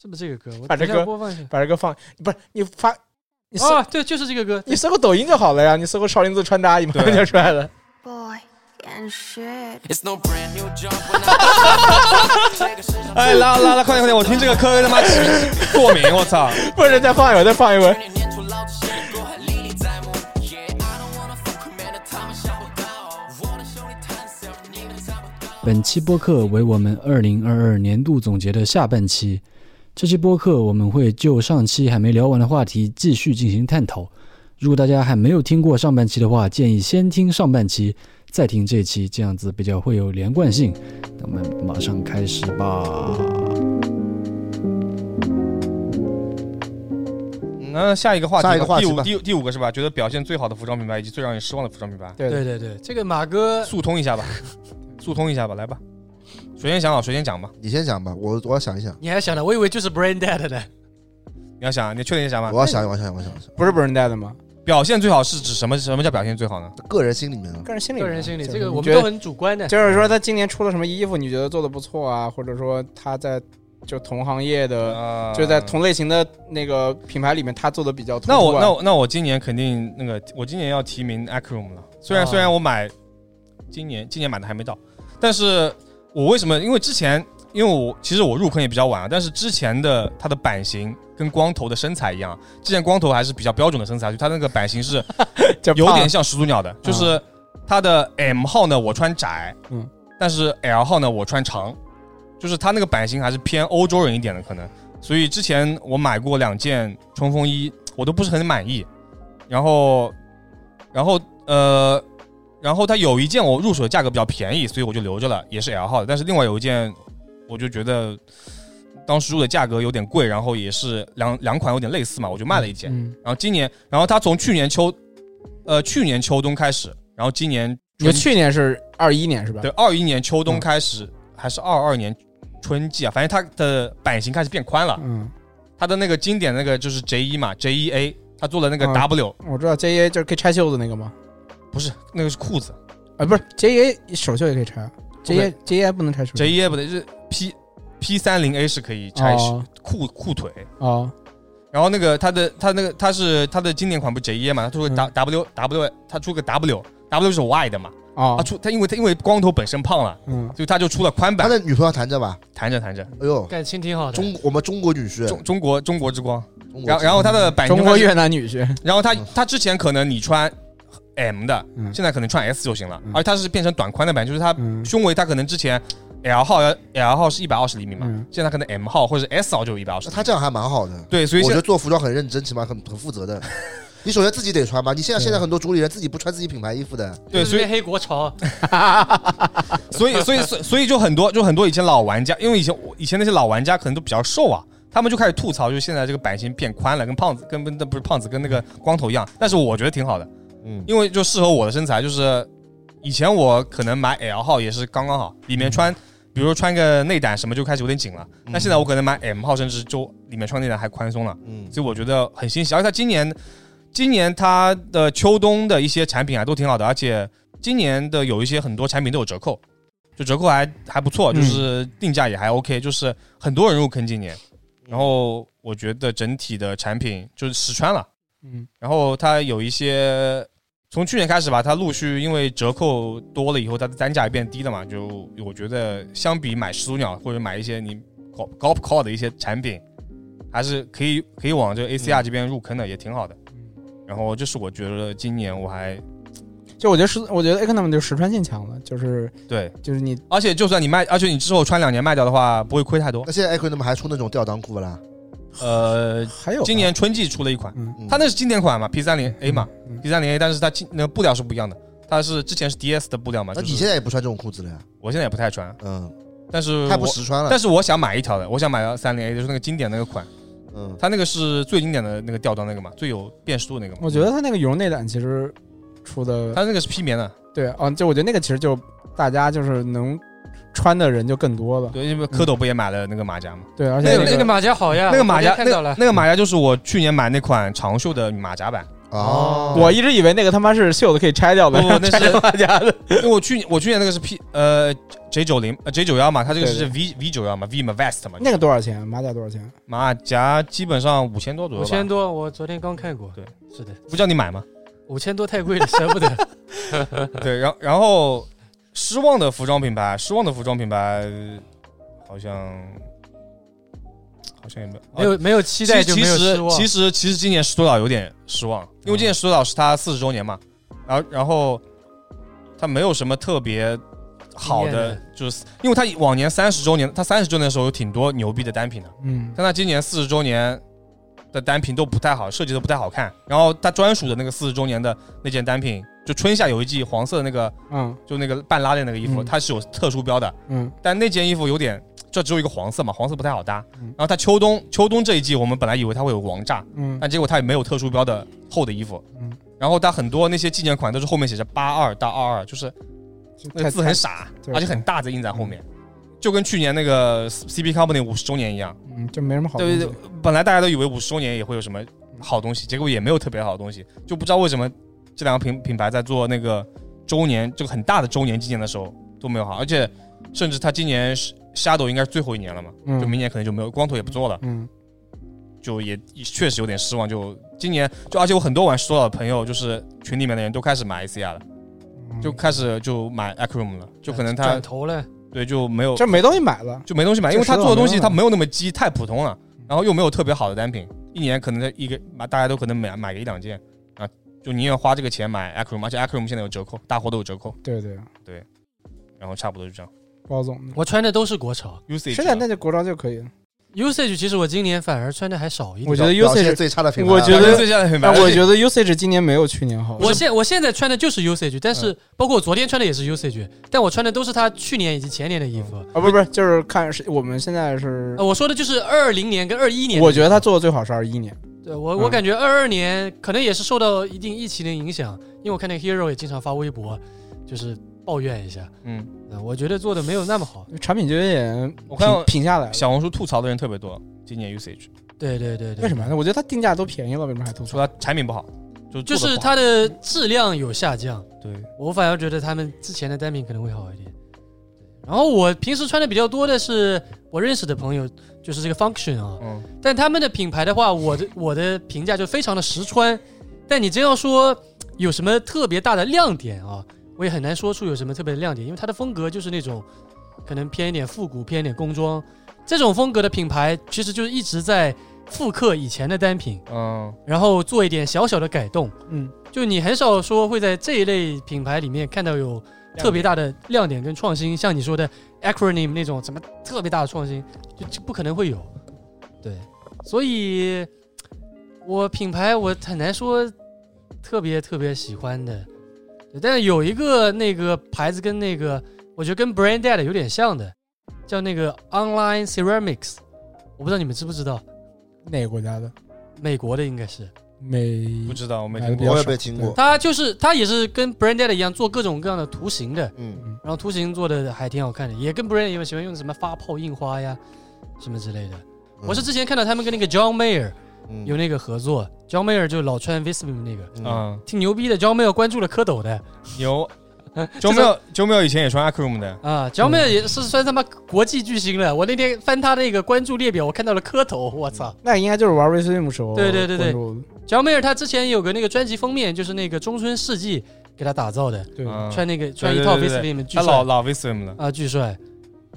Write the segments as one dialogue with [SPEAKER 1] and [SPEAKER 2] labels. [SPEAKER 1] 是不是这个歌？我
[SPEAKER 2] 把这
[SPEAKER 1] 等一下
[SPEAKER 2] 歌
[SPEAKER 1] 播放一下。
[SPEAKER 2] 把这个放，不是你发，你搜、
[SPEAKER 3] 哦
[SPEAKER 1] 啊，对，就是这个歌。
[SPEAKER 2] 你搜个抖音就好了呀，你搜个少林寺穿搭，一马上
[SPEAKER 3] 对
[SPEAKER 2] 就出来了。
[SPEAKER 4] boy and shit.
[SPEAKER 5] It's no brand new jump when I 这个世上
[SPEAKER 3] 哎，拉拉拉，快点快点！我听这个歌他妈起过敏，我操！
[SPEAKER 2] 不是，再放一会儿，再放一会儿。
[SPEAKER 5] 年年初老子写的歌还历历在目。Yeah, I don't wanna fuck with man，他们想不到。我的兄弟谈笑，你们猜不到。
[SPEAKER 6] 本期播客为我们二零二二年度总结的下半期。这期播客我们会就上期还没聊完的话题继续进行探讨。如果大家还没有听过上半期的话，建议先听上半期，再听这期，这样子比较会有连贯性。那我们马上开始吧。
[SPEAKER 3] 那下一个话题吧，
[SPEAKER 7] 下一个话题
[SPEAKER 3] 第五
[SPEAKER 7] 吧
[SPEAKER 3] 第五第五个是吧？觉得表现最好的服装品牌以及最让你失望的服装品牌，
[SPEAKER 2] 对
[SPEAKER 1] 对对对，这个马哥
[SPEAKER 3] 速通一 下吧，速通一下吧，来吧。谁先想好谁先讲吧。
[SPEAKER 7] 你先讲吧，我我要想一想，
[SPEAKER 1] 你还想着，我以为就是 Brain Dead 呢。
[SPEAKER 3] 你要想，你确定啊你想吧
[SPEAKER 7] 我。要想，我要想，我要想，我要想
[SPEAKER 2] 不是 b r n d a 的吗？
[SPEAKER 3] 表现最好是指什么？什么叫表现最好呢？
[SPEAKER 7] 个人心里面的。啊
[SPEAKER 2] 个人心理，
[SPEAKER 1] 个人心理，
[SPEAKER 2] 就
[SPEAKER 1] 这
[SPEAKER 2] 是
[SPEAKER 1] 个
[SPEAKER 2] 你
[SPEAKER 1] 我
[SPEAKER 2] 觉
[SPEAKER 1] 们
[SPEAKER 2] 得
[SPEAKER 1] 都很主观的。
[SPEAKER 2] 就是说他今年出了什么衣服，你觉得做的不错啊，或者说他在就同行业的，
[SPEAKER 3] 呃
[SPEAKER 2] 就在同类型的那个品牌里面，他做的比较突出啊、
[SPEAKER 3] 那我那我那我今年肯定那个，我今年要提名 Acroom 了。虽然
[SPEAKER 1] 啊
[SPEAKER 3] 虽然我买今年今年买的还没到，但是我为什么？因为之前因为我其实我入坑也比较晚啊，但是之前的它的版型跟光头的身材一样，啊之前光头还是比较标准的身材，就它那个版型是
[SPEAKER 2] 就
[SPEAKER 3] 有
[SPEAKER 2] 胖
[SPEAKER 3] 点像始祖鸟的，就是它的 M 号呢我穿窄，
[SPEAKER 2] 嗯
[SPEAKER 3] 但是 L 号呢我穿长，就是它那个版型还是偏欧洲人一点的可能。所以之前我买过两件冲锋衣，我都不是很满意。然后，然后呃，然后它有一件我入手的价格比较便宜，所以我就留着了，也是 L 号的。但是另外有一件，我就觉得当时入的价格有点贵，然后也是两两款有点类似嘛，我就卖了一件。
[SPEAKER 2] 嗯，
[SPEAKER 3] 然后今年，然后它从去年秋，呃，去年秋冬开始，然后今年
[SPEAKER 2] 你说去年是二一年是吧？
[SPEAKER 3] 对，二一年秋冬
[SPEAKER 2] 嗯
[SPEAKER 3] 开始，还是二二年春季啊，反正它的版型开始变宽了。
[SPEAKER 2] 嗯，
[SPEAKER 3] 它的那个经典那个就是 J 一嘛，J 一 A，它做了那个
[SPEAKER 2] 嗯
[SPEAKER 3] W，、
[SPEAKER 2] 我知道 J A 就是可以拆袖子那个吗？
[SPEAKER 3] 不是那个是裤子
[SPEAKER 2] 啊，不是 J A 手袖也可以拆，J 啊 A J A 不能拆手袖
[SPEAKER 3] ，J 一 A 不对，就是 P P 三零 A 是可以拆
[SPEAKER 2] 哦
[SPEAKER 3] 裤裤腿。
[SPEAKER 2] 哦，
[SPEAKER 3] 然后那个它的它那个它是它的经典款不 J 一 A 嘛，它出个
[SPEAKER 2] 嗯
[SPEAKER 3] W W W，它出个 W W 是 Y 的嘛，它
[SPEAKER 2] 哦，
[SPEAKER 3] 出它因为它因为光头本身胖了，
[SPEAKER 2] 嗯，
[SPEAKER 3] 所以它就出了宽
[SPEAKER 7] 他
[SPEAKER 3] 版，
[SPEAKER 7] 的女朋友谈着吧？
[SPEAKER 3] 弹着弹着，
[SPEAKER 7] 哎呦，
[SPEAKER 1] 感情挺好的。
[SPEAKER 7] 中我们中国女婿，
[SPEAKER 3] 中中国中国之光。
[SPEAKER 7] 中国
[SPEAKER 3] 然后然后它的版型
[SPEAKER 2] 中
[SPEAKER 3] 开
[SPEAKER 2] 国
[SPEAKER 3] 始
[SPEAKER 2] 越南女 婿，
[SPEAKER 3] 然后他
[SPEAKER 7] 嗯
[SPEAKER 3] 他之前可能你穿 M 的，
[SPEAKER 2] 嗯
[SPEAKER 3] 现在可能穿 S 就行了，
[SPEAKER 2] 嗯
[SPEAKER 3] 而且它是变成短宽的版，就是它
[SPEAKER 2] 嗯
[SPEAKER 3] 胸围它可能之前 L 号要 L 号是一百二十厘米嘛，
[SPEAKER 2] 嗯
[SPEAKER 3] 现在可能 M 号或者 S 号就一百二十。
[SPEAKER 7] 那他这样还蛮好的。
[SPEAKER 3] 对，所以
[SPEAKER 7] 我
[SPEAKER 3] 现
[SPEAKER 7] 觉
[SPEAKER 3] 在
[SPEAKER 7] 得做服装很认真，起码很很负责的。你首先自己得穿吧，你现在现在很多主理人自己不穿自己品牌衣服的，
[SPEAKER 3] 对，
[SPEAKER 1] 就是
[SPEAKER 3] 所
[SPEAKER 1] 被
[SPEAKER 3] 以
[SPEAKER 1] 黑国潮，
[SPEAKER 3] 所以所以所以所以就很多就很多以前老玩家，因为以前我以前那些老玩家可能都比较瘦啊。他们就开始吐槽，就是现在这个版型变宽了，跟胖子跟不不是胖子跟那个光头一样。但是我觉得挺好的，
[SPEAKER 7] 嗯，
[SPEAKER 3] 因为就适合我的身材，就是以前我可能买 L 号也是刚刚好，里面穿，比如说穿个内胆什么就开始有点紧了。
[SPEAKER 7] 嗯
[SPEAKER 3] 但现在我可能买 M 号，甚至就里面穿内胆还宽松了，
[SPEAKER 7] 嗯，
[SPEAKER 3] 所以我觉得很欣喜。而且它今年，今年它的秋冬的一些产品啊都挺好的，而且今年的有一些很多产品都有折扣，就折扣还还不错，
[SPEAKER 2] 嗯
[SPEAKER 3] 就是定价也还 OK，就是很多人入坑今年。
[SPEAKER 7] 嗯
[SPEAKER 3] 然后我觉得整体的产品就是实穿了。
[SPEAKER 2] 嗯，
[SPEAKER 3] 然后它有一些从去年开始吧，它陆续因为折扣多了以后，它的单价也变低了嘛。就我觉得相比买始祖鸟或者买一些你高高 call 的一些产品，还是可以可以往这个
[SPEAKER 2] 嗯
[SPEAKER 3] ACR 这边入坑的，也挺好的。然后这是我觉得今年我还
[SPEAKER 2] 就我觉得是，我觉得 Econom 就实穿性强了，就是
[SPEAKER 3] 对，
[SPEAKER 2] 就是你
[SPEAKER 3] 而且就算你卖，而且你之后穿两年卖掉的话，不会亏太多
[SPEAKER 7] 那。现在 Echo 那么还出那种吊裆裤不啦？
[SPEAKER 3] 呃，
[SPEAKER 2] 还有
[SPEAKER 3] 今年春季出了一款，
[SPEAKER 2] 嗯
[SPEAKER 7] 嗯
[SPEAKER 3] 它那是经典款嘛，P 三零 A 嘛
[SPEAKER 2] 嗯
[SPEAKER 3] ，P 三零 A，但是它今那个布料是不一样的，它是之前是 DS 的布料嘛。
[SPEAKER 7] 那
[SPEAKER 3] 就
[SPEAKER 7] 你
[SPEAKER 3] 是
[SPEAKER 7] 现在也不穿这种裤子了呀？
[SPEAKER 3] 我现在也不太穿，
[SPEAKER 7] 嗯，
[SPEAKER 3] 但是
[SPEAKER 7] 太不
[SPEAKER 3] 我
[SPEAKER 7] 实穿了
[SPEAKER 3] 但。是我想买一条的，我想买到三零 A，就是那个经典那个款，
[SPEAKER 7] 嗯，
[SPEAKER 3] 它那个是最经典的那个吊裆那个嘛，最有辨识度那个嘛。
[SPEAKER 2] 我觉得他那个羽绒内胆其实出的
[SPEAKER 3] 它那个是披棉的，
[SPEAKER 2] 对啊，就我觉得那个其实就大家就是能穿的人就更多了，
[SPEAKER 3] 对，因为蝌蚪不也买了那个马甲嘛？
[SPEAKER 2] 对，而且
[SPEAKER 1] 那
[SPEAKER 3] 那
[SPEAKER 1] 个
[SPEAKER 3] 个
[SPEAKER 1] 哎那个马甲好呀，
[SPEAKER 3] 那个马
[SPEAKER 1] 我
[SPEAKER 3] 甲
[SPEAKER 1] 昨天
[SPEAKER 3] 那
[SPEAKER 1] 看到了
[SPEAKER 3] 个，那个马甲就是我去年买那款长袖的马甲版，
[SPEAKER 7] 啊，
[SPEAKER 2] 我一直以为那个他妈是袖子可以拆掉的，
[SPEAKER 3] 不 不那是
[SPEAKER 2] 拆掉大家的。
[SPEAKER 3] 因为我去我去年那个是 P 呃 J 九零呃 J 九幺嘛，它这个
[SPEAKER 2] 对
[SPEAKER 3] 是 V V 九幺嘛，V 嘛 Vest 嘛，
[SPEAKER 2] 那个多少钱？马甲多少钱？
[SPEAKER 3] 马甲基本上五千多左右
[SPEAKER 1] 五
[SPEAKER 3] 吧，
[SPEAKER 1] 千多，我昨天刚看过。
[SPEAKER 3] 对，
[SPEAKER 1] 是的，
[SPEAKER 3] 不叫你买吗？
[SPEAKER 1] 五千多太贵了， 舍不得。
[SPEAKER 3] 对，然然后失望的服装品牌，失望的服装品牌呃好像好像也没有
[SPEAKER 1] 没有没有期
[SPEAKER 3] 其
[SPEAKER 1] 待
[SPEAKER 3] 实
[SPEAKER 1] 就
[SPEAKER 3] 哦其
[SPEAKER 1] 没有失
[SPEAKER 3] 实
[SPEAKER 1] 望。
[SPEAKER 3] 其实其实今年石头岛有点失望，因为今年石头岛是他四十周年嘛，然后然后他没有什么特别好
[SPEAKER 1] 惊艳
[SPEAKER 3] 的
[SPEAKER 1] 的，
[SPEAKER 3] 就是因为他往年三十周年，他三十周年的时候有挺多牛逼的单品的，
[SPEAKER 2] 嗯，
[SPEAKER 3] 但他今年四十周年的单品都不太好，设计都不太好看。然后他专属的那个四十周年的那件单品，就春夏有一季黄色的那个，
[SPEAKER 2] 嗯
[SPEAKER 3] 就那个半拉链那个衣服，
[SPEAKER 2] 嗯
[SPEAKER 3] 它是有特殊标的，
[SPEAKER 2] 嗯
[SPEAKER 3] 但那件衣服有点，这只有一个黄色嘛，黄色不太好搭。
[SPEAKER 2] 嗯
[SPEAKER 3] 然后它秋冬秋冬这一季，我们本来以为它会有王炸，
[SPEAKER 2] 嗯
[SPEAKER 3] 但结果它也没有特殊标的厚的衣服。
[SPEAKER 2] 嗯
[SPEAKER 3] 然后它很多那些纪念款都是后面写着八二到二二，就是那个
[SPEAKER 2] 太
[SPEAKER 3] 字很傻，
[SPEAKER 2] 对嗯
[SPEAKER 3] 而且很大的印在后面，就跟去年那个 CP Company 五十周年一样。
[SPEAKER 2] 嗯，就没什么好。
[SPEAKER 3] 对对对，，本来大家都以为五十周年也会有什么好东西，结果也没有特别好的东西，就不知道为什么这两个品品牌在做那个周年这个很大的周年纪念的时候都没有好，而且甚至他今年是 Shadow 应该是最后一年了嘛，
[SPEAKER 2] 嗯
[SPEAKER 3] 就明年可能就没有光头也不做了，
[SPEAKER 2] 嗯
[SPEAKER 3] 就也也确实有点失望。就今年就而且我很多玩说的朋友，就是群里面的人都开始买 ICR 了，
[SPEAKER 2] 嗯
[SPEAKER 3] 就开始就买 Acroom 了，就可能他
[SPEAKER 1] 转头了，
[SPEAKER 3] 对就没有
[SPEAKER 2] 这没东西买了。
[SPEAKER 3] 就没东西买，
[SPEAKER 2] 就
[SPEAKER 3] 因为他
[SPEAKER 2] 石头
[SPEAKER 3] 做的东
[SPEAKER 2] 没嗯
[SPEAKER 3] 西
[SPEAKER 2] 有
[SPEAKER 3] 他
[SPEAKER 2] 了
[SPEAKER 3] 没有那么鸡，太普通了，然后又没有特别好的单品，一年可能在一个买大家都可能买买个一两件啊，就宁愿花这个钱买 Acroom，而且 Acroom 现在有折扣，大货都有折扣，
[SPEAKER 2] 对对，
[SPEAKER 3] 然后差不多就这样。
[SPEAKER 2] 包总呢
[SPEAKER 1] 我穿的都是国潮。
[SPEAKER 3] Usage
[SPEAKER 2] 是的，那就国潮就可以了。
[SPEAKER 1] Usage 其实我今年反而穿的还少一
[SPEAKER 2] 我
[SPEAKER 1] 点。
[SPEAKER 2] 觉得
[SPEAKER 7] 表现
[SPEAKER 2] usage
[SPEAKER 7] 最差的品牌，
[SPEAKER 2] 我觉
[SPEAKER 3] 觉
[SPEAKER 2] 得
[SPEAKER 3] 得最佳的品牌，
[SPEAKER 2] 但
[SPEAKER 3] 而
[SPEAKER 2] 我
[SPEAKER 3] 且
[SPEAKER 2] 觉得 usage 今年没有去年好。
[SPEAKER 1] 我现我现在穿的就是 Usage，但
[SPEAKER 3] 嗯
[SPEAKER 1] 是包括我昨天穿的也是 Usage，但我穿的都是他去年以及前年的衣服。
[SPEAKER 3] 嗯
[SPEAKER 2] 啊，不是不是，就是看是我们现在是
[SPEAKER 1] 呃，，我说的就是二零年跟二一年的衣服。
[SPEAKER 2] 我觉得他做的最好是二一年。
[SPEAKER 1] 对我，我
[SPEAKER 2] 嗯
[SPEAKER 1] 感觉二二年可能也是受到一定疫情的影响，因为我看那个 Hero 也经常发微博，就是抱怨一下。
[SPEAKER 3] 嗯，
[SPEAKER 1] 嗯，我觉得做的没有那么好。
[SPEAKER 2] 产品就有点
[SPEAKER 3] 我看到
[SPEAKER 2] 品品下来了。
[SPEAKER 3] 小红书吐槽的人特别多，今年 Usage
[SPEAKER 1] 对对对对，
[SPEAKER 2] 为什么呢？我觉得它定价都便宜了，为什么还吐槽？
[SPEAKER 3] 说它产品不好，就
[SPEAKER 1] 就
[SPEAKER 3] 做得
[SPEAKER 1] 是
[SPEAKER 3] 不好
[SPEAKER 1] 它的质量有下降，
[SPEAKER 3] 对
[SPEAKER 1] 我反而觉得他们之前的单品可能会好一点。然后我平时穿的比较多的是我认识的朋友，就是这个 Function 啊，
[SPEAKER 3] 嗯
[SPEAKER 1] 但他们的品牌的话，我的我的评价就非常的实穿。但你真要说有什么特别大的亮点啊，我也很难说出有什么特别的亮点，因为它的风格就是那种可能偏一点复古、偏一点工装这种风格的品牌，其实就是一直在复刻以前的单品，
[SPEAKER 3] 嗯
[SPEAKER 1] 然后做一点小小的改动。
[SPEAKER 2] 嗯，
[SPEAKER 1] 就你很少说会在这一类品牌里面看到有特别大的亮点跟创新，像你说的 acronym 那种什么特别大的创新，就就不可能会有。对，所以我品牌我很难说特别特别喜欢的，对但是有一个那个牌子跟那个我觉得跟 Brand Dad 有点像的，叫那个 Online Ceramics，我不知道你们知不知道，
[SPEAKER 2] 哪个国家的？
[SPEAKER 1] 美国的应该是。
[SPEAKER 2] 美
[SPEAKER 3] 不知道我没
[SPEAKER 2] 买
[SPEAKER 3] 听
[SPEAKER 2] 得比
[SPEAKER 3] 过
[SPEAKER 2] 较
[SPEAKER 7] 我也
[SPEAKER 2] 少
[SPEAKER 7] 没听过，
[SPEAKER 1] 它就是它也是跟 Branded 一样做各种各样的图形的，
[SPEAKER 7] 嗯，
[SPEAKER 1] 然后图形做的还挺好看的，也跟 Branded 一样喜欢用什么发泡印花呀什么之类的。我是之前看到他们跟那个 John Mayer
[SPEAKER 7] 嗯
[SPEAKER 1] 有那个合作，John Mayer 就老穿 Vism 那个，
[SPEAKER 7] 嗯
[SPEAKER 3] 嗯
[SPEAKER 1] 挺牛逼的。John Mayer 关注了蝌蚪的
[SPEAKER 3] 有。周妙周妙以前也穿 Acroom 的，
[SPEAKER 1] 啊，John Mayer 也是算他妈国际巨星了。我那天翻他那个关注列表，我看到了蝌蚪，我操！
[SPEAKER 2] 那应该就是玩 v s m 时候
[SPEAKER 1] 对对对对
[SPEAKER 2] 关注
[SPEAKER 3] 嗯
[SPEAKER 2] 的
[SPEAKER 1] John Mayer 他之前有个那个专辑封面，就是那个中村世纪给他打造的，
[SPEAKER 2] 对
[SPEAKER 3] 嗯
[SPEAKER 1] 穿那个穿一套
[SPEAKER 3] 对
[SPEAKER 1] Vism
[SPEAKER 3] 对对
[SPEAKER 1] 里面巨
[SPEAKER 3] 他
[SPEAKER 1] 帅
[SPEAKER 3] 老老 Vism 了，
[SPEAKER 1] 啊，巨帅。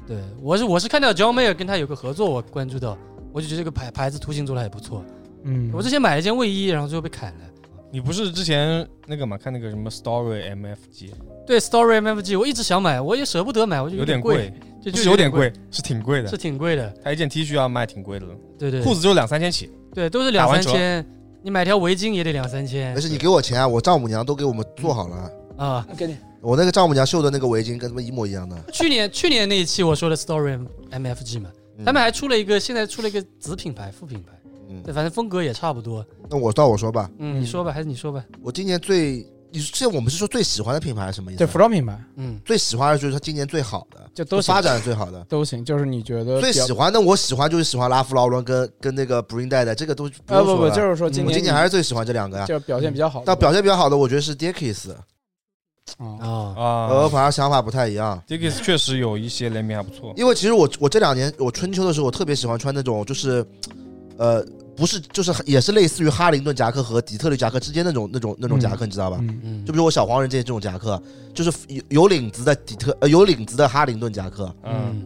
[SPEAKER 1] 对，我是我是看到 John Mayer 跟他有个合作，我关注到，我就觉得这个牌牌子图形做的还不错。
[SPEAKER 2] 嗯，
[SPEAKER 1] 我之前买了一件卫衣，然后最后被砍了。
[SPEAKER 3] 你不是之前那个嘛，看那个什么 Story MFG，
[SPEAKER 1] 对，Story MFG 我一直想买，我也舍不得买，我就
[SPEAKER 3] 有点
[SPEAKER 1] 点
[SPEAKER 3] 贵，，
[SPEAKER 1] 就
[SPEAKER 3] 不
[SPEAKER 1] 就是
[SPEAKER 3] 有点，贵，是挺贵
[SPEAKER 1] 是
[SPEAKER 3] 的。
[SPEAKER 1] 挺贵的。
[SPEAKER 3] 他一件 T 恤要卖挺贵的了，
[SPEAKER 1] 对对，
[SPEAKER 3] 裤子就两三千起。
[SPEAKER 1] 对都是
[SPEAKER 3] 打
[SPEAKER 1] 两
[SPEAKER 3] 完
[SPEAKER 1] 三
[SPEAKER 3] 折
[SPEAKER 1] 千，你买条围巾也得两三千
[SPEAKER 7] 没事，你给我钱啊，我丈母娘都给我们做好了，
[SPEAKER 1] 啊。
[SPEAKER 2] 给你
[SPEAKER 7] 我那个丈母娘绣的那个围巾跟他们一模一样的，
[SPEAKER 1] 去年去年那一期我说的 Story MFG 嘛，
[SPEAKER 7] 嗯
[SPEAKER 1] 他们还出了一个，现在出了一个子品牌、副品牌，
[SPEAKER 7] 嗯
[SPEAKER 1] 对，反正风格也差不多。
[SPEAKER 7] 那我到我说吧，
[SPEAKER 1] 嗯，你说吧，还是你说吧。
[SPEAKER 7] 我今年最你现在我们是说最喜欢的品牌是什么意思
[SPEAKER 2] 对
[SPEAKER 7] 啊？
[SPEAKER 2] 服装品牌
[SPEAKER 1] 嗯，
[SPEAKER 7] 最喜欢的就是它今年最好的，
[SPEAKER 2] 就都行
[SPEAKER 7] 发展最好的。
[SPEAKER 2] 都行，就是你觉得
[SPEAKER 7] 最
[SPEAKER 2] 比较
[SPEAKER 7] 喜欢的，我喜欢就是喜欢拉夫劳伦跟跟那个 Bring Dead，这个都不
[SPEAKER 2] 呃
[SPEAKER 7] 用
[SPEAKER 2] 不
[SPEAKER 7] 说
[SPEAKER 2] 不，
[SPEAKER 7] 了。
[SPEAKER 2] 就是说今
[SPEAKER 7] 我
[SPEAKER 2] 年
[SPEAKER 7] 今年还是最喜欢这两个呀、
[SPEAKER 2] 就表现比较好的，
[SPEAKER 7] 但表现比较好的，我觉得是 Dickies，
[SPEAKER 2] 啊
[SPEAKER 1] 啊，
[SPEAKER 7] 呃，
[SPEAKER 3] 啊
[SPEAKER 7] 我反而想法不太一样。
[SPEAKER 3] ，Dickies 确实有一些联名还不错，
[SPEAKER 7] 因为其实我我这两年我春秋的时候，我特别喜欢穿那种就是，呃，不是就是也是类似于哈林顿夹克和底特律夹克之间那种那种那种夹克，你知道吧？
[SPEAKER 2] 嗯，
[SPEAKER 1] 嗯，
[SPEAKER 7] 就比如我小黄人这这种夹克，就是有有领子的底特呃有领子的哈林顿夹克，
[SPEAKER 3] 嗯，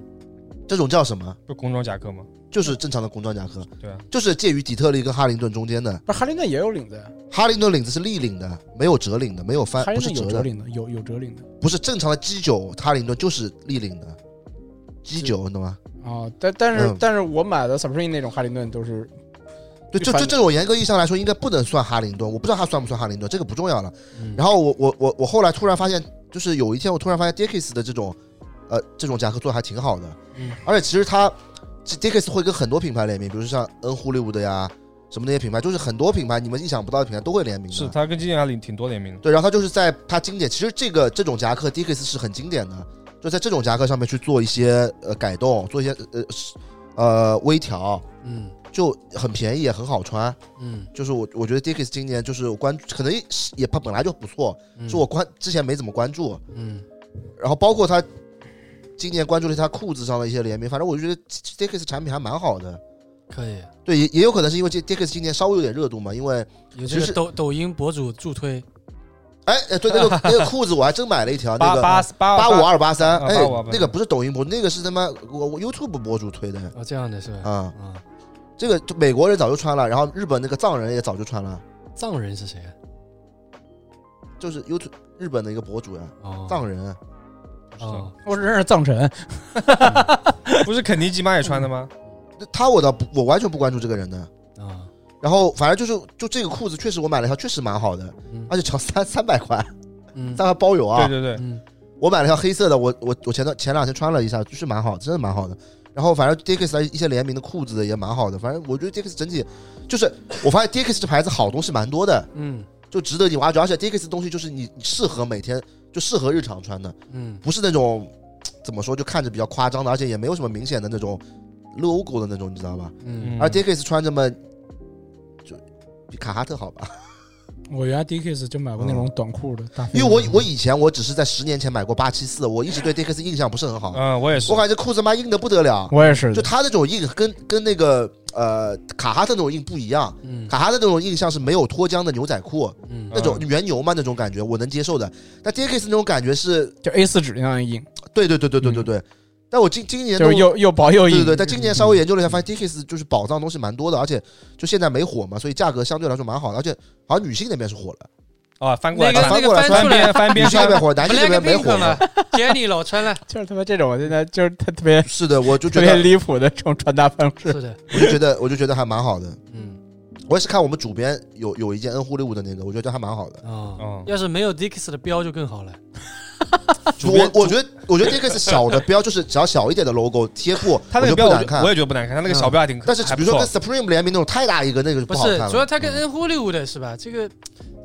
[SPEAKER 7] 这种叫什么？
[SPEAKER 3] 就工装夹克嘛，
[SPEAKER 7] 就是正常的工装夹克，
[SPEAKER 3] 对啊，
[SPEAKER 7] 就是介于底特律跟哈林顿中间的。
[SPEAKER 2] 不是哈林顿也有领子，
[SPEAKER 7] 哈林顿领子是立领的，没有折领的，没有翻
[SPEAKER 2] 哈，林
[SPEAKER 7] 不是
[SPEAKER 2] 顿有
[SPEAKER 7] 折
[SPEAKER 2] 折
[SPEAKER 7] 的，
[SPEAKER 2] 领的，有有折领的
[SPEAKER 7] 不是正常的 G 九，哈林顿就是立领的，G 九，你懂吗？
[SPEAKER 2] 啊，但但是
[SPEAKER 7] 嗯
[SPEAKER 2] 但是我买的 Supreme 那种哈林顿都是
[SPEAKER 7] 对，
[SPEAKER 2] 就
[SPEAKER 7] 就
[SPEAKER 2] 翻
[SPEAKER 7] 就这种严格意义上来说，应该不能算哈林顿，我不知道他算不算哈林顿，这个不重要了。
[SPEAKER 1] 嗯
[SPEAKER 7] 然后我我我我后来突然发现，就是有一天我突然发现 Dickies 的这种，呃，这种夹克做的还挺好的，
[SPEAKER 1] 嗯
[SPEAKER 7] 而且其实它这 Dickies 会跟很多品牌联名，比如说像恩呼利伍的呀，什么那些品牌，就是很多品牌你们意想不到的品牌都会联名的。
[SPEAKER 3] 是他跟今年还挺挺多联名的，
[SPEAKER 7] 对，然后它就是在它经典，其实这个这种夹克 Dickies 是很经典的，就在这种夹克上面去做一些呃改动，做一些呃呃微调，
[SPEAKER 1] 嗯
[SPEAKER 7] 就很便宜也很好穿。
[SPEAKER 1] 嗯
[SPEAKER 7] 就是我我觉得 Dickies 今年就是我关注，可能也也它本来就不错，
[SPEAKER 1] 嗯，
[SPEAKER 7] 是我关之前没怎么关注，
[SPEAKER 1] 嗯
[SPEAKER 7] 然后包括他今年关注了他裤子上的一些联名，反正我就觉得 Dickies 产品还蛮好的。
[SPEAKER 1] 可以，
[SPEAKER 7] 对，也也有可能是因为这 Dickies 今年稍微有点热度嘛，因为
[SPEAKER 1] 有
[SPEAKER 7] 其
[SPEAKER 1] 这个
[SPEAKER 7] 实
[SPEAKER 1] 抖抖音博主助推，
[SPEAKER 7] 哎哎对那个那个裤子我还真买了一条，那
[SPEAKER 3] 八
[SPEAKER 7] 个
[SPEAKER 3] 八八
[SPEAKER 7] 八五，二八三，
[SPEAKER 3] 啊
[SPEAKER 7] 哎
[SPEAKER 3] 85283，
[SPEAKER 7] 那个不是抖音博主，那个是他妈我我 YouTube 博主推的
[SPEAKER 1] 哦，这样的是吧？
[SPEAKER 7] 啊、
[SPEAKER 1] 啊，
[SPEAKER 7] 这个就美国人早就穿了，然后日本那个藏人也早就穿了，
[SPEAKER 1] 藏人是谁啊？
[SPEAKER 7] 就是 YouTube 日本的一个博主呀、
[SPEAKER 1] 哦，
[SPEAKER 7] 藏人，
[SPEAKER 3] 不知道
[SPEAKER 1] 哦，
[SPEAKER 2] 我认识藏神，
[SPEAKER 3] 不是肯尼基妈也穿的吗？
[SPEAKER 7] 那他我倒不我完全不关注这个人的。
[SPEAKER 1] 啊，
[SPEAKER 7] 然后反正就是就这个裤子确实我买了一条，确实蛮好的，
[SPEAKER 1] 嗯
[SPEAKER 7] 而且长三三百块，
[SPEAKER 1] 嗯
[SPEAKER 7] 三块包邮啊。
[SPEAKER 3] 对对对，
[SPEAKER 1] 嗯
[SPEAKER 7] 我买了条黑色的，我我我前段前两天穿了一下，就是蛮好，真的蛮好的。然后反正 Dickies 的一些联名的裤子也蛮好的，反正我觉得 Dickies 整体就是我发现 Dickies 这牌子好东西蛮多的，
[SPEAKER 1] 嗯
[SPEAKER 7] 就值得你挖掘。而且 Dickies 的东西就是你你适合每天就适合日常穿的，
[SPEAKER 1] 嗯
[SPEAKER 7] 不是那种怎么说就看着比较夸张的，而且也没有什么明显的那种 logo 的那种，你知道吧？
[SPEAKER 1] 嗯，
[SPEAKER 7] 而 Dickies 穿这么就比卡哈特好吧？
[SPEAKER 2] 我原来 Dickies 就买过那种短裤的大飞
[SPEAKER 7] 嗯因
[SPEAKER 2] 毛，
[SPEAKER 7] 为我我以前我只是在十年前买过八七四，我一直对 Dickies 印象不是很好。
[SPEAKER 3] 嗯，我也是
[SPEAKER 7] 我，感觉这裤子妈硬的不得了，
[SPEAKER 2] 我也是
[SPEAKER 7] 就他那种硬跟跟那个呃卡哈特那种硬不一样，
[SPEAKER 1] 嗯
[SPEAKER 7] 卡哈特那种硬像是没有脱缰的牛仔裤，
[SPEAKER 1] 嗯
[SPEAKER 7] 那种原牛嘛那种感觉我能接受的，但 Dickies 那种感觉是，
[SPEAKER 2] 就 A 4纸那样硬，
[SPEAKER 7] 对对对对对对对，但我今今
[SPEAKER 2] 嗯
[SPEAKER 7] 年
[SPEAKER 2] 就是
[SPEAKER 7] 弄
[SPEAKER 2] 又又薄又
[SPEAKER 7] 对
[SPEAKER 2] 硬，
[SPEAKER 7] 对对，但今年稍微研究了一下，发现 Dickies 就是宝藏东西蛮多的，而且就现在没火嘛，所以价格相对来说蛮好的，而且好像女性那边是火了，
[SPEAKER 3] 啊，翻过
[SPEAKER 1] 那
[SPEAKER 3] 来
[SPEAKER 1] 个
[SPEAKER 3] 穿，
[SPEAKER 1] 那个
[SPEAKER 7] 翻过来
[SPEAKER 1] 翻
[SPEAKER 3] 翻
[SPEAKER 1] 出来
[SPEAKER 3] 边翻
[SPEAKER 7] 女
[SPEAKER 3] 边
[SPEAKER 7] 性
[SPEAKER 3] 穿，
[SPEAKER 7] 那边火，男性那
[SPEAKER 1] ，Black
[SPEAKER 7] 边没火
[SPEAKER 1] Pink 嘛
[SPEAKER 7] 了。
[SPEAKER 1] ，Jenny 老穿 了，
[SPEAKER 2] 就是他妈这种，我现在就是他特别
[SPEAKER 7] 是的，我就觉
[SPEAKER 2] 特别
[SPEAKER 7] 得，
[SPEAKER 2] 离谱的这种穿搭方式，
[SPEAKER 1] 是的，
[SPEAKER 7] 我就觉得，我就觉得还蛮好的。
[SPEAKER 1] 嗯
[SPEAKER 7] 我也是看我们主编有有一件恩呼利伍的那个，我觉得还蛮好的。
[SPEAKER 1] 啊，
[SPEAKER 7] 哦
[SPEAKER 3] 嗯，
[SPEAKER 1] 要是没有 Dickies 的标就更好了，
[SPEAKER 3] 主
[SPEAKER 7] 我
[SPEAKER 3] 编
[SPEAKER 7] 我觉得我觉得 Dickies 小的标就是只要小一点的 logo 贴 布，
[SPEAKER 3] 他那个
[SPEAKER 7] 我就
[SPEAKER 3] 标
[SPEAKER 7] 不
[SPEAKER 3] 我
[SPEAKER 7] 难
[SPEAKER 3] 觉
[SPEAKER 7] 看嗯
[SPEAKER 3] 得我。也觉得不难看，他那个小标还挺，
[SPEAKER 7] 但是
[SPEAKER 3] 还
[SPEAKER 7] 比
[SPEAKER 3] 不
[SPEAKER 7] 如说
[SPEAKER 3] 错
[SPEAKER 7] 跟 Supreme 联名那种太大一个，那个就
[SPEAKER 1] 不
[SPEAKER 7] 好看
[SPEAKER 1] 是，
[SPEAKER 7] 了。
[SPEAKER 1] 主要它跟
[SPEAKER 7] 嗯
[SPEAKER 1] N 呼利伍的是吧？这个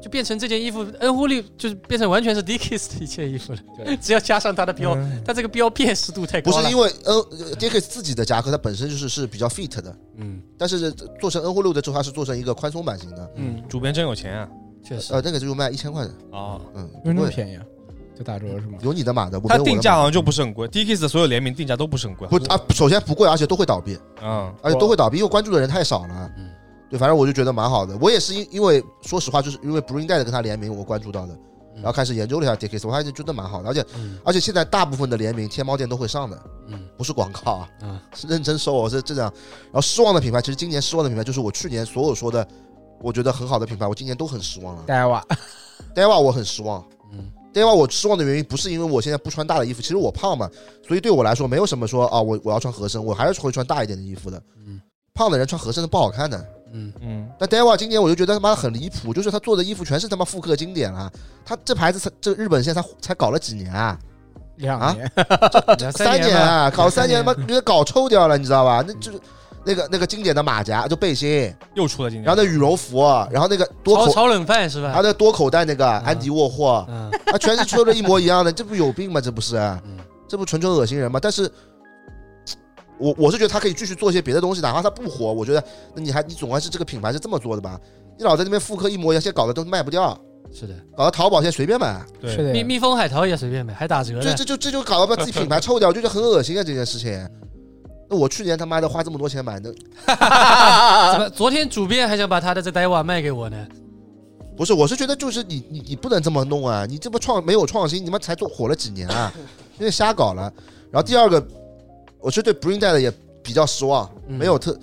[SPEAKER 1] 就变成这件衣服，N 呼利就是变成完全是 Dickies 的一件衣服了，
[SPEAKER 3] 对
[SPEAKER 1] 只要加上它的标，
[SPEAKER 3] 嗯
[SPEAKER 1] 它这个标辨识度太
[SPEAKER 7] 不
[SPEAKER 1] 高
[SPEAKER 7] 是
[SPEAKER 1] 了
[SPEAKER 7] 因，为呃 N Dickies 自己的夹克它本身就是是比较 fit 的，
[SPEAKER 1] 嗯，
[SPEAKER 7] 但是做成恩呼利伍的之后，它是做成一个宽松版型的。
[SPEAKER 3] 嗯，主编真有钱啊
[SPEAKER 1] 确实
[SPEAKER 7] 呃，，那个就卖一千块的，
[SPEAKER 3] 啊。
[SPEAKER 7] 嗯，
[SPEAKER 2] 有那
[SPEAKER 7] 不
[SPEAKER 2] 么
[SPEAKER 7] 贵，
[SPEAKER 2] 便宜啊？就打折是吗？
[SPEAKER 7] 有你的码的，我没
[SPEAKER 3] 它
[SPEAKER 7] 有我的
[SPEAKER 3] 定价啊
[SPEAKER 7] 码
[SPEAKER 3] 好像就不是很贵，Dickies 的所有联名定价都不是很贵，
[SPEAKER 7] 不啊，首先不贵，而且都会倒闭。
[SPEAKER 3] 嗯，
[SPEAKER 7] 而且都会倒闭，因为关注的人太少了。
[SPEAKER 1] 嗯
[SPEAKER 7] 对，反正我就觉得蛮好的。我也是因因为说实话，就是因为 Bring Dead 跟他联名，我关注到的，然后开始研究了一下 Dickies，我还是觉得蛮好的。而且
[SPEAKER 1] 嗯
[SPEAKER 7] 而且现在大部分的联名，天猫店都会上的，
[SPEAKER 1] 嗯
[SPEAKER 7] 不是广告啊，
[SPEAKER 1] 啊
[SPEAKER 7] 是认真搜，我哦是这样。然后失望的品牌，其实今年失望的品牌就是我去年所有说的，我觉得很好的品牌，我今年都很失望了。
[SPEAKER 2] 戴瓦
[SPEAKER 7] Deva 我很失望。
[SPEAKER 1] 嗯
[SPEAKER 7] Deva 我失望的原因不是因为我现在不穿大的衣服，其实我胖嘛，所以对我来说没有什么说啊，我我要穿合身，我还是会穿大一点的衣服的。
[SPEAKER 1] 嗯
[SPEAKER 7] 胖的人穿合身的不好看的。
[SPEAKER 1] 嗯
[SPEAKER 3] 嗯，
[SPEAKER 7] 但 Deva 今年我就觉得他妈很离谱，就是他做的衣服全是他妈复刻经典啊！他这牌子才这日本现在才才搞了几年啊？
[SPEAKER 2] 两
[SPEAKER 7] 啊
[SPEAKER 2] 年，
[SPEAKER 1] 两
[SPEAKER 7] 三
[SPEAKER 1] 年吧
[SPEAKER 7] 啊，搞三年
[SPEAKER 1] 两
[SPEAKER 7] 妈
[SPEAKER 1] 三
[SPEAKER 7] 给搞臭掉了，你知道吧？那就是。那个那个经典的马甲就背心，
[SPEAKER 1] 嗯
[SPEAKER 3] 又出了今年。
[SPEAKER 7] 然后那羽绒服，然后那个多
[SPEAKER 1] 炒
[SPEAKER 7] 口，
[SPEAKER 1] 炒冷饭是
[SPEAKER 7] 还有
[SPEAKER 1] 吧？
[SPEAKER 7] 那个多口袋那个安迪沃霍，
[SPEAKER 1] 嗯，
[SPEAKER 7] 啊，全是穿的一模一样的，这不有病吗？这不是啊
[SPEAKER 1] 嗯，
[SPEAKER 7] 这不纯纯恶心人吗？但是，我我是觉得他可以继续做一些别的东西，哪怕他不火，我觉得那你还你总还是这个品牌是这么做的吧？你老在那边复刻一模一样，现在搞得都卖不掉，
[SPEAKER 1] 是的。
[SPEAKER 7] 搞得淘宝现在随便买，
[SPEAKER 3] 对
[SPEAKER 2] 是的
[SPEAKER 1] 蜜
[SPEAKER 2] 呀，
[SPEAKER 1] 蜜蜂海淘也随便买，还打折
[SPEAKER 7] 啊这
[SPEAKER 1] 呢。
[SPEAKER 7] 这就这就搞得把自己品牌臭掉，我就觉得很恶心啊！这件事情，那我去年他妈的花这么多钱买的，
[SPEAKER 1] 怎么？昨天主编还想把他的这 Daiwa 卖给我呢。
[SPEAKER 7] 不是，我是觉得就是你你你不能这么弄啊！你这么创没有创新，你们才做火了几年啊？有点瞎搞了。然后第二个，我是对 Bring Dead 也比较失望，
[SPEAKER 1] 嗯
[SPEAKER 7] 没有特，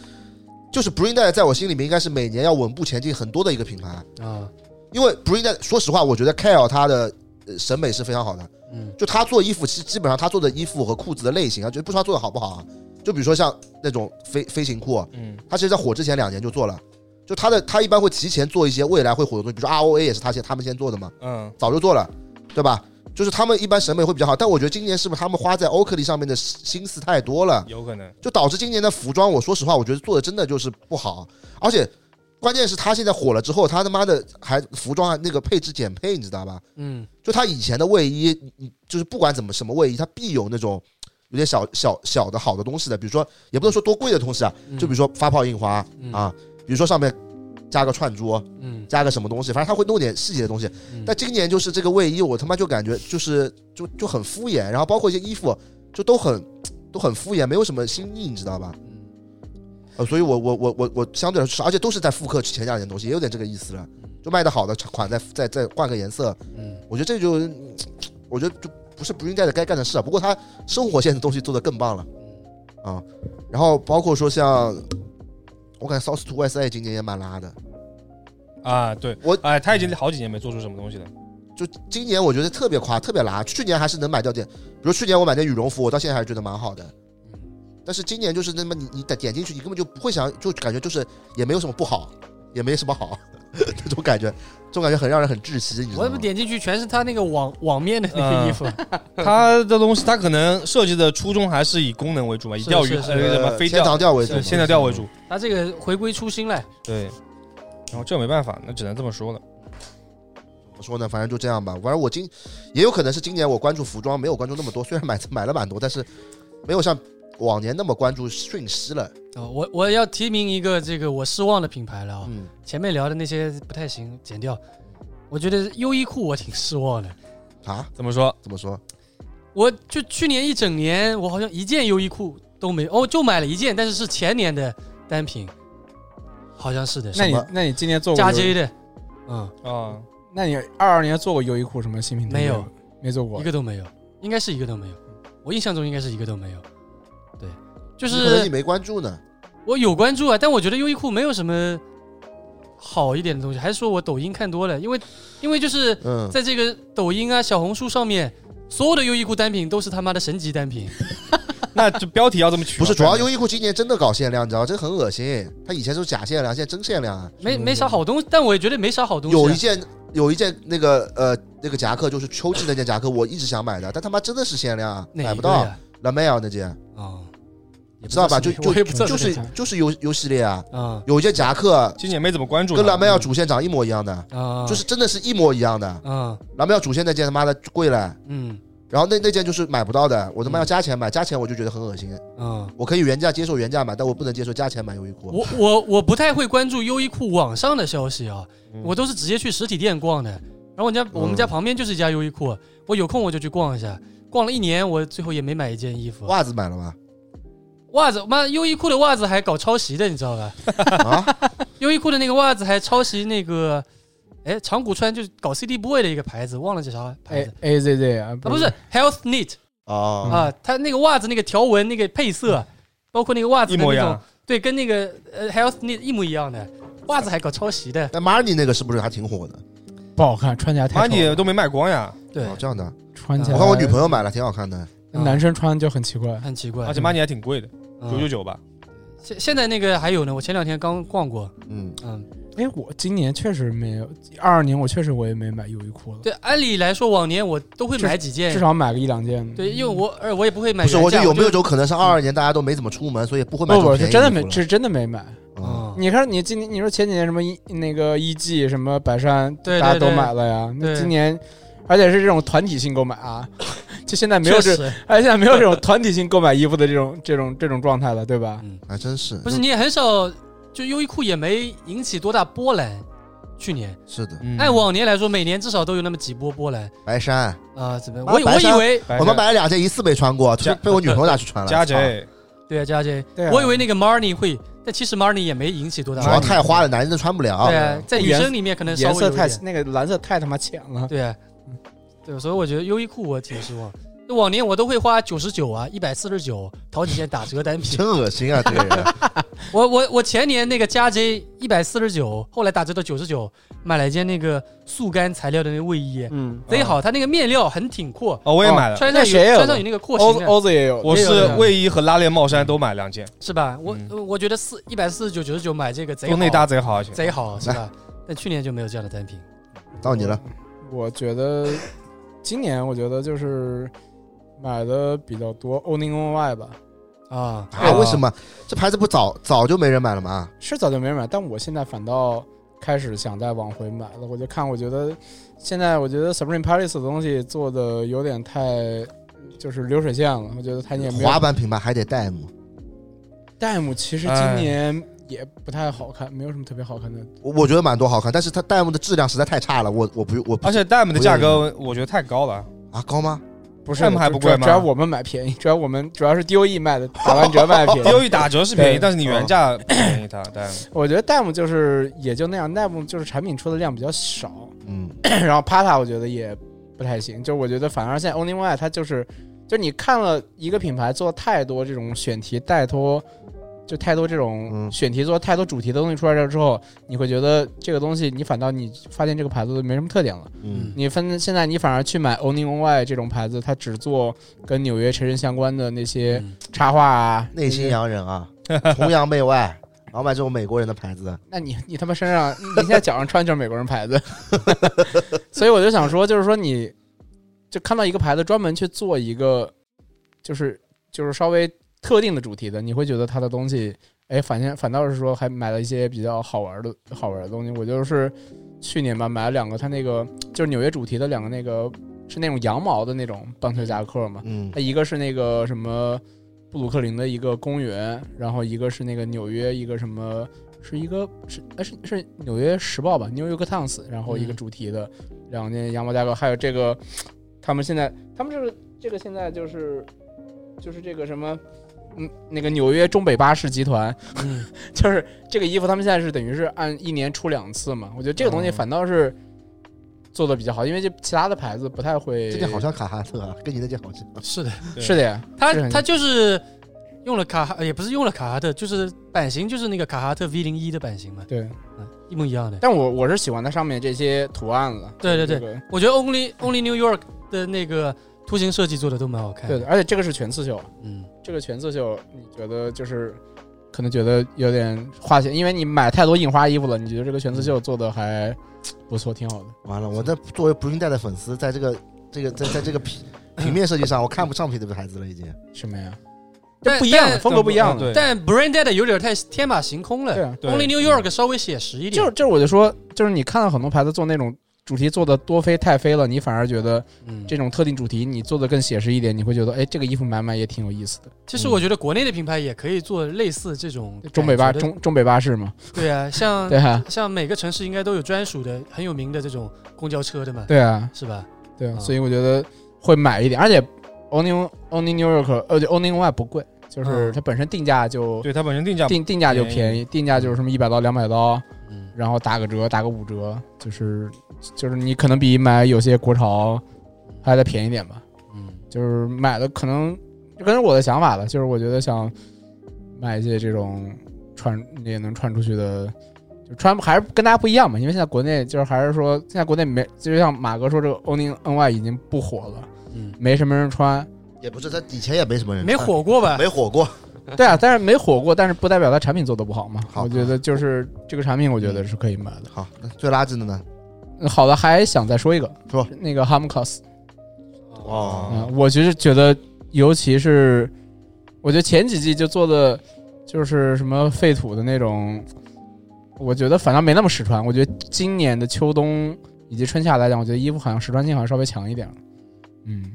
[SPEAKER 7] 就是 Bring Dead 在我心里面应该是每年要稳步前进很多的一个品牌，
[SPEAKER 1] 啊，
[SPEAKER 7] 因为 Bring Dead 说实话，我觉得 Kale 他的呃审美是非常好的，
[SPEAKER 1] 嗯
[SPEAKER 7] 就他做衣服，其实基本上他做的衣服和裤子的类型啊，就不说他做的好不好啊，就比如说像那种飞飞行裤，啊
[SPEAKER 3] 嗯，
[SPEAKER 7] 他其实在火之前两年就做了，就他的他一般会提前做一些未来会火的东西，比如说 ROA 也是他先他们先做的嘛，
[SPEAKER 3] 嗯，
[SPEAKER 7] 早就做了，对吧？就是他们一般审美会比较好，但我觉得今年是不是他们花在 Oakley 上面的心思太多了，
[SPEAKER 3] 有可能。
[SPEAKER 7] 就导致今年的服装，我说实话，我觉得做的真的就是不好，而且关键是他现在火了之后，他他妈的还服装啊那个配置减配，你知道吧？
[SPEAKER 1] 嗯
[SPEAKER 7] 就他以前的卫衣，你你就是不管怎么什么卫衣，它必有那种有点小小小的好的东西的，比如说也不能说多贵的东西啊，
[SPEAKER 1] 嗯
[SPEAKER 7] 就比如说发泡印花
[SPEAKER 1] 嗯
[SPEAKER 7] 啊，比如说上面加个串珠，
[SPEAKER 1] 嗯
[SPEAKER 7] 加个什么东西，反正他会弄点细节的东西
[SPEAKER 1] 嗯。
[SPEAKER 7] 但今年就是这个卫衣，我他妈就感觉就是就就很敷衍，然后包括一些衣服就都很都很敷衍，没有什么新意，你知道吧？
[SPEAKER 1] 嗯，
[SPEAKER 7] 呃，所以我我我我我相对来说，而且都是在复刻前两年的东西，也有点这个意思了，就卖的好的款再再再换个颜色，
[SPEAKER 1] 嗯，
[SPEAKER 7] 我觉得这就，嗯我觉得就不是不应该的该干的事啊。不过他生活线的东西做的更棒了，
[SPEAKER 1] 嗯
[SPEAKER 7] 啊，然后包括说像，我感觉 South to West 哎今年也蛮拉的。
[SPEAKER 3] 啊，对，
[SPEAKER 7] 我
[SPEAKER 3] 哎，他已经好几年没做出什么东西了。
[SPEAKER 7] 就今年我觉得特别夸，特别拉。去年还是能买掉点，比如去年我买件羽绒服，我到现在还是觉得蛮好的。但是今年就是那么你你点点进去，你根本就不会想，就感觉就是也没有什么不好，也没什么好，这种感觉，这种感觉很让人很窒息，你知
[SPEAKER 1] 我
[SPEAKER 7] 道
[SPEAKER 1] 怎么
[SPEAKER 7] 吗？
[SPEAKER 1] 点进去全是他那个网网面的那个衣服？
[SPEAKER 7] 嗯
[SPEAKER 3] 他的东西，他可能设计的初衷还是以功能为主嘛，以
[SPEAKER 1] 是
[SPEAKER 3] 钓鱼
[SPEAKER 1] 是是
[SPEAKER 3] 呃什么飞
[SPEAKER 7] 天
[SPEAKER 3] 钓
[SPEAKER 7] 堂钓为主
[SPEAKER 3] 对，，现在钓为主。
[SPEAKER 1] 他这个回归初心了。
[SPEAKER 3] 对，然后这没办法，那只能这么说了。
[SPEAKER 7] 怎么说呢？反正就这样吧。反正我今也有可能是今年我关注服装没有关注那么多，虽然买买了蛮多，但是没有像往年那么关注讯息了。
[SPEAKER 1] 哦，我我要提名一个这个我失望的品牌了啊、
[SPEAKER 7] 嗯，
[SPEAKER 1] 前面聊的那些不太行，剪掉。我觉得优衣库我挺失望的，
[SPEAKER 7] 啊，
[SPEAKER 3] 怎么说？
[SPEAKER 7] 怎么说？
[SPEAKER 1] 我就去年一整年我好像一件优衣库都没，哦，就买了一件，但是是前年的单品，好像是的，
[SPEAKER 2] 那你
[SPEAKER 7] 什么
[SPEAKER 2] 那你今年做过
[SPEAKER 1] 加
[SPEAKER 2] 优
[SPEAKER 1] J 的，嗯，
[SPEAKER 3] 啊，
[SPEAKER 2] 那你二二年做过优衣库什么新品推
[SPEAKER 1] 没
[SPEAKER 2] 荐
[SPEAKER 1] 有
[SPEAKER 2] 吗？没做过
[SPEAKER 1] 一，个都没有，应该是一个都没有，我印象中应该是一个都没有。对，就
[SPEAKER 7] 可能你
[SPEAKER 1] 是
[SPEAKER 7] 没关注呢。
[SPEAKER 1] 我有关注啊，但我觉得优衣库没有什么好一点的东西，还是说我抖音看多了，因为因为就是
[SPEAKER 7] 嗯，
[SPEAKER 1] 在这个抖音啊、小红书上面，所有的优衣库单品都是他妈的神级单品。
[SPEAKER 3] 那就标题要这么取啊。
[SPEAKER 7] 不是，主要
[SPEAKER 3] 因为
[SPEAKER 7] 优衣库今年真的搞限量，你知道吗？这很恶心。它以前是假限量，现在真限量啊。
[SPEAKER 1] 没没啥好东西，但我也觉得没啥好东西啊、
[SPEAKER 7] 有一件有一件那个呃那个夹克，就是秋季那件夹克，我一直想买的，但他妈真的是限量啊，
[SPEAKER 1] 哪一个
[SPEAKER 7] 买不到
[SPEAKER 1] 呀。
[SPEAKER 7] La Mer 那件，
[SPEAKER 1] 啊，也不
[SPEAKER 7] 知道吧？就
[SPEAKER 1] 我
[SPEAKER 7] 就
[SPEAKER 1] 也不知道
[SPEAKER 7] 就是就是优优系列啊，
[SPEAKER 1] 啊
[SPEAKER 7] 有一件夹克
[SPEAKER 3] 今年没怎么关注他。
[SPEAKER 7] 跟 La Mer 主线长一模一样的。
[SPEAKER 1] 嗯啊，
[SPEAKER 7] 就是真的是一模一样的。
[SPEAKER 1] 啊
[SPEAKER 7] 蓝庙主线那件他妈的贵了，
[SPEAKER 1] 嗯
[SPEAKER 7] 然后那那件就是买不到的，我他妈
[SPEAKER 1] 嗯
[SPEAKER 7] 要加钱买，加钱我就觉得很恶心。
[SPEAKER 1] 啊，
[SPEAKER 7] 我可以原价接受原价买，但我不能接受加钱买优衣库。
[SPEAKER 1] 我我我不太会关注优衣库网上的消息啊，
[SPEAKER 3] 嗯
[SPEAKER 1] 我都是直接去实体店逛的。然后我家我们家旁边就是一家优衣库，我有空我就去逛一下。逛了一年，我最后也没买一件衣服。
[SPEAKER 7] 袜子买 了吗？
[SPEAKER 1] 袜子，妈，优衣库的袜子还搞抄袭的，你知道吧？
[SPEAKER 7] 啊，
[SPEAKER 1] 优衣库的那个袜子还抄袭那个，哎，长谷川就是搞 CD boy 的一个牌子，忘了叫啥牌
[SPEAKER 2] A
[SPEAKER 1] 子
[SPEAKER 2] A Z Z 啊，
[SPEAKER 1] 哎啊，不是 Health Knit
[SPEAKER 7] 哦，
[SPEAKER 1] 啊，它那个袜子那个条纹那个配色，包括那个袜子
[SPEAKER 3] 一
[SPEAKER 1] 的
[SPEAKER 3] 模一
[SPEAKER 1] 那种
[SPEAKER 3] 样，，
[SPEAKER 1] 对，跟那个呃 Health Knit 一模一样的袜子还搞抄袭的，
[SPEAKER 7] 那 Marni 那个是不是还挺火的？
[SPEAKER 2] 不好看，穿起来
[SPEAKER 3] 妈
[SPEAKER 2] 太丑
[SPEAKER 3] 你
[SPEAKER 2] 了，
[SPEAKER 3] 都没卖光呀，
[SPEAKER 1] 对，
[SPEAKER 7] 哦，这样的。
[SPEAKER 2] 穿起来。
[SPEAKER 7] 啊我看我女朋友买了，挺好看的。
[SPEAKER 2] 友，男生穿就很奇怪。
[SPEAKER 1] 很奇怪。
[SPEAKER 3] 而且妈你还挺贵的，
[SPEAKER 1] 嗯
[SPEAKER 3] 九九九吧。
[SPEAKER 1] 现现在那个还有呢，我前两天刚逛过，
[SPEAKER 7] 嗯，
[SPEAKER 1] 嗯，
[SPEAKER 2] 哎，我今年确实没有，二二年我确实我也没买优衣库了，
[SPEAKER 1] 对，按理来说往年我都会
[SPEAKER 2] 至
[SPEAKER 1] 买几件
[SPEAKER 2] 至，少买个一两件。
[SPEAKER 1] 对，因为我而我也不会买
[SPEAKER 7] 不
[SPEAKER 1] 原价。
[SPEAKER 7] 是，我就有没有
[SPEAKER 1] 就
[SPEAKER 7] 种可能是二二年大家都没怎么出门，所以不会买
[SPEAKER 2] 不
[SPEAKER 7] 这种
[SPEAKER 2] 不，
[SPEAKER 7] 便
[SPEAKER 2] 是
[SPEAKER 7] 宜
[SPEAKER 2] 真的
[SPEAKER 7] 衣
[SPEAKER 2] 没
[SPEAKER 7] 服，了
[SPEAKER 2] 是真的没买。
[SPEAKER 7] 嗯
[SPEAKER 2] 你看，你今年你说前几年什么一那个一季什么百善，
[SPEAKER 1] 对对
[SPEAKER 2] 大家都
[SPEAKER 1] 对
[SPEAKER 2] 买了呀。那
[SPEAKER 1] 对
[SPEAKER 2] 今年，而且是这种团体性购买啊，就现在没有
[SPEAKER 1] 确
[SPEAKER 2] 这，
[SPEAKER 1] 实，
[SPEAKER 2] 哎，现在没有这种团体性购买衣服的这种这种这种状态了，对吧？
[SPEAKER 7] 还真是
[SPEAKER 1] 不是你也很少，就优衣库也没引起多大波澜。去年
[SPEAKER 7] 是的，
[SPEAKER 3] 嗯
[SPEAKER 1] 按往年来说，每年至少都有那么几波波澜
[SPEAKER 7] 白衫，
[SPEAKER 1] 啊，怎么？
[SPEAKER 7] 妈
[SPEAKER 1] 我以
[SPEAKER 7] 白
[SPEAKER 1] 我以
[SPEAKER 7] 衫
[SPEAKER 1] 为
[SPEAKER 3] 白
[SPEAKER 7] 我
[SPEAKER 3] 家
[SPEAKER 7] 们买了两件，一次没穿过，
[SPEAKER 3] 加
[SPEAKER 7] 被我女朋友拿去 穿了。
[SPEAKER 3] 加
[SPEAKER 7] 操
[SPEAKER 3] 贼，
[SPEAKER 1] 对啊，佳姐，
[SPEAKER 2] 对啊
[SPEAKER 1] 我以为那个 Marni 会，但其实 Marni 也没引起多大
[SPEAKER 7] 主
[SPEAKER 1] 波
[SPEAKER 7] 要
[SPEAKER 1] 澜。
[SPEAKER 7] 太花了，男人都穿不了
[SPEAKER 1] 对。啊，在女
[SPEAKER 2] 颜
[SPEAKER 1] 生里面可能稍
[SPEAKER 2] 颜
[SPEAKER 1] 微有
[SPEAKER 2] 色
[SPEAKER 1] 一
[SPEAKER 2] 太嗯
[SPEAKER 1] 点
[SPEAKER 2] 那个蓝色太他妈浅了。
[SPEAKER 1] 对啊，对，所以我觉得优衣库我挺失望。那往年我都会花九十九啊，一百四十九淘几件打折单品。
[SPEAKER 7] 真恶心啊！这个人，
[SPEAKER 1] 我我我前年那个加 J 一百四十九，后来打折到九十九，买了一件那个速干材料的那个卫衣，
[SPEAKER 2] 嗯，
[SPEAKER 1] 贼好，它那个面料很挺阔，
[SPEAKER 3] 哦，我也买了，
[SPEAKER 1] 穿上
[SPEAKER 2] 那谁也有
[SPEAKER 1] 穿上有那个廓
[SPEAKER 2] 欧
[SPEAKER 1] 形啊
[SPEAKER 2] 子
[SPEAKER 1] 的，
[SPEAKER 2] 欧子也有，
[SPEAKER 3] 我
[SPEAKER 1] 也有
[SPEAKER 3] 是
[SPEAKER 1] 这个
[SPEAKER 3] 卫衣和拉链帽衫都买两件，
[SPEAKER 1] 是吧？我
[SPEAKER 3] 嗯
[SPEAKER 1] 呃我觉得四一百四十九九十九买这个贼
[SPEAKER 3] 都内
[SPEAKER 1] 好，啊
[SPEAKER 3] 搭贼好，而且
[SPEAKER 1] 贼好是 吧？但去年就没有这样的单品。
[SPEAKER 7] 到你 了，
[SPEAKER 2] 我觉得今年我觉得就是买的比较多，O 宁 O Y 吧，
[SPEAKER 1] 啊，
[SPEAKER 7] 啊？为什么这牌子不早早就没人买了吗？
[SPEAKER 2] 是早就没人买，但我现在反倒开始想再往回买了。我就看，我觉得现在我觉得 Supreme Paris 的东西做的有点太就是流水线了，我觉得它哎也没有
[SPEAKER 7] 滑。板品牌还得戴姆。
[SPEAKER 2] 戴姆其实
[SPEAKER 3] 哎
[SPEAKER 2] 今年也不太好看，没有什么特别好看的。
[SPEAKER 7] 我我觉得蛮多好看，但是它弹幕的质量实在太差了，我我不我不
[SPEAKER 3] 而且 Dime 的价格我觉得太高了，
[SPEAKER 7] 啊高吗？
[SPEAKER 2] 不是
[SPEAKER 3] 戴姆还
[SPEAKER 2] 就
[SPEAKER 3] 不
[SPEAKER 2] 主要
[SPEAKER 3] 贵吗
[SPEAKER 2] 主要我们买便宜，主要我们主要是 DOE 卖的打完折卖 的便
[SPEAKER 3] 优
[SPEAKER 2] 宜。
[SPEAKER 3] 衣打折是便
[SPEAKER 2] 对
[SPEAKER 3] 宜，
[SPEAKER 2] 哦
[SPEAKER 3] 但是你原价不便宜它 Dime。
[SPEAKER 2] 我觉得戴姆就是也就那样，戴姆就是产品出的量比较少，
[SPEAKER 7] 嗯，
[SPEAKER 2] 然后 Pata 我觉得也不太行，就我觉得反而现在 Only One 它就是，就你看了一个品牌做太多这种选题，太多就太多这种
[SPEAKER 7] 嗯
[SPEAKER 2] 选题做太多主题的东西出来了之后，你会觉得这个东西你反倒你发现这个牌子没什么特点了，
[SPEAKER 7] 嗯，
[SPEAKER 2] 你分现在你反而去买 Only One 这种牌子，它只做跟纽约城市相关的那些
[SPEAKER 1] 嗯
[SPEAKER 2] 插画啊，
[SPEAKER 7] 内心
[SPEAKER 2] 那些
[SPEAKER 7] 洋人啊，崇洋媚外，然后买这种美国人的牌子，
[SPEAKER 2] 那你你他妈身上，你现在脚上穿就是美国人牌子， 所以我就想说，就是说你，就看到一个牌子专门去做一个，就是就是稍微特定的主题的，你会觉得它的东西，哎，反正反倒是说还买了一些比较好玩的好玩的东西。我就是去年吧，买了两个它那个就是纽约主题的两个那个是那种羊毛的那种棒球夹克嘛，
[SPEAKER 7] 嗯
[SPEAKER 2] 它一个是那个什么布鲁克林的一个公园，然后一个是那个纽约一个什么，是一个是哎是是纽约时报吧，New York Times，然后一个
[SPEAKER 1] 嗯
[SPEAKER 2] 主题的两件羊毛夹克，还有这个他们现在他们这个这个现在就是就是这个什么。嗯，那个纽约中北巴士集团，
[SPEAKER 1] 嗯
[SPEAKER 2] 就是这个衣服，他们现在是等于是按一年出两次嘛。我觉得这个东西反倒是做的比较好，因为这其他的牌子不太会。
[SPEAKER 7] 这件好像卡哈特啊，跟你那件好像。
[SPEAKER 1] 是的，
[SPEAKER 3] 对
[SPEAKER 2] 是的呀，
[SPEAKER 1] 他
[SPEAKER 2] 是很
[SPEAKER 1] 他就是用了卡哈，也不是用了卡哈特，就是版型就是那个卡哈特 V 零一的版型嘛，
[SPEAKER 2] 对。
[SPEAKER 1] 嗯一模一样的。
[SPEAKER 2] 但我我是喜欢它上面这些图案了。
[SPEAKER 1] 对对
[SPEAKER 2] 这
[SPEAKER 1] 对，
[SPEAKER 2] 个
[SPEAKER 1] 我觉得 Only Only New York 的那个图形设计做的都蛮好看
[SPEAKER 2] 对
[SPEAKER 1] 的。
[SPEAKER 2] 的，而且这个是全刺绣，
[SPEAKER 1] 嗯，
[SPEAKER 2] 这个全刺绣，你觉得就是可能觉得有点花钱，因为你买太多印花衣服了，你觉得这个全刺绣做的还不错，挺好的。
[SPEAKER 7] 完了，我这作为不孕带的粉丝，在这个这个在在这个平平面设计上，我看不上这个牌子了，已经。
[SPEAKER 2] 什么呀？
[SPEAKER 1] 但
[SPEAKER 2] 这不一样的
[SPEAKER 1] 但
[SPEAKER 2] 风格不一样的。
[SPEAKER 3] 对，
[SPEAKER 1] 但 Branded 有点太天马行空
[SPEAKER 2] 对
[SPEAKER 1] 了。
[SPEAKER 2] 啊，
[SPEAKER 3] 对
[SPEAKER 1] Only New York 稍微写实一
[SPEAKER 2] 就
[SPEAKER 1] 点
[SPEAKER 2] 是，就是我就说，就是你看到很多牌子做那种主题做的多飞太飞了，你反而觉得
[SPEAKER 1] 嗯，
[SPEAKER 2] 这种特定主题你做的更写实一点，你会觉得哎，这个衣服买买也挺有意思的。
[SPEAKER 1] 其实我觉得国内的品牌也可以做类似这种
[SPEAKER 2] 中北巴
[SPEAKER 1] 感觉嗯的
[SPEAKER 2] 中中北巴士嘛，
[SPEAKER 1] 对啊， 像
[SPEAKER 2] 对啊，
[SPEAKER 1] 像每个城市应该都有专属的很有名的这种公交车的嘛，
[SPEAKER 2] 对啊，
[SPEAKER 1] 是吧？
[SPEAKER 2] 对啊，
[SPEAKER 1] 嗯
[SPEAKER 2] 所以我觉得会买一点，而且 Only Only New York 呃，就 Only One 不贵，就是
[SPEAKER 1] 嗯
[SPEAKER 2] 它本身定价就
[SPEAKER 3] 对它本身定价
[SPEAKER 2] 定定价就
[SPEAKER 3] 便
[SPEAKER 2] 便宜，定价就是什么一百刀两百刀，
[SPEAKER 1] 嗯，
[SPEAKER 2] 然后打个折打个五折，就是就是你可能比买有些国潮还得便宜点吧，
[SPEAKER 1] 嗯，
[SPEAKER 2] 就是买的可能就跟着我的想法了，就是我觉得想买一些这种穿也能穿出去的。就穿还是跟大家不一样嘛，因为现在国内就是还是说，现在国内没就像马哥说，这个 Only NY 已经不火了，
[SPEAKER 1] 嗯，
[SPEAKER 2] 没什么人穿，
[SPEAKER 7] 也不是，它以前也没什么人，
[SPEAKER 1] 没火过吧？
[SPEAKER 7] 没火过，
[SPEAKER 2] 对 啊，但是没火过，但是不代表它产品做的不好嘛。
[SPEAKER 7] 好嗯
[SPEAKER 2] 我觉得就是这个产品，我觉得是可以买的。
[SPEAKER 7] 好，那最垃圾的呢？
[SPEAKER 2] 嗯好的，还想再说一个，
[SPEAKER 7] 说
[SPEAKER 2] 那个 Harmcos，啊、
[SPEAKER 7] 哦，
[SPEAKER 2] 我其实觉得，尤其是我觉得前几季就做的就是什么废土的那种，我觉得反倒没那么实穿。我觉得今年的秋冬以及春夏来讲，我觉得衣服好像实穿性好像稍微强一点了。嗯，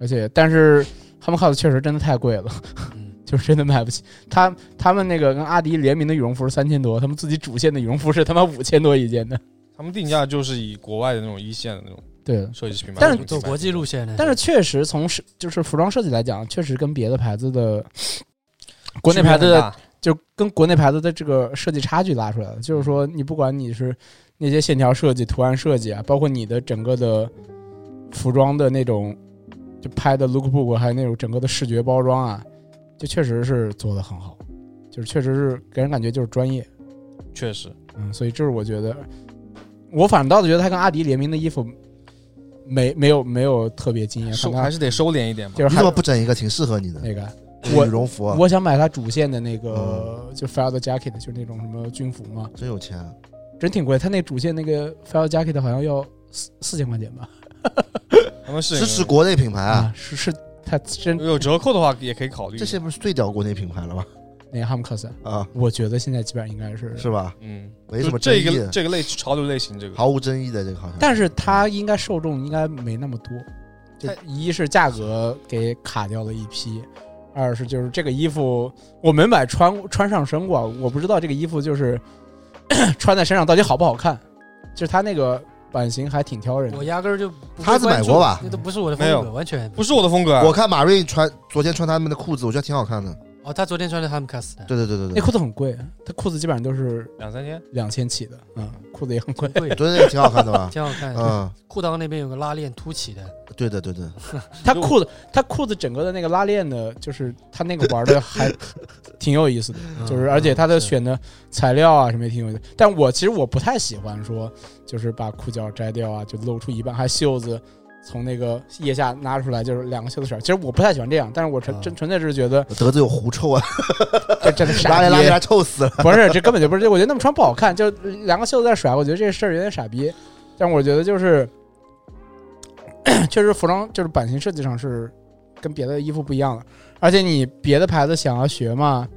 [SPEAKER 2] 而且但是 Harmcos 确实真的太贵了， 就是真的买不起。他他们那个跟阿迪联名的羽绒服是三千多，他们自己主线的羽绒服是他妈五千多一件的。
[SPEAKER 3] 他们定价就是以国外的那种一线的那种
[SPEAKER 2] 对的，
[SPEAKER 3] 设计师品牌，
[SPEAKER 2] 但是
[SPEAKER 1] 走国际路线的，
[SPEAKER 2] 但是确实从是就是服装设计来讲，确实跟别的牌子的国内牌子的，就跟国内牌子的这个设计差距拉出来了。就是说，你不管你是那些线条设计、图案设计啊，包括你的整个的服装的那种就拍的 lookbook，还有那种整个的视觉包装啊，就确实是做的很好，就是确实是给人感觉就是专业。
[SPEAKER 3] 确实
[SPEAKER 2] 嗯，所以这是我觉得，我反倒觉得他跟阿迪联名的衣服没没有没有特别惊艳，
[SPEAKER 3] 收
[SPEAKER 2] 反倒
[SPEAKER 3] 还是得收敛一点吧。
[SPEAKER 2] 就是
[SPEAKER 7] 你
[SPEAKER 2] 还
[SPEAKER 7] 怎么不整一个挺适合你的
[SPEAKER 2] 那个？
[SPEAKER 7] 羽
[SPEAKER 2] 哎我
[SPEAKER 7] 绒服啊，
[SPEAKER 2] 我想买它主线的那
[SPEAKER 7] 嗯
[SPEAKER 2] 个，就 Fell Jacket，就是那种什么军服嘛，
[SPEAKER 7] 真有钱啊，
[SPEAKER 2] 真挺贵。它那主线那个 Fell Jacket 好像要四四千块钱吧？
[SPEAKER 3] 他们是
[SPEAKER 7] 支持国内品牌啊，，
[SPEAKER 2] 是是，它真
[SPEAKER 3] 有折扣的话也可以考虑。
[SPEAKER 7] 这些不是最屌国内品牌了吗？
[SPEAKER 2] 那个 Hamcos，
[SPEAKER 7] 啊，
[SPEAKER 2] 我觉得现在基本上应该是
[SPEAKER 7] 是吧？
[SPEAKER 3] 嗯，
[SPEAKER 7] 没什
[SPEAKER 3] 就
[SPEAKER 7] 么
[SPEAKER 3] 这
[SPEAKER 7] 争议
[SPEAKER 3] 个
[SPEAKER 7] 的
[SPEAKER 3] 这个类潮流类型，这个
[SPEAKER 7] 毫无争议的这个好像。
[SPEAKER 2] 但是它应该受众应该没那么多，就一是价格给卡掉了一批，二是就是这个衣服我没买穿穿上身过，我不知道这个衣服就是 穿在身上到底好不好看，就是它那个版型还挺挑人
[SPEAKER 1] 我
[SPEAKER 2] 的。
[SPEAKER 1] 压根儿就不会
[SPEAKER 7] 他是买过
[SPEAKER 1] 关
[SPEAKER 7] 吧
[SPEAKER 1] 注那都不是我的
[SPEAKER 3] 没
[SPEAKER 1] 风格，
[SPEAKER 3] 有
[SPEAKER 1] 完全
[SPEAKER 3] 不是我的风格啊。
[SPEAKER 7] 我看马瑞穿昨天穿他们的裤子，我觉得挺好看的。
[SPEAKER 1] 哦，他昨天穿的 Hamcas 的，
[SPEAKER 7] 对对对对
[SPEAKER 2] 那
[SPEAKER 7] 对，
[SPEAKER 2] 裤子很贵，它裤子基本上都是
[SPEAKER 3] 两三天，
[SPEAKER 2] 两千起的，嗯，裤子也很贵。
[SPEAKER 1] 对，
[SPEAKER 7] 昨天那个挺好看 的吧？
[SPEAKER 1] 挺好看的。
[SPEAKER 7] 嗯，
[SPEAKER 1] 裤裆那边有个拉链凸起的，
[SPEAKER 7] 对的对的，
[SPEAKER 2] 它裤子，它裤子整个的那个拉链的，就是它那个玩的还 挺有意思的，
[SPEAKER 7] 嗯
[SPEAKER 2] 就是而且它的
[SPEAKER 1] 是
[SPEAKER 2] 选的材料啊什么也挺有意思。但我其实我不太喜欢说，就是把裤脚摘掉啊，就露出一半，还袖子从那个腋下拿出来，就是两个袖子色儿。其实我不太喜欢这样，但是我纯
[SPEAKER 7] 嗯
[SPEAKER 1] 啊
[SPEAKER 2] 真纯粹是觉得
[SPEAKER 7] 德子有狐 臭啊，
[SPEAKER 2] 这 真的傻
[SPEAKER 7] 拉来
[SPEAKER 2] 逼
[SPEAKER 7] 拉去，还臭死了。
[SPEAKER 2] 不是，这根本就不是。我觉得那么穿不好看，就两个袖子在甩，我觉得这事儿有点傻逼。但我觉得就是， 确实服装就是版型设计上是跟别的衣服不一样的，而且你别的牌子想要学嘛，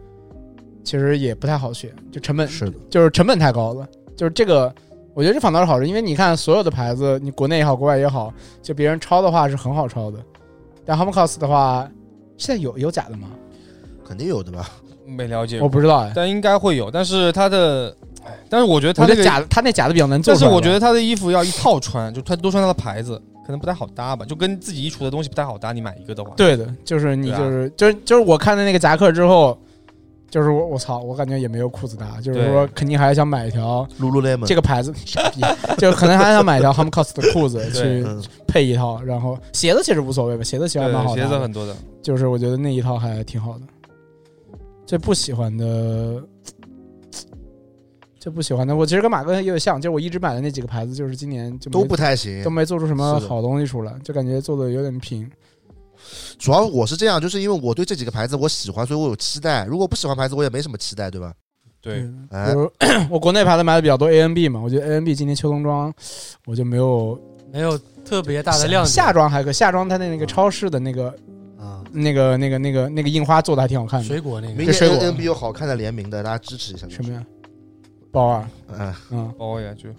[SPEAKER 2] 其实也不太好学，就成本
[SPEAKER 7] 是的，
[SPEAKER 2] 就是成本太高了。就是这个，我觉得这反倒是好事，因为你看所有的牌子，你国内也好，国外也好，就别人抄的话是很好抄的，但 Homecos 的话，现在有有假的吗？
[SPEAKER 7] 肯定有的吧？
[SPEAKER 3] 没了解
[SPEAKER 2] 我
[SPEAKER 3] 过，
[SPEAKER 2] 不知道哎。
[SPEAKER 3] 但应该会有。但是它的，哎但是我觉得它
[SPEAKER 2] 我觉得
[SPEAKER 3] 那个
[SPEAKER 2] 假的，他那假的比较难做
[SPEAKER 3] 但
[SPEAKER 2] 出
[SPEAKER 3] 是
[SPEAKER 2] 来吧。
[SPEAKER 3] 我觉得他的衣服要一套穿，就他多穿他的牌子，可能不太好搭吧，就跟自己衣橱的东西不太好搭。你买一个的话，，
[SPEAKER 2] 对的，就是你
[SPEAKER 3] 对啊
[SPEAKER 2] 就是、就是就是我看的那个夹克之后，就是我我操，我感觉也没有裤子搭，就是说肯定还想买一条
[SPEAKER 7] 露露 lemon
[SPEAKER 2] 这个牌子，傻 逼，就是可能还想买一条 Homcos 的裤子
[SPEAKER 3] 对
[SPEAKER 2] 去
[SPEAKER 7] 嗯
[SPEAKER 2] 配一套，然后鞋子其实无所谓吧，鞋子其实还蛮好
[SPEAKER 3] 对，鞋
[SPEAKER 2] 搭
[SPEAKER 3] 子
[SPEAKER 2] 的，
[SPEAKER 3] 很多的，
[SPEAKER 2] 就是我觉得那一套还挺好的。最不喜欢的，最不喜欢的，我其实跟马哥也有像，就是我一直买的那几个牌子，就是今年就没
[SPEAKER 7] 都不太行
[SPEAKER 2] 都。没做出什么
[SPEAKER 7] 是的
[SPEAKER 2] 好东西出来，就感觉做的有点平。
[SPEAKER 7] 主要我是这样，就是因为我对这几个牌子我喜欢，所以我有期待。如果不喜欢牌子，我也没什么期待，对吧？
[SPEAKER 3] 对，
[SPEAKER 2] 嗯比
[SPEAKER 7] 哎，
[SPEAKER 2] 如 我国内牌子买的比较多，ANB 嘛，我觉得 ANB 今年秋冬装我就没有
[SPEAKER 1] 没有特别大的亮点。
[SPEAKER 2] 夏装还可以，夏装它的
[SPEAKER 7] 嗯
[SPEAKER 2] 那个超市的那个、
[SPEAKER 1] 啊，
[SPEAKER 2] 那个、那个、那个、那个印花做的还挺好看的。
[SPEAKER 1] 水果那个
[SPEAKER 7] 明
[SPEAKER 2] 这水
[SPEAKER 7] 年
[SPEAKER 2] 果
[SPEAKER 7] N B 有好看的联名的，大家支持一下。
[SPEAKER 2] 什么呀？包啊，
[SPEAKER 7] 嗯，
[SPEAKER 2] 嗯，
[SPEAKER 3] 包呀就，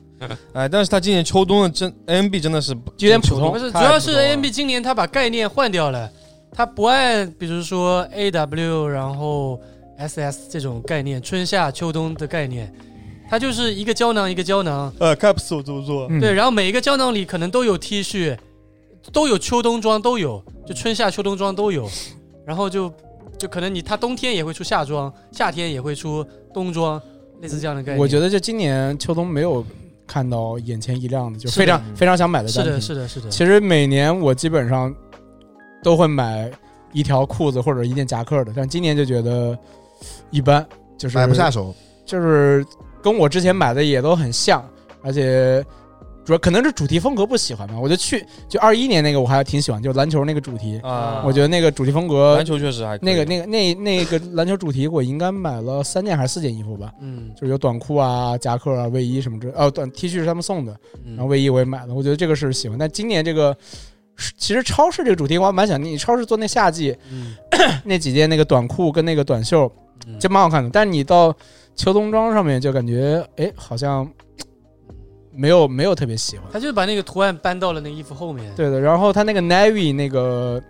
[SPEAKER 3] 哎，但是他今年秋冬的真 NB 真的是
[SPEAKER 2] 有点普
[SPEAKER 1] 不
[SPEAKER 2] 通。
[SPEAKER 1] 是，主
[SPEAKER 3] 哦太
[SPEAKER 1] 要
[SPEAKER 3] 普
[SPEAKER 1] 是
[SPEAKER 3] 通了
[SPEAKER 1] A M B 今年他把概念换掉了，他不按比如说 A W 然后 S S 这种概念，春夏秋冬的概念，它就是一个胶囊一个胶囊，
[SPEAKER 3] 呃 capsule 怎么做？
[SPEAKER 2] 嗯
[SPEAKER 1] 对，，然后每一个胶囊里可能都有 T 恤，都有秋冬装，都有，就春夏秋冬装都有，然后就就可能你它冬天也会出夏装，夏天也会出冬装，类似这样的概念。
[SPEAKER 2] 我觉
[SPEAKER 1] 得
[SPEAKER 2] 得就今年秋冬没有看到眼前一亮的，就是非常
[SPEAKER 3] 的
[SPEAKER 2] 非常想买的
[SPEAKER 1] 是
[SPEAKER 2] 单品。
[SPEAKER 1] 的，是的，是的，
[SPEAKER 2] 其实每年我基本上都会买一条裤子或者一件夹克的，但今年就觉得一般，就是
[SPEAKER 7] 买不下手。
[SPEAKER 2] 就是跟我之前买的也都很像，而且主要可能是主题风格不喜欢吧。我就去就二一年那个我还挺喜欢，就篮球那个主题，
[SPEAKER 3] 啊，
[SPEAKER 2] 我觉得那个主题风
[SPEAKER 3] 得
[SPEAKER 2] 格
[SPEAKER 3] 篮，球确实还可
[SPEAKER 2] 嗯
[SPEAKER 3] 以
[SPEAKER 2] 那个那个那那个篮球主题，我应该买了三件还是四件衣服吧，
[SPEAKER 1] 嗯，
[SPEAKER 2] 就是有短裤啊、夹克啊、卫衣什么之，哦，短 T 恤是他们送的，
[SPEAKER 1] 嗯
[SPEAKER 2] 然后卫衣我也买了，我觉得这个是喜欢。但今年这个是其实超市这个主题我还蛮想，你超市做那夏季
[SPEAKER 1] 嗯
[SPEAKER 2] 那几件那个短裤跟那个短袖
[SPEAKER 1] 嗯，
[SPEAKER 2] 就蛮好看的。但你到秋冬装上面就感觉，哎，好像没有没有特别喜欢。
[SPEAKER 1] 他就是把那个图案搬到了那衣服后面。，
[SPEAKER 2] 对的，然后他那个 navy 那个，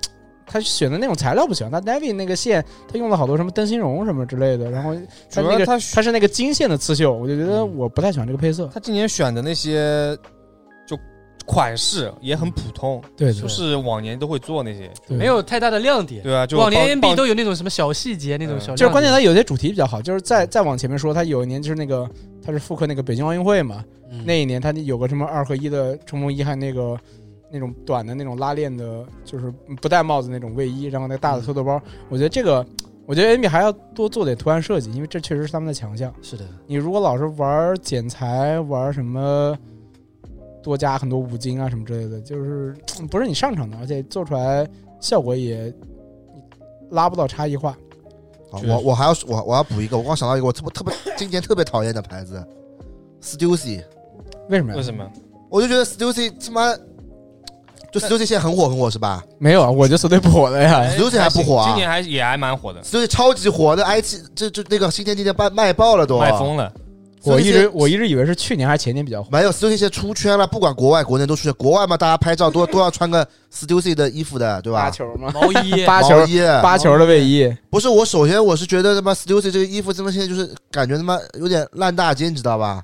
[SPEAKER 2] 他选的那种材料不行，他 navy 那个线，他用了好多什么灯芯绒什么之类的，然后他
[SPEAKER 3] 主
[SPEAKER 2] 那
[SPEAKER 3] 要
[SPEAKER 2] 个
[SPEAKER 3] 他
[SPEAKER 2] 他是那个金线的刺绣，我就觉得
[SPEAKER 1] 嗯
[SPEAKER 2] 我不太喜欢这个配色。
[SPEAKER 3] 他今年选的那些就款式也很普通，
[SPEAKER 2] 对嗯
[SPEAKER 3] 就
[SPEAKER 2] 对
[SPEAKER 3] 是往年都会做那些，
[SPEAKER 2] 对
[SPEAKER 1] 没有太大的亮点。
[SPEAKER 3] 对啊，就
[SPEAKER 1] 往年
[SPEAKER 3] 帮
[SPEAKER 1] NBA
[SPEAKER 3] 帮
[SPEAKER 1] 都有那种什么小细节那种小亮点，
[SPEAKER 2] 就是关键，它有些主题比较好，就是再再往前面说，它有一年就是那个，它是复刻那个北京奥运会嘛，
[SPEAKER 1] 嗯
[SPEAKER 2] 那一年它有个什么二合一的冲锋衣，还有那
[SPEAKER 3] 嗯
[SPEAKER 2] 个那种短的那种拉链的，就是不戴帽子那种卫衣，然后那个
[SPEAKER 3] 嗯
[SPEAKER 2] 大的拖头包，我觉得这个，我觉得 NBA 还要多做点图案设计，因为这确实是他们的强项。
[SPEAKER 1] 是的，
[SPEAKER 2] 你如果老是玩剪裁，玩什么多加很多五金啊什么之类的，就是嗯不是你擅长的，而且做出来效果也拉不到差异化。
[SPEAKER 7] 好
[SPEAKER 3] 确实
[SPEAKER 7] 我我还要我我要补一个，我刚想到一个我特别特 别今年特别讨厌的牌子，Stussy，
[SPEAKER 2] 为什么呀？
[SPEAKER 3] 为什么？
[SPEAKER 7] 我就觉得 Stussy 他妈就 Stussy 现在很火很火是吧
[SPEAKER 2] 没有啊，我觉得绝对不火了
[SPEAKER 3] 哎
[SPEAKER 2] 呀。
[SPEAKER 7] ？Stussy 还不火
[SPEAKER 3] 今
[SPEAKER 7] 啊
[SPEAKER 3] 年还也还蛮火的，
[SPEAKER 7] ？Stussy 超级火的，IT 这这那个新天地店卖卖爆了都，啊
[SPEAKER 3] 卖疯了。
[SPEAKER 2] 我一
[SPEAKER 7] Stussy
[SPEAKER 2] 直我一直以为是去年还是前年比较火。
[SPEAKER 7] 没有 Stussy 现在出圈了，不管国外国内都出圈，国外嘛大家拍照都都要穿个 Stussy 的衣服的，对吧？
[SPEAKER 2] 球吗？
[SPEAKER 1] 毛 衣
[SPEAKER 2] 八球
[SPEAKER 7] 毛衣啊
[SPEAKER 2] 八球的卫衣，
[SPEAKER 7] 不是我，首先我是觉得他妈 Stussy 这个衣服真的现在就是感觉他妈有点烂大街，你知道吧？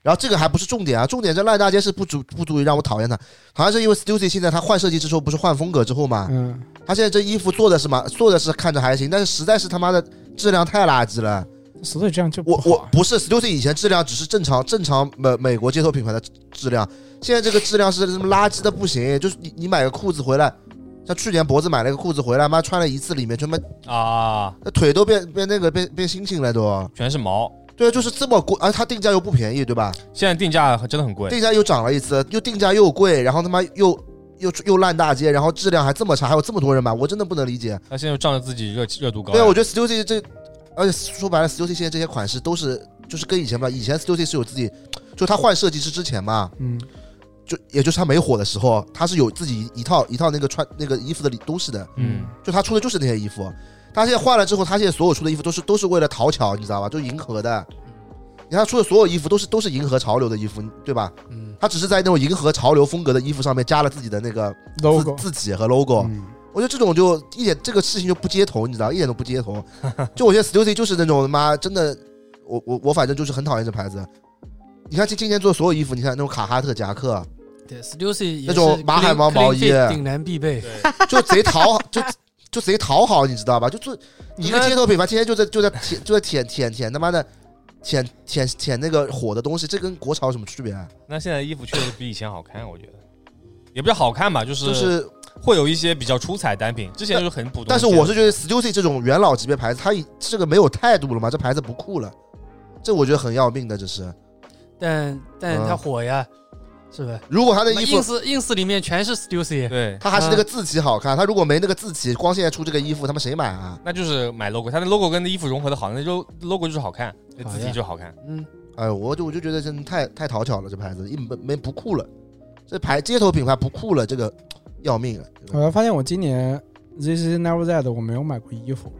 [SPEAKER 7] 然后这个还不是重点啊，重点这烂大街是不足不足以让我讨厌它，好像是因为 Stussy 现在他换设计之后不是换风格之后嘛，
[SPEAKER 2] 嗯，
[SPEAKER 7] 他现在这衣服做的是嘛做的是看着还行，但是实在是他妈的质量太垃圾了。
[SPEAKER 2] 所以这样就不
[SPEAKER 7] 我
[SPEAKER 2] 好
[SPEAKER 7] 我不是 Stussy 以前质量只是正常正常美美国街头品牌的质量，现在这个质量是什么垃圾的不行，就是你你买个裤子回来，像去年脖子买了个裤子回来，妈穿了一次里面全部
[SPEAKER 3] 啊，
[SPEAKER 7] 那腿都变变那个变变猩猩了都。
[SPEAKER 3] 全是毛。
[SPEAKER 7] 对，就是这么贵，而它定价又不便宜，对吧？
[SPEAKER 3] 现在定价真的很贵，
[SPEAKER 7] 定价又涨了一次，又定价又贵，然后他妈又又又烂大街，然后质量还这么差，还有这么多人买，我真的不能理解。
[SPEAKER 3] 他现在仗着自己热热度高。
[SPEAKER 7] 对啊，我觉得 Stussy 这，而且说白了，Stussy 现在这些款式都是就是跟以前不一样，以前 Stussy 是有自己，就他换设计师之前嘛，
[SPEAKER 2] 嗯，
[SPEAKER 7] 就也就是他没火的时候，他是有自己一套一套那个穿那个衣服的东西的，
[SPEAKER 3] 嗯，
[SPEAKER 7] 就他出的就是那些衣服。他现在换了之后，他现在所有出的衣服都是都是为了讨巧，你知道吧？就迎合
[SPEAKER 2] 嗯
[SPEAKER 7] 的。你看他出的所有衣服都是都是迎合潮流的衣服，对吧？
[SPEAKER 1] 嗯
[SPEAKER 7] 他只是在那种迎合潮流风格的衣服上面加了自己的那个字
[SPEAKER 2] logo
[SPEAKER 7] 字体和 logo。
[SPEAKER 2] 嗯
[SPEAKER 7] 我觉得这种就一点这个事情就不接头，你知道，一点都不接头。就我觉得 Stussy 就是那种他妈真的，我我我反正就是很讨厌这牌子。你看今今年做所有衣服，你看那种卡哈特夹克，啊
[SPEAKER 1] 对 Stussy
[SPEAKER 7] 那种马海毛毛衣
[SPEAKER 1] 顶男必备，
[SPEAKER 7] 就贼讨好，就就贼讨好，你知道吧？就做一个街头品牌，天天就在就在舔就在舔舔舔他妈的舔舔舔那个火的东西，这跟国潮有什么区别啊？
[SPEAKER 3] 那现在衣服确实比以前好看，我觉得。也不叫好看吧，就是
[SPEAKER 7] 就是，
[SPEAKER 3] 会有一些比较出彩单品，之前就是很普通。
[SPEAKER 7] 但是我是觉得 Stussy 这种元老级别牌子，它已这个没有态度了嘛，这牌子不酷了，这我觉得很要命的。这是，
[SPEAKER 1] 但但
[SPEAKER 7] 嗯
[SPEAKER 1] 他火呀，是吧？
[SPEAKER 7] 如果他的衣服，
[SPEAKER 1] ins ins 里面全是 Stussy，
[SPEAKER 3] 对，
[SPEAKER 7] 他还是那个字体好看，他如果没那个字体，光现在出这个衣服，他们谁买啊？
[SPEAKER 3] 那就是买 logo，它的 logo 跟那衣服融合的好，那就 logo 就是好看，那
[SPEAKER 1] 好呀
[SPEAKER 3] 字体就好看。
[SPEAKER 1] 嗯，
[SPEAKER 7] 哎，我就我就觉得真的太太讨巧了，这牌子一没没不酷了，这牌街头品牌不酷了，这个要命啊！这个
[SPEAKER 2] 我还发现我今年 This is Never That 我没有买过衣服，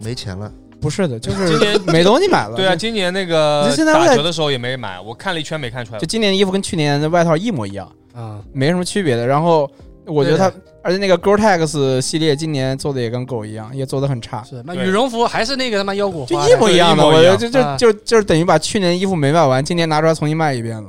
[SPEAKER 7] 没钱了。
[SPEAKER 2] 不是的，就
[SPEAKER 3] 今
[SPEAKER 2] 是
[SPEAKER 3] 年
[SPEAKER 2] 没东西买了。
[SPEAKER 3] 对啊，
[SPEAKER 2] 就，
[SPEAKER 3] 今年那个
[SPEAKER 2] 你现在
[SPEAKER 3] 打
[SPEAKER 2] 问
[SPEAKER 3] 折的时候也没人买，我看了一圈没看出来
[SPEAKER 2] 就。今年的衣服跟去年的外套一模一样，
[SPEAKER 1] 啊，
[SPEAKER 2] 没什么区别的。然后我觉得它，而且那个 Gore-Tex 系列今年做的也跟狗一样，也做的很差。
[SPEAKER 1] 是那
[SPEAKER 3] 对
[SPEAKER 1] 羽绒服还是那个他妈腰果
[SPEAKER 2] 就
[SPEAKER 1] 花的，
[SPEAKER 2] 一模一样的，
[SPEAKER 3] 对一模
[SPEAKER 2] 我
[SPEAKER 3] 一
[SPEAKER 2] 觉得
[SPEAKER 3] 样
[SPEAKER 2] 就
[SPEAKER 1] 啊
[SPEAKER 2] 就就就是等于把去年衣服没卖完，今年拿出来重新卖一遍了。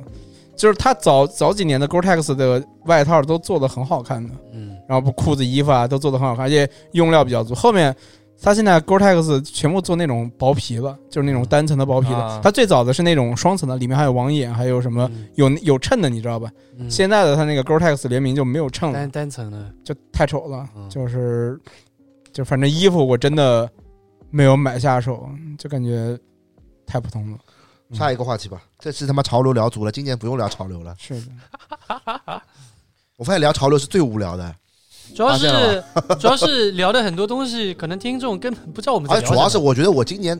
[SPEAKER 2] 就是他早早几年的 Gore-Tex 的外套都做的很好看的，
[SPEAKER 1] 嗯，
[SPEAKER 2] 然后不裤子、衣服啊都做的很好看，而且用料比较足。后面他现在 Gore-Tex 全部做那种薄皮了，就是那
[SPEAKER 1] 嗯
[SPEAKER 2] 种单层的薄皮
[SPEAKER 3] 啊
[SPEAKER 2] 的。他最早的是那种双层的，里面还有网眼，还有什么
[SPEAKER 1] 嗯
[SPEAKER 2] 有有衬的，你知道吧？
[SPEAKER 1] 嗯
[SPEAKER 2] 现在的他那个 Gore-Tex 联名就没有衬了
[SPEAKER 1] 单，单层的，
[SPEAKER 2] 就太丑了
[SPEAKER 1] 嗯，
[SPEAKER 2] 就是就反正衣服我真的没有买下手，就感觉太普通了。
[SPEAKER 7] 下一个话题吧，这次他妈潮流聊足了，今年不用聊潮流了。
[SPEAKER 2] 是的，
[SPEAKER 7] 我发现聊潮流是最无聊的，
[SPEAKER 1] 主要
[SPEAKER 7] 发现
[SPEAKER 1] 是主要是聊的很多东西，可能听众根本不知道我们在
[SPEAKER 7] 而
[SPEAKER 1] 聊
[SPEAKER 7] 且
[SPEAKER 1] 什
[SPEAKER 7] 啊主
[SPEAKER 1] 么。
[SPEAKER 7] 要是我觉得我今年，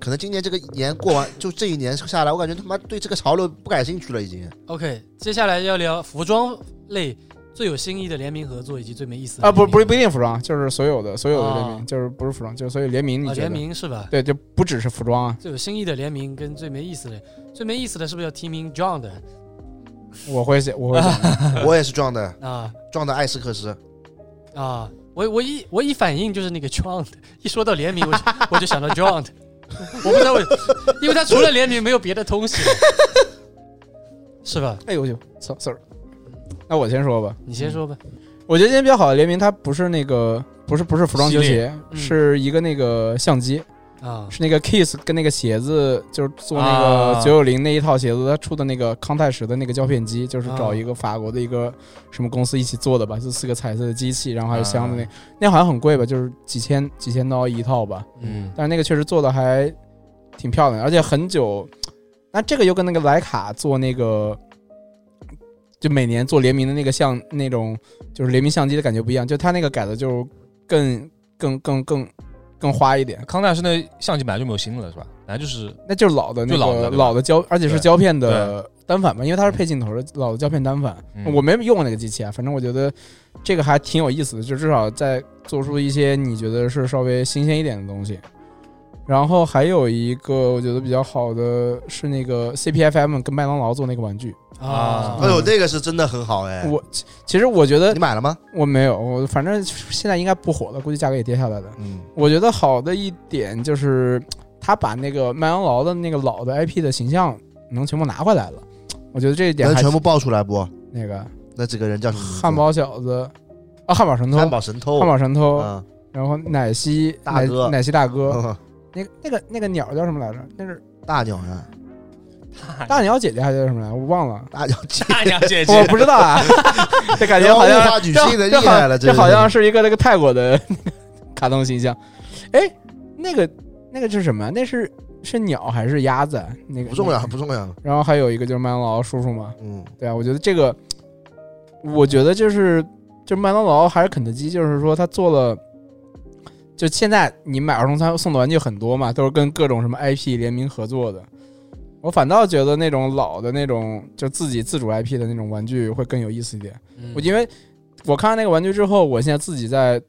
[SPEAKER 7] 可能今年这个一年过完，就这一年下来，我感觉他妈对这个潮流不感兴趣了，已经。
[SPEAKER 1] OK，接下来要聊服装类最有新意的联名合作以及最没意思的
[SPEAKER 2] 啊，不
[SPEAKER 1] 联名
[SPEAKER 2] 不不一定服装，就是所有的所有的联
[SPEAKER 1] 啊
[SPEAKER 2] 名，就是不是服装，就是所有联名，你
[SPEAKER 1] 啊
[SPEAKER 2] 觉
[SPEAKER 1] 联
[SPEAKER 2] 得？
[SPEAKER 1] 名是吧？
[SPEAKER 2] 对，就不只是服装啊，
[SPEAKER 1] 最有新意的联名跟最没意思的，最没意思的是不是要提名 John 的
[SPEAKER 2] 我会写，我会想的，
[SPEAKER 7] 我也是撞的，
[SPEAKER 1] 啊
[SPEAKER 7] 撞的艾斯克斯。
[SPEAKER 1] 啊？我我一我一反应就是那个 John 的，一说到联名我就我就想到 John 的，我不知道为，因为他除了联名没有别的东西， 是吧？
[SPEAKER 2] 哎呦我去，so-，sorry，那我先说吧。
[SPEAKER 1] 你先说吧。
[SPEAKER 2] 我觉得今天比较好的联名，它不是那个，不是不是服装球
[SPEAKER 3] 系
[SPEAKER 2] 鞋，
[SPEAKER 1] 嗯
[SPEAKER 2] 是一个那个相机，
[SPEAKER 1] 啊
[SPEAKER 2] 是那个 Kiss 跟那个鞋子，就是做那个
[SPEAKER 3] 啊
[SPEAKER 2] 九九零那一套鞋子，它出的那个康泰时的那个胶片机，就是找
[SPEAKER 1] 啊
[SPEAKER 2] 一个法国的一个什么公司一起做的吧，就四个彩色的机器，然后还有箱子那，那好像很贵吧，就是几千几千刀一套吧，
[SPEAKER 3] 嗯，
[SPEAKER 2] 但是那个确实做的还挺漂亮的，而且很久。那这个又跟那个徕卡做那个，就每年做联名的那个相那种，就是联名相机的感觉不一样，就它那个改的就更更更更更花一点，
[SPEAKER 3] 康泰是那相机本来就没有新的了，是吧？本来就是
[SPEAKER 2] 那就是老的那
[SPEAKER 3] 就老的
[SPEAKER 2] 个
[SPEAKER 3] 对吧
[SPEAKER 2] 老的胶，而且是
[SPEAKER 3] 对
[SPEAKER 2] 胶片的单反嘛，因为它是配镜头的老的胶片单反。
[SPEAKER 3] 嗯
[SPEAKER 2] 我没用过那个机器啊，反正我觉得这个还挺有意思的，就至少在做出一些你觉得是稍微新鲜一点的东西。然后还有一个我觉得比较好的是那个 CPFM 跟麦当劳做那个玩具，
[SPEAKER 1] 啊
[SPEAKER 3] 啊
[SPEAKER 7] 哎呦，那个是真的很好哎。
[SPEAKER 2] 嗯我其实我觉得
[SPEAKER 7] 你买了吗？
[SPEAKER 2] 我没有，我反正现在应该不火了，估计价格也跌下来了。
[SPEAKER 7] 嗯，
[SPEAKER 2] 我觉得好的一点就是，他把那个麦当劳的那个老的 IP 的形象能全部拿回来了。我觉得这一点
[SPEAKER 7] 能
[SPEAKER 2] 还
[SPEAKER 7] 全部爆出来不？
[SPEAKER 2] 那个
[SPEAKER 7] 那这个人叫什么名字？
[SPEAKER 2] 汉堡小子啊，汉堡神偷，
[SPEAKER 7] 汉
[SPEAKER 2] 汉
[SPEAKER 7] 堡神偷。
[SPEAKER 2] 堡神偷，
[SPEAKER 7] 嗯
[SPEAKER 2] 然后奶昔
[SPEAKER 7] 大哥
[SPEAKER 2] 奶奶昔大哥，
[SPEAKER 7] 嗯，
[SPEAKER 2] 那个那个那个鸟叫什么来着？那是
[SPEAKER 7] 大鸟呀，
[SPEAKER 2] 大鸟姐姐还是叫什么来着？我忘 了，
[SPEAKER 7] 大鸟姐，
[SPEAKER 3] 大娘姐
[SPEAKER 2] 我不知道 啊，这感觉好像
[SPEAKER 7] 物化女性的
[SPEAKER 2] 这
[SPEAKER 7] 厉害了，
[SPEAKER 2] 这
[SPEAKER 7] 这
[SPEAKER 2] 好这好像是一个那个泰国的 卡通形象。哎，那个那个是什么？那是是鸟还是鸭子？啊那个
[SPEAKER 7] 不重要，
[SPEAKER 2] 那个
[SPEAKER 7] 不重要。
[SPEAKER 2] 然后还有一个就是麦当劳叔叔嘛，
[SPEAKER 7] 嗯，
[SPEAKER 2] 对啊，我觉得这个，我觉得就是就麦当劳还是肯德基，就是说他做了，就现在你买儿童餐送的玩具很多嘛，都是跟各种什么 IP 联名合作的。我反倒觉得那种老的那种就自己自主 IP 的那种玩具会更有意思一点。我因为我看完那个玩具之后，我现在自己在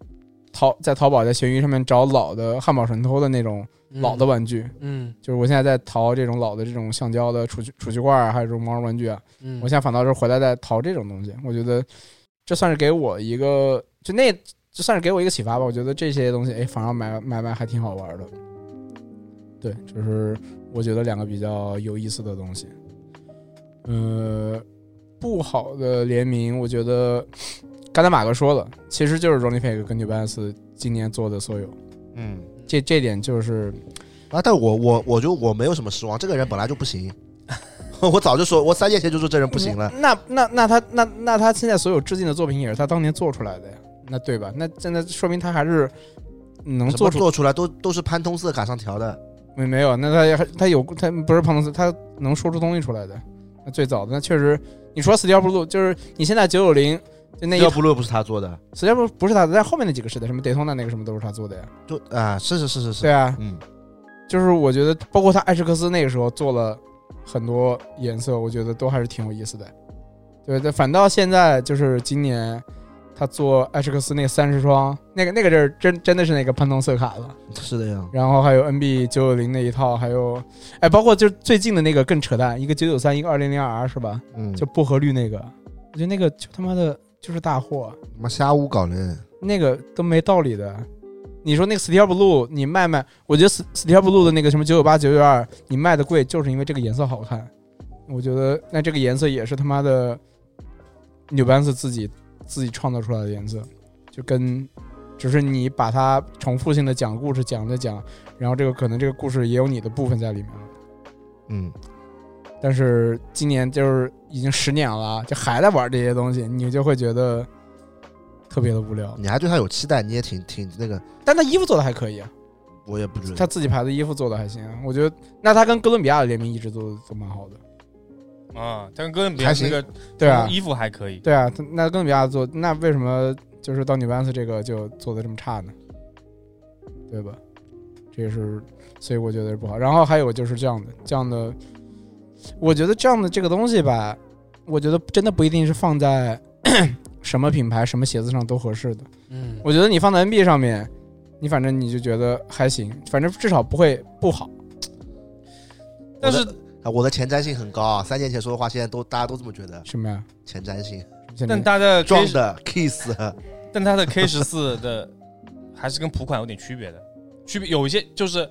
[SPEAKER 2] 淘在淘宝在闲鱼上面找老的汉堡神偷的那种老的玩具，
[SPEAKER 1] 嗯
[SPEAKER 2] 就是我现在在淘这种老的这种橡胶的储蓄储蓄罐儿啊，还有这种毛绒玩具啊。
[SPEAKER 1] 嗯，
[SPEAKER 2] 我现在反倒是回来在淘这种东西，我觉得这算是给我一个就那就算是给我一个启发吧。我觉得这些东西，哎，反而买买卖还挺好玩的。对，就是我觉得两个比较有意思的东西。呃，不好的联名，我觉得刚才马哥说了，其实就是 Ronnie Peg 跟 New Balance 今年做的所有，
[SPEAKER 7] 嗯
[SPEAKER 2] 这这点就是
[SPEAKER 7] 啊，但我我我就我没有什么失望，这个人本来就不行， 我早就说，我三年前就说这人不行了。
[SPEAKER 2] 那那那他那那他现在所有致敬的作品也是他当年做出来的呀，那对吧？那真的说明他还是能
[SPEAKER 7] 什么
[SPEAKER 2] 做出
[SPEAKER 7] 做出来都都是潘通色卡上调的，
[SPEAKER 2] 没没有？那他也他有他不是胖东斯，他能说出东西出来的。那最早的那确实，你说 Steel Blue 就是你现在九九零就那一
[SPEAKER 7] 要不乐不是他做的，
[SPEAKER 2] Steel Blue 不是他的，但后面那几个是的，什么 Daytona 那个什么都是他做的呀。
[SPEAKER 7] 就啊，是是是是是，
[SPEAKER 2] 对啊，
[SPEAKER 7] 嗯，
[SPEAKER 2] 就是我觉得包括他艾什克斯那个时候做了很多颜色，我觉得都还是挺有意思的。对，但反倒现在就是今年他做艾什克斯那三十双，那个那个阵真真的是那个潘通色卡了。
[SPEAKER 7] 是的呀。
[SPEAKER 2] 然后还有 NB 九九零那一套，还有哎，包括就是最近的那个更扯淡，一个九九三，一个二零零 R 是吧？
[SPEAKER 7] 嗯，
[SPEAKER 2] 就薄荷绿那个，我觉得那个就他妈的就是大货，
[SPEAKER 7] 他妈瞎污搞人，
[SPEAKER 2] 那个都没道理的。你说那个 Steel Blue，你卖卖，我觉得 S- Steel Blue 的那个什么九九八、九九二，你卖的贵，就是因为这个颜色好看。我觉得那这个颜色也是他妈的 New Balance 自己自己创造出来的颜色，就跟只是你把它重复性的讲故事讲着讲，然后这个可能这个故事也有你的部分在里面了。
[SPEAKER 7] 嗯，
[SPEAKER 2] 但是今年就是已经十年了，就还在玩这些东西，你就会觉得特别的无聊。
[SPEAKER 7] 你还对他有期待，你也挺挺那个，
[SPEAKER 2] 但他衣服做的还可以啊，
[SPEAKER 8] 我也不知
[SPEAKER 2] 他
[SPEAKER 8] 道。
[SPEAKER 2] 自己牌子衣服做的还行啊，我觉得。那他跟哥伦比亚的联名一直都都蛮好的，
[SPEAKER 3] 啊，但是哥伦比亚
[SPEAKER 7] 还行
[SPEAKER 3] 那个
[SPEAKER 2] 对啊，
[SPEAKER 3] 衣服还可以，
[SPEAKER 2] 对啊，他那哥伦比亚做，那为什么就是到 New Balance 这个就做的这么差呢？对吧？这也是，所以我觉得是不好。然后还有就是这样的，这样的，我觉得这样的这个东西吧，我觉得真的不一定是放在 什么品牌、什么鞋子上都合适的。
[SPEAKER 1] 嗯，
[SPEAKER 2] 我觉得你放在 NB 上面，你反正你就觉得还行，反正至少不会不好。
[SPEAKER 3] 但是
[SPEAKER 7] 啊，我的前瞻性很高啊，三年前说的话，现在都大家都这么觉得，
[SPEAKER 2] 什么呀？
[SPEAKER 7] 前瞻性
[SPEAKER 2] 什么
[SPEAKER 3] 但它的 K，
[SPEAKER 7] 撞的 kiss，
[SPEAKER 3] 但它的 K 十四的还是跟普款有点区别的，区别有一些就是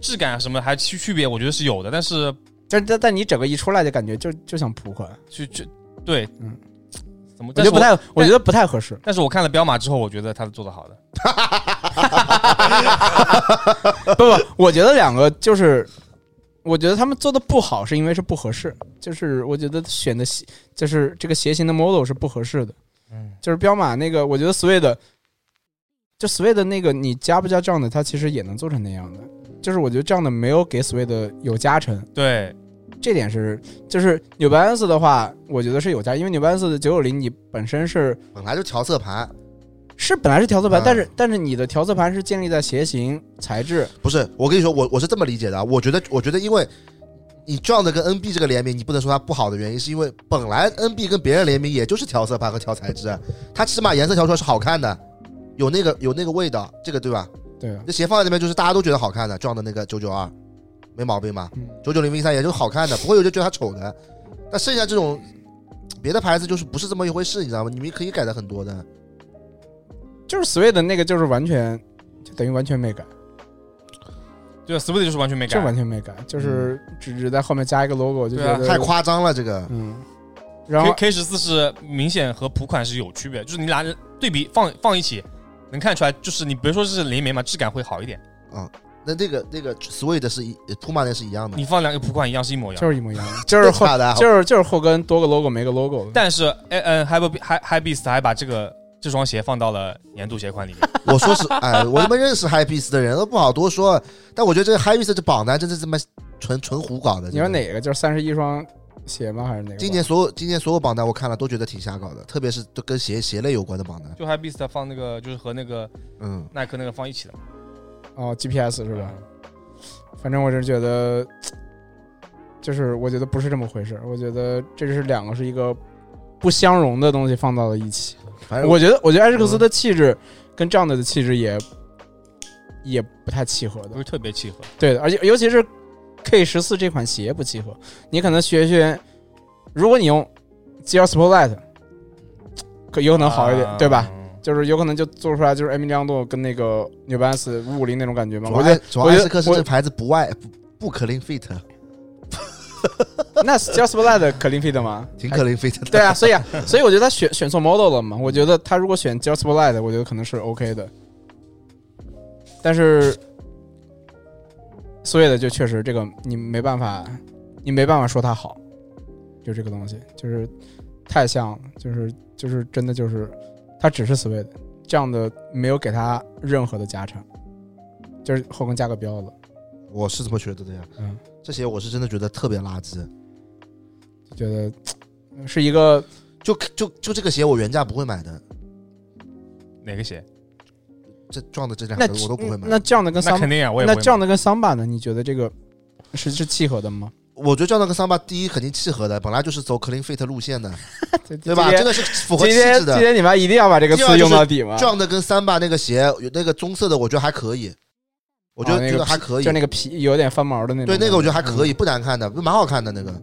[SPEAKER 3] 质感啊什么还区区别，我觉得是有的，但是
[SPEAKER 2] 但但但你整个一出来就感觉就就像普款，
[SPEAKER 3] 就就对，
[SPEAKER 2] 嗯
[SPEAKER 3] 嗯，怎么？
[SPEAKER 2] 我
[SPEAKER 3] 但
[SPEAKER 2] 觉得
[SPEAKER 3] 是
[SPEAKER 2] 不太，我觉得不太合适。
[SPEAKER 3] 但是我看了彪马之后，我觉得它是做的好的。
[SPEAKER 2] 不不，我觉得两个就是，我觉得他们做的不好是因为是不合适，就是我觉得选的鞋就是这个鞋型的 model 是不合适的，
[SPEAKER 3] 嗯，
[SPEAKER 2] 就是彪马那个，我觉得 Suede 就 Suede 那个你加不加这样的，它其实也能做成那样的，就是我觉得这样的没有给 Suede 有加成，
[SPEAKER 3] 对，
[SPEAKER 2] 这点是就是纽 b a l 的话，我觉得是有加，因为纽 b a l 的九九零你本身是
[SPEAKER 7] 本来就调色盘，
[SPEAKER 2] 是本来是调色盘，
[SPEAKER 7] 啊
[SPEAKER 2] 但是但是你的调色盘是建立在鞋型材质。
[SPEAKER 7] 不是，我跟你说，我我是这么理解的啊，我觉得，我觉得，因为你 John 的跟 NB 这个联名，你不能说它不好的原因，是因为本来 NB 跟别人联名，也就是调色盘和调材质啊，它起码颜色调出来是好看的，有那个有那个味道，这个对吧？
[SPEAKER 2] 对啊，
[SPEAKER 7] 这鞋放在那边就是大家都觉得好看的，John 的那个九九二，没毛病吧
[SPEAKER 2] 嗯？
[SPEAKER 7] 九九零零三也就是好看的，不会有人觉得它丑的。但剩下这种别的牌子就是不是这么一回事，你知道吗？你们可以改的很多的，
[SPEAKER 2] 就是 Suede 那个就是完全就等于完全没改。
[SPEAKER 3] 对 s w e e t 就是完全没
[SPEAKER 2] 这
[SPEAKER 3] 改
[SPEAKER 2] 完。全没改，就是只只在后面加一个 logo，就觉
[SPEAKER 3] 对啊
[SPEAKER 2] 得
[SPEAKER 7] 太夸张了，这个。
[SPEAKER 2] 嗯。然
[SPEAKER 3] K
[SPEAKER 2] 后
[SPEAKER 3] K 十四是明显和普款是有区别，就是你拿对比放放一起，能看出来，就是你别说是联名嘛，质感会好一点。
[SPEAKER 7] 那那个那个 Suede 是一，Puma 那是一样的
[SPEAKER 3] 你，放两个普款一样是一模一样，
[SPEAKER 2] 就是一模一样，就是后
[SPEAKER 7] 真的假的啊
[SPEAKER 2] 就是就是后跟多个 logo 没个 logo，
[SPEAKER 3] 但是 A N Hyper Hi Hi Beast 还把这个这双鞋放到了年度鞋款里面。
[SPEAKER 7] 我说是，哎，我他妈认识 High Beast 的人都不好多说，但我觉得这个 High Beast 这榜单真是他妈纯纯胡搞的。
[SPEAKER 2] 你说
[SPEAKER 7] 真的？
[SPEAKER 2] 哪个？就是三十一双鞋吗？还是哪个？
[SPEAKER 7] 今年所有今年所有榜单我看了都觉得挺瞎搞的，特别是都跟鞋鞋类有关的榜单。
[SPEAKER 3] 就 Hi Beast 放那个就是和那个
[SPEAKER 7] 嗯，
[SPEAKER 3] 耐克那个放一起的嘛，
[SPEAKER 2] 哦 GPS 是吧？反正我是觉得，就是我觉得不是这么回事，我觉得这是两个是一个不相容的东西放到了一起。
[SPEAKER 7] 反正
[SPEAKER 2] 我觉得我觉得艾瑞克斯的气质跟这样的气质也也不太契合的
[SPEAKER 3] 不。是特别契合。
[SPEAKER 2] 对的，而且尤其是 K 十四这款鞋不契合，你可能学学，如果你用 G L Spotlight，可有可能好一点，
[SPEAKER 3] 啊
[SPEAKER 2] 对吧？？就是有可能就做出来就是 M 亮度跟那个 New Balance 五五零那种感觉嘛。
[SPEAKER 7] 主
[SPEAKER 2] 我
[SPEAKER 7] 要
[SPEAKER 2] 觉
[SPEAKER 7] 艾
[SPEAKER 2] 得，
[SPEAKER 7] 主要
[SPEAKER 2] 我
[SPEAKER 7] 艾
[SPEAKER 2] 觉
[SPEAKER 7] 斯克
[SPEAKER 2] 得
[SPEAKER 7] 斯这牌子不外不不 clean fit，
[SPEAKER 2] 我 那 G L Spotlight 可 clean fit 吗？
[SPEAKER 7] 挺 clean fit 的。
[SPEAKER 2] 对啊，所以啊，所以我觉得他选选错 model 了嘛。我觉得他如果选 Just Spotlight，我觉得可能是 OK 的。但是，所以的就确实这个你没办法，你没办法说它好，就这个东西就是太像了，就是就是真的就是它只是 Swede 这样的，没有给它任何的加成，就是后跟加个标了，
[SPEAKER 7] 我是这么觉得的呀。
[SPEAKER 2] 嗯
[SPEAKER 7] 这鞋我是真的觉得特别垃圾，
[SPEAKER 2] 就觉得是一个
[SPEAKER 7] 就就就这个鞋我原价不会买的，
[SPEAKER 3] 哪个鞋？
[SPEAKER 7] 这撞的这两
[SPEAKER 2] 那嗯
[SPEAKER 7] 个我都不会买。
[SPEAKER 2] 那这样的跟
[SPEAKER 3] 那
[SPEAKER 2] 桑
[SPEAKER 3] 肯定啊，我也
[SPEAKER 2] 那
[SPEAKER 3] 不会
[SPEAKER 2] 这样的跟桑巴呢？你觉得这个是是契合的吗？
[SPEAKER 7] 我觉得 John 的跟桑巴第一肯定契合的，本来就是走 clean fit 路线的， 对
[SPEAKER 2] 对今
[SPEAKER 7] 吧？这
[SPEAKER 2] 天
[SPEAKER 7] 个是符合气
[SPEAKER 2] 今天
[SPEAKER 7] 质
[SPEAKER 2] 今
[SPEAKER 7] 的。
[SPEAKER 2] 天你们一定要把这个词用到底吗？
[SPEAKER 7] 撞的跟三把那个鞋，有那个棕色的，我觉得还可以，我觉
[SPEAKER 2] 哦那
[SPEAKER 7] 得
[SPEAKER 2] 个
[SPEAKER 7] 觉得还可以
[SPEAKER 2] 就，那个皮有点翻毛的那种。嗯
[SPEAKER 7] 对那个我觉得还可
[SPEAKER 2] 以。
[SPEAKER 7] 以，不难看的，蛮好看的那个，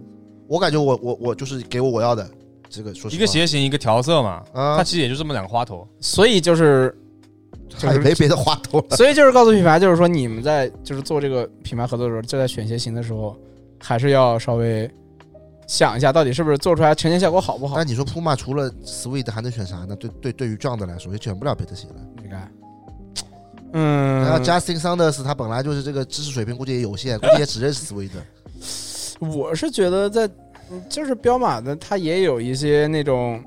[SPEAKER 7] 我感觉我我我就是给我我要的这个，说实话
[SPEAKER 3] 一个鞋型一个调色嘛，
[SPEAKER 7] 啊
[SPEAKER 3] 它其实也就这么两个花头。
[SPEAKER 2] 所以就是，
[SPEAKER 7] 还没哎别的花头了，
[SPEAKER 2] 所以就是告诉品牌，就是说你们在就是做这个品牌合作的时候，就在选鞋型的时候，还是要稍微想一下，到底是不是做出来呈现效果好不好？
[SPEAKER 7] 但你说 Puma 除了 Sweet 还能选啥呢？对对，对于 John 的来说也选不了别的鞋了。
[SPEAKER 2] 你看，
[SPEAKER 7] 然后
[SPEAKER 2] 嗯，
[SPEAKER 7] Justin Sanders 他本来就是这个知识水平估计也有限，估计也只认识 Sweet。
[SPEAKER 2] 我是觉得在，嗯就是彪马的，它也有一些那种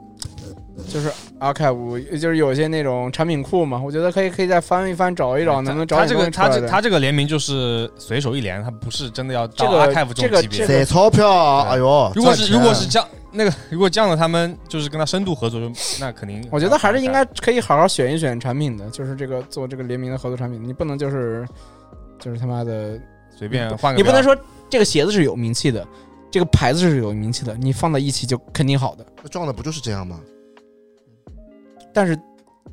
[SPEAKER 2] 就是 archive，就是有些那种产品库嘛，我觉得可以可以再翻一翻，找一找，能不能找点
[SPEAKER 3] 他哎这个
[SPEAKER 2] 东西
[SPEAKER 3] 他
[SPEAKER 2] 出来
[SPEAKER 3] 这
[SPEAKER 2] 的
[SPEAKER 3] 他这个联名就是随手一联，他不是真的要到
[SPEAKER 2] 这个
[SPEAKER 3] archive 这
[SPEAKER 2] 这
[SPEAKER 3] 种
[SPEAKER 2] 个
[SPEAKER 3] 级
[SPEAKER 2] 这
[SPEAKER 3] 别
[SPEAKER 2] 个。
[SPEAKER 7] 塞钞票啊，
[SPEAKER 3] 对
[SPEAKER 7] 哎呦，
[SPEAKER 3] 如果是
[SPEAKER 7] 赚钱
[SPEAKER 3] 如果是这样，那个如果这样的，他们就是跟他深度合作，就那肯定。
[SPEAKER 2] 我觉得还是应该可以好好选一选产品的，就是这个做这个联名的合作产品，你不能就是就是他妈的
[SPEAKER 3] 随便换个。
[SPEAKER 2] 你不能，说这个鞋子是有名气的，这个牌子是有名气的，你放在一起就肯定好的。
[SPEAKER 7] 那撞的不就是这样吗？
[SPEAKER 2] 但是，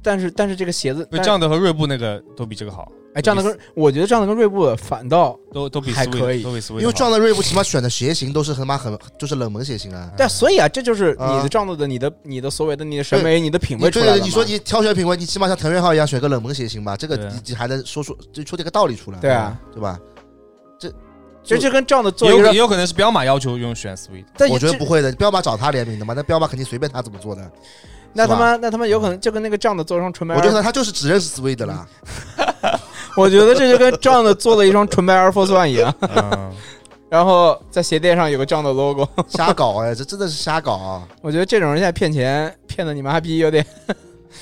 [SPEAKER 2] 但是，但是这个鞋子，但
[SPEAKER 3] 这样的和锐步那个都比这个好，
[SPEAKER 2] 哎，这样的跟我觉得这样的跟锐步反倒，
[SPEAKER 3] 都都比
[SPEAKER 2] 还可以
[SPEAKER 3] Swift- 都比 Swift
[SPEAKER 7] 因为
[SPEAKER 3] 好
[SPEAKER 7] 撞的锐步起码选的鞋型都是他妈很就是冷门鞋型
[SPEAKER 3] 嗯
[SPEAKER 7] 啊。
[SPEAKER 2] 但所以啊，这就是你的
[SPEAKER 7] 啊
[SPEAKER 2] 仗着的你的你的所谓的你的审美、你的品味
[SPEAKER 7] 你
[SPEAKER 2] 嗯出
[SPEAKER 7] 对
[SPEAKER 2] 来了
[SPEAKER 7] 对，
[SPEAKER 2] 嘛
[SPEAKER 7] 你说你挑选品味，你起码像藤原浩一样选个冷门鞋型吧，这个
[SPEAKER 3] 对
[SPEAKER 7] 你你还能说出就说这个道理出来，
[SPEAKER 2] 对啊，
[SPEAKER 7] 对吧？
[SPEAKER 2] 这就跟这样的做
[SPEAKER 3] 也
[SPEAKER 2] 一
[SPEAKER 3] 有
[SPEAKER 2] 个
[SPEAKER 3] 也，有可能是彪马要求用选 Sweet，
[SPEAKER 2] 但
[SPEAKER 7] 我觉得
[SPEAKER 2] 这
[SPEAKER 7] 不会的，彪马找他联名的嘛，那彪马肯定随便他怎么做的。
[SPEAKER 2] 那他
[SPEAKER 7] 是吧
[SPEAKER 2] 妈那他妈有可能就跟那个这样的做一双纯白
[SPEAKER 7] 我觉得
[SPEAKER 2] Air，
[SPEAKER 7] 他就是只认识 Sweet 啦，
[SPEAKER 2] 我觉得这就跟这样的做了一双纯白 Air Force One 一样，
[SPEAKER 3] 嗯，
[SPEAKER 2] 然后在鞋垫上有个这样的 logo，
[SPEAKER 7] 瞎搞哎，这真的是瞎搞啊！
[SPEAKER 2] 我觉得这种人现在骗钱骗的你妈逼有点，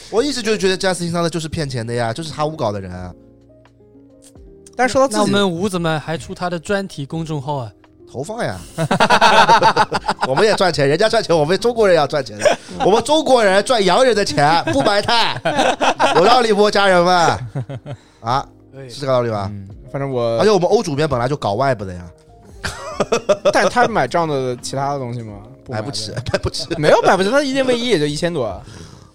[SPEAKER 7] 我一直就觉得詹森桑的就是骗钱的呀，就是他诬搞的人啊，
[SPEAKER 2] 但是说到
[SPEAKER 1] 那我
[SPEAKER 2] 自己，
[SPEAKER 1] 们吴怎么还出他的专题公众号啊？
[SPEAKER 7] 投放呀。我们也赚钱，人家赚钱，我们中国人要赚钱的，我们中国人赚洋人的钱，不埋汰，有道理不，家人们？啊， 是这个道理吧？
[SPEAKER 2] 反正
[SPEAKER 7] 而
[SPEAKER 2] 我，
[SPEAKER 7] 且我们欧主编本来就搞外部的呀，
[SPEAKER 2] 但他买这样的其他的东西 吗？
[SPEAKER 7] 买
[SPEAKER 2] 不
[SPEAKER 7] 不
[SPEAKER 2] 买
[SPEAKER 7] 起
[SPEAKER 2] 的，
[SPEAKER 7] 买不起。
[SPEAKER 2] 没有买不起，他一件卫衣也就一千多，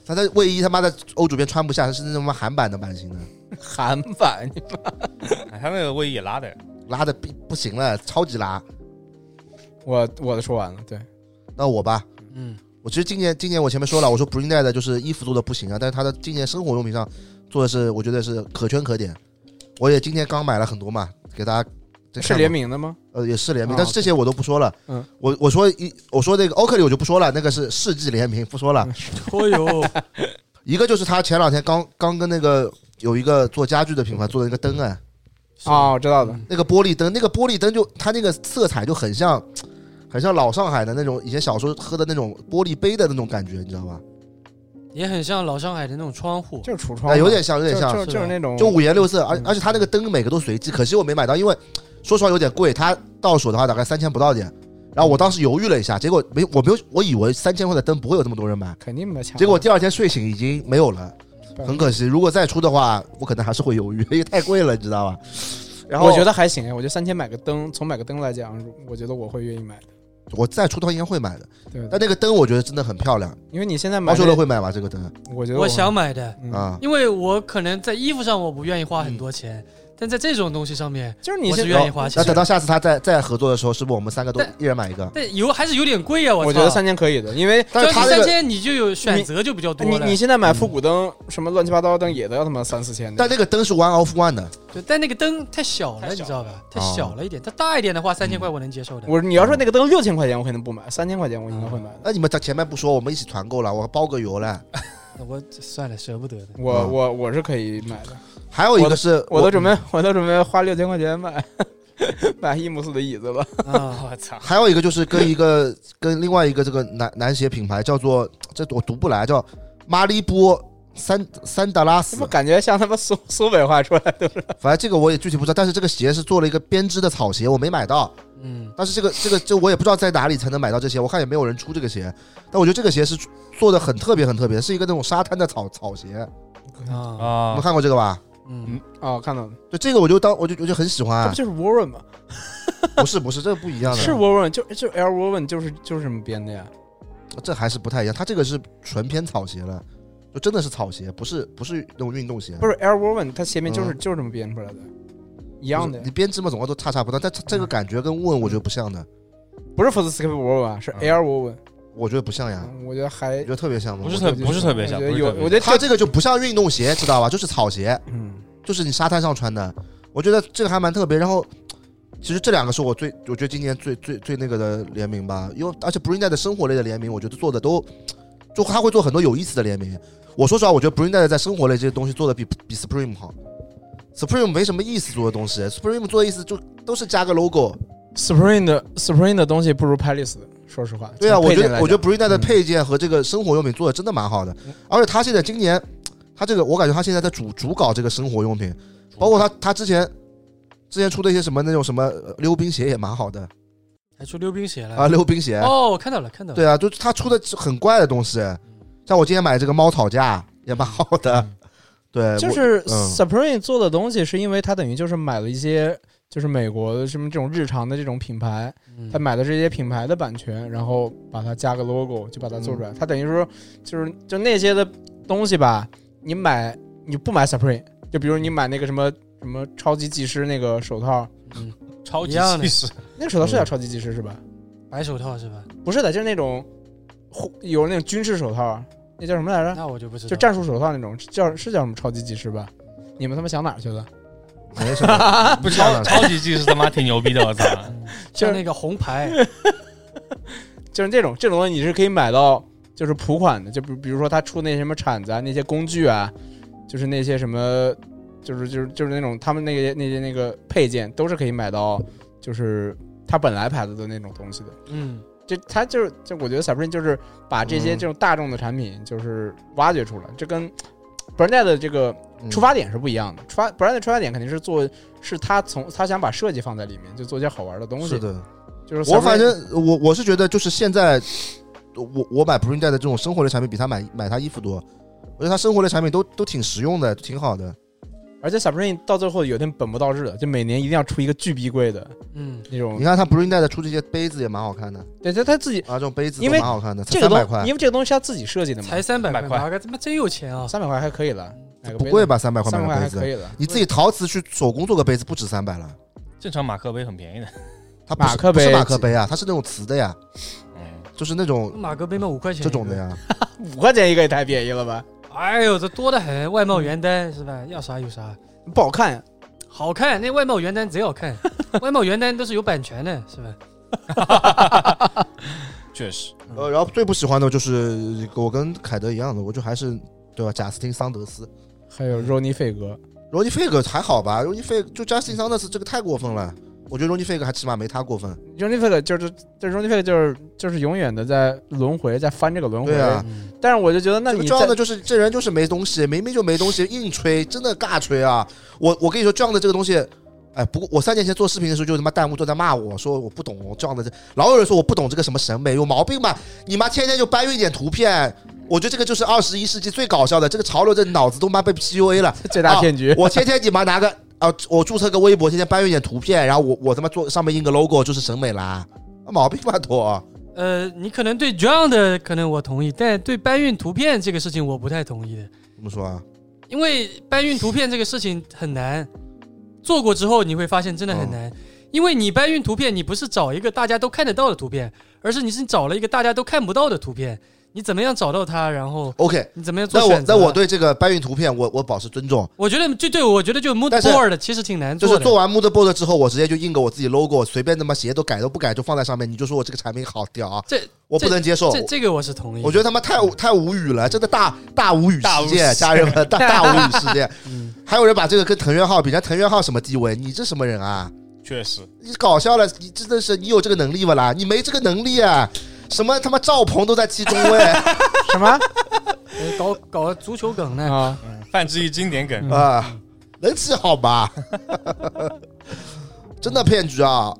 [SPEAKER 7] 他的卫衣他妈的欧主编穿不下，是那他妈韩版的版型的，
[SPEAKER 2] 韩版。
[SPEAKER 3] 哎他那个卫衣也拉的，
[SPEAKER 7] 拉的不不行了，超级拉。
[SPEAKER 2] 我我的说完了，对，
[SPEAKER 7] 那我吧，
[SPEAKER 1] 嗯，
[SPEAKER 7] 我其实今年今年我前面说了，我说 b r i n d 的就是衣服做的不行啊，但是他的今年生活用品上做的是我觉得是可圈可点。我也今天刚买了很多嘛，给大家再
[SPEAKER 2] 是
[SPEAKER 7] 看嘛
[SPEAKER 2] 联名的吗？
[SPEAKER 7] 呃，也是联名，
[SPEAKER 2] 啊
[SPEAKER 7] 但是这些我都不说了。
[SPEAKER 2] 嗯，
[SPEAKER 7] 我我说一我说那个 Oakley 我就不说了，那个是世纪联名不说了。
[SPEAKER 2] 嗯
[SPEAKER 1] 哦呦，
[SPEAKER 7] 一个就是他前两天刚刚跟那个有一个做家具的品牌做的那个灯哎，
[SPEAKER 2] 啊，我知道的，
[SPEAKER 7] 那个玻璃灯，那个玻璃灯就它那个色彩就很像，很像老上海的那种以前小时候喝的那种玻璃杯的那种感觉，你知道吧？也
[SPEAKER 1] 也很像老上海的那种窗 户，
[SPEAKER 2] 就是橱窗嘛，
[SPEAKER 7] 哎，有点像，有
[SPEAKER 2] 就
[SPEAKER 7] 点像，
[SPEAKER 2] 就就是那种
[SPEAKER 7] 就五颜六色，而
[SPEAKER 2] 嗯
[SPEAKER 7] 而且它那个灯每个都随机，可惜我没买到，因为说实话有点贵，它到手的话大概三千不到点。然后我当时犹豫了一下，结果没，我没有，我以为三千块的灯不会有这么多人买，
[SPEAKER 2] 肯定没抢。
[SPEAKER 7] 结果第二天睡醒已经没有了，很可惜。如果再出的话，我可能还是会犹豫，因为太贵了，你知道吧？然后
[SPEAKER 2] 我觉得还行，哎我觉得三千买个灯，从买个灯来讲，我觉得我会愿意买的。
[SPEAKER 7] 我再出的话应该会买的，
[SPEAKER 2] 对的，
[SPEAKER 7] 但那个灯我觉得真的很漂亮，
[SPEAKER 2] 因为你现在嗯买
[SPEAKER 7] 毛
[SPEAKER 2] 那，
[SPEAKER 7] 秀乐会买吗？这个灯
[SPEAKER 2] 我觉得
[SPEAKER 1] 我想买的，
[SPEAKER 2] 嗯
[SPEAKER 7] 啊，
[SPEAKER 1] 因为我可能在衣服上我不愿意花很多钱，但在这种东西上面，
[SPEAKER 2] 就是哦你
[SPEAKER 1] 我是
[SPEAKER 2] 现
[SPEAKER 1] 愿意花
[SPEAKER 7] 那
[SPEAKER 1] 钱
[SPEAKER 7] 等。到下次他再再合作的时候，是不是我们三个都
[SPEAKER 1] 但
[SPEAKER 7] 一人买一个？
[SPEAKER 1] 但有还是有点贵啊，
[SPEAKER 2] 哦我
[SPEAKER 1] 我
[SPEAKER 2] 觉得三千可以的，因为
[SPEAKER 7] 但是
[SPEAKER 1] 就
[SPEAKER 7] 他
[SPEAKER 1] 你
[SPEAKER 7] 那
[SPEAKER 1] 三
[SPEAKER 7] 个，嗯
[SPEAKER 1] 千你就有选择就比较
[SPEAKER 2] 你
[SPEAKER 1] 多了。
[SPEAKER 2] 你现在买复古灯，什么乱七八糟的灯也都要他妈三四千的。
[SPEAKER 7] 但那个灯是 one of one 的，
[SPEAKER 1] 对，但那个灯太小了，
[SPEAKER 2] 太小了
[SPEAKER 1] 你知道吧？
[SPEAKER 7] 哦
[SPEAKER 1] 太小了一点，它大一点的话，三千块我能接受的。
[SPEAKER 2] 我说你
[SPEAKER 7] 嗯
[SPEAKER 2] 要说那个灯六千块钱，我肯定不买，三千块钱我应该会买的。
[SPEAKER 7] 那你们前面不说，我们一起团购了，我包个邮 了。
[SPEAKER 1] 那我算了，舍不得的。
[SPEAKER 2] 我
[SPEAKER 7] 嗯
[SPEAKER 2] 我我是可以买的，
[SPEAKER 7] 还有一个是
[SPEAKER 2] 我都准备我都准备花六千块钱买 买伊姆斯的椅子
[SPEAKER 7] 嗯
[SPEAKER 2] 了。
[SPEAKER 1] 啊，
[SPEAKER 3] 我操，
[SPEAKER 7] 还有一个就是跟一个 跟另外一个这个男男鞋品牌叫做这我读不来，叫马利波三三达拉
[SPEAKER 2] 怎
[SPEAKER 7] 斯
[SPEAKER 2] 么，感觉像他妈苏苏北话出来的？
[SPEAKER 7] 反正这个我也具体不知道。但是这个鞋是做了一个编织的草鞋，我没买到。
[SPEAKER 1] 嗯，
[SPEAKER 7] 但是这个这个这我也不知道在哪里才能买到这鞋，我看也没有人出这个鞋。但我觉得这个鞋是做的很特别，很特别，是一个那种沙滩的草草鞋。
[SPEAKER 1] 啊，
[SPEAKER 7] 你
[SPEAKER 3] 啊
[SPEAKER 7] 们，看过这个吧？
[SPEAKER 1] 嗯，
[SPEAKER 2] 哦，看到了，
[SPEAKER 7] 对，这个我就当我就我就很喜
[SPEAKER 2] 这
[SPEAKER 7] 欢
[SPEAKER 2] 不。就是 Warren 吗？
[SPEAKER 7] 不是不是，这个不一样的，
[SPEAKER 2] 是 Warren，就就 L Warren，就是就是这么编的呀。
[SPEAKER 7] 这还是不太一样。它这个是纯偏草鞋了，就真的是草鞋，不是不是那种运动鞋。
[SPEAKER 2] 不是 L Warren，它鞋面就是
[SPEAKER 7] 嗯
[SPEAKER 2] 就是这么编出来的，一
[SPEAKER 7] 一
[SPEAKER 2] 样的呀
[SPEAKER 7] 你。编织嘛，总归都差差不多。但这这个感觉跟问我觉得不像的，
[SPEAKER 2] 不是 First Skip Warren，啊是
[SPEAKER 7] 嗯
[SPEAKER 2] L Warren，
[SPEAKER 7] 我觉得不像呀，
[SPEAKER 2] 嗯我觉得还
[SPEAKER 7] 你觉得特别像吗？
[SPEAKER 3] 不是
[SPEAKER 7] 我
[SPEAKER 3] 特
[SPEAKER 2] 我觉得
[SPEAKER 3] 不是特别像，
[SPEAKER 2] 我
[SPEAKER 3] 不
[SPEAKER 2] 觉得
[SPEAKER 3] 是特
[SPEAKER 2] 有，
[SPEAKER 3] 别像
[SPEAKER 2] 我觉得
[SPEAKER 7] 它这个就不像运动鞋，知道吧？就是草鞋，
[SPEAKER 2] 嗯，
[SPEAKER 7] 就是你沙滩上穿的。我觉得这个还蛮特别。然后，其实这两个是我最，我觉得今年最最最那个的联名吧。因为而且 b r i n d 的生活类的联名，我觉得做的都，就他会做很多有意思的联名。我说实话，我觉得 b r i n d 在生活类这些东西做的比比 Supreme 好。Supreme 没什么意思做的东西，Supreme 做的意思就都是加个 logo，
[SPEAKER 2] Spring 的 Spring 的东西不如 Palace，的说实话。
[SPEAKER 7] 对啊，
[SPEAKER 2] 从
[SPEAKER 7] 我
[SPEAKER 2] 配
[SPEAKER 7] 觉
[SPEAKER 2] 件
[SPEAKER 7] 得
[SPEAKER 2] 来
[SPEAKER 7] 我觉得
[SPEAKER 2] 讲
[SPEAKER 7] Brina 的
[SPEAKER 2] 嗯
[SPEAKER 7] 配件和这个生活用品做的真的蛮好的，而且他现在今年，他这个我感觉他现在在主主搞这个生活用品，包括他他之前之前出的一些什么那种什么呃溜冰鞋也蛮好的
[SPEAKER 1] 还出溜冰鞋了
[SPEAKER 2] 嗯
[SPEAKER 7] 啊，溜冰鞋，
[SPEAKER 1] 哦，我看到了，看到了。
[SPEAKER 7] 对啊，就是他出的很怪的东西，像我今天买这个猫讨价也蛮好的，对，
[SPEAKER 2] 嗯就
[SPEAKER 7] 我
[SPEAKER 2] 是
[SPEAKER 7] 嗯
[SPEAKER 2] Spring 做的东西，是因为它等于就是买了一些就是美国的什么这种日常的这种品牌，
[SPEAKER 1] 嗯
[SPEAKER 2] 他买的这些品牌的版权，然后把它加个 logo 就把它做出
[SPEAKER 1] 嗯
[SPEAKER 2] 来。它等于说就是就那些的东西吧，你买你不买 Supreme，就比如你买那个什么什么超级技师那个手套，
[SPEAKER 3] 超级
[SPEAKER 1] 一样的
[SPEAKER 3] 技师，
[SPEAKER 2] 那个手套
[SPEAKER 1] 嗯
[SPEAKER 2] 是叫超级技师是吧？
[SPEAKER 1] 白手套是吧？
[SPEAKER 2] 不是的，就是那种有那种军事手套，那叫什么来着？
[SPEAKER 1] 那我就不知道。
[SPEAKER 2] 就战术手套那种，叫是叫什么超级技师吧？你们他妈想哪儿去了？
[SPEAKER 7] 没 什么，不知 道
[SPEAKER 3] 超超级技师他妈挺牛逼的，我 操！
[SPEAKER 1] 像那个红牌，
[SPEAKER 2] 就是这种这种东西你是可以买到，就是普款的，就比比如说他出那什么铲子啊，那些工具啊，就是那些什么，就是就是就是那种他们那些那些那个配件都是可以买到，就是他本来牌子的那种东西的。
[SPEAKER 1] 嗯，
[SPEAKER 2] 这他就是就我觉得 Supreme 就是把这些
[SPEAKER 7] 嗯
[SPEAKER 2] 这种大众的产品就是挖掘出来，这跟 Brand 的这个
[SPEAKER 7] 嗯
[SPEAKER 2] 出发点是不一样的。出发 Brand 的出发点肯定是做，是他从他想把设计放在里面，就做一些好玩的东西。
[SPEAKER 7] 是的。
[SPEAKER 2] 就是
[SPEAKER 7] 我
[SPEAKER 2] Supreme-
[SPEAKER 7] 反正我我是觉得就是现在，我我买 Print 的这种生活类产品比他买买他衣服多，我觉得他生活类产品都都挺实用的，挺好的。
[SPEAKER 2] 而且 Supreme 到最后有点本末倒置的，就每年一定要出一个巨逼贵的
[SPEAKER 1] 嗯，
[SPEAKER 2] 那
[SPEAKER 7] 你
[SPEAKER 2] 种。
[SPEAKER 7] 看他 Print 的出这些杯子也蛮好看的
[SPEAKER 2] 对，他他自己
[SPEAKER 7] 啊，这种杯子都
[SPEAKER 2] 因为
[SPEAKER 7] 蛮好看的，才
[SPEAKER 2] 这个
[SPEAKER 7] 三百
[SPEAKER 2] 东，
[SPEAKER 7] 块
[SPEAKER 2] 因为这个东西是他自己设计的嘛，
[SPEAKER 1] 才三百
[SPEAKER 3] 300块
[SPEAKER 1] 块，马哥他妈真有钱啊！
[SPEAKER 2] 三百块还可以了，
[SPEAKER 1] 哎
[SPEAKER 2] 买个
[SPEAKER 7] 不
[SPEAKER 2] 杯子
[SPEAKER 7] 贵？吧？三百块
[SPEAKER 2] 三
[SPEAKER 7] 买
[SPEAKER 2] 百
[SPEAKER 7] 个
[SPEAKER 2] 块还
[SPEAKER 7] 杯
[SPEAKER 2] 可
[SPEAKER 7] 子，
[SPEAKER 2] 以了。
[SPEAKER 7] 你自己陶瓷去手工做个杯子不止三百了。
[SPEAKER 3] 正常马克杯很便宜的，
[SPEAKER 7] 它不是
[SPEAKER 2] 马克杯
[SPEAKER 7] 不是马克杯啊，它是那种瓷的呀，
[SPEAKER 3] 嗯，
[SPEAKER 7] 就是那种
[SPEAKER 1] 马哥杯卖五块钱，
[SPEAKER 7] 这种的。呀。
[SPEAKER 2] 五块钱一个也太便宜了吧？
[SPEAKER 1] 哎呦，这多得很，外贸原单是吧？要啥有啥，
[SPEAKER 2] 不好看，
[SPEAKER 1] 好看，那外贸原单贼好 看，外贸原单都是有版权的，是吧？
[SPEAKER 3] 确实，
[SPEAKER 2] 嗯
[SPEAKER 7] 呃，然后最不喜欢的就是我跟凯德一样的，我就还是对吧？贾斯汀桑德斯。
[SPEAKER 2] 还有肉泥费格，
[SPEAKER 7] 罗尼费格还好吧？罗尼费就 Justin Sanders 这个太过分了，我觉得罗尼费格还起码没他过分。
[SPEAKER 2] 肉泥费格就是就是肉泥费格就是就是永远的在轮回，在翻这个轮回。
[SPEAKER 7] 对啊
[SPEAKER 1] 嗯，
[SPEAKER 2] 但是我就觉得，那
[SPEAKER 7] 这个
[SPEAKER 2] 你
[SPEAKER 7] j o
[SPEAKER 2] 在
[SPEAKER 7] h 就是这人就是没东西，明明就没东西，硬吹，真的尬吹啊！我我跟你说 j o h 这个东西。哎，不过我三年前做视频的时候，就他妈弹幕都在骂我说我不懂我这样的这，老有人说我不懂这个什么审美，有毛病吧？你妈天天就搬运点图片，我觉得这个就是二十一世纪最搞笑的，这个潮流这脑子都妈被 PUA 了。
[SPEAKER 2] 最大骗局，
[SPEAKER 7] 啊 我天天你妈拿个啊，我注册个微博，天天搬运点图片，然后我我他妈做上面印个 logo 就是审美啦，啊毛病吧都。
[SPEAKER 1] 呃，你可能对 John 的可能我同意，但对搬运图片这个事情我不太同意的，
[SPEAKER 7] 怎么说啊？
[SPEAKER 1] 因为搬运图片这个事情很难，做过之后你会发现真的很
[SPEAKER 7] 哦
[SPEAKER 1] 难，因为你搬运图片，你不是找一个大家都看得到的图片，而是你是找了一个大家都看不到的图片，你怎么样找到它，然后
[SPEAKER 7] OK，
[SPEAKER 1] 你怎么样做
[SPEAKER 7] 那我
[SPEAKER 1] 选择？
[SPEAKER 7] 那我，对这个搬运图片，我我保持尊重，
[SPEAKER 1] 我觉得就对我觉得就 mood
[SPEAKER 7] 但是
[SPEAKER 1] board 其实挺难
[SPEAKER 7] 就
[SPEAKER 1] 做的，
[SPEAKER 7] 是做完 moodboard 之后，我直接就印个我自己 logo，随便他妈鞋都改都不改就放在上面，你就说我这个产品好屌啊，
[SPEAKER 1] 这
[SPEAKER 7] 我不能接受。
[SPEAKER 1] 这这个我是同意的，
[SPEAKER 7] 我觉得他妈太无太无语了，真的大大无语
[SPEAKER 3] 大无
[SPEAKER 7] 世
[SPEAKER 3] 语
[SPEAKER 7] 界，
[SPEAKER 3] 世界
[SPEAKER 7] 家人们大大无语世界。
[SPEAKER 1] 嗯
[SPEAKER 7] 还有人把这个跟藤原浩比，人家藤原浩什么地位？你这什么人啊？
[SPEAKER 3] 确实，
[SPEAKER 7] 你搞笑了，你真的是你有这个能力不啦？你没这个能力啊！什么他妈赵鹏都在踢中 卫
[SPEAKER 2] 什么
[SPEAKER 1] 呃搞搞足球梗呢，
[SPEAKER 2] 啊？
[SPEAKER 3] 范志毅经典梗，
[SPEAKER 7] 啊，能踢好吧？ 真的骗局啊！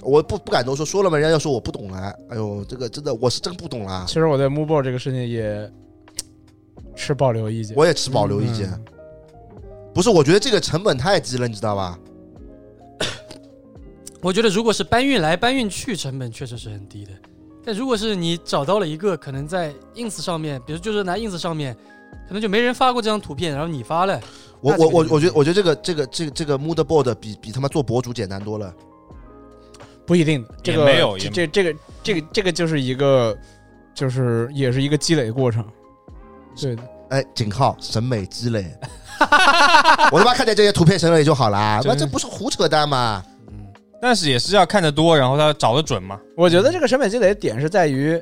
[SPEAKER 7] 我不不敢多说，说了嘛，人家要说我不懂了。哎呦，这个真的我是真不懂啦
[SPEAKER 2] 其，实我对 m o b o 这个事情也持保留意见。
[SPEAKER 7] 我也持保留意见。
[SPEAKER 2] 嗯
[SPEAKER 7] 不是，我觉得这个成本太低了，你知道吧？
[SPEAKER 1] 我觉得如果是搬运来搬运去，成本确实是很低的。但如果是你找到了一个可能在 ins 上面，比如就是拿 ins 上面，可能就没人发过这张图片，然后你发了，
[SPEAKER 7] 我
[SPEAKER 1] 那这
[SPEAKER 7] 我
[SPEAKER 1] 个就
[SPEAKER 7] 我我觉得我觉得这个这个这个这个 mood board 比比他妈做博主简单多了。
[SPEAKER 2] 不一定的，这个
[SPEAKER 3] 没有
[SPEAKER 2] 这这
[SPEAKER 3] 也
[SPEAKER 2] 这个这个这个就是一个，就是也是一个积累过程。对的，
[SPEAKER 7] 哎，井号审美积累， 我他妈看见这些图片审美就好啦，
[SPEAKER 2] 真
[SPEAKER 7] 那
[SPEAKER 2] 是
[SPEAKER 7] 这不是胡扯淡吗？
[SPEAKER 3] 但是也是要看得多，然后他找得准嘛。
[SPEAKER 2] 我觉得这个审美积累的点是在于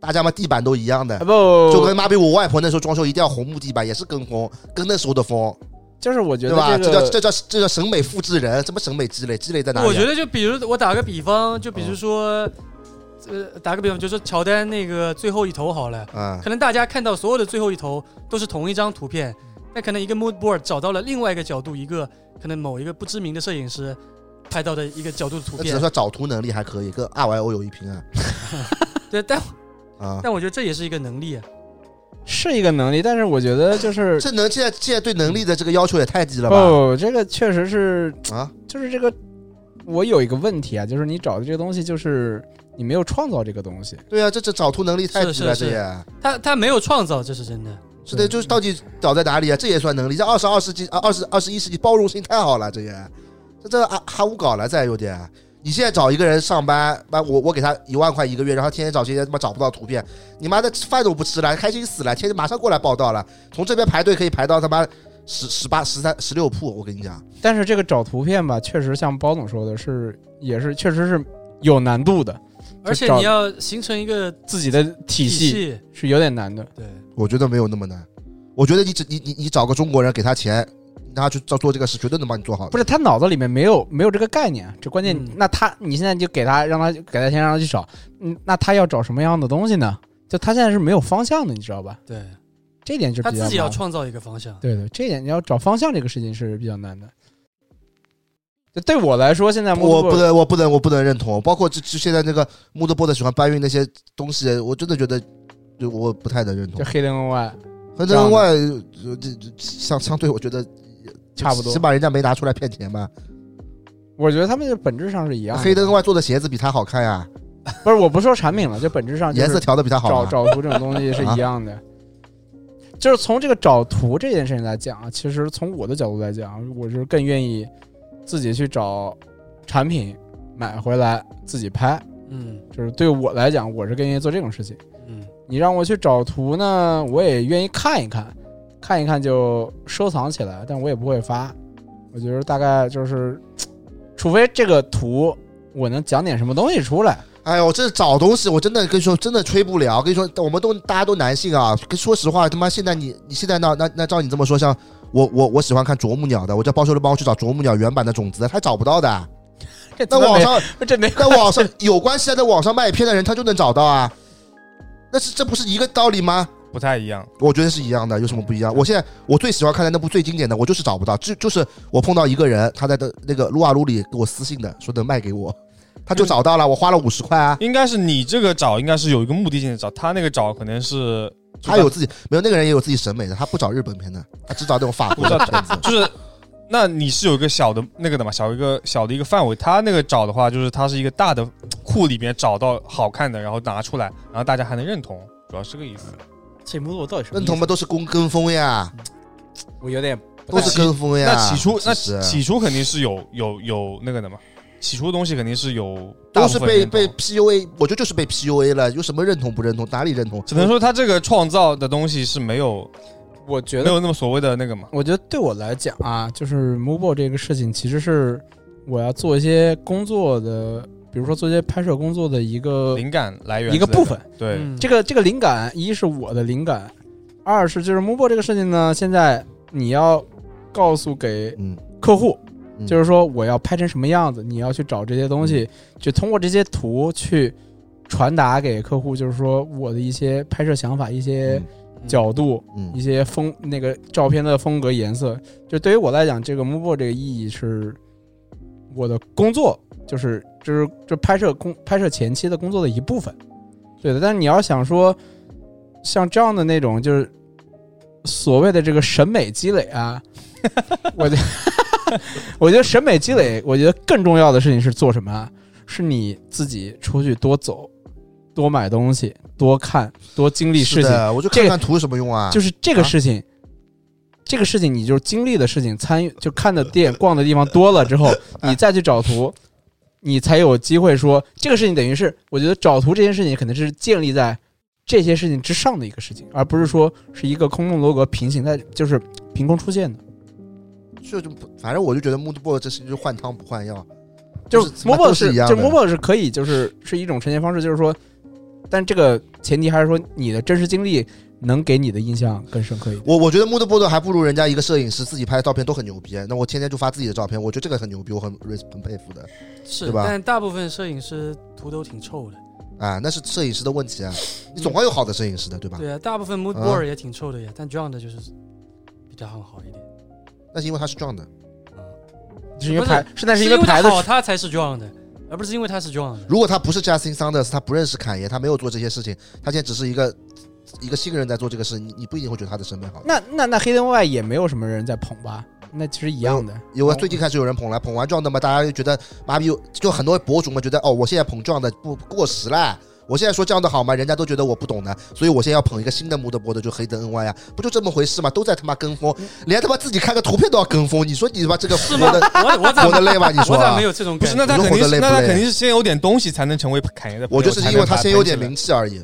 [SPEAKER 7] 大家嘛地板都一样的
[SPEAKER 2] 啊，不，
[SPEAKER 7] 就跟妈逼我外婆那时候装修一定要红木地板，也是跟风，跟那时候的风。
[SPEAKER 2] 就是我觉得
[SPEAKER 7] 对吧？
[SPEAKER 2] 这
[SPEAKER 7] 这
[SPEAKER 2] 个
[SPEAKER 7] 叫这叫这叫审美复制人，什么审美积累？积累在哪里啊？哦
[SPEAKER 1] 我觉得就比如我打个比方，就比如说，呃，打个比方，就说乔丹那个最后一投好了，
[SPEAKER 7] 嗯，
[SPEAKER 1] 可能大家看到所有的最后一投都是同一张图片，但可能一个 mood board 找到了另外一个角度，一个可能某一个不知名的摄影师拍到的一个角度的图
[SPEAKER 7] 那只能
[SPEAKER 1] 片。
[SPEAKER 7] 说找图能力还可以，跟 R Y O 有一拼啊
[SPEAKER 1] 对，但
[SPEAKER 7] 啊！
[SPEAKER 1] 但我觉得这也是一个能力啊。
[SPEAKER 2] 是一个能力，但是我觉得就是
[SPEAKER 7] 这能现在现在对能力的这个要求也太低了吧？
[SPEAKER 2] 哦，这个确实是，
[SPEAKER 7] 啊，
[SPEAKER 2] 就是这个，我有一个问题啊，就是你找的这个东西，就是你没有创造这个东西，
[SPEAKER 7] 对啊，这这找图能力太低了，
[SPEAKER 1] 是是
[SPEAKER 7] 这也
[SPEAKER 1] 他他没有创造，这是真的。
[SPEAKER 7] 是的，就是到底找在哪里啊？这也算能力？这二十二世纪啊，二十二十一世纪包容性太好了，这也这这啊还无搞了，再有点。你现在找一个人上班，妈我我给他一万块一个月，然后天天找这些他妈找不到图片，你妈的饭都不吃了，开心死了，天天马上过来报道了，从这边排队可以排到他妈十十八十三十六铺，我跟你讲，
[SPEAKER 2] 但是这个找图片吧，确实像包总说的是，也是确实是有难度的，
[SPEAKER 1] 而且
[SPEAKER 2] 找
[SPEAKER 1] 你要形成一个
[SPEAKER 2] 自己的
[SPEAKER 1] 体
[SPEAKER 2] 体系
[SPEAKER 1] 系，
[SPEAKER 2] 是有点难的。
[SPEAKER 1] 对，
[SPEAKER 7] 我觉得没有那么难，我觉得你只你你你找个中国人给他钱，让他去做做这个事，绝对能帮你做好的
[SPEAKER 2] 不。是他脑子里面没有没有这个概念，这关键、
[SPEAKER 1] 嗯
[SPEAKER 2] 那他你现在就给他让他给他钱让他去找，嗯，那他要找什么样的东西呢？就他现在是没有方向的，你知道吧？
[SPEAKER 1] 对
[SPEAKER 2] 这点就
[SPEAKER 1] 他
[SPEAKER 2] 比较
[SPEAKER 1] 自己要
[SPEAKER 2] 麻烦
[SPEAKER 1] 创造一个方向。
[SPEAKER 2] 对对，这点你要找方向这个事情是比较难的。就对我来说，现在
[SPEAKER 7] 我
[SPEAKER 2] Moodboard-
[SPEAKER 7] 不能，我不能，我不能认同。包括就就现在那个穆德波的喜欢搬运那些东西，我真的觉得，就我不太能认
[SPEAKER 2] 就
[SPEAKER 7] 同。
[SPEAKER 2] 黑灯公外
[SPEAKER 7] 和这外，呃这这相相对，我觉得
[SPEAKER 2] 差不多
[SPEAKER 7] 起。码人家没拿出来骗钱吧。
[SPEAKER 2] 我觉得他们就本质上是一样的。
[SPEAKER 7] 黑灯外做的鞋子比他好看呀，
[SPEAKER 2] 不是，我不说产品了，就本质上就
[SPEAKER 7] 颜
[SPEAKER 2] 是
[SPEAKER 7] 色调的比他好
[SPEAKER 2] 找
[SPEAKER 7] 啊。
[SPEAKER 2] 找图这种东西是一样的。就是从这个找图这件事情来讲啊，其实从我的角度来讲，啊我就是更愿意自己去找产品买回来自己拍。
[SPEAKER 1] 嗯
[SPEAKER 2] 就是对我来讲，我是更愿意做这种事情。
[SPEAKER 1] 嗯，
[SPEAKER 2] 你让我去找图呢，我也愿意看一看，看一看就收藏起来，但我也不会发。我觉得大概就是，除非这个图我能讲点什么东西出来，
[SPEAKER 7] 哎呦，这找东西，我真的跟你说，真的吹不了。跟你说，我们都大家都男性啊，跟说实话，他妈现在你你现在那那那照你这么说，像我我我喜欢看啄木鸟的，我叫包修的帮我去找啄木鸟原版的种子，他找不到的。
[SPEAKER 2] 这
[SPEAKER 7] 那
[SPEAKER 2] 怎么
[SPEAKER 7] 网上
[SPEAKER 2] 没这没
[SPEAKER 7] 在网上有关系啊，在网上卖片的人他就能找到啊，那是这不是一个道理吗？
[SPEAKER 3] 不太一样。
[SPEAKER 7] 我觉得是一样的，有什么不一样？我现在我最喜欢看的那部最经典的，我就是找不到，就就是我碰到一个人，他在的那个撸啊撸里给我私信的，说能卖给我，他就找到了，我花了五十块啊。
[SPEAKER 3] 应该是你这个找应该是有一个目的性的找，他那个找可能是
[SPEAKER 7] 他有自己没有那个人也有自己审美的，他不找日本片的，他只找那种法国的片子。
[SPEAKER 3] 就是，那你是有一个小的那个的嘛，小一个小的一个范围。他那个找的话，就是他是一个大的库里边找到好看的，然后拿出来，然后大家还能认同，主要是这个意思。
[SPEAKER 2] 这目录到底什
[SPEAKER 7] 认同吗？？都是跟跟风呀，
[SPEAKER 2] 我有点
[SPEAKER 7] 都是跟风呀。
[SPEAKER 3] 那起初，那
[SPEAKER 7] 其实
[SPEAKER 3] 起初肯定是有有有那个的嘛，起初的东西肯定是有大
[SPEAKER 7] 都
[SPEAKER 3] 部
[SPEAKER 7] 是
[SPEAKER 3] 分
[SPEAKER 7] 被
[SPEAKER 3] 认同
[SPEAKER 7] 被 PUA，我觉得就是被 PUA 了，有什么认同不认同？哪里认同？
[SPEAKER 3] 只能说他这个创造的东西是没有
[SPEAKER 2] 我觉
[SPEAKER 3] 没
[SPEAKER 2] 得，
[SPEAKER 3] 有那么所谓的那个嘛。
[SPEAKER 2] 我觉得对我来讲啊，就是 mobile 这个事情，其实是我要做一些工作的，比如说做一些拍摄工作的一个
[SPEAKER 3] 灵感来源
[SPEAKER 2] 一个
[SPEAKER 3] 之类
[SPEAKER 2] 部
[SPEAKER 3] 的
[SPEAKER 2] 分。
[SPEAKER 3] 对，
[SPEAKER 1] 嗯
[SPEAKER 2] 这个这个灵感，一是我的灵感，二是就是 m o b 这个事情呢，现在你要告诉给
[SPEAKER 7] 嗯，
[SPEAKER 2] 客户，
[SPEAKER 7] 嗯
[SPEAKER 2] 就是说我要拍成什么样子，你要去找这些东西，
[SPEAKER 3] 嗯
[SPEAKER 2] 就通过这些图去传达给客户，就是说我的一些拍摄想法、一
[SPEAKER 3] 嗯
[SPEAKER 2] 些角度、
[SPEAKER 7] 嗯
[SPEAKER 2] 一些风那个照片的风格、颜色。就对于我来讲，这个 m o b 这个意义是我的工作，就是就是就拍摄工拍摄前期的工作的一部分。对的，但是你要想说，像这样的那种就是所谓的这个审美积累 啊，我觉得 我觉得审美积累，我觉得更重要的事情是做什么啊？是你自己出去多走，多买东西，多看，多经历事
[SPEAKER 7] 是
[SPEAKER 2] 情，
[SPEAKER 7] 的，我就看看图有什么用啊？
[SPEAKER 2] 就是这个
[SPEAKER 7] 啊
[SPEAKER 2] 事情，这个事情你就是经历的事情，参与就看的店、逛的地方多了之后，你再去找图，你才有机会说这个事情等于是，我觉得找图这件事情可能是建立在这些事情之上的一个事情，而不是说是一个空中楼阁平行在就是凭空出现的。
[SPEAKER 7] 就就反正我就觉得 mood board 这事情就换汤不换药，
[SPEAKER 2] 就是
[SPEAKER 7] 是
[SPEAKER 2] m o b
[SPEAKER 7] 都
[SPEAKER 2] e
[SPEAKER 7] 是
[SPEAKER 2] 是
[SPEAKER 7] 一样
[SPEAKER 2] 就
[SPEAKER 7] 的。
[SPEAKER 2] 是 m o b e 是可以，就是是一种呈现方式，就是说，但这个前提还是说你的真实经历能给你的印象更深刻一点？
[SPEAKER 7] 我我觉得穆德波顿还不如人家一个摄影师自己拍的照片都很牛逼，那我天天就发自己的照片，我觉得这个很牛逼，我很很佩服的
[SPEAKER 1] 是
[SPEAKER 7] 对吧
[SPEAKER 1] 但大部分摄影师图都挺臭的。
[SPEAKER 7] 啊，那是摄影师的问题啊，
[SPEAKER 2] 嗯
[SPEAKER 7] 你总会有好的摄影师的，对吧？
[SPEAKER 1] 对啊，大部分 mood
[SPEAKER 7] 啊
[SPEAKER 1] board 也挺臭的呀，但 John 的就是比较好一点。
[SPEAKER 7] 那是因为他是 John 的，
[SPEAKER 2] 是因为
[SPEAKER 1] 不是
[SPEAKER 2] 牌，是那是
[SPEAKER 1] 因
[SPEAKER 2] 因为
[SPEAKER 1] 为
[SPEAKER 2] 牌
[SPEAKER 1] 他
[SPEAKER 2] 子
[SPEAKER 1] 好，他才是 John 的，而不是因为他是 John 的。
[SPEAKER 7] 如果他不是 Justin Sanders，他不认识侃爷，他没有做这些事情，他现在只是一个一个新人在做这个事，你你不一定会觉得他的审美好。
[SPEAKER 2] 那那那黑灯外也没有什么人在捧吧？那其实一样
[SPEAKER 3] 嗯
[SPEAKER 2] 的。
[SPEAKER 7] 有啊，最近开始有人捧了，捧完 John 的嘛，大家就觉得妈逼，就很多博主们觉得哦，我现在捧 John 的不过时啦。我现在说这样的好吗？人家都觉得我不懂呢，所以我现在要捧一个新的穆德伯的，就黑的 N Y 啊，不就这么回事吗？都在他妈跟风，连他妈自己看个图片都要跟风，你说你他妈这个
[SPEAKER 1] 是
[SPEAKER 7] 活
[SPEAKER 1] 吗？
[SPEAKER 7] 的
[SPEAKER 1] 我我咋
[SPEAKER 7] 活得累吗？你说
[SPEAKER 1] 我咋
[SPEAKER 7] 啊
[SPEAKER 1] 没？有这种
[SPEAKER 3] 不
[SPEAKER 1] 感
[SPEAKER 3] 是，
[SPEAKER 1] 觉？
[SPEAKER 3] 那他
[SPEAKER 7] 你
[SPEAKER 3] 肯
[SPEAKER 7] 说
[SPEAKER 3] 定
[SPEAKER 7] 活得
[SPEAKER 3] 是，
[SPEAKER 7] 累不
[SPEAKER 3] 那他
[SPEAKER 7] 累
[SPEAKER 3] 肯定是先有点东西才能成为侃爷的朋友。
[SPEAKER 7] 我就是
[SPEAKER 3] 才
[SPEAKER 7] 因为
[SPEAKER 3] 能
[SPEAKER 7] 他
[SPEAKER 3] 把
[SPEAKER 7] 先有
[SPEAKER 3] 喷起
[SPEAKER 7] 点
[SPEAKER 3] 来
[SPEAKER 7] 名气而已。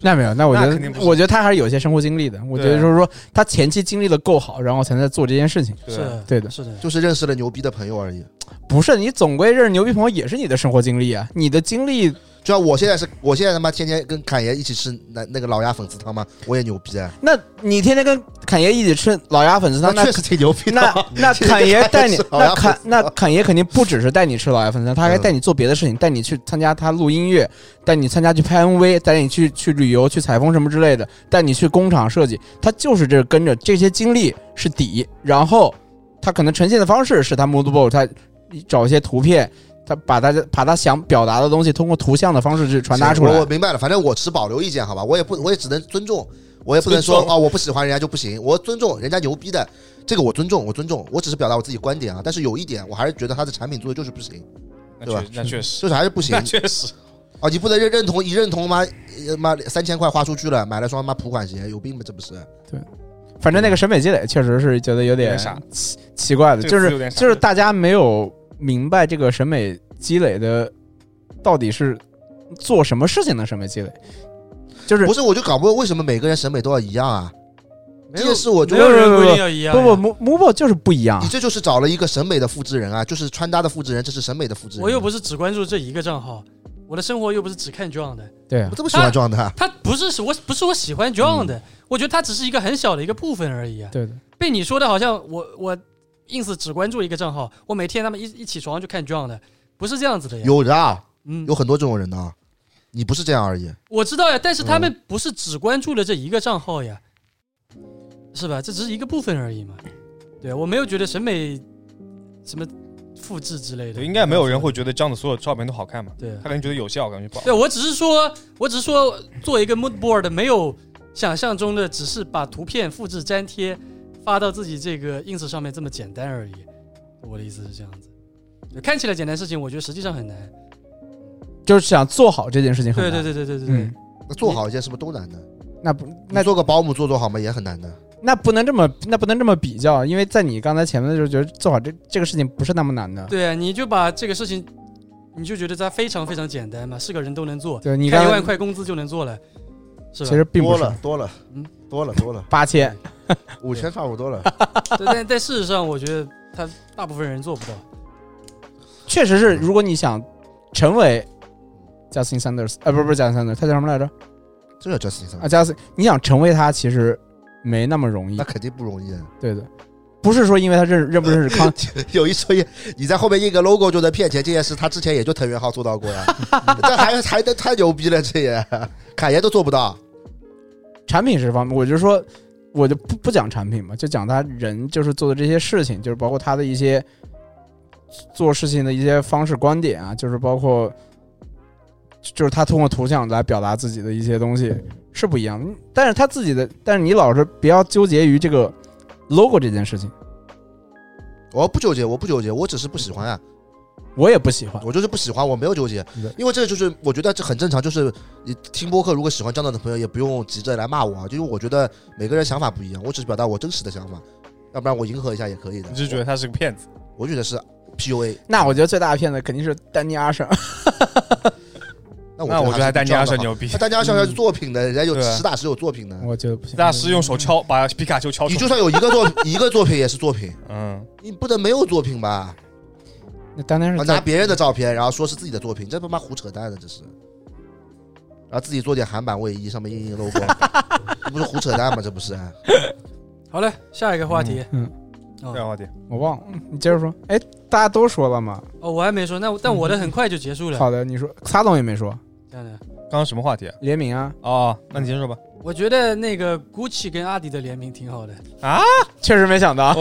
[SPEAKER 2] 那没有，那我觉
[SPEAKER 3] 那
[SPEAKER 2] 得
[SPEAKER 3] 肯定不是
[SPEAKER 2] 我觉得他还是有些生活经历的。我觉得就是说他前期经历的够好，然后才能做这件事情。
[SPEAKER 3] 对
[SPEAKER 1] 是
[SPEAKER 2] 对的
[SPEAKER 1] 是的，
[SPEAKER 7] 就是认识了牛逼的朋友而已。
[SPEAKER 2] 不是你总归认识牛逼朋友也是你的生活经历啊，你的经历
[SPEAKER 7] 就像我现在是，我现在他妈天天跟侃爷一起吃那那个老鸭粉丝汤嘛，我也牛逼啊！
[SPEAKER 2] 那你天天跟侃爷一起吃老鸭粉丝汤，那
[SPEAKER 7] 确实挺牛 逼的。
[SPEAKER 2] 那那
[SPEAKER 7] 天天
[SPEAKER 2] 侃爷带你
[SPEAKER 7] 吃，老鸭
[SPEAKER 2] 那
[SPEAKER 7] 粉
[SPEAKER 2] 侃
[SPEAKER 7] 丝
[SPEAKER 2] 那侃爷肯定不只是带你吃老鸭粉丝汤，他还带你做别的事情，带你去参加他录音乐，带你参加去拍 MV，带你去去旅游、去采风什么之类的，带你去工厂设计，他就是这跟着这些经历是底，然后他可能呈现的方式是他 mood board，他找一些图片。他把他把他想表达的东西通过图像的方式去传达出
[SPEAKER 7] 我我
[SPEAKER 2] 来，
[SPEAKER 7] 明白了，反正我持保留意见，好吧，我也不，我也只能尊重，我也不能说
[SPEAKER 3] 尊重
[SPEAKER 7] 啊、我不喜欢人家就不行，我尊重人家牛逼的，这个我尊重，我尊重，我只是表达我自己观点啊。但是有一点，我还是觉得他的产品做的就是不行，
[SPEAKER 3] 那
[SPEAKER 7] 对吧
[SPEAKER 3] 确那确实，
[SPEAKER 7] 就是还是不行
[SPEAKER 3] 那
[SPEAKER 7] 啊
[SPEAKER 3] 确实，！
[SPEAKER 7] 你不能认认同一认同妈呃妈三千块花出去了，买了双妈普款鞋，有病吧？这不是？
[SPEAKER 2] 反正那个审美积累确实是觉得有
[SPEAKER 3] 有
[SPEAKER 2] 点
[SPEAKER 3] 点傻
[SPEAKER 2] 奇奇怪的，就
[SPEAKER 3] 这个词
[SPEAKER 2] 是
[SPEAKER 3] 有点傻
[SPEAKER 2] 就是大家没有明白这个审美积累的到底是做什么事情的审美积累，就是
[SPEAKER 7] 不是，我就搞不懂为什么每个人审美都要一样啊？
[SPEAKER 1] 没
[SPEAKER 7] 这
[SPEAKER 1] 有
[SPEAKER 7] 件事我就
[SPEAKER 1] 没有
[SPEAKER 2] 不
[SPEAKER 1] 人
[SPEAKER 2] 不
[SPEAKER 1] 规
[SPEAKER 2] 不
[SPEAKER 1] 定要一样
[SPEAKER 2] 不
[SPEAKER 1] 呀。
[SPEAKER 2] 不 m o b i 就是不一样啊
[SPEAKER 7] 你，这就是找了一个审美的复制人啊，就是穿搭的复制人，这是审美的复制人。啊
[SPEAKER 1] 我又不
[SPEAKER 7] 是
[SPEAKER 1] 是只关注这一个账号，我的生活又不是只看 John 的。
[SPEAKER 2] 对啊
[SPEAKER 7] 我，这么喜欢装的啊，
[SPEAKER 1] 他不是是我不是我喜欢 John 的，我觉得他只是一个很小的一个部分而已啊。
[SPEAKER 2] 嗯对的，
[SPEAKER 1] 被你说的好像我我 ins 只关注一个账号，我每天他们一一起床就看 John 的，不是这样子的呀。
[SPEAKER 7] 有的啊，
[SPEAKER 1] 嗯
[SPEAKER 7] 有，很多这种人的啊，你不是这样而已。
[SPEAKER 1] 我知道呀，但是他
[SPEAKER 3] 嗯
[SPEAKER 1] 们不是只关注了这一个账号呀，是吧？这只是一个部分而已嘛。对，啊我没有觉得审美什么复制之类的，
[SPEAKER 3] 对，应该没有人会觉得这样的所有照片都好看吧？
[SPEAKER 1] 对啊
[SPEAKER 3] 他可能觉得有些好看，有些不好看。
[SPEAKER 1] 对我只是说，我只是说做一个 mood board，没有想象中的只是把图片复制粘贴发到自己这个 ins 上面这么简单而已。我的意思是这样子，就看起来简单的事情，我觉得实际上很难。
[SPEAKER 2] 就是想做好这件事情很
[SPEAKER 1] 对
[SPEAKER 2] 难，
[SPEAKER 1] 对对对对对对，
[SPEAKER 2] 嗯，
[SPEAKER 7] 那做好一件是不是都难的？
[SPEAKER 2] 那不
[SPEAKER 7] 那
[SPEAKER 2] 那
[SPEAKER 7] 做个保姆做做好吗？也很难的。
[SPEAKER 2] 那不能这么那不能这么比较，因为在你刚才前面就觉得做好这这个事情不是那么难的，
[SPEAKER 1] 对啊，你就把这个事情，你就觉得它非常非常简单嘛，是个人都能做，
[SPEAKER 2] 对你
[SPEAKER 1] 开
[SPEAKER 2] 刚
[SPEAKER 1] 一
[SPEAKER 2] 才
[SPEAKER 1] 万块工资就能做了，是吧？
[SPEAKER 2] 其实并不
[SPEAKER 7] 多
[SPEAKER 2] 是
[SPEAKER 7] 了多了
[SPEAKER 1] 嗯，
[SPEAKER 7] 多了 多了，
[SPEAKER 2] 八千，
[SPEAKER 7] 五千差不多了。
[SPEAKER 1] 对但但事实上，我觉得他大部分人做不到。
[SPEAKER 2] 确实
[SPEAKER 1] 嗯
[SPEAKER 2] 是，如果你想成为 Justin Sanders，呃，不是不是 Justin Sanders，他叫什么来着？
[SPEAKER 7] 这叫 Justin
[SPEAKER 2] 啊
[SPEAKER 7] Sanders，
[SPEAKER 2] ，Justin，你想成为他，其实没那么容易
[SPEAKER 7] 那。肯定不容易。啊
[SPEAKER 2] 对的，不是说因为他认认不 认识康，
[SPEAKER 7] 有一说一，你在后面印个 logo 就能骗钱这件事，他之前也就藤原浩做到过 呀。这还还能太牛逼了，这也侃爷都做不到。
[SPEAKER 2] 产品是方面，我就说，我就不不讲产品嘛，就讲他人就是做的这些事情，就是包括他的一些做事情的一些方式、观点啊，就是包括就是他通过图像来表达自己的一些东西是不一样的。但是他自己的，但是你老是不要纠结于这个 logo 这件事情，
[SPEAKER 7] 我不纠结，我不纠结，我只是不喜欢啊，
[SPEAKER 2] 我也不喜欢。
[SPEAKER 7] 我就是不喜欢，我没有纠结，因为这个就是我觉得这很正常，就是你听播客如果喜欢张导的朋友也不用急着来骂我啊，就因为我觉得每个人想法不一样，我只是表达我真实的想法，要不然我迎合一下也可以的
[SPEAKER 3] 你。是觉得他是个骗子？
[SPEAKER 7] 我觉得是 PUA，
[SPEAKER 2] 那我觉得最大的骗子肯定是丹尼阿婶，
[SPEAKER 7] 那
[SPEAKER 3] 那我
[SPEAKER 7] 我
[SPEAKER 3] 觉得还丹尼
[SPEAKER 7] 尼
[SPEAKER 3] 阿舍牛逼 嗯
[SPEAKER 7] 那。丹尼尔小小是作品的，人家有
[SPEAKER 3] 对啊
[SPEAKER 7] 实打实有作品的。
[SPEAKER 2] 我觉得不行。
[SPEAKER 3] 大师用手敲把皮卡丘敲
[SPEAKER 7] 你
[SPEAKER 3] 出
[SPEAKER 7] 就算有一个作一个作品也是作品，
[SPEAKER 3] 嗯，
[SPEAKER 7] 你不能没有作品吧？
[SPEAKER 2] 那丹尼阿婶
[SPEAKER 7] 啊拿
[SPEAKER 2] 在
[SPEAKER 7] 别人的照片，然后说是自己的作品，这他 妈胡扯淡的，这是。然后自己做点韩版卫衣，上面印印 logo，这不是胡扯淡吗？这不是？啊
[SPEAKER 1] 好嘞，下一个话题。
[SPEAKER 2] 嗯，
[SPEAKER 1] 哦
[SPEAKER 3] 不要话题，
[SPEAKER 2] 我忘了，你接着说。哎，大家都说了嘛？
[SPEAKER 1] 哦，我还没说，那我但我的很快就结束了。
[SPEAKER 2] 好的，你说，撒总也没说
[SPEAKER 1] 这样的，
[SPEAKER 3] 刚刚什么话题啊？
[SPEAKER 2] 联名啊，
[SPEAKER 3] 哦，那你先说吧。
[SPEAKER 1] 我觉得那个 GUCCI 跟阿迪的联名挺好的。
[SPEAKER 2] 确实没想到。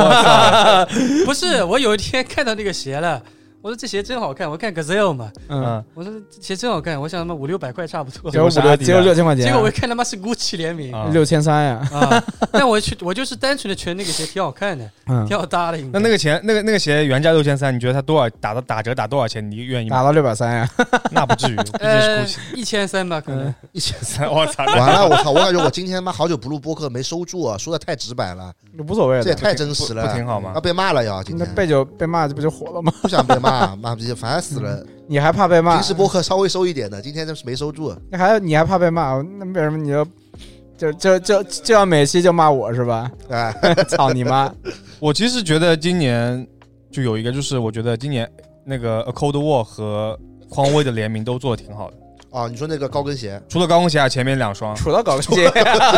[SPEAKER 1] 不 是，我有一天看到那个鞋了，我说这鞋真好看，我看 Gazelle 嘛，
[SPEAKER 2] 嗯，，
[SPEAKER 1] 我说这鞋真好看，我想他妈五六百块差不多。
[SPEAKER 2] 结果
[SPEAKER 3] 结果是阿
[SPEAKER 2] 五
[SPEAKER 3] 迪的
[SPEAKER 2] 结果六千块钱，啊嗯
[SPEAKER 1] 结果我一看他妈是 GUCCI 联名啊
[SPEAKER 3] 啊
[SPEAKER 2] 六千三呀。
[SPEAKER 1] 但我去我就是单纯的觉得那个鞋挺好看的，
[SPEAKER 2] 嗯
[SPEAKER 1] 挺，好搭的。应该
[SPEAKER 3] 那那个钱，那个那个鞋原价六千三，你觉得它多少打到打折打多少钱？你愿意
[SPEAKER 2] 打
[SPEAKER 3] 吗？
[SPEAKER 2] 到六百三 呀，
[SPEAKER 3] 那不至于，毕竟是
[SPEAKER 1] 呃
[SPEAKER 3] GUCCI。
[SPEAKER 1] 一千三吧，可能。
[SPEAKER 3] 一千三，我操！
[SPEAKER 7] 完了，我靠！我感觉我今天他妈好久不录播客没收住啊，说的太直白了，
[SPEAKER 2] 无所谓
[SPEAKER 7] 这也
[SPEAKER 2] 的。
[SPEAKER 7] 太真实
[SPEAKER 3] 不挺
[SPEAKER 7] 了，
[SPEAKER 3] 好吗
[SPEAKER 7] 要？被骂了要今
[SPEAKER 2] 那
[SPEAKER 7] 天
[SPEAKER 2] 被就被骂，这不就火了吗？
[SPEAKER 7] 不想被骂，妈逼烦死了！
[SPEAKER 2] 你还怕被嗯骂
[SPEAKER 7] 平？时播客稍微收一点的，今天真是没收住。
[SPEAKER 2] 那还你还怕被骂？那为什么你就就就就就要每期就骂我是吧？
[SPEAKER 7] 哎，
[SPEAKER 2] 操你 妈！
[SPEAKER 3] 我其实觉得今年就有一个，就是我觉得今年那个 A Cold War 和匡威的联名都做的挺好的，
[SPEAKER 7] 哦，你说那个高跟鞋
[SPEAKER 3] 除了高跟鞋啊，前面两双
[SPEAKER 2] 除了搞这些，
[SPEAKER 3] 啊，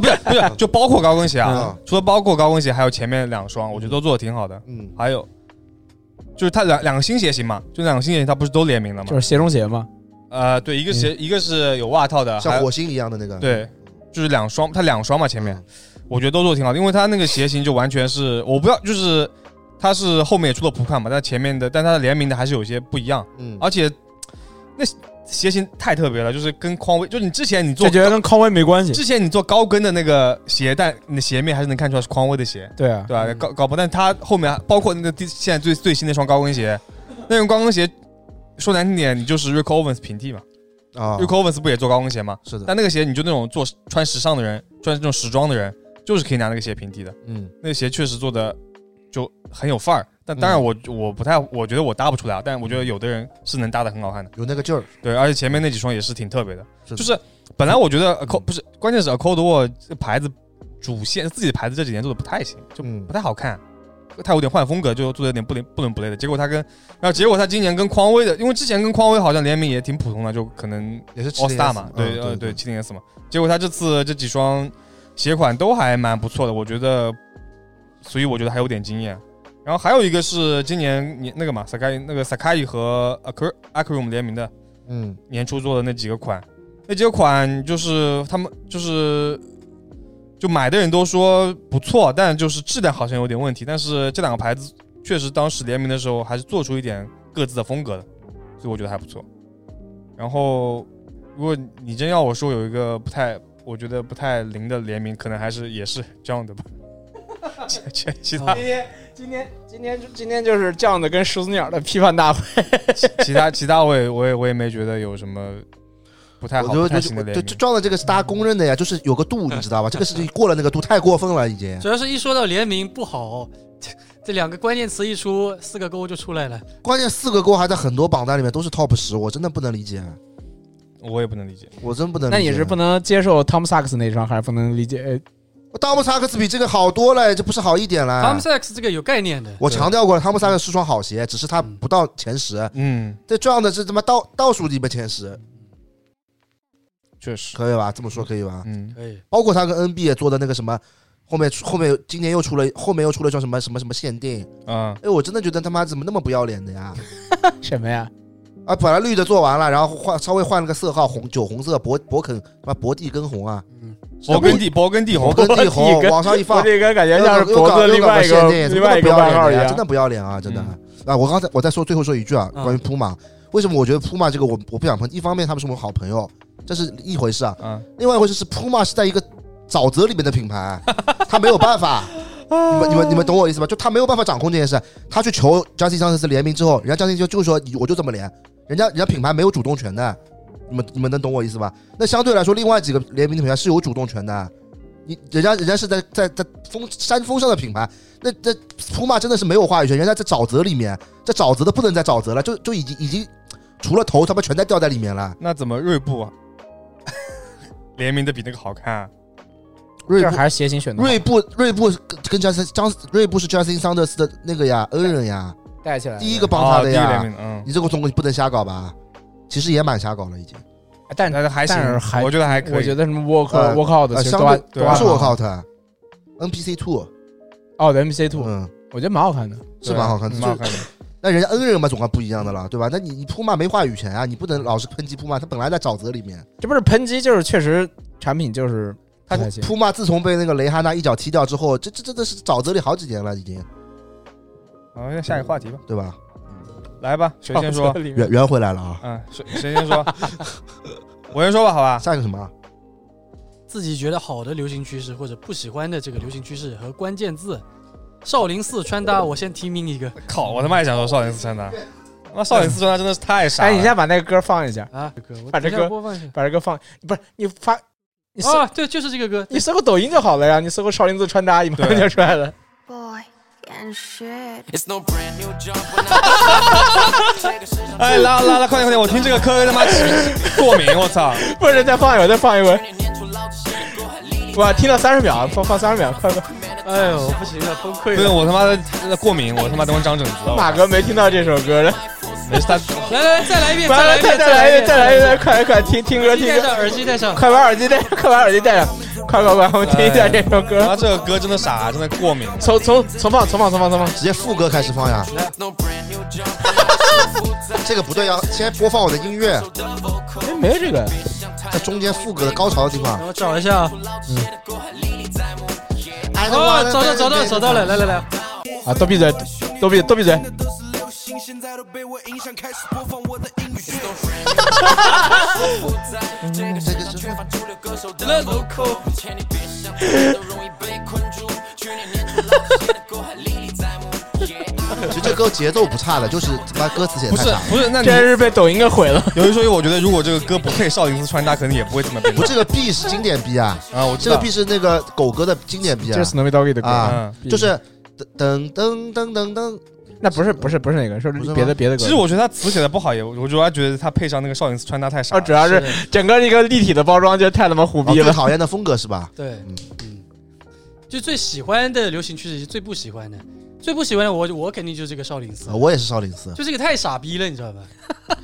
[SPEAKER 3] 不是不是， 就包括高跟鞋啊
[SPEAKER 7] 嗯，
[SPEAKER 3] 除了包括高跟鞋，还有前面两双，我觉得都做的挺好的。
[SPEAKER 7] 嗯，
[SPEAKER 3] 还有就是它两两个新鞋型嘛，就两个新鞋型它不是都联名了
[SPEAKER 2] 就
[SPEAKER 3] 吗？
[SPEAKER 2] 是鞋中鞋嘛。
[SPEAKER 3] 呃，对，一个鞋一个是有袜套的，还
[SPEAKER 7] 嗯像
[SPEAKER 3] 有
[SPEAKER 7] 火星一样的那个，
[SPEAKER 3] 对，就是两双，它两双嘛，前
[SPEAKER 7] 嗯
[SPEAKER 3] 面我觉得都做得挺好的，因为它那个鞋型就完全是我不要，就是它是后面也出了普款嘛，但前面的但它的联名的还是有些不一样，
[SPEAKER 7] 嗯，嗯，
[SPEAKER 3] 而且那鞋型太特别了，就是跟匡威，就是你之前你做
[SPEAKER 2] 就觉得跟匡威没关系。
[SPEAKER 3] 之前你做高跟的那个鞋，但你的鞋面还是能看出来是匡威的鞋，
[SPEAKER 2] 对啊，
[SPEAKER 3] 对吧？高高不，但它后面包括那个第现在最最新那双高跟鞋，那种高跟鞋说难听点，你就是 Rick Owens 平替嘛、
[SPEAKER 7] 啊
[SPEAKER 3] r i c，k Owens 不也做高跟鞋吗？
[SPEAKER 7] 是的，
[SPEAKER 3] 但那个鞋你就那种做穿时尚的人，穿这种时装的人，就是可以拿那个鞋平替的。
[SPEAKER 7] 嗯，
[SPEAKER 3] 那个鞋确实做的就很有范儿，但当然我、我不太，我觉得我搭不出来啊，但我觉得有的人是能搭的很好看的。
[SPEAKER 7] 有那个劲儿，
[SPEAKER 3] 对，而且前面那几双也是挺特别的，
[SPEAKER 7] 是的
[SPEAKER 3] 就是本来我觉得
[SPEAKER 7] 嗯
[SPEAKER 3] Acco 不是，关键是 Acco 的沃这牌子主线自己的牌子这几年做的不太行，就
[SPEAKER 7] 嗯
[SPEAKER 3] 不太好看，它有点换风格，就做的有点不伦不伦不类的。结果他跟，然后结果他今年跟匡威的，因为之前跟匡威好像联名也挺普通的，就可能
[SPEAKER 7] 也是
[SPEAKER 3] All
[SPEAKER 7] 7S
[SPEAKER 3] Star 嘛，
[SPEAKER 7] 嗯
[SPEAKER 3] 对，呃
[SPEAKER 7] 对
[SPEAKER 3] 对，七零 S 嘛。结果他这次这几双鞋款都还蛮不错的，我觉得，所以我觉得还有点经验。然后还有一个是今年你那个嘛，Sakai 那个 Sakai 和 Acro Acroom 联名的，
[SPEAKER 7] 嗯，
[SPEAKER 3] 年初做的那几个款，那几个款就是他们就是就买的人都说不错，但就是质量好像有点问题。但是这两个牌子确实当时联名的时候还是做出一点各自的风格的，所以我觉得还不错。然后如果你真要我说有一个不太，我觉得不太灵的联名，可能还是也是这样的吧。其其其他
[SPEAKER 2] 今天今天今天就今天就是这样的跟始祖鸟的批判大会。
[SPEAKER 3] 其他其他我也我也我也没觉得有什么不太
[SPEAKER 7] 我
[SPEAKER 3] 好
[SPEAKER 7] 觉
[SPEAKER 3] 不
[SPEAKER 7] 得
[SPEAKER 3] 太
[SPEAKER 7] 就
[SPEAKER 3] 行的联
[SPEAKER 7] 就就
[SPEAKER 3] 名。
[SPEAKER 7] 撞的这个是大家公认的呀，就是有个度，你知道吧？这个事情过了那个度，太过分了已经。
[SPEAKER 1] 主要是一说到联名不好， 这这两个关键词一出，四个勾就出来了。
[SPEAKER 7] 关键四个勾还在很多榜单里面都是 top 十，我真的不能理解，
[SPEAKER 3] 我也不能理解。
[SPEAKER 7] 我真不能理
[SPEAKER 2] 那
[SPEAKER 7] 解。
[SPEAKER 2] 你是不能接受汤姆萨克斯那一双，还是不能理解？呃
[SPEAKER 7] 汤姆萨克斯比这个好多了，这不是好一点了？
[SPEAKER 1] Tom Sachs 这个有概念的，
[SPEAKER 7] 我强调过了，汤姆萨克斯是双好鞋，只是他不到前十，
[SPEAKER 3] 嗯，
[SPEAKER 7] 这撞的是他妈倒倒数里面前十，
[SPEAKER 3] 确实，
[SPEAKER 7] 可以吧？这么说可以吧？
[SPEAKER 3] 嗯，
[SPEAKER 1] 可以。
[SPEAKER 7] 包括他跟 NB 也做的那个什么，后面出后面今年又出了，后面又出了叫什么什么什么限定，
[SPEAKER 3] 啊，
[SPEAKER 7] 哎，我真的觉得他妈怎么那么不要脸的呀？
[SPEAKER 2] 什么呀？
[SPEAKER 7] 啊，本来绿的做完了，然后换稍微换了个色号，红酒红色，勃勃肯什么勃地根红啊，
[SPEAKER 1] 嗯，
[SPEAKER 3] 勃艮第，勃艮第红，
[SPEAKER 7] 勃艮第
[SPEAKER 2] 勃地
[SPEAKER 7] 红
[SPEAKER 2] 根
[SPEAKER 7] 往上一放
[SPEAKER 2] 我，这个感觉
[SPEAKER 7] 又
[SPEAKER 2] 像是
[SPEAKER 7] 搞又
[SPEAKER 2] 脖
[SPEAKER 7] 搞
[SPEAKER 2] 子
[SPEAKER 7] 又
[SPEAKER 2] 另
[SPEAKER 7] 搞
[SPEAKER 2] 外
[SPEAKER 7] 个
[SPEAKER 2] 一
[SPEAKER 7] 限
[SPEAKER 2] 个
[SPEAKER 7] 定，怎
[SPEAKER 2] 另
[SPEAKER 7] 么
[SPEAKER 2] 外
[SPEAKER 7] 那
[SPEAKER 2] 一
[SPEAKER 7] 么不
[SPEAKER 2] 个
[SPEAKER 7] 要
[SPEAKER 2] 外
[SPEAKER 7] 脸
[SPEAKER 2] 号
[SPEAKER 7] 的
[SPEAKER 2] 一
[SPEAKER 7] 呀，
[SPEAKER 2] 样
[SPEAKER 7] 真。的不要脸啊，真的
[SPEAKER 3] 嗯
[SPEAKER 7] 啊！我刚才我再说最后说一句啊，
[SPEAKER 1] 嗯
[SPEAKER 7] 关于普马，为什么我觉得普马这个我我不想碰？一方面他们是我们好朋友，这是一回事啊，
[SPEAKER 3] 啊，
[SPEAKER 7] 另外一回事是 Puma 是在一个沼泽里面的品牌，他没有 办法。你们你们你们懂我意思吧？就他没有办法掌控这件事，他去求 Justin 上次联名之后，人家 Justin 就就说我就这么联，人家人家品牌没有主动权的，你们你们能懂我意思吧？那相对来说，另外几个联名的品牌是有主动权的，你人家人家是在在在峰山峰上的品牌，那那 Puma 真的是没有话语权，人家在沼泽里面，在沼泽的不能再沼泽了，就就已经已经除了头他妈全在掉在里面了。
[SPEAKER 3] 那怎么锐步啊 联名的比那个好看啊？
[SPEAKER 7] 锐
[SPEAKER 2] 这
[SPEAKER 7] 步
[SPEAKER 2] 还是鞋型选的
[SPEAKER 7] 锐步，锐步跟跟 Justin 张锐步是 Justin Sanders 的那个呀，恩人呀，
[SPEAKER 2] 带起来
[SPEAKER 7] 第一个帮他
[SPEAKER 3] 哦
[SPEAKER 7] 的
[SPEAKER 3] 第一个联
[SPEAKER 7] 呀。
[SPEAKER 3] 名的，嗯，
[SPEAKER 7] 你这个中国你不能瞎搞吧？其实也蛮瞎搞了，已经。
[SPEAKER 2] 啊但
[SPEAKER 3] 但是还行
[SPEAKER 2] 但是，还
[SPEAKER 3] 我觉得还可
[SPEAKER 2] 我
[SPEAKER 3] 以
[SPEAKER 2] 觉。得什么 walk
[SPEAKER 7] 呃
[SPEAKER 2] walkout 的
[SPEAKER 7] 呃，
[SPEAKER 2] 其实
[SPEAKER 7] 相
[SPEAKER 2] 都还
[SPEAKER 7] 对
[SPEAKER 2] 都
[SPEAKER 3] 对
[SPEAKER 2] 还
[SPEAKER 7] 不是
[SPEAKER 2] 蛮好
[SPEAKER 7] Walkout，NPC Two，
[SPEAKER 2] 哦对 MC Two，
[SPEAKER 7] 嗯，
[SPEAKER 2] 我觉得蛮好看的。
[SPEAKER 7] 是蛮好看的。
[SPEAKER 3] 嗯
[SPEAKER 7] 就
[SPEAKER 3] 蛮好看的。
[SPEAKER 7] 那人家恩人嘛，总归不一样的了，对吧？那你你铺骂没话语权啊，你不能老是抨击铺骂，他本来在沼泽里面。
[SPEAKER 2] 这不是喷击，就是确实产品就是不
[SPEAKER 7] 他
[SPEAKER 2] 太行。
[SPEAKER 7] 铺骂自从被那个雷哈娜一脚踢掉之后，这这真的是沼泽里好几年了，已经，
[SPEAKER 3] 好，那下一个话题吧，
[SPEAKER 7] 对吧？
[SPEAKER 3] 来 吧，谁先说？
[SPEAKER 2] 里面
[SPEAKER 7] 圆圆回来了啊！
[SPEAKER 3] 嗯，谁谁先 说？我先说吧，好吧。
[SPEAKER 7] 下一个什么？啊
[SPEAKER 1] 自己觉得好的流行趋势或者不喜欢的这个流行趋势和关键字。少林寺穿搭，我先提名一个
[SPEAKER 3] 靠，我他妈也想说少林寺穿搭，妈少林寺穿搭真的是太傻 了。
[SPEAKER 2] 哎，你先把那个歌放一下，
[SPEAKER 1] 啊，这个我
[SPEAKER 2] 把这
[SPEAKER 1] 等一下
[SPEAKER 2] 个
[SPEAKER 1] 播放一下。
[SPEAKER 2] 把这歌放，不是你发，你搜、
[SPEAKER 1] 啊，对，就是这个歌。
[SPEAKER 2] 你搜个抖音就好了呀，你搜个少林寺穿搭，一马上
[SPEAKER 3] 对
[SPEAKER 2] 就出来了。
[SPEAKER 4] boy and shit.
[SPEAKER 5] It's no brand new jump when I 这个世上
[SPEAKER 3] 哎，拉拉拉，快点快点！我听这个歌他妈起过敏，我操！
[SPEAKER 2] 不是，再放一会儿，再放一会儿，
[SPEAKER 5] 你念出老子写的歌还历历
[SPEAKER 2] 哇，听到三十秒，放放三十秒，快快！
[SPEAKER 1] 哎呦，不行了，崩 溃
[SPEAKER 3] 不是我他妈的过敏，我他妈等会长疹子了。
[SPEAKER 2] 马哥没听到这首歌的，
[SPEAKER 3] 没事，他
[SPEAKER 1] 来来， 再来一遍，
[SPEAKER 2] 完
[SPEAKER 1] 来
[SPEAKER 2] 了，
[SPEAKER 1] 一
[SPEAKER 2] 再
[SPEAKER 1] 遍，
[SPEAKER 2] 再来一遍，
[SPEAKER 1] 遍，
[SPEAKER 2] 再来一遍，快快听听歌，
[SPEAKER 1] 耳机
[SPEAKER 2] 听
[SPEAKER 1] 戴
[SPEAKER 2] 歌，
[SPEAKER 1] 上，耳机戴 上。
[SPEAKER 2] 快把耳机戴，快把耳机戴上，快快快，我们听一下这首
[SPEAKER 3] 妈
[SPEAKER 2] 歌，
[SPEAKER 3] 这个歌真的傻，真的过敏。
[SPEAKER 2] 从从从放从放从放从放，
[SPEAKER 7] 直接副歌开始放呀！
[SPEAKER 5] It's no brand new jump
[SPEAKER 7] 这个不对，要先播放我的音乐，
[SPEAKER 2] 哎，没有这个，
[SPEAKER 7] 在中间副歌的高潮的地方
[SPEAKER 1] 让。我找一下啊，
[SPEAKER 7] 哎
[SPEAKER 1] 哦，找到找到找到了，来来来，
[SPEAKER 2] 啊，都闭嘴，都闭都闭嘴，
[SPEAKER 7] 这个是其实这歌节奏不差的，就是他妈歌词写的
[SPEAKER 3] 不
[SPEAKER 7] 太
[SPEAKER 3] 是
[SPEAKER 7] 傻了。
[SPEAKER 3] 不是，那你
[SPEAKER 2] 真是被抖音给毁了。
[SPEAKER 3] 有一说一，我觉得如果这个歌不配少林寺穿搭，可能也不会这么变
[SPEAKER 7] 不，这个 B 是经典 B 啊，
[SPEAKER 3] 啊！我知
[SPEAKER 7] 这个
[SPEAKER 3] 道
[SPEAKER 7] B，是那个狗哥的经典 B 啊
[SPEAKER 2] 这，是 Snowy Doggy 的歌
[SPEAKER 7] 啊
[SPEAKER 3] 嗯，
[SPEAKER 7] 就是
[SPEAKER 1] 嗯
[SPEAKER 7] 噔噔噔噔噔
[SPEAKER 2] 那不是不是不是那个，是
[SPEAKER 7] 不是吗
[SPEAKER 2] 别的别的歌。
[SPEAKER 3] 其实我觉得他词写的不好，也我主要觉得他配上那个少林寺穿搭太傻
[SPEAKER 2] 啊，
[SPEAKER 3] 了。
[SPEAKER 2] 主要是整个一个立体的包装就太他妈虎
[SPEAKER 7] 哦，
[SPEAKER 2] 逼
[SPEAKER 7] 最
[SPEAKER 2] 了。
[SPEAKER 7] 讨厌的风格是吧？
[SPEAKER 1] 对
[SPEAKER 7] 嗯，
[SPEAKER 1] 嗯，就最喜欢的流行趋势，以及最不喜欢的，最不喜欢的我我肯定就是这个少林寺
[SPEAKER 7] 啊，，我也是少林 寺，
[SPEAKER 1] 就这个太傻逼了，你知道 吧？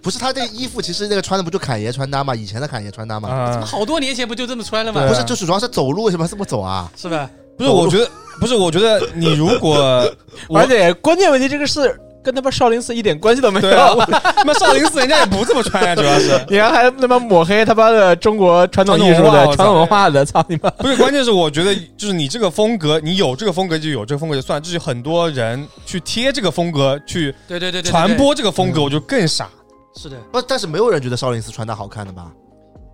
[SPEAKER 7] 不是他这个衣服，其实那个穿的不就侃爷穿搭嘛，以前的侃爷穿搭嘛，
[SPEAKER 3] 啊，
[SPEAKER 1] 好多年前不就这么穿了吗？
[SPEAKER 7] 不是，就是主要是走路为什么这么走啊？
[SPEAKER 1] 是吧？
[SPEAKER 3] 不是，我觉得不是，我觉得你如 果我
[SPEAKER 2] 而且关键问题，这个是跟他妈少林寺一点关系都没
[SPEAKER 3] 对啊，
[SPEAKER 2] 有
[SPEAKER 3] 我。他妈少林寺人家也不这么穿啊呀，主要是
[SPEAKER 2] 你还还他妈抹黑他妈的 中国传统艺术
[SPEAKER 3] 传统文化
[SPEAKER 2] 的
[SPEAKER 3] 我操
[SPEAKER 2] 传统文化的，操你妈！
[SPEAKER 3] 不是，关键是我觉得就是你这个风格，你有这个风格就有这个风格就算，就是很多人去贴这个风格去
[SPEAKER 1] 对对对对，对
[SPEAKER 3] 传播这个风格，我就更傻。
[SPEAKER 1] 是的，
[SPEAKER 7] 不，但是没有人觉得少林寺穿搭好看的吧？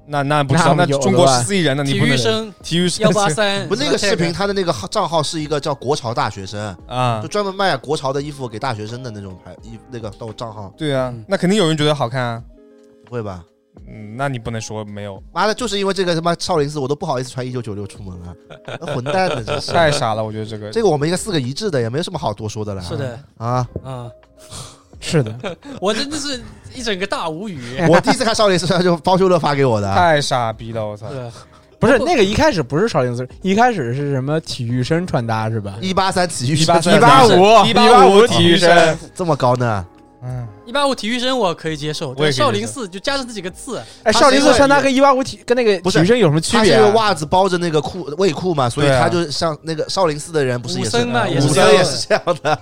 [SPEAKER 3] 那那不知啊
[SPEAKER 2] 那
[SPEAKER 3] 道，那
[SPEAKER 2] 有的
[SPEAKER 3] 中国
[SPEAKER 2] 吧
[SPEAKER 3] 十四亿人呢，你
[SPEAKER 1] 体
[SPEAKER 3] 不能
[SPEAKER 1] 育生
[SPEAKER 3] 体育生
[SPEAKER 1] 幺 八三，
[SPEAKER 7] 不，那个视频
[SPEAKER 1] tag
[SPEAKER 7] 他的那个号账号是一个叫国潮大学生，
[SPEAKER 3] 啊
[SPEAKER 7] 就，专门卖国潮的衣服给大学生的那种牌衣那个到账号，
[SPEAKER 3] 对啊
[SPEAKER 1] 嗯，
[SPEAKER 3] 那肯定有人觉得好看啊。
[SPEAKER 7] 不会吧？
[SPEAKER 3] 嗯，那你不能说没有，
[SPEAKER 7] 妈的，就是因为这个他妈少林寺，我都不好意思穿一九九六出门 了，那混蛋呢！真是。
[SPEAKER 3] 太傻了，我觉得 这个
[SPEAKER 7] 这个我们应该四个一致的，也没什么好多说的了。
[SPEAKER 1] 是的，
[SPEAKER 7] 啊，
[SPEAKER 1] 啊，
[SPEAKER 2] 是的，
[SPEAKER 1] 我真的是一整个大 无语。
[SPEAKER 7] 我第一次看少林寺，就是包修乐发给我的啊。
[SPEAKER 3] 太傻逼了，我操！
[SPEAKER 1] 对，
[SPEAKER 2] 不是那个一开始不是少林寺，一开始是什么体育生穿搭是吧？
[SPEAKER 7] 一八三体育
[SPEAKER 3] 一八
[SPEAKER 2] 一八五
[SPEAKER 3] 一
[SPEAKER 2] 185
[SPEAKER 3] 五
[SPEAKER 2] 体
[SPEAKER 3] 体
[SPEAKER 2] 育
[SPEAKER 3] 育
[SPEAKER 2] 生
[SPEAKER 3] 生，
[SPEAKER 7] 这么高呢？
[SPEAKER 3] 嗯，
[SPEAKER 1] 一八五体育生我可以接受，
[SPEAKER 3] 我
[SPEAKER 1] 但
[SPEAKER 3] 也可以
[SPEAKER 1] 少林
[SPEAKER 3] 接受
[SPEAKER 1] 寺就加上这几个字，
[SPEAKER 2] 哎，
[SPEAKER 7] 他
[SPEAKER 2] 少林
[SPEAKER 7] 是因
[SPEAKER 2] 寺
[SPEAKER 7] 为
[SPEAKER 2] 穿搭跟一八五体跟那个
[SPEAKER 7] 不是
[SPEAKER 2] 体育生有什么区
[SPEAKER 7] 他是
[SPEAKER 2] 别
[SPEAKER 7] 因为
[SPEAKER 2] 啊？
[SPEAKER 7] 袜子包着那个裤内裤嘛，所以
[SPEAKER 3] 对啊
[SPEAKER 7] 他就像那个少林寺的人，不是
[SPEAKER 1] 武
[SPEAKER 7] 也是
[SPEAKER 1] 僧嘛
[SPEAKER 3] 也是
[SPEAKER 7] 武
[SPEAKER 3] 这样
[SPEAKER 7] 僧也是这样的。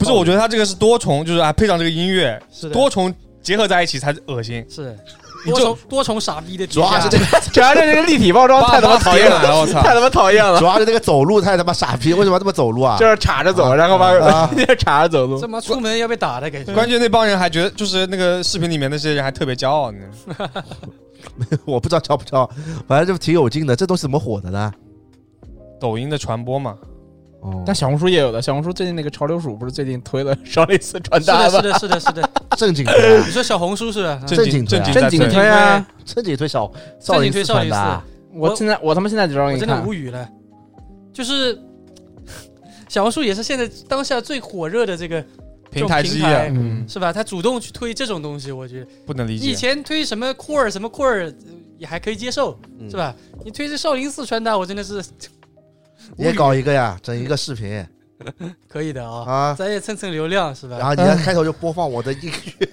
[SPEAKER 3] 不是，我觉得他这个是多重，就是啊，配上这个音乐，
[SPEAKER 1] 是的，
[SPEAKER 3] 多重结合在一起才恶心。
[SPEAKER 1] 是的，
[SPEAKER 3] 你
[SPEAKER 1] 多
[SPEAKER 3] 就
[SPEAKER 1] 重多重傻逼的
[SPEAKER 7] 主
[SPEAKER 1] 叠
[SPEAKER 7] 要
[SPEAKER 1] 加，
[SPEAKER 7] 是这个，
[SPEAKER 2] 主要是这个立体 包装太他妈讨厌
[SPEAKER 3] 八八
[SPEAKER 2] 了，
[SPEAKER 3] 了，我操！
[SPEAKER 2] 太他妈讨 厌了
[SPEAKER 7] 主，要是那个走路太他妈傻逼，为什么这么走路啊
[SPEAKER 2] 就？是岔着走，然后把
[SPEAKER 7] 啊
[SPEAKER 2] 岔着走路
[SPEAKER 1] 这。么出门要被打的感觉。
[SPEAKER 3] 关键那帮人还觉得，就是那个视频里面那些人还特别骄傲呢。
[SPEAKER 7] 我不知道叫不叫，反正就挺有劲的。这东西怎么火的呢？
[SPEAKER 3] 抖音的传播嘛，
[SPEAKER 7] 哦，
[SPEAKER 2] 但小红书也有的，小红书最近那个潮流鼠不是最近推了少林寺穿
[SPEAKER 1] 是
[SPEAKER 2] 搭
[SPEAKER 1] 的，是
[SPEAKER 2] 吗？
[SPEAKER 1] 的，是的，是的。
[SPEAKER 7] 正经推啊
[SPEAKER 1] 你说小红书是吧？啊
[SPEAKER 7] 正
[SPEAKER 3] 经
[SPEAKER 7] 经
[SPEAKER 3] 正
[SPEAKER 7] 推啊
[SPEAKER 3] 在
[SPEAKER 2] 正经
[SPEAKER 3] 推
[SPEAKER 2] 推啊！
[SPEAKER 7] 正经推小少
[SPEAKER 1] 正经
[SPEAKER 7] 林
[SPEAKER 1] 推
[SPEAKER 7] 寺
[SPEAKER 1] 少
[SPEAKER 7] 穿
[SPEAKER 1] 林寺，
[SPEAKER 7] 搭，
[SPEAKER 3] 啊
[SPEAKER 2] 我现在我他妈现在就让
[SPEAKER 1] 我
[SPEAKER 2] 你
[SPEAKER 1] 真的
[SPEAKER 2] 看
[SPEAKER 1] 无，语了。就是 小红书也是现在当下最火热的这个
[SPEAKER 3] 平台之
[SPEAKER 1] 这
[SPEAKER 3] 一
[SPEAKER 1] 种
[SPEAKER 3] 啊，
[SPEAKER 1] 平
[SPEAKER 2] 嗯，
[SPEAKER 1] 是吧？他主动去推这种东西，我觉得
[SPEAKER 3] 不能理
[SPEAKER 1] 以
[SPEAKER 3] 解。
[SPEAKER 1] 前推什么 core 什么 core 呃也还可以接受，
[SPEAKER 3] 嗯
[SPEAKER 1] 是吧？你推这少林寺穿搭，我真的是
[SPEAKER 7] 也搞一个呀，整一个视频，
[SPEAKER 1] 可以的啊，
[SPEAKER 7] 啊。
[SPEAKER 1] 咱也蹭蹭流量是
[SPEAKER 7] 然
[SPEAKER 3] 啊
[SPEAKER 1] 吧？
[SPEAKER 7] 后你看开头就播放我的音乐，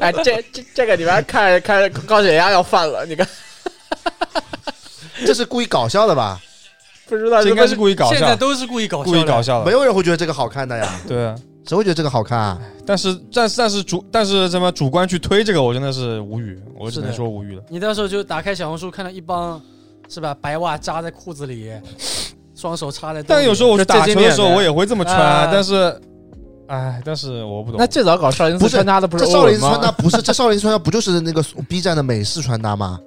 [SPEAKER 2] 哎，这这这个里边看着看着高血压要犯了，你看
[SPEAKER 7] 这是故意搞笑的吧？
[SPEAKER 2] 不知道
[SPEAKER 3] 这应该是故意搞
[SPEAKER 1] 现在
[SPEAKER 3] 笑，
[SPEAKER 1] 都是故意搞笑
[SPEAKER 3] 故
[SPEAKER 1] 的，
[SPEAKER 3] 意搞笑
[SPEAKER 7] 没
[SPEAKER 3] 的。
[SPEAKER 7] 有人会觉得这个好看的呀，
[SPEAKER 3] 对，啊
[SPEAKER 7] 谁会觉得这个好看啊？
[SPEAKER 3] 但是但是但是主但是什么主观去推这个，我真的是无语，我只
[SPEAKER 1] 是的
[SPEAKER 3] 能说无语了。
[SPEAKER 1] 你到时候就打开小红书，看到一帮是吧，白袜扎在裤子 里，双手插在。
[SPEAKER 3] 但有时候，我去打球的时候，
[SPEAKER 2] 这
[SPEAKER 3] 我也会这么穿
[SPEAKER 1] 啊，
[SPEAKER 3] 但是，哎，但是我不懂。
[SPEAKER 2] 那最早搞少林
[SPEAKER 7] 不
[SPEAKER 2] 寺
[SPEAKER 7] 是
[SPEAKER 2] 穿搭的不是
[SPEAKER 7] 这少
[SPEAKER 2] 欧
[SPEAKER 7] 林
[SPEAKER 2] 文
[SPEAKER 7] 寺穿搭
[SPEAKER 2] 吗？
[SPEAKER 7] 不是这少林寺穿搭不就是那个 B 站的美式穿搭吗？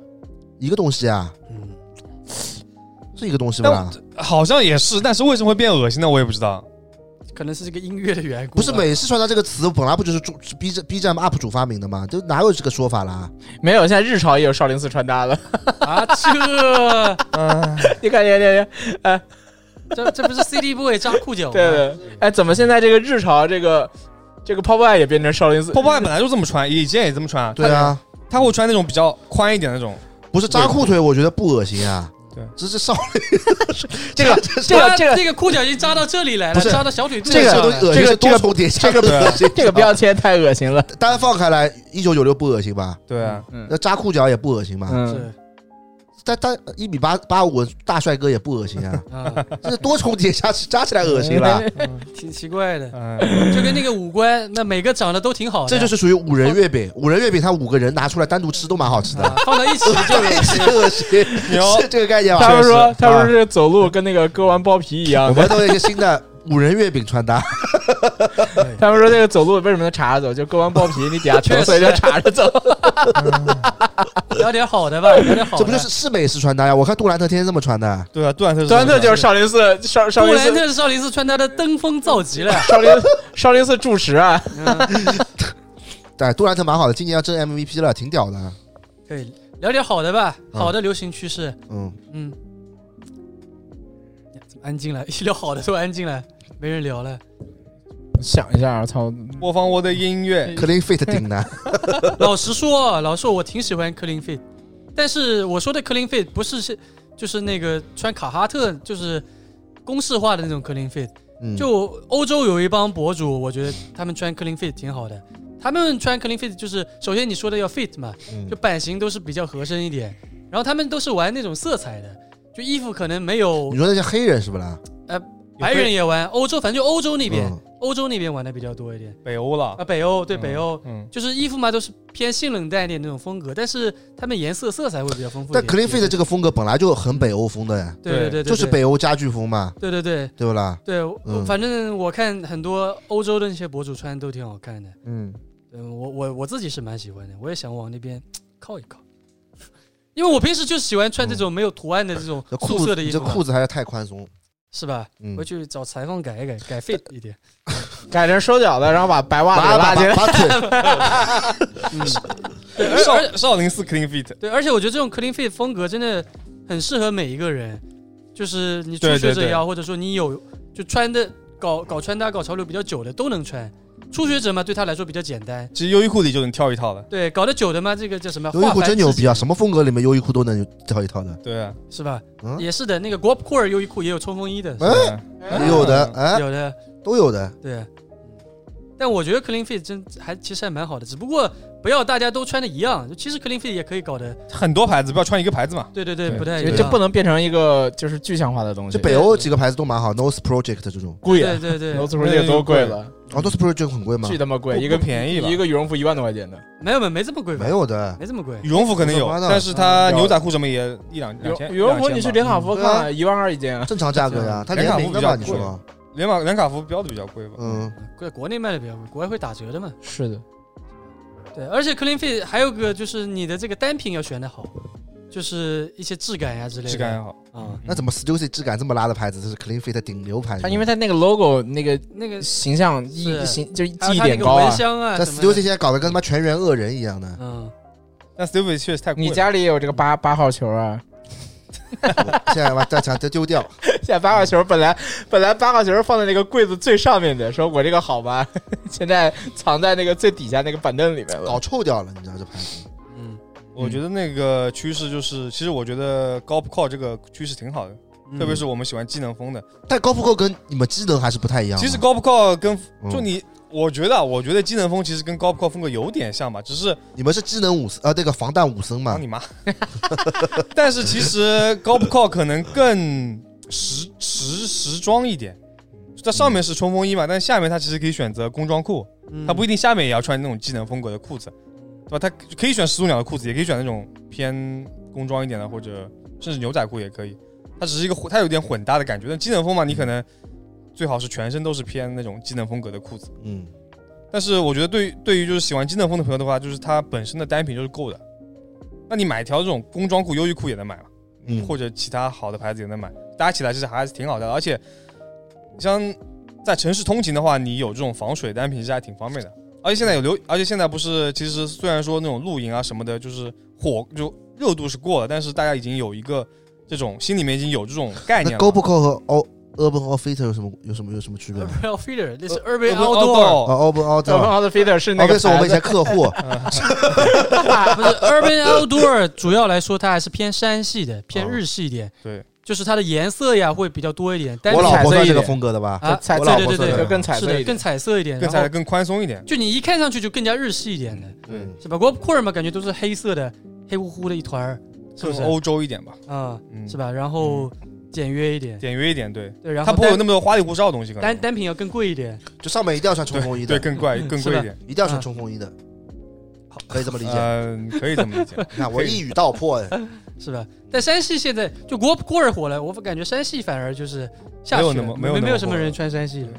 [SPEAKER 7] 一个东西啊，
[SPEAKER 1] 嗯，
[SPEAKER 7] 是一个东西
[SPEAKER 3] 但
[SPEAKER 7] 吧
[SPEAKER 3] 我？好像也是，但是为什么会变恶心呢？我也不知道。
[SPEAKER 1] 可能是这个音乐的缘故吧。
[SPEAKER 7] 不是美式穿搭这个词本来不就是主 B 站 B 站 UP 主发明的吗？就哪有这个说法啦？
[SPEAKER 2] 没有，现在日潮也有少林寺穿搭的。
[SPEAKER 1] 啊，这
[SPEAKER 2] 你看，你看，你看，
[SPEAKER 1] 这这不是 CD boy 扎裤脚吗？
[SPEAKER 2] 对对，哎，怎么现在这个日潮这个这个泡泡也变成少林寺？
[SPEAKER 3] 波波本来就这么穿，以前也这么穿，
[SPEAKER 7] 对啊，
[SPEAKER 3] 他，他会穿那种比较宽一点那种。
[SPEAKER 7] 不是扎裤腿，我觉得不恶心啊。
[SPEAKER 3] 对，
[SPEAKER 7] 这是少林
[SPEAKER 2] 这个这
[SPEAKER 1] 哇
[SPEAKER 2] 个这个
[SPEAKER 1] 啊这个裤脚已经扎到这里来了，
[SPEAKER 7] 不是
[SPEAKER 1] 扎到小腿肚子
[SPEAKER 7] 这
[SPEAKER 1] 上
[SPEAKER 7] 个
[SPEAKER 1] 了
[SPEAKER 7] 东西恶心
[SPEAKER 2] 这个
[SPEAKER 7] 是多重叠加
[SPEAKER 3] 这
[SPEAKER 7] 的
[SPEAKER 3] 个
[SPEAKER 7] 恶心。
[SPEAKER 2] 这个标签太恶心了。
[SPEAKER 7] 单放开来，一九九六不恶心吧？
[SPEAKER 3] 对啊，
[SPEAKER 2] 嗯
[SPEAKER 7] 那扎裤脚也不恶心吧？
[SPEAKER 2] 嗯，
[SPEAKER 1] 是
[SPEAKER 7] 但但一米八八五大帅哥也不恶心啊，
[SPEAKER 1] 啊，
[SPEAKER 7] 这是多重叠加扎起来恶心了。
[SPEAKER 1] 挺奇怪的，
[SPEAKER 3] 嗯，
[SPEAKER 1] 就跟那个五官，那每个长得都挺好的，
[SPEAKER 7] 这就是属于五人月饼，五人月饼它五个人拿出来单独吃都蛮好吃的
[SPEAKER 1] 啊，放到一起就
[SPEAKER 7] 这个是恶心，
[SPEAKER 3] 你要
[SPEAKER 7] 是这个概念啊
[SPEAKER 2] 他
[SPEAKER 7] 吧？
[SPEAKER 2] 们说
[SPEAKER 3] 确实
[SPEAKER 2] 他们是走路跟那个割完包皮一
[SPEAKER 7] 我
[SPEAKER 2] 样的。
[SPEAKER 7] 们都有一个新的五人月饼穿搭，
[SPEAKER 2] 他们说这个走路为什么能叉着走？就割完包皮，你 底下疼，所以就叉着走。
[SPEAKER 1] 聊点好的吧，聊点好的。
[SPEAKER 7] 这不就是是美式穿搭呀？我看杜兰特天天这么穿的，
[SPEAKER 3] 对啊，杜兰特，
[SPEAKER 2] 端特就是少林寺少
[SPEAKER 1] 杜
[SPEAKER 2] 少林
[SPEAKER 1] 兰
[SPEAKER 2] 寺
[SPEAKER 1] 特是少林寺穿搭的登峰造极 了，
[SPEAKER 2] 少林少林寺住持啊，
[SPEAKER 7] 嗯 对，哎杜兰特蛮好的，今年要争 MVP 了，挺屌的。啊
[SPEAKER 1] 可以聊点好的吧，
[SPEAKER 7] 嗯
[SPEAKER 1] 好的流行趋势，
[SPEAKER 7] 嗯，
[SPEAKER 1] 嗯，怎么安静了？ 一聊好的都安静了，没人聊了。
[SPEAKER 2] 想一下，操，
[SPEAKER 3] 播放我的音乐，
[SPEAKER 7] 克林 fit 顶的，
[SPEAKER 1] 老实说，老实说，我挺喜欢 clean fit，但是我说的 clean fit 不是是就是那个穿卡哈特就是公式化的那种 clean fit，
[SPEAKER 7] 嗯，
[SPEAKER 1] 就欧洲有一帮博主，我觉得他们穿 clean fit 挺好的。他们穿 clean fit 就是首先你说的要 fit 嘛，
[SPEAKER 7] 嗯
[SPEAKER 1] 就版型都是比较合身一点，然后他们都是玩那种色彩的，就衣服可能没有
[SPEAKER 7] 你说那些黑人是不啦？
[SPEAKER 1] 白人也玩，欧洲反正就欧洲那边，
[SPEAKER 7] 嗯
[SPEAKER 1] 欧洲那边玩的比较多一点
[SPEAKER 3] 北欧了
[SPEAKER 1] 啊，，北欧对
[SPEAKER 3] 嗯
[SPEAKER 1] 北欧，
[SPEAKER 3] 嗯，
[SPEAKER 1] 就是衣服嘛，都是偏性冷淡一点那种风格，但是他们颜色色彩会比较丰富一
[SPEAKER 7] 但
[SPEAKER 1] 点。
[SPEAKER 7] clean fit 这个风格本来就很北欧风的呀，
[SPEAKER 1] 对对对对，
[SPEAKER 7] 就是北欧家具风嘛，
[SPEAKER 1] 对对对
[SPEAKER 7] 对不啦？
[SPEAKER 1] 对，我
[SPEAKER 7] 嗯
[SPEAKER 1] 反正我看很多欧洲的那些博主穿都挺好看的，
[SPEAKER 7] 嗯，
[SPEAKER 1] 嗯，我我我自己是蛮喜欢的，我也想往那边靠一靠， 因为我平时就喜欢穿这种没有图案的这种
[SPEAKER 7] 这嗯裤
[SPEAKER 1] 素色
[SPEAKER 7] 子
[SPEAKER 1] 的衣
[SPEAKER 7] 你
[SPEAKER 1] 服
[SPEAKER 7] 这
[SPEAKER 1] 嘛，
[SPEAKER 7] 裤子还是太宽松，
[SPEAKER 1] 是吧？
[SPEAKER 7] 嗯
[SPEAKER 1] 回，去找裁缝改一改，改 fit 一点。
[SPEAKER 2] 改成收脚的，然后把白袜
[SPEAKER 7] 把
[SPEAKER 2] 子
[SPEAKER 7] 把
[SPEAKER 2] 拉进 来。
[SPEAKER 7] 把把腿，
[SPEAKER 1] 对，而而
[SPEAKER 3] 少少林寺 clean fit，
[SPEAKER 1] 对，而且我觉得这种 clean fit 风格真的很适合每一个人，就是你初
[SPEAKER 3] 对
[SPEAKER 1] 学
[SPEAKER 3] 对
[SPEAKER 1] 者
[SPEAKER 3] 对
[SPEAKER 1] 也好，或者说你有就穿的搞搞穿搭、搞潮流比较久的都能穿。初学者嘛，对他来说比较简单。
[SPEAKER 3] 其实优衣库里就能挑一套了。
[SPEAKER 1] 对，搞得久的嘛，这个叫什么？
[SPEAKER 7] 优衣
[SPEAKER 1] 化
[SPEAKER 7] 库
[SPEAKER 1] 繁
[SPEAKER 7] 真牛
[SPEAKER 1] 自己
[SPEAKER 7] 逼啊！什么风格里面优衣库都能挑一 套的，
[SPEAKER 3] 对啊，
[SPEAKER 1] 是吧？
[SPEAKER 7] 嗯
[SPEAKER 1] 也是的，那个 g o p c o r e 优衣库也有冲锋衣的，
[SPEAKER 7] 哎
[SPEAKER 3] 对啊
[SPEAKER 7] 有 的哎
[SPEAKER 1] 有的
[SPEAKER 7] 都有的，
[SPEAKER 1] 对。但我觉得 clean fit 真还其实还蛮好的，只不过不要大家都穿的一样。就其实 clean fit 也可以搞得，
[SPEAKER 3] 很多牌子不要穿一个牌子嘛。
[SPEAKER 1] 对对对，
[SPEAKER 3] 对
[SPEAKER 1] 不太一
[SPEAKER 2] 就
[SPEAKER 1] 样。
[SPEAKER 2] 这不能变成一个就是具象化的东西
[SPEAKER 7] 这，北欧几个牌子都蛮好，Nose Project 这种
[SPEAKER 2] 贵
[SPEAKER 1] 对
[SPEAKER 2] 啊！
[SPEAKER 1] 对对，
[SPEAKER 2] 楼子不是这个多贵了，
[SPEAKER 7] 哦，Nose Project 很贵吗
[SPEAKER 2] 巨？他妈贵，
[SPEAKER 3] 不
[SPEAKER 2] 一个
[SPEAKER 3] 不便宜吧
[SPEAKER 2] 一个羽绒服一万多块钱的，
[SPEAKER 1] 没有没有没这么贵吧？
[SPEAKER 7] 没，有 的，
[SPEAKER 1] 没这么贵。
[SPEAKER 3] 羽绒服可能有
[SPEAKER 7] 我他妈，的
[SPEAKER 3] 但是它
[SPEAKER 7] 嗯
[SPEAKER 3] 牛仔裤什么也一两
[SPEAKER 2] 羽
[SPEAKER 3] 两千。
[SPEAKER 2] 绒羽绒服
[SPEAKER 3] 两千吧
[SPEAKER 2] 你去林卡佛
[SPEAKER 7] 嗯对啊
[SPEAKER 2] 看一万二一件啊，
[SPEAKER 7] 正常价 格呀，它联名的嘛，你说？
[SPEAKER 3] 连马连卡佛标的比较贵吧？
[SPEAKER 7] 嗯，
[SPEAKER 1] 在国内卖的比较贵，国外会打折的嘛。
[SPEAKER 2] 是的，
[SPEAKER 1] 对，而且 clean fit 还有个就是你的这个单品要选的好，就是一些质感呀、之类的。
[SPEAKER 3] 质感也好。
[SPEAKER 1] 啊、
[SPEAKER 7] 那怎么 Stussy 质感这么拉的牌子，这是 Clean Fit 顶流牌子？
[SPEAKER 2] 它因为它那个 logo 那个
[SPEAKER 1] 那个
[SPEAKER 2] 形象
[SPEAKER 1] 是
[SPEAKER 2] 意形就
[SPEAKER 1] 还
[SPEAKER 2] 记
[SPEAKER 1] 有它
[SPEAKER 2] 忆
[SPEAKER 1] 那
[SPEAKER 2] 点
[SPEAKER 1] 个
[SPEAKER 2] 高
[SPEAKER 1] 蚊
[SPEAKER 2] 啊。
[SPEAKER 1] 香啊
[SPEAKER 7] 但
[SPEAKER 1] 什
[SPEAKER 7] Stussy
[SPEAKER 1] 么的
[SPEAKER 7] 现在搞得跟他妈全员恶人一样的，
[SPEAKER 1] 嗯，
[SPEAKER 3] 但 Steve 确实太贵
[SPEAKER 2] 你
[SPEAKER 3] 了。
[SPEAKER 2] 家里有这个八八号球啊？
[SPEAKER 7] 哦现在把大墙都丢掉，
[SPEAKER 2] 现在八号球本来本来八号球放在那个柜子最上面的，说我这个好吧， 现在藏在那个最底下那个板凳里面了
[SPEAKER 7] 搞。臭掉了，你知道这牌子？
[SPEAKER 1] 嗯
[SPEAKER 3] 我觉得那个趋势就是，其实我觉得 g o p c o r 这个趋势挺好的，特
[SPEAKER 7] 嗯
[SPEAKER 3] 别是我们喜欢技能风的。
[SPEAKER 7] 但高不够跟你们机能还是不太一样的。
[SPEAKER 3] 其实高不靠跟
[SPEAKER 7] 嗯
[SPEAKER 3] 就你，我觉得啊，我觉得技能风其实跟高不靠风格有点像吧，只是
[SPEAKER 7] 你们是机能武呃那个防弹武僧嘛
[SPEAKER 3] 帮你，妈。 但是其实高不靠可能更时时时装一点。它上面是冲锋衣嘛，但下面它其实可以选择工装裤，
[SPEAKER 1] 嗯
[SPEAKER 3] 它不一定下面也要穿那种技能风格的裤子，对吧？它可以选始祖鸟的裤子，也可以选那种偏工装一点的，或者甚至牛仔裤也可以。它只是一个混它有点混搭的感觉，但技能风嘛，你可能最好是全身都是偏那种技能风格的裤子。
[SPEAKER 7] 嗯，
[SPEAKER 3] 但是我觉得对于对于就是喜欢机能风的朋友的话，就是它本身的单品就是够的。那你买一条这种工装裤、优衣库也能买嘛，
[SPEAKER 7] 嗯
[SPEAKER 3] 或者其他好的牌子也能买，搭起来其实还是挺好的。而且，你像在城市通勤的话，你有这种防水单品其实还挺方便的。而且现在有流，而且现在不是，其实虽然说那种露营啊什么的，就是火就热度是过了，但是大家已经有一个这种心里面已经有这种概念
[SPEAKER 7] 那
[SPEAKER 3] 了。
[SPEAKER 7] 高不够和 O Urban Outfitter 有什么有什么有什么区别吗？
[SPEAKER 1] Real Feeder，那是
[SPEAKER 3] Urban
[SPEAKER 1] Urban Outdoor，
[SPEAKER 3] Outdoor
[SPEAKER 7] 啊，Urban
[SPEAKER 2] 小
[SPEAKER 7] Outfitter
[SPEAKER 2] 胖的 feeder 是哦那个
[SPEAKER 7] 那哦是我们
[SPEAKER 2] 牌
[SPEAKER 7] 以
[SPEAKER 2] 子
[SPEAKER 7] 前客户，
[SPEAKER 1] 不是 Urban Outdoor，主要来说它还是偏山系的，偏
[SPEAKER 7] 哦
[SPEAKER 1] 日系一点。
[SPEAKER 3] 对，
[SPEAKER 1] 就是它的颜色呀会比较多一点，但
[SPEAKER 7] 我
[SPEAKER 1] 是
[SPEAKER 7] 老婆算这
[SPEAKER 2] 彩色一
[SPEAKER 7] 个
[SPEAKER 2] 点
[SPEAKER 7] 风格的吧？
[SPEAKER 1] 啊，
[SPEAKER 2] 彩
[SPEAKER 1] 对
[SPEAKER 7] 我
[SPEAKER 2] 色
[SPEAKER 7] 老
[SPEAKER 1] 对
[SPEAKER 7] 婆
[SPEAKER 1] 对
[SPEAKER 7] 算
[SPEAKER 1] 对
[SPEAKER 7] 这
[SPEAKER 2] 就
[SPEAKER 1] 对，
[SPEAKER 7] 个
[SPEAKER 2] 更彩
[SPEAKER 1] 是
[SPEAKER 2] 色
[SPEAKER 1] 的，
[SPEAKER 2] 一
[SPEAKER 1] 更
[SPEAKER 2] 点，
[SPEAKER 1] 彩色一点，
[SPEAKER 3] 更
[SPEAKER 1] 然后
[SPEAKER 3] 才更宽松一点。
[SPEAKER 1] 就你一看上去就更加日系一点的，
[SPEAKER 3] 对
[SPEAKER 7] 嗯
[SPEAKER 1] 是吧？国库尔嘛，感觉都是黑色的，黑乎乎的一团儿，是不
[SPEAKER 3] 更
[SPEAKER 1] 是？
[SPEAKER 3] 欧洲一点吧，
[SPEAKER 1] 啊，
[SPEAKER 3] 嗯，
[SPEAKER 1] 是？吧？然后简约一点，
[SPEAKER 3] 简约一点，对，
[SPEAKER 1] 对，然后
[SPEAKER 3] 它不会有那
[SPEAKER 1] 么
[SPEAKER 3] 么多花里胡哨的东西，可能
[SPEAKER 1] 单单品要更贵一点，
[SPEAKER 7] 就上面一定要穿冲锋衣
[SPEAKER 3] 对
[SPEAKER 7] 的，
[SPEAKER 3] 更贵更贵一 点，
[SPEAKER 7] 一定要穿冲锋衣的，可以这么理解。
[SPEAKER 3] 嗯，可以这么理解。
[SPEAKER 7] 那我一语道破，哎
[SPEAKER 1] 是吧？但山系现在就国库尔火了，我感觉山系反而就是下去
[SPEAKER 3] 没
[SPEAKER 1] 了
[SPEAKER 3] 有那么
[SPEAKER 1] 没
[SPEAKER 3] 没有那么
[SPEAKER 1] 没有什
[SPEAKER 3] 火
[SPEAKER 1] 么
[SPEAKER 3] 了
[SPEAKER 1] 人穿山系了。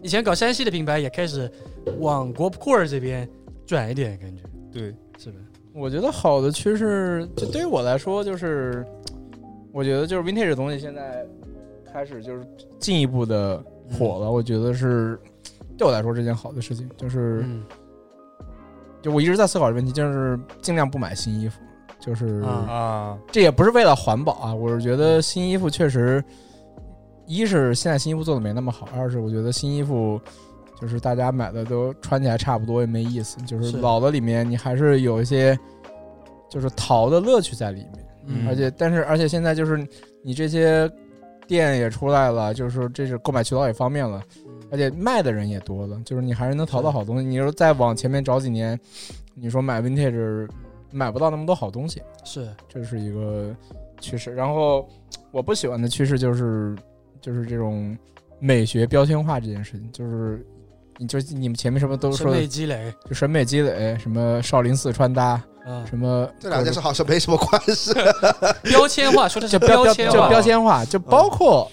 [SPEAKER 1] 以前搞山系的品牌也开始往国库尔这边转一点，感觉
[SPEAKER 3] 对，
[SPEAKER 1] 是吧？
[SPEAKER 2] 我觉得好的趋势，就对于我来说，就是我觉得就是 vintage 的东西现在开始就是进一步的火了。我觉得是对我来说是件好的事情，就是
[SPEAKER 1] 嗯
[SPEAKER 2] 就我一直在思考这个问题，就是尽量不买新衣服，就是
[SPEAKER 1] 啊
[SPEAKER 3] 啊，
[SPEAKER 2] 这也不是为了环保啊，我是觉得新衣服确实，一是现在新衣服做的没那么好，二是我觉得新衣服就是大家买的都穿起来差不多也没意思，就是
[SPEAKER 1] 是
[SPEAKER 2] 老的里面你还是有一些就是淘的乐趣在里面，
[SPEAKER 1] 嗯，
[SPEAKER 2] 而且但是而且现在就是你这些店也出来了，就是这是购买渠道也方便了，
[SPEAKER 1] 嗯
[SPEAKER 2] 而且卖的人也多了，就是你还是能淘到好东西。你说再往前面找几年，你说买 vintage 买不到那么多好东西。
[SPEAKER 1] 嗯是
[SPEAKER 2] 这是一个趋势。然后我不喜欢的趋势就是就是这种美学标签化这件事情，就是你就你们前面什么都
[SPEAKER 1] 审
[SPEAKER 2] 说的
[SPEAKER 1] 美积累
[SPEAKER 2] 就审美积累，什么少林寺穿搭，
[SPEAKER 1] 啊，
[SPEAKER 2] 什么
[SPEAKER 7] 这两件事好像没什么关系。
[SPEAKER 1] 标签化说的是
[SPEAKER 2] 就标
[SPEAKER 1] 签
[SPEAKER 2] 就
[SPEAKER 1] 化，
[SPEAKER 2] 标签化，就包括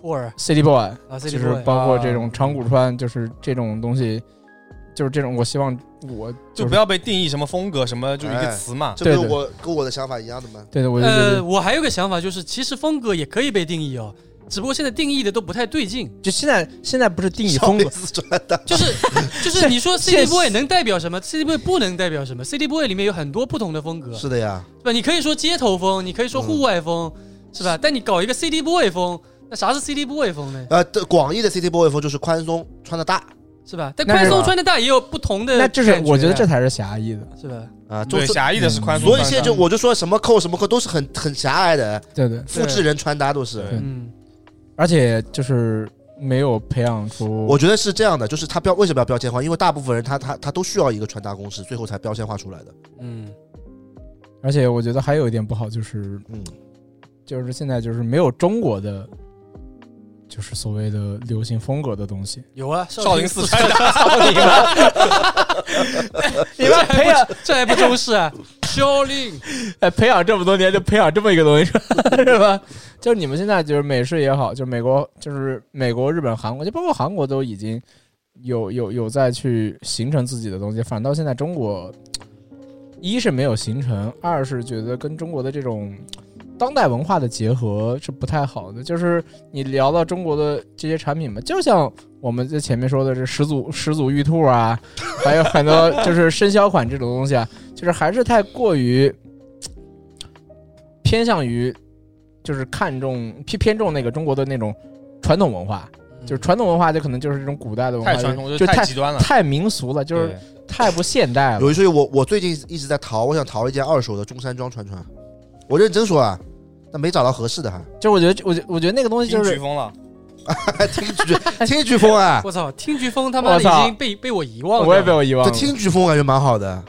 [SPEAKER 1] 库尔
[SPEAKER 2] City Boy，、
[SPEAKER 1] 啊，
[SPEAKER 2] 就
[SPEAKER 1] City
[SPEAKER 2] 是
[SPEAKER 1] Boy
[SPEAKER 2] 包括
[SPEAKER 3] 啊
[SPEAKER 2] 这种长谷川，就是这种东西，就是这种我希望我
[SPEAKER 3] 就不
[SPEAKER 2] 要。
[SPEAKER 3] 要被定义什么风格，什么就一个词嘛。
[SPEAKER 7] 这不
[SPEAKER 2] 对
[SPEAKER 7] 是
[SPEAKER 2] 对
[SPEAKER 7] 我跟我的想法一样的吗？
[SPEAKER 2] 对对，我就觉得、
[SPEAKER 1] 呃，我还有个想法，就是其实风格也可以被定义哦，只不过现在定义的都不太对劲。
[SPEAKER 2] 就现在现在不是定义风格，
[SPEAKER 7] 格，
[SPEAKER 1] 就是就是你说
[SPEAKER 2] 现
[SPEAKER 1] City Boy 能代表什么？City Boy 不能代表什么？City Boy 里面有很多不同的风格，
[SPEAKER 7] 是的呀，
[SPEAKER 1] 对吧？你可以说街头风，你可以说户外风，
[SPEAKER 2] 嗯
[SPEAKER 1] 是吧？但你搞一个 City Boy 风，那啥是 City Boy 风呢？
[SPEAKER 7] 呃，对广义的 City Boy 风就是宽松，穿的大
[SPEAKER 1] 是吧？但
[SPEAKER 2] 那
[SPEAKER 1] 宽
[SPEAKER 2] 是
[SPEAKER 1] 松穿的大也有不同的
[SPEAKER 2] 那
[SPEAKER 1] 感
[SPEAKER 2] 这
[SPEAKER 1] 觉
[SPEAKER 2] 是
[SPEAKER 1] 呀，
[SPEAKER 2] 我觉得这才是狭义的，
[SPEAKER 1] 是吧？
[SPEAKER 7] 啊，就
[SPEAKER 3] 对，
[SPEAKER 7] 是。
[SPEAKER 3] 狭义的是宽松
[SPEAKER 7] 所
[SPEAKER 3] 宽
[SPEAKER 7] 以
[SPEAKER 3] 大，
[SPEAKER 7] 现在就我就说什么扣什么扣都是很很狭隘的，
[SPEAKER 2] 对对，
[SPEAKER 7] 复制人穿搭都是。
[SPEAKER 3] 对
[SPEAKER 1] 嗯，
[SPEAKER 2] 而且就是没有培养出
[SPEAKER 7] 我觉得是这样的，就是他标为什么要标签化？因为大部分人他他他都需要一个穿搭公式，最后才标签化出来的。
[SPEAKER 1] 嗯，
[SPEAKER 2] 而且我觉得还有一点不好就是，
[SPEAKER 7] 嗯，
[SPEAKER 2] 就是现在就是没有中国的，就是所谓的流行风格的东西。
[SPEAKER 1] 有啊，
[SPEAKER 3] 少林寺穿搭，
[SPEAKER 2] 你们培养
[SPEAKER 1] 这还不中式啊？ 少林，
[SPEAKER 2] 哎培养这么多年，就培养这么一个东西 是吧？就是你们现在就是美式也好，就是美国，就是美国、日本、韩国，就包括韩国都已经有有有在去形成自己的东西，反倒现在中国，一是没有形成，二是觉得跟中国的这种当代文化的结合是不太好的。就是你聊到中国的这些产品嘛，就像我们在前面说的，这始祖始祖玉兔啊，还有很 多就是生肖款这种东西啊，就是还是太过于偏向于就是看重偏偏重那个中国的那种传统文化。就是传统文化，就可能就是这种古代的文化，
[SPEAKER 3] 嗯太传统，
[SPEAKER 2] 就
[SPEAKER 3] 就太
[SPEAKER 2] 太
[SPEAKER 3] 极端了，
[SPEAKER 2] 太民俗了，就是
[SPEAKER 3] 对
[SPEAKER 2] 太不现代
[SPEAKER 3] 嗯
[SPEAKER 7] 有
[SPEAKER 2] 了。
[SPEAKER 7] 一说一，我我最近一直在淘，我想淘一件二手的中山装穿穿。我认真说啊，但没找到合适 的还。
[SPEAKER 2] 就是我觉得，我觉我觉得那个东西就
[SPEAKER 3] 听飓
[SPEAKER 2] 是，
[SPEAKER 3] 风了，
[SPEAKER 7] 听飓听飓 风啊，
[SPEAKER 1] 我操，听飓风他妈的
[SPEAKER 2] 我操
[SPEAKER 1] 已经被被我遗忘了。
[SPEAKER 2] 我也被我遗忘
[SPEAKER 7] 这
[SPEAKER 2] 了。
[SPEAKER 7] 听飓风感觉蛮好的。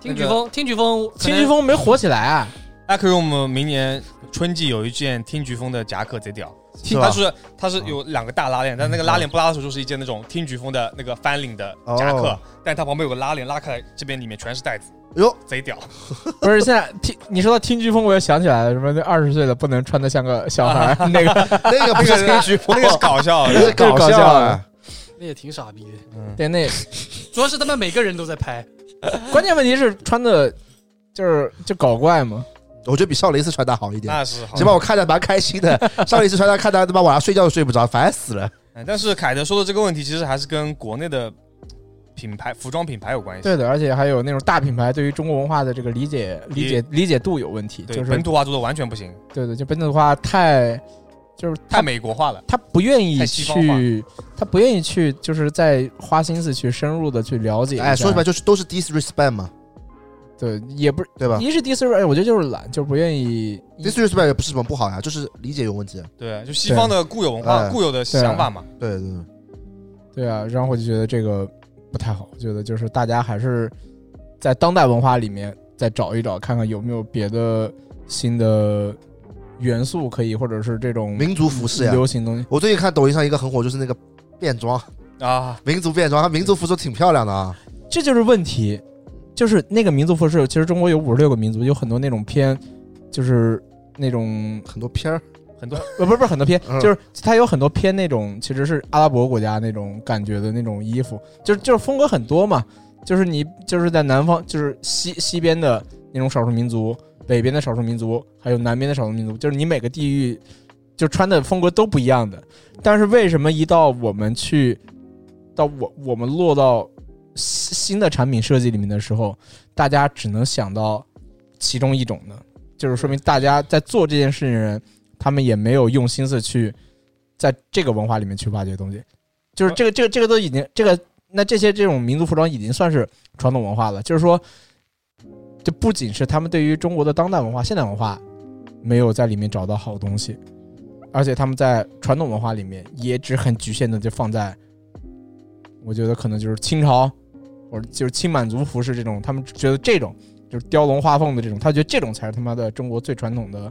[SPEAKER 1] 听飓风，听飓风，可
[SPEAKER 2] 听
[SPEAKER 1] 能
[SPEAKER 2] 飓风没火起来啊，
[SPEAKER 3] Acroom 明年春季有一件听飓风的夹克贼屌，
[SPEAKER 7] 是吧
[SPEAKER 3] 它是啊嗯它是有两个大拉链，但那个拉链不拉的时候就是一件那种听飓风的那个翻领的夹克
[SPEAKER 7] 哦，
[SPEAKER 3] 但它旁边有个拉链拉开来，这边里面全是带子，
[SPEAKER 7] 哟，
[SPEAKER 3] 贼屌。
[SPEAKER 2] 不是现在听你说到听飓风，我也想起来了，什么那二十岁的不能穿的像个小孩儿那个，
[SPEAKER 7] 那个不是听飓 风
[SPEAKER 3] 那，个是搞笑
[SPEAKER 7] 那是
[SPEAKER 3] 的，
[SPEAKER 7] 搞
[SPEAKER 2] 搞
[SPEAKER 7] 笑
[SPEAKER 2] 笑
[SPEAKER 7] 啊
[SPEAKER 2] 啊！
[SPEAKER 1] 那也挺傻逼的。
[SPEAKER 3] 嗯
[SPEAKER 2] 对，那
[SPEAKER 1] 主要是他们每个人都在拍，
[SPEAKER 2] 关键问题是穿的就是就搞怪嘛，
[SPEAKER 7] 我觉得比少林寺穿搭好一点，
[SPEAKER 3] 那是好
[SPEAKER 7] 起。码我看着蛮开心的。少林寺穿搭看到他妈晚上睡觉都睡不着，烦死了。
[SPEAKER 3] 哎但是凯德说的这个问题，其实还是跟国内的品牌服装品牌有关系，
[SPEAKER 2] 对的，而且还有那种大品牌对于中国文化的这个理解理解理解度有问题，
[SPEAKER 3] 对，
[SPEAKER 2] 就是
[SPEAKER 3] 本土化做的完全不行，
[SPEAKER 2] 对对，就本土化太就是
[SPEAKER 3] 太
[SPEAKER 2] 他
[SPEAKER 3] 美国化了。
[SPEAKER 2] 他不愿意
[SPEAKER 3] 太西方化
[SPEAKER 2] 去，他不愿意去，就是再花心思去深入的去了解一下。
[SPEAKER 7] 哎，说实话就是都是 disrespect 嘛，
[SPEAKER 2] 对，也不是
[SPEAKER 7] 对吧
[SPEAKER 2] 一是 disrespect，我觉得就是懒，就是不愿意。
[SPEAKER 7] ？disrespect 也不是什么不好呀，就是理解有问题。
[SPEAKER 3] 对，就西方的固有文化、
[SPEAKER 7] 哎
[SPEAKER 3] 固有的想法嘛。
[SPEAKER 7] 对对对，
[SPEAKER 2] 对啊，然后我就觉得这个不太好，我觉得就是大家还是在当代文化里面再找一找，看看有没有别的新的元素可以，或者是这种
[SPEAKER 7] 民族服饰呀。
[SPEAKER 2] 流行东西。
[SPEAKER 7] 我最近看抖音上一个很火，就是那个变装，
[SPEAKER 3] 啊，
[SPEAKER 7] 民族变装，它民族服装挺漂亮的啊。
[SPEAKER 2] 这就是问题，就是那个民族服饰，其实中国有五十六个民族，有很多那种偏，就是那种
[SPEAKER 7] 很多片儿，
[SPEAKER 3] 很多
[SPEAKER 2] 呃，不是不是很多偏，
[SPEAKER 7] 嗯
[SPEAKER 2] 就是它有很多偏那种其实是阿拉伯国家那种感觉的那种衣服，就是就是风格很多嘛，就是你就是在南方，就是西西边的那种少数民族，北边的少数民族，还有南边的少数民族，就是你每个地域就穿的风格都不一样的。但是为什么一到我们去到我我们落到新新的产品设计里面的时候，大家只能想到其中一种呢？就是说明大家在做这件事情的人，他们也没有用心思去在这个文化里面去挖掘东西。就是这个这个这个都已经这个那这些这种民族服装已经算是传统文化了。就是说，这不仅是他们对于中国的当代文化、现代文化没有在里面找到好东西，而且他们在传统文化里面也只很局限的就放在，我觉得可能就是清朝或者就是清满族服饰这种，他们觉得这种就是雕龙画凤的这种，他觉得这种才是他妈的中国最传统的。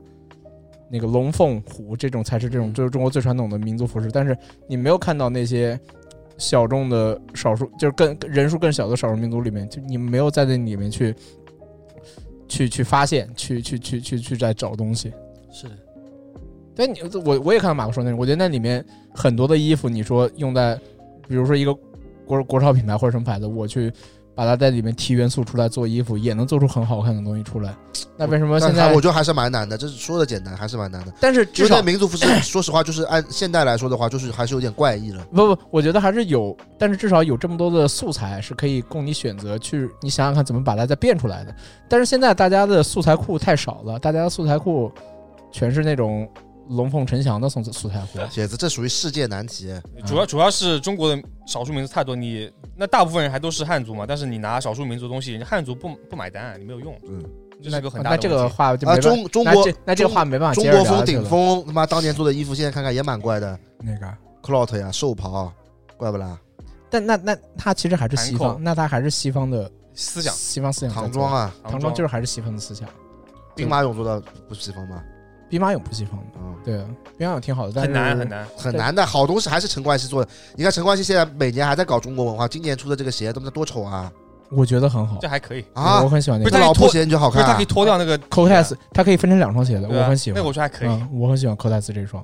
[SPEAKER 2] 那个龙凤虎这种才是这种，就是中国最传统的民族服饰。但是你没有看到那些小众的少数，就是更人数更小的少数民族里面，就你没有在那里面去去去发现，去去去去去在找东西。
[SPEAKER 1] 是的，
[SPEAKER 2] 但你我我也看到马克说那种，我觉得那里面很多的衣服，你说用在比如说一个国国潮品牌或者什么牌子，我去把它在里面提元素出来做衣服，也能做出很好看的东西出来。那为什么
[SPEAKER 7] 但
[SPEAKER 2] 现
[SPEAKER 7] 是
[SPEAKER 2] 在
[SPEAKER 7] 我？觉得还是蛮难的，这是说的简单，还是蛮难的。
[SPEAKER 2] 但是至
[SPEAKER 7] 就
[SPEAKER 2] 少
[SPEAKER 7] 在民族服饰，说实话，就是按现代来说的话，就是还是有点怪异了。
[SPEAKER 2] 不不，我觉得还是有，但是至少有这么多的素材是可以供你选择去，你想想看怎么把它再变出来的。但是现在大家的素材库太少了，大家的素材库全是那种龙凤呈祥的素素材库。
[SPEAKER 7] 姐子，这属于世界难题。
[SPEAKER 3] 主要主要是中国的少数民族太多，你那大部分人还都是汉族嘛，但是你拿少数民族东西，人家汉族不不买单，你没有用，
[SPEAKER 7] 嗯，
[SPEAKER 3] 这是一个很大
[SPEAKER 2] 那
[SPEAKER 3] 的
[SPEAKER 2] 这个
[SPEAKER 3] 问题
[SPEAKER 2] 话就没
[SPEAKER 7] 啊，
[SPEAKER 2] 办
[SPEAKER 7] 中中
[SPEAKER 2] 那
[SPEAKER 7] 国
[SPEAKER 2] 这那这个
[SPEAKER 7] 中
[SPEAKER 2] 话没办法
[SPEAKER 7] 中
[SPEAKER 2] 接着
[SPEAKER 7] 国
[SPEAKER 2] 聊
[SPEAKER 7] 风
[SPEAKER 2] 下去
[SPEAKER 7] 顶
[SPEAKER 2] 了
[SPEAKER 7] 峰，他妈当年做的衣服，现在看看也蛮怪的
[SPEAKER 2] 那个。
[SPEAKER 7] ，clout 呀、兽袍，啊怪不啦？
[SPEAKER 2] 但那那它其实还是西
[SPEAKER 3] 韩扣
[SPEAKER 2] 方，那它还是西方的
[SPEAKER 3] 思想
[SPEAKER 2] 西方思想在做
[SPEAKER 7] 唐装，啊，
[SPEAKER 2] 唐装就是还是西方的思想。
[SPEAKER 7] 兵马俑做的不是西方吗？
[SPEAKER 2] 兵马俑不西方的，
[SPEAKER 7] 嗯，
[SPEAKER 2] 对，啊兵马俑挺好的，但
[SPEAKER 3] 很
[SPEAKER 2] 是
[SPEAKER 3] 难很难，
[SPEAKER 7] 很难的，好东西还是陈冠希做的。你看陈冠希现在每年还在搞中国文化，今年出的这个鞋，他妈多丑啊！
[SPEAKER 2] 我觉得很好
[SPEAKER 3] 这，还可以，
[SPEAKER 7] 啊
[SPEAKER 2] 我，很喜欢那
[SPEAKER 3] 不
[SPEAKER 2] 个
[SPEAKER 3] 是。它可
[SPEAKER 7] 那
[SPEAKER 3] 以
[SPEAKER 7] 老
[SPEAKER 3] 脱
[SPEAKER 7] 破鞋你觉得好
[SPEAKER 3] 因为
[SPEAKER 7] 看
[SPEAKER 3] 它
[SPEAKER 7] 啊
[SPEAKER 3] 可以？脱掉那个
[SPEAKER 2] Cotex 它可以分成两双鞋的，
[SPEAKER 3] 对啊
[SPEAKER 2] 我很喜欢
[SPEAKER 3] 那个，。我觉得还可以，
[SPEAKER 2] 嗯，我很喜欢 Cotex 这双，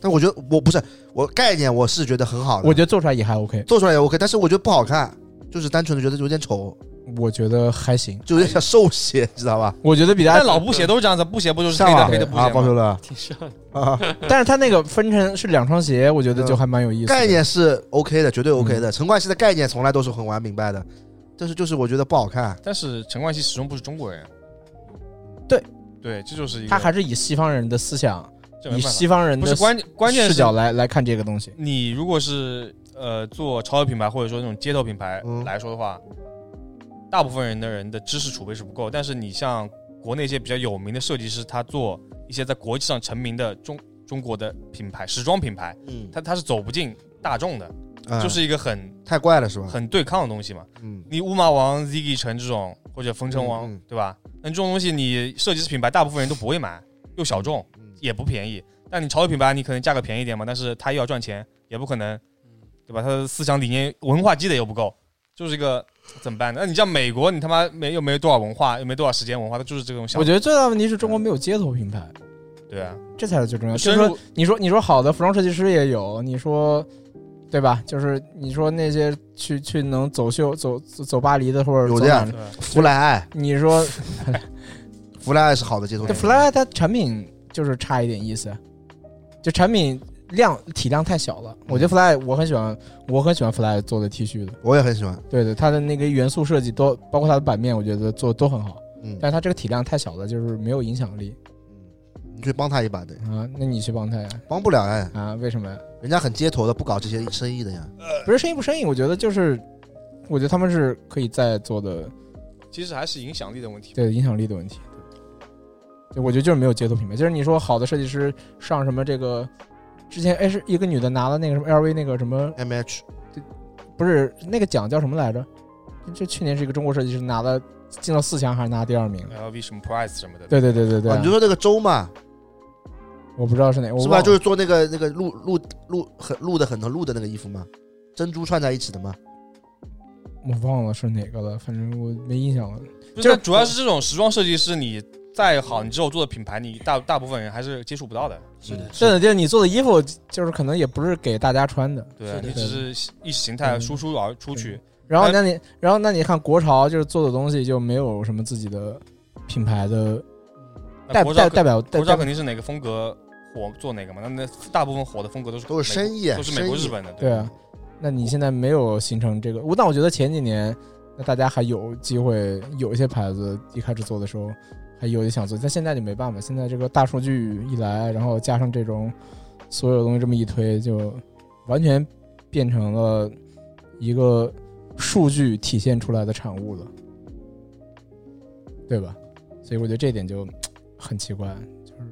[SPEAKER 7] 但我觉得我不是我概念，我是觉得很好的，
[SPEAKER 2] 我觉得做出来也还 OK，
[SPEAKER 7] 做出来也 OK，但是我觉得不好看，就是单纯的觉得有点丑，
[SPEAKER 2] 我觉得还行。
[SPEAKER 7] 就有点像兽鞋，知道吧？
[SPEAKER 2] 我觉得比它
[SPEAKER 3] 但老布鞋都是这样子，布鞋不就是
[SPEAKER 7] 像
[SPEAKER 3] 黑的黑的
[SPEAKER 7] 吧
[SPEAKER 3] 布
[SPEAKER 7] 啊，
[SPEAKER 3] 鞋
[SPEAKER 7] 包修
[SPEAKER 3] 吗？
[SPEAKER 7] 乐
[SPEAKER 1] 挺像的。
[SPEAKER 7] 啊，
[SPEAKER 2] 但是它那个分成是两双鞋，我觉得就还蛮有意思的。
[SPEAKER 7] 概念是 OK 的，绝对 OK 的。陈冠希的概念从来都是很玩明白的，但是就是我觉得不好看。
[SPEAKER 3] 但是陈冠希始终不是中国人，
[SPEAKER 2] 对
[SPEAKER 3] 对，这就是一个
[SPEAKER 2] 它还是以西方人的思想，
[SPEAKER 3] 这没
[SPEAKER 2] 以
[SPEAKER 3] 办法
[SPEAKER 2] 西方人
[SPEAKER 3] 不
[SPEAKER 2] 的
[SPEAKER 3] 是关关键
[SPEAKER 2] 视
[SPEAKER 3] 是
[SPEAKER 2] 角来来看这个东西。
[SPEAKER 3] 你如果是呃做潮流品牌或者说那种街头品牌
[SPEAKER 7] 嗯
[SPEAKER 3] 来说的话，大部分人的人的知识储备是不够，但是你像国内一些比较有名的设计师，他做一些在国际上成名的中中国的品牌时装品牌，
[SPEAKER 7] 嗯，
[SPEAKER 3] 他他是走不进大众的，
[SPEAKER 7] 嗯
[SPEAKER 3] 就是一个很
[SPEAKER 7] 太怪了是吧？
[SPEAKER 3] 很对抗的东西嘛。
[SPEAKER 7] 嗯，
[SPEAKER 3] 你乌马王、Ziggy 城这种，或者冯程王，
[SPEAKER 7] 嗯嗯
[SPEAKER 3] 对吧？那这种东西，你设计师品牌大部分人都不会买，又小众
[SPEAKER 7] 嗯，
[SPEAKER 3] 也不便宜。但你潮流品牌，你可能价格便宜一点嘛，但是他又要赚钱，也不可能，
[SPEAKER 1] 嗯
[SPEAKER 3] 对吧？他的思想理念、文化积累又不够，就是一个怎么办呢？那你像美国，你他妈没又没多少文化，又没多少时间文化，他就是这种想
[SPEAKER 2] 我
[SPEAKER 3] 法，
[SPEAKER 2] 觉得最大问题是中国没有街头品牌，
[SPEAKER 3] 对啊，
[SPEAKER 2] 这才是最重要。就
[SPEAKER 3] 深
[SPEAKER 2] 是说
[SPEAKER 3] 入，
[SPEAKER 2] 你说你说好的服装设计师也有，你说对吧？就是你说那些去去能走秀、走走走巴黎的，或者
[SPEAKER 7] 有
[SPEAKER 2] 走
[SPEAKER 7] 的呀
[SPEAKER 2] 哪儿
[SPEAKER 3] 对啊
[SPEAKER 7] 弗莱爱，
[SPEAKER 2] 你说
[SPEAKER 7] 弗莱爱是好的街头
[SPEAKER 2] 那
[SPEAKER 7] 品牌
[SPEAKER 2] Fly 它产品就是差一点意思，就产品量体量太小了。我觉得 Fly 我很喜欢，我很喜欢 Fly 做的 T 恤的，
[SPEAKER 7] 我也很喜欢。
[SPEAKER 2] 对对，它的那个元素设计都包括它的版面，我觉得做得都很好。
[SPEAKER 7] 嗯，
[SPEAKER 2] 但是它这个体量太小了，就是没有影响力
[SPEAKER 7] 嗯你去帮他一把的，
[SPEAKER 2] 啊。那你去帮他呀？
[SPEAKER 7] 帮不了哎，
[SPEAKER 2] 啊？为什么呀？
[SPEAKER 7] 人家很街头的，不搞这些生意的呀。
[SPEAKER 2] 不是生意不生意，我觉得就是，我觉得他们是可以再做的，
[SPEAKER 3] 其实还是影响力的问题。
[SPEAKER 2] 对影响力的问题。对，我觉得就是没有街头品牌，就是你说好的设计师上什么这个，之前哎是一个女的拿了那个什么 LV 那个什么
[SPEAKER 7] M H
[SPEAKER 2] 不是那个奖叫什么来着？就去年是一个中国设计师拿了进到四强还是拿第二名？
[SPEAKER 3] LV 什么 Price 什么的，
[SPEAKER 2] 对对对对对，
[SPEAKER 7] 啊，你就说那个周嘛，
[SPEAKER 2] 我不知道是哪，我
[SPEAKER 7] 是
[SPEAKER 2] 忘
[SPEAKER 7] 吧？
[SPEAKER 2] 了
[SPEAKER 7] 就是做那个那个露露露很露的很多露的那个衣服嘛，珍珠串在一起的嘛。
[SPEAKER 2] 我忘了是哪个了，反正我没印象了。
[SPEAKER 3] 不
[SPEAKER 2] 就是
[SPEAKER 3] 是，主要是这种时装设计师，你再好，你之后做的品牌，你大大部分人还是接触不到的。
[SPEAKER 1] 是
[SPEAKER 7] 嗯
[SPEAKER 1] 的，
[SPEAKER 2] 真的，就是你做的衣服，就是可能也不是给大家穿的。
[SPEAKER 3] 对
[SPEAKER 1] 是
[SPEAKER 3] 啊，
[SPEAKER 1] 的
[SPEAKER 3] 你只是意识形态输出而出去，
[SPEAKER 2] 然后那你，哎然后那你看国潮就是做的东西就没有什么自己的品牌的代
[SPEAKER 3] 那国潮
[SPEAKER 2] 代
[SPEAKER 3] 肯
[SPEAKER 2] 代表代
[SPEAKER 3] 国潮肯
[SPEAKER 2] 表。
[SPEAKER 3] 定是哪个风格火做哪个嘛，那那大部分火的风格都是
[SPEAKER 7] 都是
[SPEAKER 3] 美
[SPEAKER 7] 生意
[SPEAKER 3] 国都是美国
[SPEAKER 7] 生意
[SPEAKER 3] 日本的，
[SPEAKER 2] 对啊，那你现在没有形成这个，我但我觉得前几年，那大家还有机会，有一些牌子一开始做的时候还有点想做，但现在就没办法，现在这个大数据一来，然后加上这种所有东西这么一推，就完全变成了一个数据体现出来的产物了，对吧？所以我觉得这一点就很奇怪，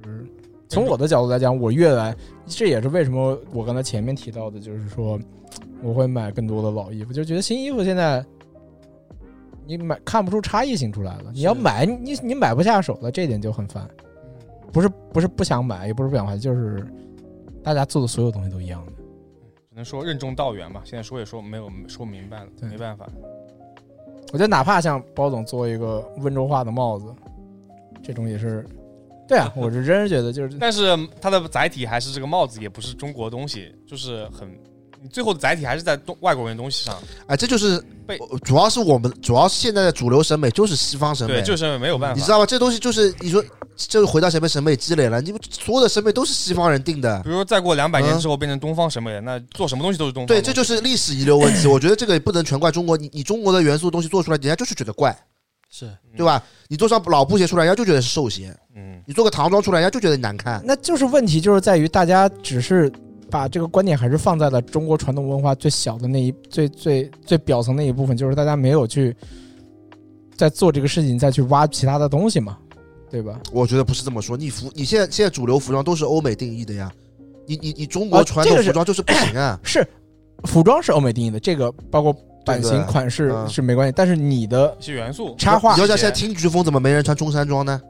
[SPEAKER 2] 就是从我的角度来讲，我越来这也是为什么我刚才前面提到的，就是说我会买更多的老衣服，就觉得新衣服现在你买看不出差异性出来了，你要买你你买不下手了，这一点就很烦。不是不是不想买，也不是不想买，就是大家做的所有东西都一样的。
[SPEAKER 3] 只能说任重道远吧。现在说也说没有说明白了，
[SPEAKER 2] 对
[SPEAKER 3] 没办法。
[SPEAKER 2] 我觉得哪怕像包总做一个温州话的帽子，这种也是，对啊，我是真是觉得就是
[SPEAKER 3] 但是它的载体还是这个帽子，也不是中国东西，就是很，你最后的载体还是在东外国人东西上。
[SPEAKER 7] 哎，这就是
[SPEAKER 3] 被
[SPEAKER 7] 我主要是我们主要是现在的主流审美就是西方审美，
[SPEAKER 3] 对，就是啊没有办
[SPEAKER 7] 你知
[SPEAKER 3] 法。
[SPEAKER 7] 道吧？这东西就是你说，就是回到前面审美积累了，你所有的审美都是西方人定的
[SPEAKER 3] 比。如说再过两百年之后变成东方审美了，那做什么东西都是东方东
[SPEAKER 7] 嗯对，
[SPEAKER 3] 西。
[SPEAKER 7] 这就是历史遗留问题。我觉得这个也不能全怪中国，你你中国的元素东西做出来，人家就是觉得怪，
[SPEAKER 1] 是
[SPEAKER 7] 对吧？你做双老布鞋出来，人家就觉得是寿鞋；
[SPEAKER 3] 嗯，
[SPEAKER 7] 你做个唐装出来，人家就觉得难看。
[SPEAKER 2] 那就是问题就是在于大家只是把这个观点还是放在了中国传统文化最小的那一最最最表层那一部分，就是大家没有去在做这个事情再去挖其他的东西嘛，对吧？
[SPEAKER 7] 我觉得不是这么说，你服你现在现在主流服装都是欧美定义的呀，你你你中
[SPEAKER 2] 啊
[SPEAKER 7] 国传
[SPEAKER 2] 这
[SPEAKER 7] 统
[SPEAKER 2] 个是
[SPEAKER 7] 服装就是不行 啊。
[SPEAKER 2] 是，服装是欧美定义的，这个包括版
[SPEAKER 7] 对
[SPEAKER 2] 型、
[SPEAKER 7] 对
[SPEAKER 2] 款式
[SPEAKER 7] 嗯
[SPEAKER 2] 是没关系，但是你的
[SPEAKER 3] 一些元素
[SPEAKER 2] 插画
[SPEAKER 7] 你要讲现在听菊风，怎么没人穿中山装呢？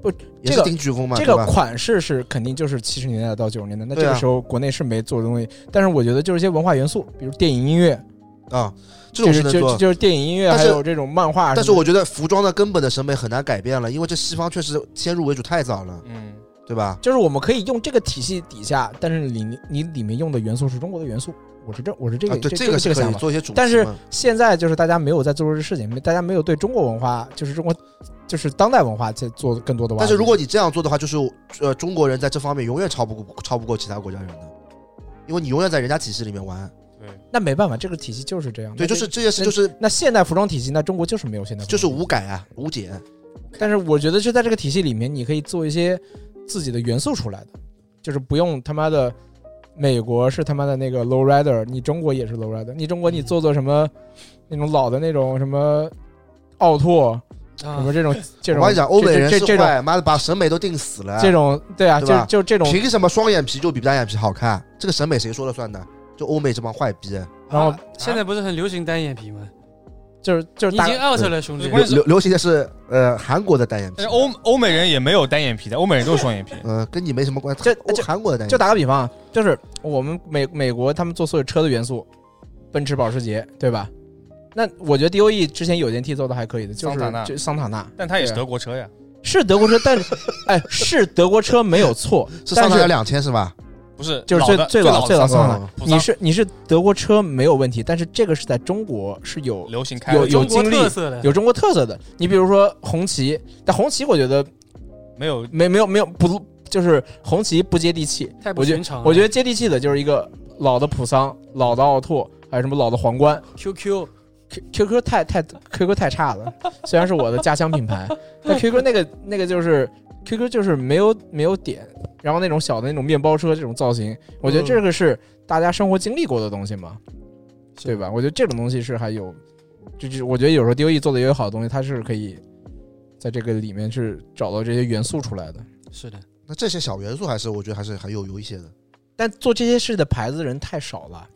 [SPEAKER 2] 不，
[SPEAKER 7] 也
[SPEAKER 2] 这
[SPEAKER 7] 是
[SPEAKER 2] 个
[SPEAKER 7] 听菊风嘛，
[SPEAKER 2] 这
[SPEAKER 7] 对
[SPEAKER 2] 个
[SPEAKER 7] 吧？
[SPEAKER 2] 款式是肯定就是七十年代到九十年代，那这
[SPEAKER 7] 对
[SPEAKER 2] 个
[SPEAKER 7] 啊
[SPEAKER 2] 时候国内是没做的东西，但是我觉得就是一些文化元素，比如电影音乐，
[SPEAKER 7] 啊，
[SPEAKER 2] 就
[SPEAKER 7] 这种
[SPEAKER 2] 是
[SPEAKER 7] 是能
[SPEAKER 2] 就
[SPEAKER 7] 做。
[SPEAKER 2] 就是电影音乐，
[SPEAKER 7] 但
[SPEAKER 2] 还
[SPEAKER 7] 是
[SPEAKER 2] 有这种漫画什么的，
[SPEAKER 7] 但是我觉得服装的根本的审美很难改变了，因为这西方确实先入为主太早了，
[SPEAKER 3] 嗯，
[SPEAKER 7] 对吧？
[SPEAKER 2] 就是我们可以用这个体系底下，但是里面你里面用的元素是中国的元素，我是这我是这个、
[SPEAKER 7] 啊，对，
[SPEAKER 2] 这
[SPEAKER 7] 这个
[SPEAKER 2] 这
[SPEAKER 7] 是
[SPEAKER 2] 个
[SPEAKER 7] 可
[SPEAKER 2] 想
[SPEAKER 7] 以
[SPEAKER 2] 法。
[SPEAKER 7] 做一些主题嘛，
[SPEAKER 2] 但是现在就是大家没有在做这事情，没大家没有对中国文化，就是中国就是当代文化在做更多的挖掘。
[SPEAKER 7] 但是如果你这样做的话，就是呃，中国人在这方面永远超不过超不过其他国家人的，因为你永远在人家体系里面玩。
[SPEAKER 3] 对，
[SPEAKER 2] 那没办法，这个体系就是这样。
[SPEAKER 7] 对，
[SPEAKER 2] 那这
[SPEAKER 7] 就是这些事就是
[SPEAKER 2] 那现代服装体系，那中国就是没有现代服
[SPEAKER 7] 就是
[SPEAKER 2] 装体
[SPEAKER 7] 无改啊，无解。
[SPEAKER 2] 系。但是我觉得是在这个体系里面，你可以做一些自己的元素出来的，就是不用他妈的美国是他妈的那个 low rider，你中国也是 low rider，你中国你做做什么、那种老的那种什么奥拓，什
[SPEAKER 1] 啊
[SPEAKER 2] 么这种这
[SPEAKER 7] 嗯我
[SPEAKER 2] 种
[SPEAKER 7] 跟你讲，欧美人
[SPEAKER 2] 这这
[SPEAKER 7] 是
[SPEAKER 2] 这种
[SPEAKER 7] 坏，妈的把审美都定死了。
[SPEAKER 2] 这种对啊，
[SPEAKER 7] 对吧
[SPEAKER 2] 就就这种，
[SPEAKER 7] 凭什么双眼皮就比单眼皮好看？这个审美谁说了算呢？就欧美这帮坏逼，
[SPEAKER 2] 然后啊
[SPEAKER 1] 啊现在不是很流行单眼皮吗？
[SPEAKER 2] 就是就是
[SPEAKER 1] 你已
[SPEAKER 2] 大
[SPEAKER 1] 经 out 了，兄弟
[SPEAKER 3] 对。关键是
[SPEAKER 7] 流流行的是呃韩国的单眼皮。
[SPEAKER 3] 但是，欧欧美人也没有单眼皮的，欧美人都是双眼皮
[SPEAKER 7] 呃跟你没什么关系。
[SPEAKER 2] 这
[SPEAKER 7] 欧
[SPEAKER 2] 这
[SPEAKER 7] 韩国的单眼皮
[SPEAKER 2] 就打个比方啊，就是我们美美国他们做所有车的元素，奔驰、保时捷，对吧？那我觉得 DOE 之前有件 T 做的还可以的，就是
[SPEAKER 3] 桑塔纳
[SPEAKER 2] 就桑塔纳
[SPEAKER 3] 但他也是
[SPEAKER 2] 对啊
[SPEAKER 3] 德国车呀，
[SPEAKER 2] 是德国车，但是哎是德国车没有错，
[SPEAKER 7] 是
[SPEAKER 2] 但
[SPEAKER 7] 上
[SPEAKER 2] 是
[SPEAKER 7] 海两千是吧？
[SPEAKER 3] 不是
[SPEAKER 2] 就是
[SPEAKER 3] 老
[SPEAKER 2] 最
[SPEAKER 3] 的
[SPEAKER 2] 最
[SPEAKER 3] 老
[SPEAKER 2] 老最老
[SPEAKER 3] 的
[SPEAKER 2] 桑塔纳。
[SPEAKER 7] 嗯
[SPEAKER 3] 普桑
[SPEAKER 2] 你是你是德国车没有问题，但是这个是在中国是有
[SPEAKER 3] 流行开
[SPEAKER 2] 有
[SPEAKER 3] 了
[SPEAKER 1] 中国
[SPEAKER 2] 经历
[SPEAKER 1] 特色的，
[SPEAKER 2] 有中国特色的。你比如说红旗，但红旗我觉得
[SPEAKER 3] 没有
[SPEAKER 2] 没没有没有不就是红旗不接地气，
[SPEAKER 1] 太不
[SPEAKER 2] 我觉
[SPEAKER 1] 寻
[SPEAKER 2] 得
[SPEAKER 1] 常了。
[SPEAKER 2] 我觉得接地气的就是一个老的普桑、老的奥拓，还有什么老的皇冠
[SPEAKER 1] QQ
[SPEAKER 2] ，Q Q Q 太太 Q Q 太差了，虽然是我的家乡品牌，但 Q Q 那个那个就是 Q Q 就是没有没有点，然后那种小的那种面包车这种造型，我觉得
[SPEAKER 3] 嗯
[SPEAKER 2] 这个是大家生活经历过的东西嘛，对吧？我觉得这种东西是还有，就是我觉得有时候 D O E 做的也有好的东西，它是可以在这个里面是找到这些元素出来的。
[SPEAKER 1] 是的，
[SPEAKER 7] 那这些小元素还是我觉得还是很有有一些的。
[SPEAKER 2] 但做这些事的牌子人太少了，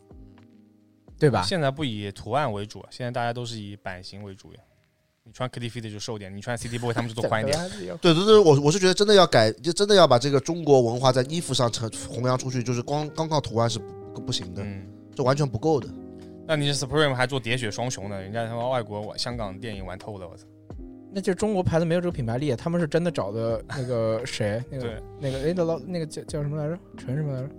[SPEAKER 2] 对吧？
[SPEAKER 3] 现在不以图案为主，现在大家都是以版型为主呀。你穿 Kitty Fit 就瘦点，你穿 CD Boy 他们就多宽一点。
[SPEAKER 2] 点。
[SPEAKER 7] 对对对，我我是觉得真的要改，就真的要把这个中国文化在衣服上呈弘扬出去，就是光光靠图案是不不行的，
[SPEAKER 3] 嗯，
[SPEAKER 7] 这完全不够的。
[SPEAKER 3] 那你是 Supreme 还做喋血双雄呢，人家他妈外国我香港电影玩透了，我操！
[SPEAKER 2] 那就是中国牌子没有这个品牌力，啊他们是真的找的那个谁，那个
[SPEAKER 3] 对，
[SPEAKER 2] 那个哎，那老那个叫叫什么来着？陈什么来着？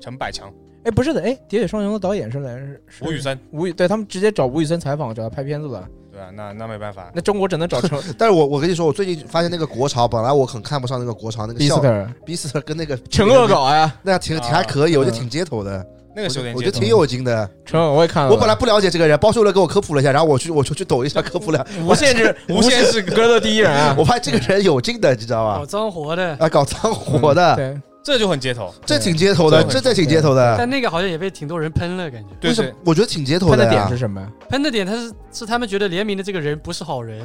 [SPEAKER 3] 陈百强、
[SPEAKER 2] 哎，不是的，哎，《喋血双雄》的导演是来是是
[SPEAKER 3] 吴宇森，
[SPEAKER 2] 吴宇，对他们直接找吴宇森采访，找他拍片子的。
[SPEAKER 3] 对吧、那那没办法，
[SPEAKER 2] 那中国只能找 成
[SPEAKER 7] 但是我我跟你说，我最近发现那个国潮，本来我很看不上那个国潮那个
[SPEAKER 2] 比斯
[SPEAKER 7] 笑
[SPEAKER 2] 特尔、
[SPEAKER 7] 逼死了，跟那个
[SPEAKER 2] 陈啊恶，搞 呀，
[SPEAKER 7] 那挺挺还可以，我觉
[SPEAKER 2] 嗯
[SPEAKER 7] 得挺街头的，
[SPEAKER 3] 那
[SPEAKER 7] 我
[SPEAKER 3] 个是
[SPEAKER 7] 觉
[SPEAKER 3] 有点
[SPEAKER 7] 得我觉
[SPEAKER 3] 接
[SPEAKER 7] 得
[SPEAKER 3] 近
[SPEAKER 7] 挺有劲的。
[SPEAKER 2] 陈恶我也看了。
[SPEAKER 7] 我本来不了解这个人，包秀乐给我科普了一下，然后我去我就去抖音上科普了，
[SPEAKER 2] 无限制
[SPEAKER 3] 无限
[SPEAKER 2] 制歌的第一人啊，
[SPEAKER 7] 我发现这个人有劲的，你知道
[SPEAKER 1] 搞
[SPEAKER 2] 哦
[SPEAKER 7] 吧？
[SPEAKER 1] 脏活的，
[SPEAKER 7] 啊，搞脏活的，
[SPEAKER 2] 对，
[SPEAKER 3] 这就很街头。
[SPEAKER 7] 这挺街头的，
[SPEAKER 3] 对
[SPEAKER 7] 这这挺街头的。
[SPEAKER 1] 但那个好像也被挺多人喷了，感觉
[SPEAKER 3] 对
[SPEAKER 7] 为什
[SPEAKER 3] 对
[SPEAKER 7] 么，？我觉得挺街头
[SPEAKER 2] 他的
[SPEAKER 7] 呀
[SPEAKER 2] 点是什么呀？
[SPEAKER 1] 喷的点他是是他们觉得联名的这个人不是好人，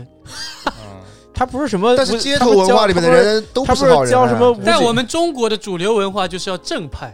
[SPEAKER 3] 嗯，
[SPEAKER 2] 他不是什么，
[SPEAKER 7] 但是街头文化里面的
[SPEAKER 2] 他不是
[SPEAKER 7] 人都
[SPEAKER 2] 他
[SPEAKER 7] 是
[SPEAKER 2] 不是
[SPEAKER 7] 好人、啊
[SPEAKER 2] 教什么
[SPEAKER 1] 但我们中国的主流文化就是要正派，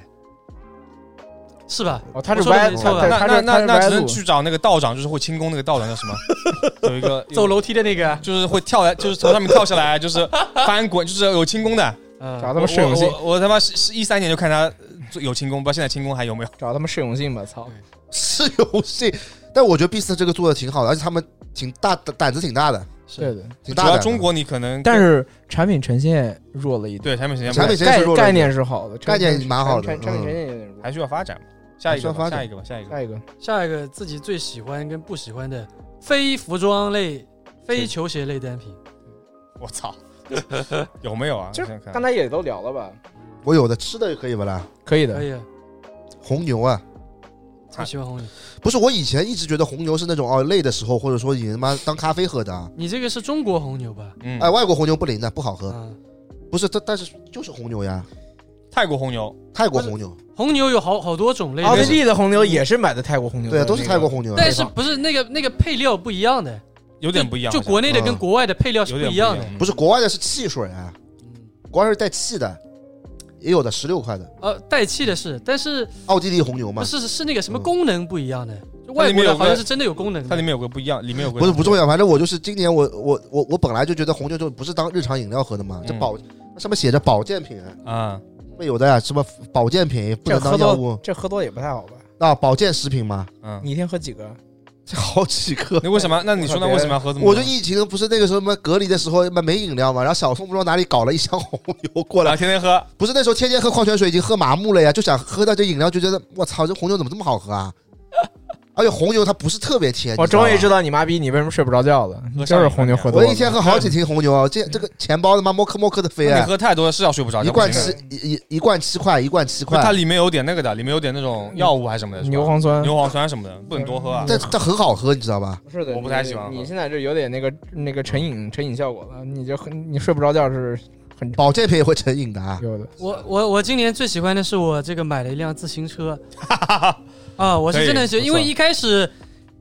[SPEAKER 1] 是吧？
[SPEAKER 2] 哦，他
[SPEAKER 1] 我
[SPEAKER 2] 是
[SPEAKER 1] 说的
[SPEAKER 2] 歪，
[SPEAKER 1] 没
[SPEAKER 2] 他
[SPEAKER 1] 错吧
[SPEAKER 2] 他他
[SPEAKER 3] 那那
[SPEAKER 2] 是
[SPEAKER 3] 那
[SPEAKER 2] 他
[SPEAKER 3] 那
[SPEAKER 2] 是歪
[SPEAKER 3] 只能
[SPEAKER 2] 路
[SPEAKER 3] 去找那个道长，就是会轻功那个道长叫什 么？有一个
[SPEAKER 1] 走，楼梯的那个，啊
[SPEAKER 3] 有就是会跳来，就是从上面跳下来， 就是翻滚，就是有轻功的。
[SPEAKER 1] 嗯
[SPEAKER 7] 啊
[SPEAKER 2] 找他妈释永信
[SPEAKER 3] 我，我我他妈是是一三年就看他做有轻功，不知道现在轻功还有没有。
[SPEAKER 2] 找他们释永信吧，操！
[SPEAKER 7] 是游戏，但我觉得 Beast 这个做的挺好的，而且他们挺大的胆子挺大的，
[SPEAKER 2] 对
[SPEAKER 1] 是
[SPEAKER 2] 的，
[SPEAKER 3] 主
[SPEAKER 7] 挺大
[SPEAKER 3] 要
[SPEAKER 7] 的。
[SPEAKER 3] 中国你可能跟，
[SPEAKER 2] 但是产品呈现弱了一点，
[SPEAKER 3] 对产品形象
[SPEAKER 7] 产品形象
[SPEAKER 2] 概
[SPEAKER 7] 是弱了一点
[SPEAKER 2] 概念是好的，
[SPEAKER 7] 概念
[SPEAKER 2] 产
[SPEAKER 7] 蛮好的
[SPEAKER 2] 产产品
[SPEAKER 7] 嗯
[SPEAKER 2] 呈现有点弱。
[SPEAKER 3] 还需要发展嘛。下一个吧，
[SPEAKER 7] 还需要发展
[SPEAKER 3] 下一个吧，下一个。
[SPEAKER 2] 下一个，
[SPEAKER 1] 下一个自己最喜欢跟不喜欢的非服装类、非球鞋类单品，
[SPEAKER 3] 我操，有没有啊？
[SPEAKER 2] 就
[SPEAKER 3] 我想看
[SPEAKER 2] 刚才也都聊了吧？
[SPEAKER 7] 我有的吃的可以不啦？
[SPEAKER 2] 可以
[SPEAKER 1] 可
[SPEAKER 2] 的，
[SPEAKER 1] 以啊，
[SPEAKER 7] 红牛啊，
[SPEAKER 1] 最喜欢红牛。
[SPEAKER 7] 不是我以前一直觉得红牛是那种哦累的时候，或者说你他妈当咖啡喝的啊。
[SPEAKER 1] 你这个是中国红牛吧？
[SPEAKER 3] 嗯
[SPEAKER 7] 哎，，外国红牛不灵的，不好喝。
[SPEAKER 1] 嗯，
[SPEAKER 7] 不是，它但是就是红牛呀，
[SPEAKER 3] 泰国红牛，
[SPEAKER 7] 泰国红牛，
[SPEAKER 1] 红牛有好好多种类，
[SPEAKER 2] 奥地
[SPEAKER 1] 但是
[SPEAKER 2] 利的红牛也是买的泰国红牛的
[SPEAKER 7] 对
[SPEAKER 2] 那
[SPEAKER 7] 啊，
[SPEAKER 2] 个，
[SPEAKER 7] 都是泰国红牛啊。
[SPEAKER 1] 但是不是那个那个配料不一样的，
[SPEAKER 3] 有点不一样，
[SPEAKER 1] 就国内的跟
[SPEAKER 7] 嗯
[SPEAKER 1] 国外的配料
[SPEAKER 3] 好
[SPEAKER 1] 是
[SPEAKER 3] 像有
[SPEAKER 1] 不
[SPEAKER 3] 点
[SPEAKER 1] 一样的。
[SPEAKER 7] 不是国外的是汽水啊，
[SPEAKER 1] 嗯
[SPEAKER 7] 国外是带气的，也有的十六块的
[SPEAKER 1] 呃，带气的是，但是
[SPEAKER 7] 奥地利红牛嘛
[SPEAKER 1] 不。是是那个什么
[SPEAKER 7] 嗯
[SPEAKER 1] 功能不一样的，就
[SPEAKER 3] 它
[SPEAKER 1] 外
[SPEAKER 3] 里
[SPEAKER 1] 国
[SPEAKER 3] 面有
[SPEAKER 1] 的
[SPEAKER 3] 个
[SPEAKER 1] 好像是真的有功能
[SPEAKER 3] 它里
[SPEAKER 1] 的。
[SPEAKER 3] 面有个不一样，里面有个
[SPEAKER 7] 不是不重要，反正我就是今年我我我我本来就觉得红牛就不是当日常饮料喝的嘛，这
[SPEAKER 3] 嗯
[SPEAKER 7] 保那上面写着保健品啊，
[SPEAKER 3] 啊。
[SPEAKER 7] 会有的呀，什么保健品不
[SPEAKER 2] 这
[SPEAKER 7] 能
[SPEAKER 2] 喝
[SPEAKER 7] 当药物
[SPEAKER 2] 多这喝多也不太好吧？
[SPEAKER 7] 啊，保健食品嘛，
[SPEAKER 3] 嗯，
[SPEAKER 2] 你一天喝几个？
[SPEAKER 7] 这好几个。
[SPEAKER 3] 那为什么？那你说那为什么要喝这么多？
[SPEAKER 7] 我就疫情不是那个时候嘛，隔离的时候嘛没饮料嘛，然后小宋不知道哪里搞了一箱红牛过
[SPEAKER 3] 啊
[SPEAKER 7] 来，
[SPEAKER 3] 天天喝，
[SPEAKER 7] 不是那时候天天喝矿泉水已经喝麻木了呀，就想喝到这饮料就觉得我操，这红牛怎么这么好喝啊？而且红牛它不是特别甜，
[SPEAKER 2] 我
[SPEAKER 7] 哎你知道
[SPEAKER 2] 终
[SPEAKER 7] 吗
[SPEAKER 2] 于知道你妈逼你为什么睡不着觉了，就
[SPEAKER 3] 喝上
[SPEAKER 2] 是
[SPEAKER 3] 瘾了
[SPEAKER 2] 红牛喝多
[SPEAKER 7] 我
[SPEAKER 2] 了。
[SPEAKER 7] 一天喝好几瓶红牛啊，这这个钱包他妈摸克摸克的飞
[SPEAKER 3] 那你
[SPEAKER 7] 啊，
[SPEAKER 3] 喝太多是要睡不着觉。
[SPEAKER 7] 一罐
[SPEAKER 3] 不行
[SPEAKER 7] 七
[SPEAKER 3] 的
[SPEAKER 7] 一一一罐七块，一罐七块
[SPEAKER 3] 它，里面有点那个的，里面有点那种药物还是什么的，是吧
[SPEAKER 2] 牛磺酸，
[SPEAKER 3] 牛磺酸什么的，不能多喝啊。
[SPEAKER 7] 但但很好喝，你知道吧？
[SPEAKER 2] 不是的，
[SPEAKER 3] 我不太喜欢喝
[SPEAKER 2] 你你现在这有点那个那个成瘾成瘾效果了，你就很你睡不着觉是很
[SPEAKER 7] 保健品也会成瘾的啊，
[SPEAKER 2] 有的。
[SPEAKER 1] 我我我今年最喜欢的是我这个买 了一辆自行车，啊，我
[SPEAKER 3] 可
[SPEAKER 1] 是
[SPEAKER 3] 以
[SPEAKER 1] 真的是
[SPEAKER 3] 不错
[SPEAKER 1] 因为一开始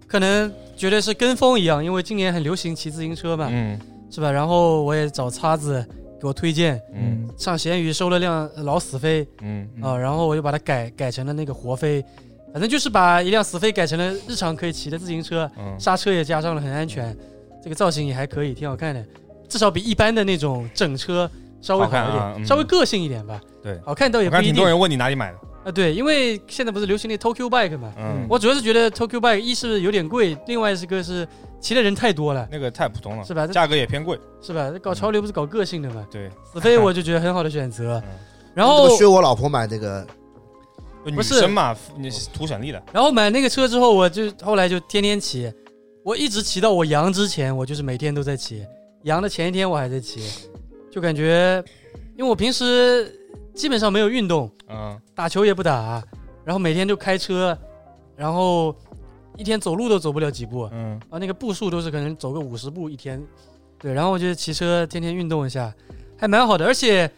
[SPEAKER 1] 可能觉得是跟风一样，因为今年很流行骑自行车嘛，
[SPEAKER 3] 嗯
[SPEAKER 1] 是吧？然后我也找叉子给我推荐，
[SPEAKER 3] 嗯
[SPEAKER 1] 上闲鱼收了辆老死飞
[SPEAKER 3] 嗯
[SPEAKER 1] 啊、然后我就把它改改成了那个活飞，反正就是把一辆死飞改成了日常可以骑的自行车，
[SPEAKER 3] 嗯，
[SPEAKER 1] 刹车也加上了，很安全，这个造型也还可以，挺好看的，至少比一般的那种整车稍微好一
[SPEAKER 3] 好
[SPEAKER 1] 点，
[SPEAKER 3] 看啊嗯
[SPEAKER 1] 稍微个性一点吧。
[SPEAKER 3] 对
[SPEAKER 1] 好看倒也
[SPEAKER 3] 我
[SPEAKER 1] 不
[SPEAKER 3] 看
[SPEAKER 1] 一
[SPEAKER 3] 挺
[SPEAKER 1] 定
[SPEAKER 3] 多
[SPEAKER 1] 啊、
[SPEAKER 3] 人问你哪里买的，
[SPEAKER 1] 对，因为现在不是流行那 Tokyo Bike 嘛，
[SPEAKER 3] 嗯，
[SPEAKER 1] 我主要是觉得 Tokyo Bike 一是有点贵，另外一个是骑的人太多了，
[SPEAKER 3] 那个太普通了，
[SPEAKER 1] 是吧？
[SPEAKER 3] 价格也偏贵，
[SPEAKER 1] 是吧？搞潮流不是搞个性的嘛？
[SPEAKER 3] 对，
[SPEAKER 1] 死飞我就觉得很好的选择
[SPEAKER 3] 嗯。
[SPEAKER 1] 然
[SPEAKER 7] 那
[SPEAKER 1] 后
[SPEAKER 7] 个，削我老婆买那个，
[SPEAKER 3] 女
[SPEAKER 1] 不是
[SPEAKER 3] 生嘛，你图省力的，
[SPEAKER 1] 然后买那个车之后，我就后来就天天骑，我一直骑到我阳之前，我就是每天都在骑。阳的前一天我还在骑，就感觉，因为我平时基本上没有运动，
[SPEAKER 3] 嗯
[SPEAKER 1] 打球也不打，然后每天就开车，然后一天走路都走不了几步。
[SPEAKER 3] 嗯
[SPEAKER 1] 啊，那个步数都是可能走个五十步一天，对，然后我就骑车天天运动一下，还蛮好的。而且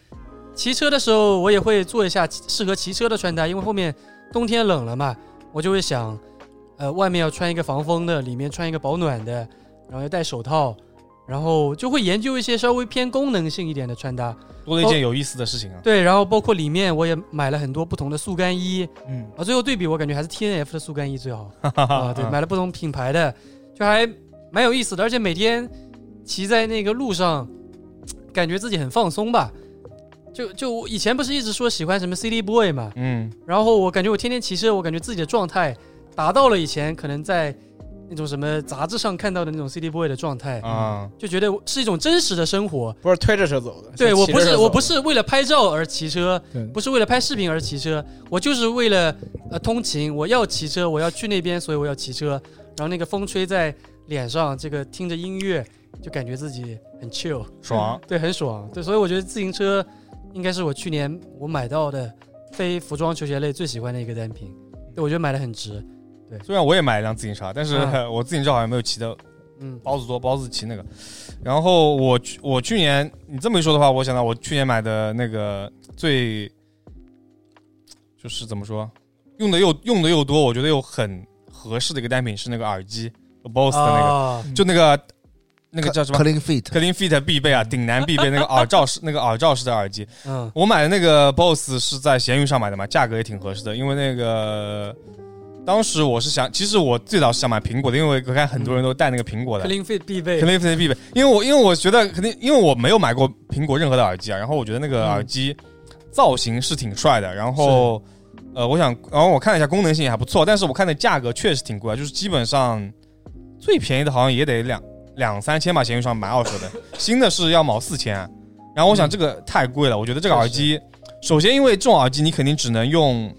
[SPEAKER 1] 骑车的时候我也会做一下骑适合骑车的穿搭，因为后面冬天冷了嘛，我就会想，呃，外面要穿一个防风的，里面穿一个保暖的，然后要戴手套，然后就会研究一些稍微偏功能性一点的穿搭。
[SPEAKER 3] 多了一件有意思的事情啊，
[SPEAKER 1] 哦对，然后包括里面我也买了很多不同的速干衣，
[SPEAKER 3] 嗯，
[SPEAKER 1] 啊，最后对比我感觉还是 T N F 的速干衣最好啊，对，买了不同品牌的，就还蛮有意思的，而且每天骑在那个路上，感觉自己很放松吧。就就我以前不是一直说喜欢什么 City Boy 嘛，
[SPEAKER 3] 嗯
[SPEAKER 1] 然后我感觉我天天骑车，我感觉自己的状态达到了以前可能在那种什么杂志上看到的那种 City Boy 的状态，
[SPEAKER 3] 啊，
[SPEAKER 1] 就觉得是一种真实的生活。
[SPEAKER 2] 不是推着车走的。
[SPEAKER 1] 对我
[SPEAKER 2] 骑
[SPEAKER 1] 不
[SPEAKER 2] 着车
[SPEAKER 1] 是
[SPEAKER 2] 走
[SPEAKER 1] 我
[SPEAKER 2] 的
[SPEAKER 1] 不是为了拍照而骑车
[SPEAKER 2] 对，
[SPEAKER 1] 不是为了拍视频而骑车，我就是为了呃通勤，我要骑车，我要去那边，所以我要骑车。然后那个风吹在脸上，这个听着音乐就感觉自己很 chill，
[SPEAKER 3] 爽，
[SPEAKER 1] 对，很爽，对，所以我觉得自行车应该是我去年我买到的非服装球鞋类最喜欢的一个单品，对我觉得买的很值，
[SPEAKER 3] 虽然我也买了一辆自行车，但是
[SPEAKER 1] 嗯
[SPEAKER 3] 我自行车好像没有骑的
[SPEAKER 1] 嗯
[SPEAKER 3] 包子多，包子骑那个。然后我去我去年你这么一说的话，我想到我去年买的那个最，就是怎么说，用的又用的又多，我觉得又很合适的一个单品是那个耳机，BOSS 的那个，
[SPEAKER 1] 啊
[SPEAKER 3] 就那个那个叫什么
[SPEAKER 7] Clean Fit，
[SPEAKER 3] Clean Fit 必备啊，顶男必备那个耳罩式那个耳罩式的耳机。
[SPEAKER 1] 嗯
[SPEAKER 3] 我买的那个 BOSS 是在闲鱼上买的嘛，价格也挺合适的，因为那个。当时我是想，其实我最早是想买苹果的，因为我看很多人都带那个苹果的，
[SPEAKER 1] ，clean fit 必备
[SPEAKER 3] 肯，定非必备，因为我因为我觉得肯定，因为我没有买过苹果任何的耳机啊，然后我觉得那个耳机造型是挺帅的，然后呃，我想，然后我看了一下功能性也还不错，但是我看的价格确实挺贵啊，就是基本上最便宜的好像也得两两三千吧，闲鱼上买二手的，新的是要毛四千，啊然后我想这个太贵了，我觉得这个耳机，首先因为这种耳机你肯定只能用，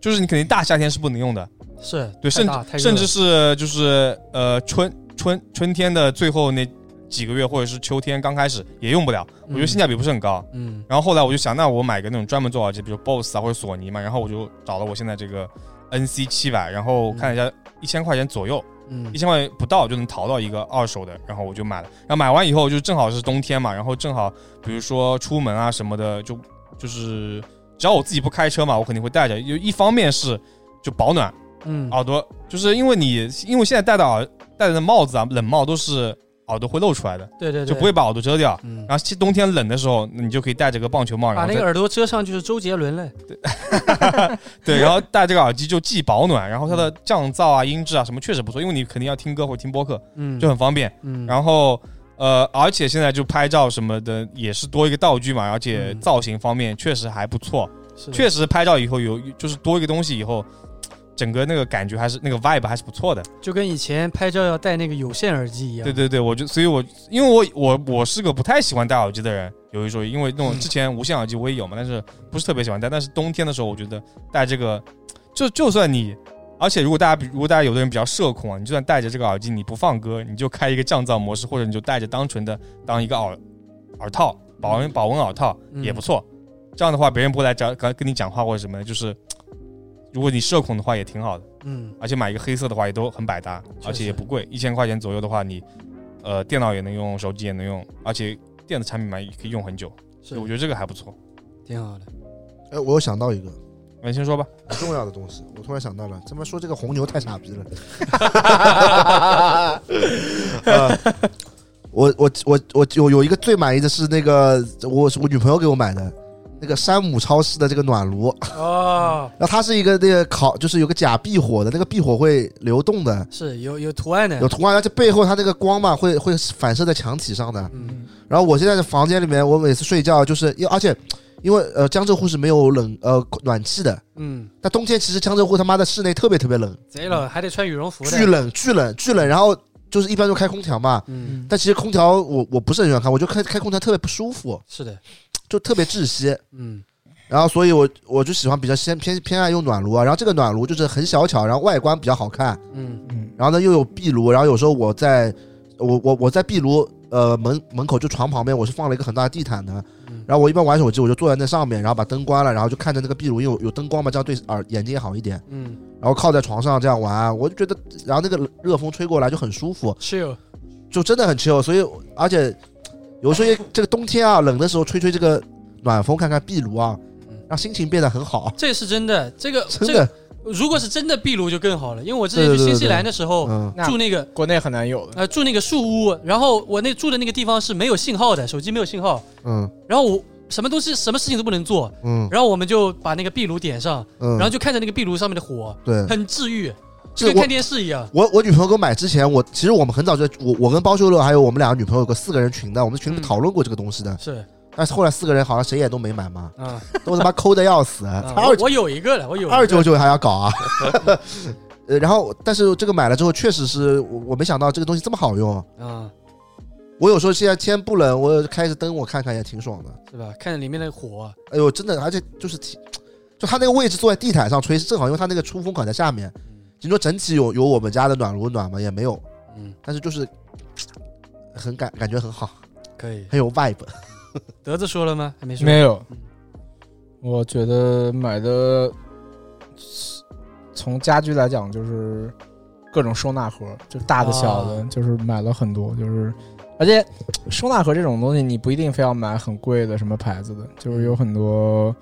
[SPEAKER 3] 就是你肯定大夏天是不能用的，
[SPEAKER 1] 是太
[SPEAKER 3] 对，甚
[SPEAKER 1] 大太热
[SPEAKER 3] 至甚
[SPEAKER 1] 了
[SPEAKER 3] 至是就是呃春春春天的最后那几个月，或者是秋天刚开始也用不了，我觉得性价比不是很高。
[SPEAKER 1] 嗯
[SPEAKER 3] 然后后来我就想，那我买个那种专门做耳机，比如 BOSS 啊或者索尼嘛，然后我就找了我现在这个 NC 七百，然后看了一下一千块钱左右，
[SPEAKER 1] 嗯
[SPEAKER 3] 一千块钱不到就能淘到一个二手的，然后我就买了。然后买完以后就正好是冬天嘛，然后正好比如说出门啊什么的，就就是只要我自己不开车嘛，我肯定会带着。有一方面是就保暖。
[SPEAKER 1] 嗯
[SPEAKER 3] 耳朵，就是因为你因为现在戴的耳戴的帽子啊，冷帽都是耳朵会露出来的，
[SPEAKER 1] 对对对，
[SPEAKER 3] 就不会把耳朵遮掉。
[SPEAKER 1] 嗯。
[SPEAKER 3] 然后其冬天冷的时候，你就可以戴着个棒球帽，然
[SPEAKER 1] 把
[SPEAKER 3] 后
[SPEAKER 1] 那个
[SPEAKER 3] 再
[SPEAKER 1] 耳朵遮上就是周杰伦了，
[SPEAKER 3] 对，然后戴这个耳机就既保暖，然后它
[SPEAKER 1] 嗯
[SPEAKER 3] 的降噪啊、音质啊什么确实不错，因为你肯定要听歌或者听播客，
[SPEAKER 1] 嗯，
[SPEAKER 3] 就很方便。
[SPEAKER 1] 嗯，
[SPEAKER 3] 然后呃，而且现在就拍照什么的也是多一个道具嘛，而且
[SPEAKER 1] 嗯
[SPEAKER 3] 造型方面确实还不错，
[SPEAKER 1] 后
[SPEAKER 3] 确实拍照以后有就是多一个东西以后，整个那个感觉还是那个 vibe 还是不错的。
[SPEAKER 1] 就跟以前拍照要戴那个有线耳机一样，
[SPEAKER 3] 对对对，我就所以我，因为我我我是个不太喜欢戴耳机的人，有一说一，因为那种之前无线耳机我也有嘛，但是不是特别喜欢戴。但是冬天的时候，我觉得戴这个，就就算你，而且如果大家比如果大家有的人比较社恐啊，你就算戴着这个耳机你不放歌，你就开一个降噪模式，或者你就戴着当纯的当一个耳耳套保温保温耳套
[SPEAKER 1] 嗯
[SPEAKER 3] 也不错。这样的话，别人不会来找跟跟你讲话或者什么的，就是如果你社恐的话也挺好的。
[SPEAKER 1] 嗯，
[SPEAKER 3] 而且买一个黑色的话也都很百搭，
[SPEAKER 1] 确实
[SPEAKER 3] 而且也不贵，一千块钱左右的话，你呃电脑也能用，手机也能用，而且电子产品嘛也可以用很久，
[SPEAKER 1] 是
[SPEAKER 3] 所以我觉得这个还不错。
[SPEAKER 1] 挺好的。
[SPEAKER 7] 哎，我又想到一个，
[SPEAKER 3] 你先说吧。
[SPEAKER 7] 很重要的东西。我突然想到了，这么说这个红牛太傻 逼了。呃我我我我有有一个最满意的是那个我我女朋友给我买的那个山姆超市的这个暖炉，
[SPEAKER 1] 哦，
[SPEAKER 7] 那它是一个那个烤，就是有个假壁火的那个壁火会流动的，
[SPEAKER 1] 是有有图
[SPEAKER 3] 嗯
[SPEAKER 1] 案的，
[SPEAKER 7] 有图案，而且背后它那个光嘛会会反射在墙体上的。
[SPEAKER 1] 嗯，
[SPEAKER 7] 然后我现在的房间里面，我每次睡觉就是因为而且因为呃江浙沪是没有冷呃暖气的，
[SPEAKER 1] 嗯，
[SPEAKER 7] 但冬天其实江浙沪他妈的室内特别特别冷，
[SPEAKER 1] 贼冷，还得穿羽绒服
[SPEAKER 7] 巨
[SPEAKER 1] 的，
[SPEAKER 7] 冷巨冷巨冷，然后就是一般都开空调嘛。
[SPEAKER 1] 嗯，
[SPEAKER 7] 但其实空调我我不是很喜欢开，我就开开空调特别不舒服，
[SPEAKER 1] 是的，
[SPEAKER 7] 就特别窒息。
[SPEAKER 1] 嗯
[SPEAKER 7] 然后所以我我就喜欢比较先偏偏爱用暖炉啊。然后这个暖炉就是很小巧，然后外观比较好看，
[SPEAKER 1] 嗯
[SPEAKER 7] 然后呢又有壁炉，然后有时候我在我我我在壁炉呃门门口就床旁边，我是放了一个很大的地毯的
[SPEAKER 1] 嗯。
[SPEAKER 7] 然后我一般玩手机，我就坐在那上面，然后把灯关了，然后就看着那个壁炉，因为有有灯光嘛，这样对耳眼睛也好一点。
[SPEAKER 1] 嗯
[SPEAKER 7] 然后靠在床上这样玩，我就觉得，然后那个热风吹过来就很舒服，
[SPEAKER 1] ，chill，
[SPEAKER 7] 就真的很 chill。所以而且有时候也这个冬天啊，冷的时候吹吹这个暖风，看看壁炉啊
[SPEAKER 1] 嗯，
[SPEAKER 7] 让心情变得很好。
[SPEAKER 1] 这是真的，这个
[SPEAKER 7] 真
[SPEAKER 1] 这个
[SPEAKER 7] 的，
[SPEAKER 1] 如果是真的壁炉就更好了，因为我之前
[SPEAKER 7] 对
[SPEAKER 1] 去
[SPEAKER 7] 对对
[SPEAKER 1] 新西
[SPEAKER 7] 对
[SPEAKER 1] 兰的时候
[SPEAKER 7] 嗯，
[SPEAKER 2] 那
[SPEAKER 1] 住那个
[SPEAKER 2] 国内很难有的。
[SPEAKER 1] 呃住那个树屋，然后我那住的那个地方是没有信号的，手机没有信号，
[SPEAKER 7] 嗯
[SPEAKER 1] 然后我什么东西什么事情都不能做，
[SPEAKER 7] 嗯
[SPEAKER 1] 然后我们就把那个壁炉点上，
[SPEAKER 7] 嗯，
[SPEAKER 1] 然后就看着那个壁炉上面的火，
[SPEAKER 7] 对，
[SPEAKER 1] 很治愈，就
[SPEAKER 7] 是
[SPEAKER 1] 跟
[SPEAKER 7] 我
[SPEAKER 1] 看电视一样。
[SPEAKER 7] 我我女朋友给我买之前，我其实我们很早就我我跟包修乐还有我们两个女朋友有个四个人群的，我们群里
[SPEAKER 1] 嗯
[SPEAKER 7] 讨论过这个东西的，
[SPEAKER 1] 是
[SPEAKER 7] 但是后来四个人好像谁也都没买嘛，
[SPEAKER 1] 啊，
[SPEAKER 7] 都他妈抠的要死，
[SPEAKER 1] 啊
[SPEAKER 7] 二
[SPEAKER 1] 我我有一个了，我有一个
[SPEAKER 7] 二九九还要搞啊。呃，然后但是这个买了之后，确实是我我没想到这个东西这么好用。
[SPEAKER 1] 啊，
[SPEAKER 7] 我有时候现在天不冷，我开着灯我看看也挺爽的。
[SPEAKER 1] 是吧？看着里面的火，
[SPEAKER 7] 哎呦，真的，而且就是挺，就它那个位置坐在地毯上吹是正好，因为它那个出风口在下面。你说整体有有我们家的暖炉暖吗？也没有，
[SPEAKER 1] 嗯，
[SPEAKER 7] 但是就是很感感觉很好，
[SPEAKER 1] 可以。
[SPEAKER 7] 很有 vibe。
[SPEAKER 1] 德子说了吗？还没说。
[SPEAKER 2] 没有
[SPEAKER 1] 嗯，
[SPEAKER 2] 我觉得买的从家居来讲就是各种收纳盒，就是大的
[SPEAKER 1] 啊
[SPEAKER 2] 小的，就是买了很多，就是而且收纳盒这种东西，你不一定非要买很贵的什么牌子的，就是有很多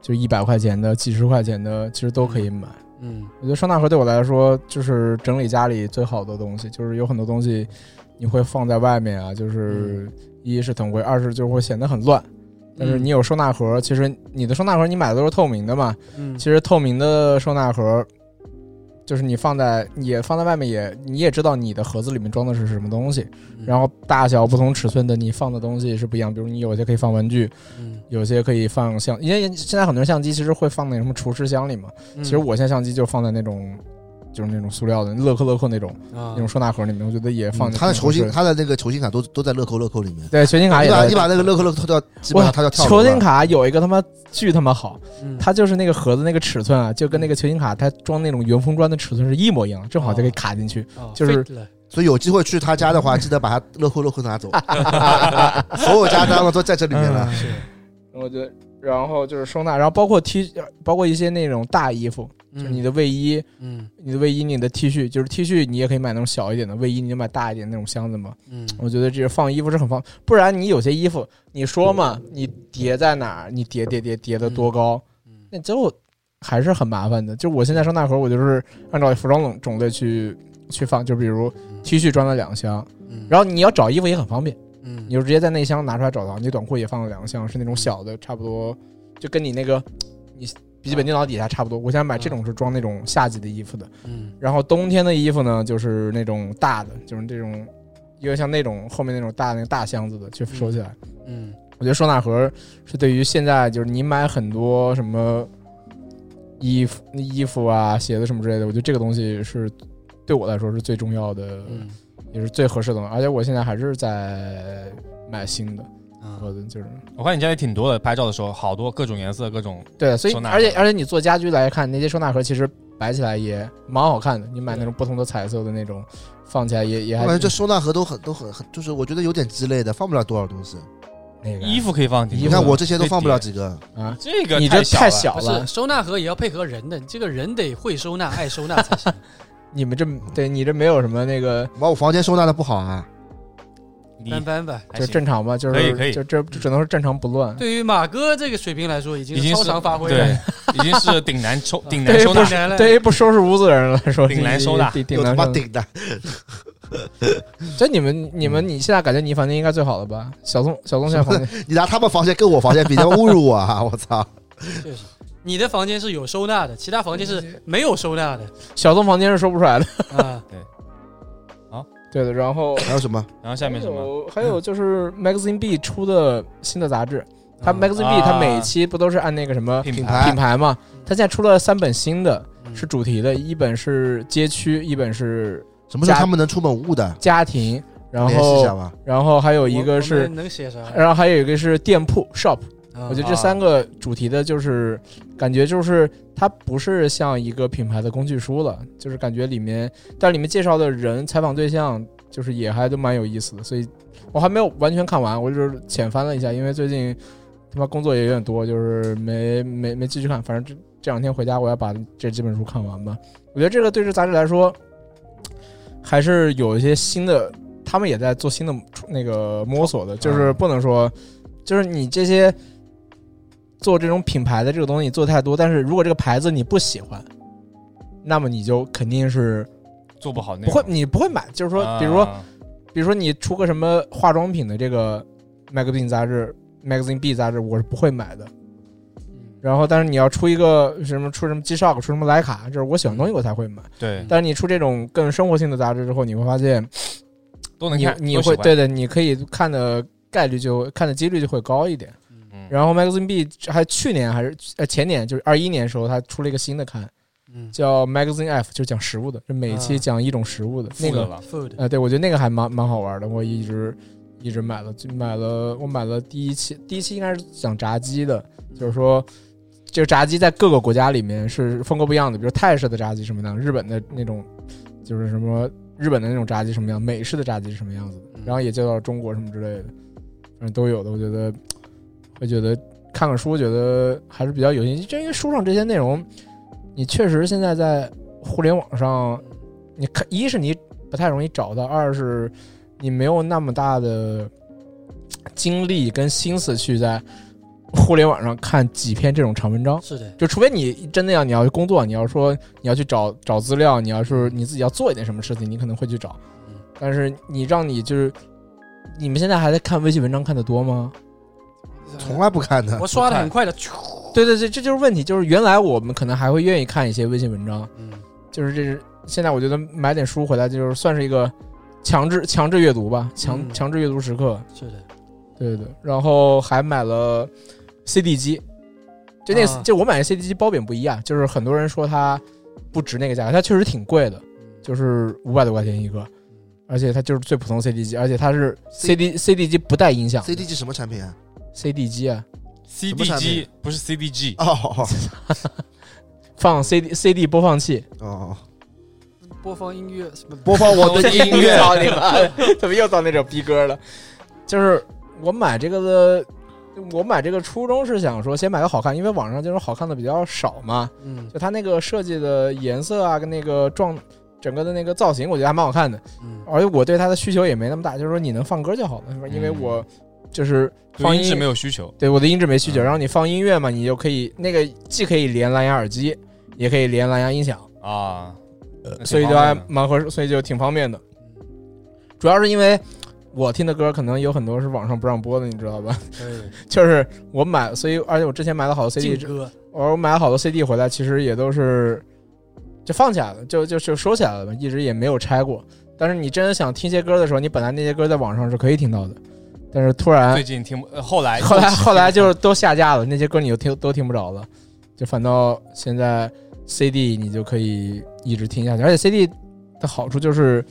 [SPEAKER 2] 就一百块钱的、几十块钱的，其实都可以买。
[SPEAKER 1] 嗯
[SPEAKER 2] 我觉得收纳盒对我来说就是整理家里最好的东西，就是有很多东西你会放在外面啊，就是
[SPEAKER 1] 嗯
[SPEAKER 2] 一是腾贵，二是就会显得很乱。但是你有收纳盒，其实你的收纳盒你买的都是透明的嘛，
[SPEAKER 1] 嗯，
[SPEAKER 2] 其实透明的收纳盒。就是你放在也放在外面也你也知道你的盒子里面装的是什么东西，
[SPEAKER 1] 嗯
[SPEAKER 2] 然后大小不同尺寸的你放的东西是不一样，比如你有些可以放玩具，
[SPEAKER 1] 嗯，
[SPEAKER 2] 有些可以放相，因为现在很多相机其实会放那什么厨师箱里嘛，
[SPEAKER 1] 嗯
[SPEAKER 2] 其实我现在相机就放在那种，就是那种塑料的乐扣乐扣那种
[SPEAKER 1] 啊
[SPEAKER 2] 那种收纳盒里面，我觉得也放
[SPEAKER 7] 嗯它的
[SPEAKER 2] 挺合
[SPEAKER 7] 球
[SPEAKER 2] 适
[SPEAKER 7] 星，它的那个球星卡都都在乐扣乐扣里面。
[SPEAKER 2] 对球星卡
[SPEAKER 7] 你
[SPEAKER 2] 也
[SPEAKER 7] 把
[SPEAKER 2] 在
[SPEAKER 7] 你把那个乐扣乐扣掉，基本上它就跳楼
[SPEAKER 2] 球
[SPEAKER 7] 了
[SPEAKER 2] 星卡有一个他妈巨他妈好，
[SPEAKER 1] 嗯
[SPEAKER 2] 它就是那个盒子那个尺寸啊，就跟那个球星卡它装那种圆风砖的尺寸是一模一样，正好就可以卡进去。
[SPEAKER 1] 哦
[SPEAKER 2] 就是
[SPEAKER 1] 废了
[SPEAKER 7] 所以有机会去他家的话，记得把他乐扣乐 扣拿走，所有家当了都在这里面
[SPEAKER 2] 嗯
[SPEAKER 7] 了。
[SPEAKER 1] 是
[SPEAKER 2] 我觉得，然后就是收纳，然后包括 T，包括一些那种大衣服，就是你
[SPEAKER 1] 的
[SPEAKER 2] 的卫衣、
[SPEAKER 1] 嗯
[SPEAKER 2] 你的卫衣、你的 T 恤，就是 T 恤你也可以买那种小一点的，卫衣你就买大一点那种箱子嘛。
[SPEAKER 1] 嗯
[SPEAKER 2] 我觉得这个放衣服是很方，不然你有些衣服，你说嘛，你叠在哪儿，你叠叠叠叠的多高，
[SPEAKER 1] 嗯
[SPEAKER 2] 那最后还是很麻烦的。就我现在收纳盒，我就是按照服装种种类去去放，就比如 T 恤装了两箱，
[SPEAKER 1] 嗯
[SPEAKER 2] 然后你要找衣服也很方便，
[SPEAKER 1] 嗯
[SPEAKER 2] 你就直接在那箱拿出来找到。你短裤也放了两箱，是那种小的，差不多就跟你那个你笔记本电脑底下差不多。我现在买这种是装那种夏季的衣服的，
[SPEAKER 1] 嗯
[SPEAKER 2] 然后冬天的衣服呢，就是那种大的，就是这种，因为像那种后面那种大那个大箱子的去收起来。
[SPEAKER 1] 嗯
[SPEAKER 2] 我觉得收纳盒是对于现在就是你买很多什么衣服、衣服啊、鞋子什么之类的，我觉得这个东西是对我来说是最重要的，
[SPEAKER 1] 嗯
[SPEAKER 2] 也是最合适的东西。而且我现在还是在买新的，
[SPEAKER 1] 啊
[SPEAKER 2] 呃我的就是
[SPEAKER 3] 我看你家也挺多的，拍照的时候好多各种颜色，各种
[SPEAKER 2] 对，所以
[SPEAKER 3] 收纳盒
[SPEAKER 2] 而且而且你做家居来看，那些收纳盒其实摆起来也蛮好看的。你买那种不同的彩色的那种，放起来也也
[SPEAKER 7] 我
[SPEAKER 2] 还
[SPEAKER 7] 感觉这收纳盒都很都很很，就是我觉得有点鸡肋的，放不了多少东西。
[SPEAKER 2] 那个
[SPEAKER 3] 衣服可以放挺多
[SPEAKER 7] 你
[SPEAKER 3] 的。
[SPEAKER 7] 看我这些都放不了几个，
[SPEAKER 2] 啊，
[SPEAKER 3] 这个
[SPEAKER 2] 你这
[SPEAKER 3] 太
[SPEAKER 2] 太
[SPEAKER 3] 小
[SPEAKER 2] 小
[SPEAKER 3] 了，
[SPEAKER 1] 不是收纳盒也要配合人的，你这个人得会收纳，爱收纳才 行。
[SPEAKER 2] 你们这对你这没有什么那个，
[SPEAKER 7] 把我房间收纳的不好啊。
[SPEAKER 3] 你
[SPEAKER 1] 搬搬吧。
[SPEAKER 3] 还
[SPEAKER 2] 就
[SPEAKER 3] 行
[SPEAKER 2] 正常吧，就
[SPEAKER 3] 可以可以
[SPEAKER 2] 是就这只能是正常不乱。
[SPEAKER 1] 对于马哥这个水平来说，已经
[SPEAKER 3] 已经
[SPEAKER 1] 超
[SPEAKER 3] 是
[SPEAKER 1] 常发挥了
[SPEAKER 3] 对。已经是顶难收 顶难
[SPEAKER 2] 对于
[SPEAKER 3] 收
[SPEAKER 2] 不
[SPEAKER 3] 纳，
[SPEAKER 1] 了
[SPEAKER 2] 对于不收拾屋子的人来 说，
[SPEAKER 3] 顶难收纳
[SPEAKER 2] 顶顶
[SPEAKER 7] 有他
[SPEAKER 2] 难
[SPEAKER 7] 妈
[SPEAKER 2] 收纳。
[SPEAKER 7] 顶的，
[SPEAKER 2] 这你
[SPEAKER 3] 嗯
[SPEAKER 2] 们你们你现在感觉你房间应该最好了吧？小宋小宋现在 房间，
[SPEAKER 7] 你拿他们房间跟我房间比，他们侮辱我啊！我操！
[SPEAKER 1] 你的房间是有收纳的，其他房间是没有收纳 的
[SPEAKER 2] 小宋房间是说不出来的。
[SPEAKER 1] 啊。
[SPEAKER 2] 对的，然后
[SPEAKER 7] 还有什么？
[SPEAKER 3] 然后下面什
[SPEAKER 7] 哎
[SPEAKER 3] 么？
[SPEAKER 2] 还 有还有就是 Magazine B 出的新的杂志，
[SPEAKER 1] 嗯
[SPEAKER 2] 它
[SPEAKER 7] 嗯
[SPEAKER 2] Magazine B 它
[SPEAKER 3] 啊
[SPEAKER 2] 每期不都是按那个什么
[SPEAKER 3] 品
[SPEAKER 7] 品
[SPEAKER 3] 牌
[SPEAKER 7] 牌
[SPEAKER 2] 品牌嘛？
[SPEAKER 3] 嗯
[SPEAKER 2] 它现在出了三本新的，
[SPEAKER 1] 嗯
[SPEAKER 2] 是主题的，一本是街区，一本是
[SPEAKER 7] 什么时候
[SPEAKER 2] 家
[SPEAKER 7] 他们能出本无误的？
[SPEAKER 2] 家庭，然
[SPEAKER 7] 联系一下
[SPEAKER 2] 后
[SPEAKER 7] 吧。
[SPEAKER 2] 然后还有
[SPEAKER 1] 有
[SPEAKER 2] 一个是，
[SPEAKER 1] 能写啥？
[SPEAKER 2] 然后还有一个是店铺 shop。
[SPEAKER 1] 啊
[SPEAKER 2] 我觉得这三个主题的，就是感觉就是它不是像一个品牌的工具书了，就是感觉里面，但里面介绍的人、采访对象，就是也还都蛮有意思的。所以我还没有完全看完，我就是浅翻了一下，因为最近他妈工作也有点多，就是没没没继续看。反正这这两天回家，我要把这几本书看完吧。我觉得这个对这杂志来说，还是有一些新的，他们也在做新的那个摸索的，
[SPEAKER 3] 嗯
[SPEAKER 2] 就是不能说，就是你这些做这种品牌的这个东西做太多，但是如果这个牌子你不喜欢，那么你就肯定是
[SPEAKER 3] 做不好那
[SPEAKER 2] 不
[SPEAKER 3] 种
[SPEAKER 2] 会，你不会买。就是说，比如说，
[SPEAKER 3] 啊
[SPEAKER 2] 比如说你出个什么化妆品的这个 magazine 杂志，magazine B 杂志，我是不会买的。
[SPEAKER 3] 嗯
[SPEAKER 2] 然后，但是你要出一个什么出什么 G Shock，出什么徕卡，就是我喜欢的东西我才会买。
[SPEAKER 3] 对
[SPEAKER 2] 但是你出这种更生活性的杂志之后，你会发现
[SPEAKER 3] 都能
[SPEAKER 2] 你
[SPEAKER 3] 看，
[SPEAKER 2] 你
[SPEAKER 3] 都喜
[SPEAKER 2] 会
[SPEAKER 3] 欢
[SPEAKER 2] 对的，你可以看的概率就看的几率就会高一点。
[SPEAKER 3] 嗯
[SPEAKER 2] 然后 Magazine B 还去年还是呃前年就是二一年的时候，它出了一个新的刊
[SPEAKER 1] 嗯
[SPEAKER 2] 叫 Magazine F，就讲食物的，就每期
[SPEAKER 1] 啊
[SPEAKER 2] 讲一种食物的那
[SPEAKER 3] 负责
[SPEAKER 2] 个。
[SPEAKER 3] 了
[SPEAKER 1] ，food
[SPEAKER 2] 呃，对我觉得那个还蛮蛮好玩的，我一直一直买了，就买了我买了第一期，第一期应该是讲炸鸡的，就是说这个炸鸡在各个国家里面是风格不一样的，比如泰式的炸鸡什么样，日本的那种就是什么日本的那种炸鸡什么样，美式的炸鸡是什么样子的，然后也介绍了中国什么之类的，反正都有的，我觉得我觉得看看书觉得还是比较有兴趣，就因为书上这些内容，你确实现在在互联网上。你看，一是你不太容易找到，二是你没有那么大的精力跟心思去在互联网上看几篇这种长文章。
[SPEAKER 1] 是的，
[SPEAKER 2] 就除非你真的要你要去工作，你要说你要去找找资料，你要是你自己要做一点什么事情，你可能会去找
[SPEAKER 1] 嗯。
[SPEAKER 2] 但是你让你就是，你们现在还在看微信文章看的多吗？
[SPEAKER 7] 从来不看的
[SPEAKER 1] 我，刷的很快的，
[SPEAKER 2] 对对对，这就是问题。就是原来我们可能还会愿意看一些微信文章，
[SPEAKER 1] 嗯，
[SPEAKER 2] 就是这是现在我觉得买点书回来就是算是一个强制强制阅读吧，强、
[SPEAKER 1] 嗯
[SPEAKER 2] 强制阅读时刻，
[SPEAKER 1] 是的，
[SPEAKER 2] 对对对。然后还买了 CD 机，就那个、
[SPEAKER 1] 啊
[SPEAKER 2] 就我买的 CD 机褒贬不一啊，就是很多人说它不值那个价格，它确实挺贵的，就是五百多块钱一个，而且它就是最普通 CD 机，而且它是 CD CD 机不带音响
[SPEAKER 7] CDG 什么产品啊？
[SPEAKER 2] ，CD 机啊，
[SPEAKER 7] 么产
[SPEAKER 3] CDG
[SPEAKER 7] 品
[SPEAKER 3] 不是 CDG，
[SPEAKER 7] 哦 哦
[SPEAKER 2] 放 CD CD 播放器。。
[SPEAKER 7] 哦哦，
[SPEAKER 1] 播放音乐什么
[SPEAKER 7] 播放我的音乐
[SPEAKER 2] 操你妈！ 怎么又到那种逼格了？就是我买这个的，我买这个初衷是想说先买个好看，因为网上这种好看的比较少嘛。
[SPEAKER 1] 嗯
[SPEAKER 2] 就它那个设计的颜色啊，跟那个状，整个的那个造型，我觉得还蛮好看的。
[SPEAKER 1] 嗯
[SPEAKER 2] 而且我对它的需求也没那么大，就是说你能放歌就好了，因为我就是放
[SPEAKER 3] 对音
[SPEAKER 2] 音
[SPEAKER 3] 质没有需求，
[SPEAKER 2] 对我的音质没需求，
[SPEAKER 3] 嗯
[SPEAKER 2] 然后你放音乐嘛，你就可以那个既可以连蓝牙耳机，也可以连蓝牙音响。
[SPEAKER 3] 啊，那挺
[SPEAKER 2] 所以就
[SPEAKER 3] 方
[SPEAKER 2] 还
[SPEAKER 3] 便的
[SPEAKER 2] 蛮合适，所以就挺方便的。主要是因为我听的歌可能有很多是网上不让播的，你知道吧？
[SPEAKER 1] 可以
[SPEAKER 2] 就是我买，所以而且我之前买了好多 CD，
[SPEAKER 1] 哎劲歌，
[SPEAKER 2] 我买了好多 CD 回来，其实也都是就放起来了，就就就收起来了吧，一直也没有拆过。但是你真的想听些歌的时候，你本来那些歌在网上是可以听到的，但是突然
[SPEAKER 3] 最近听不，呃后来
[SPEAKER 2] 后来后来就是都下架了，那些歌你就听都听不着了，就反倒现在 CD 你就可以一直听下去，而且 CD 的好处就是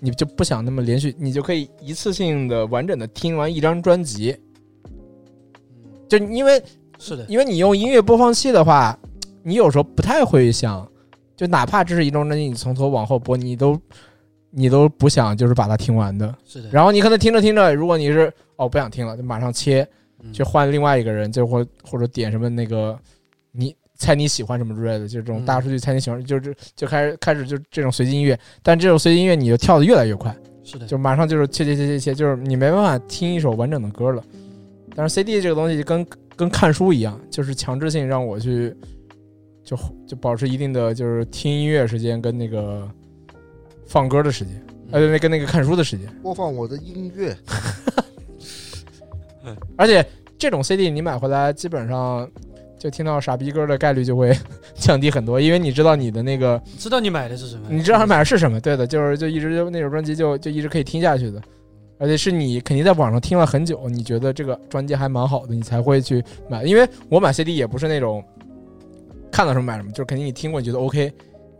[SPEAKER 2] 你就不想那么连续，你就可以一次性的完整的听完一张专辑，就因为
[SPEAKER 1] 嗯是的，
[SPEAKER 2] 因为你用音乐播放器的话，你有时候不太会想，就哪怕这是一张专辑，你从头往后播，你都你都不想就是把它听完的，
[SPEAKER 1] 是的，
[SPEAKER 2] 然后你可能听着听着，如果你是哦不想听了，就马上切。
[SPEAKER 1] 嗯
[SPEAKER 2] 去换另外一个人，就或或者点什么那个你猜你喜欢什么之类的，就这种
[SPEAKER 1] 嗯
[SPEAKER 2] 大数据猜你喜欢，就是就开始开始就这种随机音乐，但这种随机音乐你就跳的越来越快，
[SPEAKER 1] 是的，
[SPEAKER 2] 就马上就是切切切切切，就是你没办法听一首完整的歌了。但是 CD 这个东西跟跟看书一样，就是强制性让我去就就保持一定的就是听音乐时间跟那个放歌的时间，呃，
[SPEAKER 1] 嗯
[SPEAKER 2] 对，跟那个看书的时间。
[SPEAKER 7] 播放我的音乐，
[SPEAKER 2] 而且这种 CD 你买回来，基本上就听到傻逼歌的概率就会 降低很多，因为你知道你的那个，
[SPEAKER 1] 知道你买的是什么？
[SPEAKER 2] 你知道他买的是什么，对的，就是就一直就那首专辑就就一直可以听下去的，而且是你肯定在网上听了很久，你觉得这个专辑还蛮好的，你才会去买。因为我买 CD 也不是那种看到什么买什么，就是肯定你听过你觉得 OK，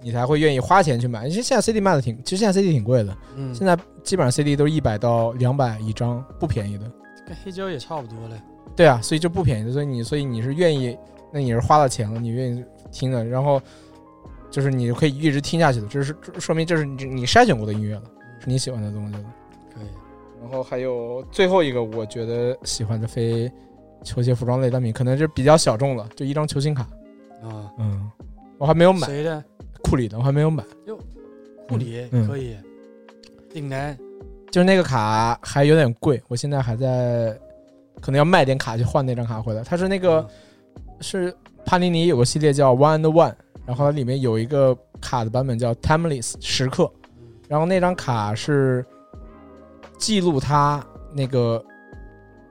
[SPEAKER 2] 你才会愿意花钱去买。其实现在 CD 卖的挺，其实现在 CD 挺贵的，
[SPEAKER 1] 嗯，
[SPEAKER 2] 现在基本上 CD 都是一百到两百一张，不便宜的。
[SPEAKER 1] 跟黑胶也差不多了。
[SPEAKER 2] 对啊，所以就不便宜，所以你所以你是愿意，那你是花了钱了，你愿意听的，然后就是你可以一直听下去的，这是这说明这是你你筛选过的音乐了，是你喜欢的东西了。
[SPEAKER 1] 可以，
[SPEAKER 2] 然后还有最后一个，我觉得喜欢的非球鞋服装类单品，可能是比较小众了，就一张球星卡，
[SPEAKER 1] 啊，
[SPEAKER 2] 嗯，我还没有买
[SPEAKER 1] 谁的？
[SPEAKER 2] 库里的，我还没有买，
[SPEAKER 1] 库里
[SPEAKER 2] 嗯
[SPEAKER 1] 可以，顶南
[SPEAKER 2] 就是那个卡还有点贵，我现在还在可能要卖点卡去换那张卡回来，它是那个。是帕尼尼有个系列叫 One and One，然后它里面有一个卡的版本叫 Timeless 时刻，然后那张卡是记录他那个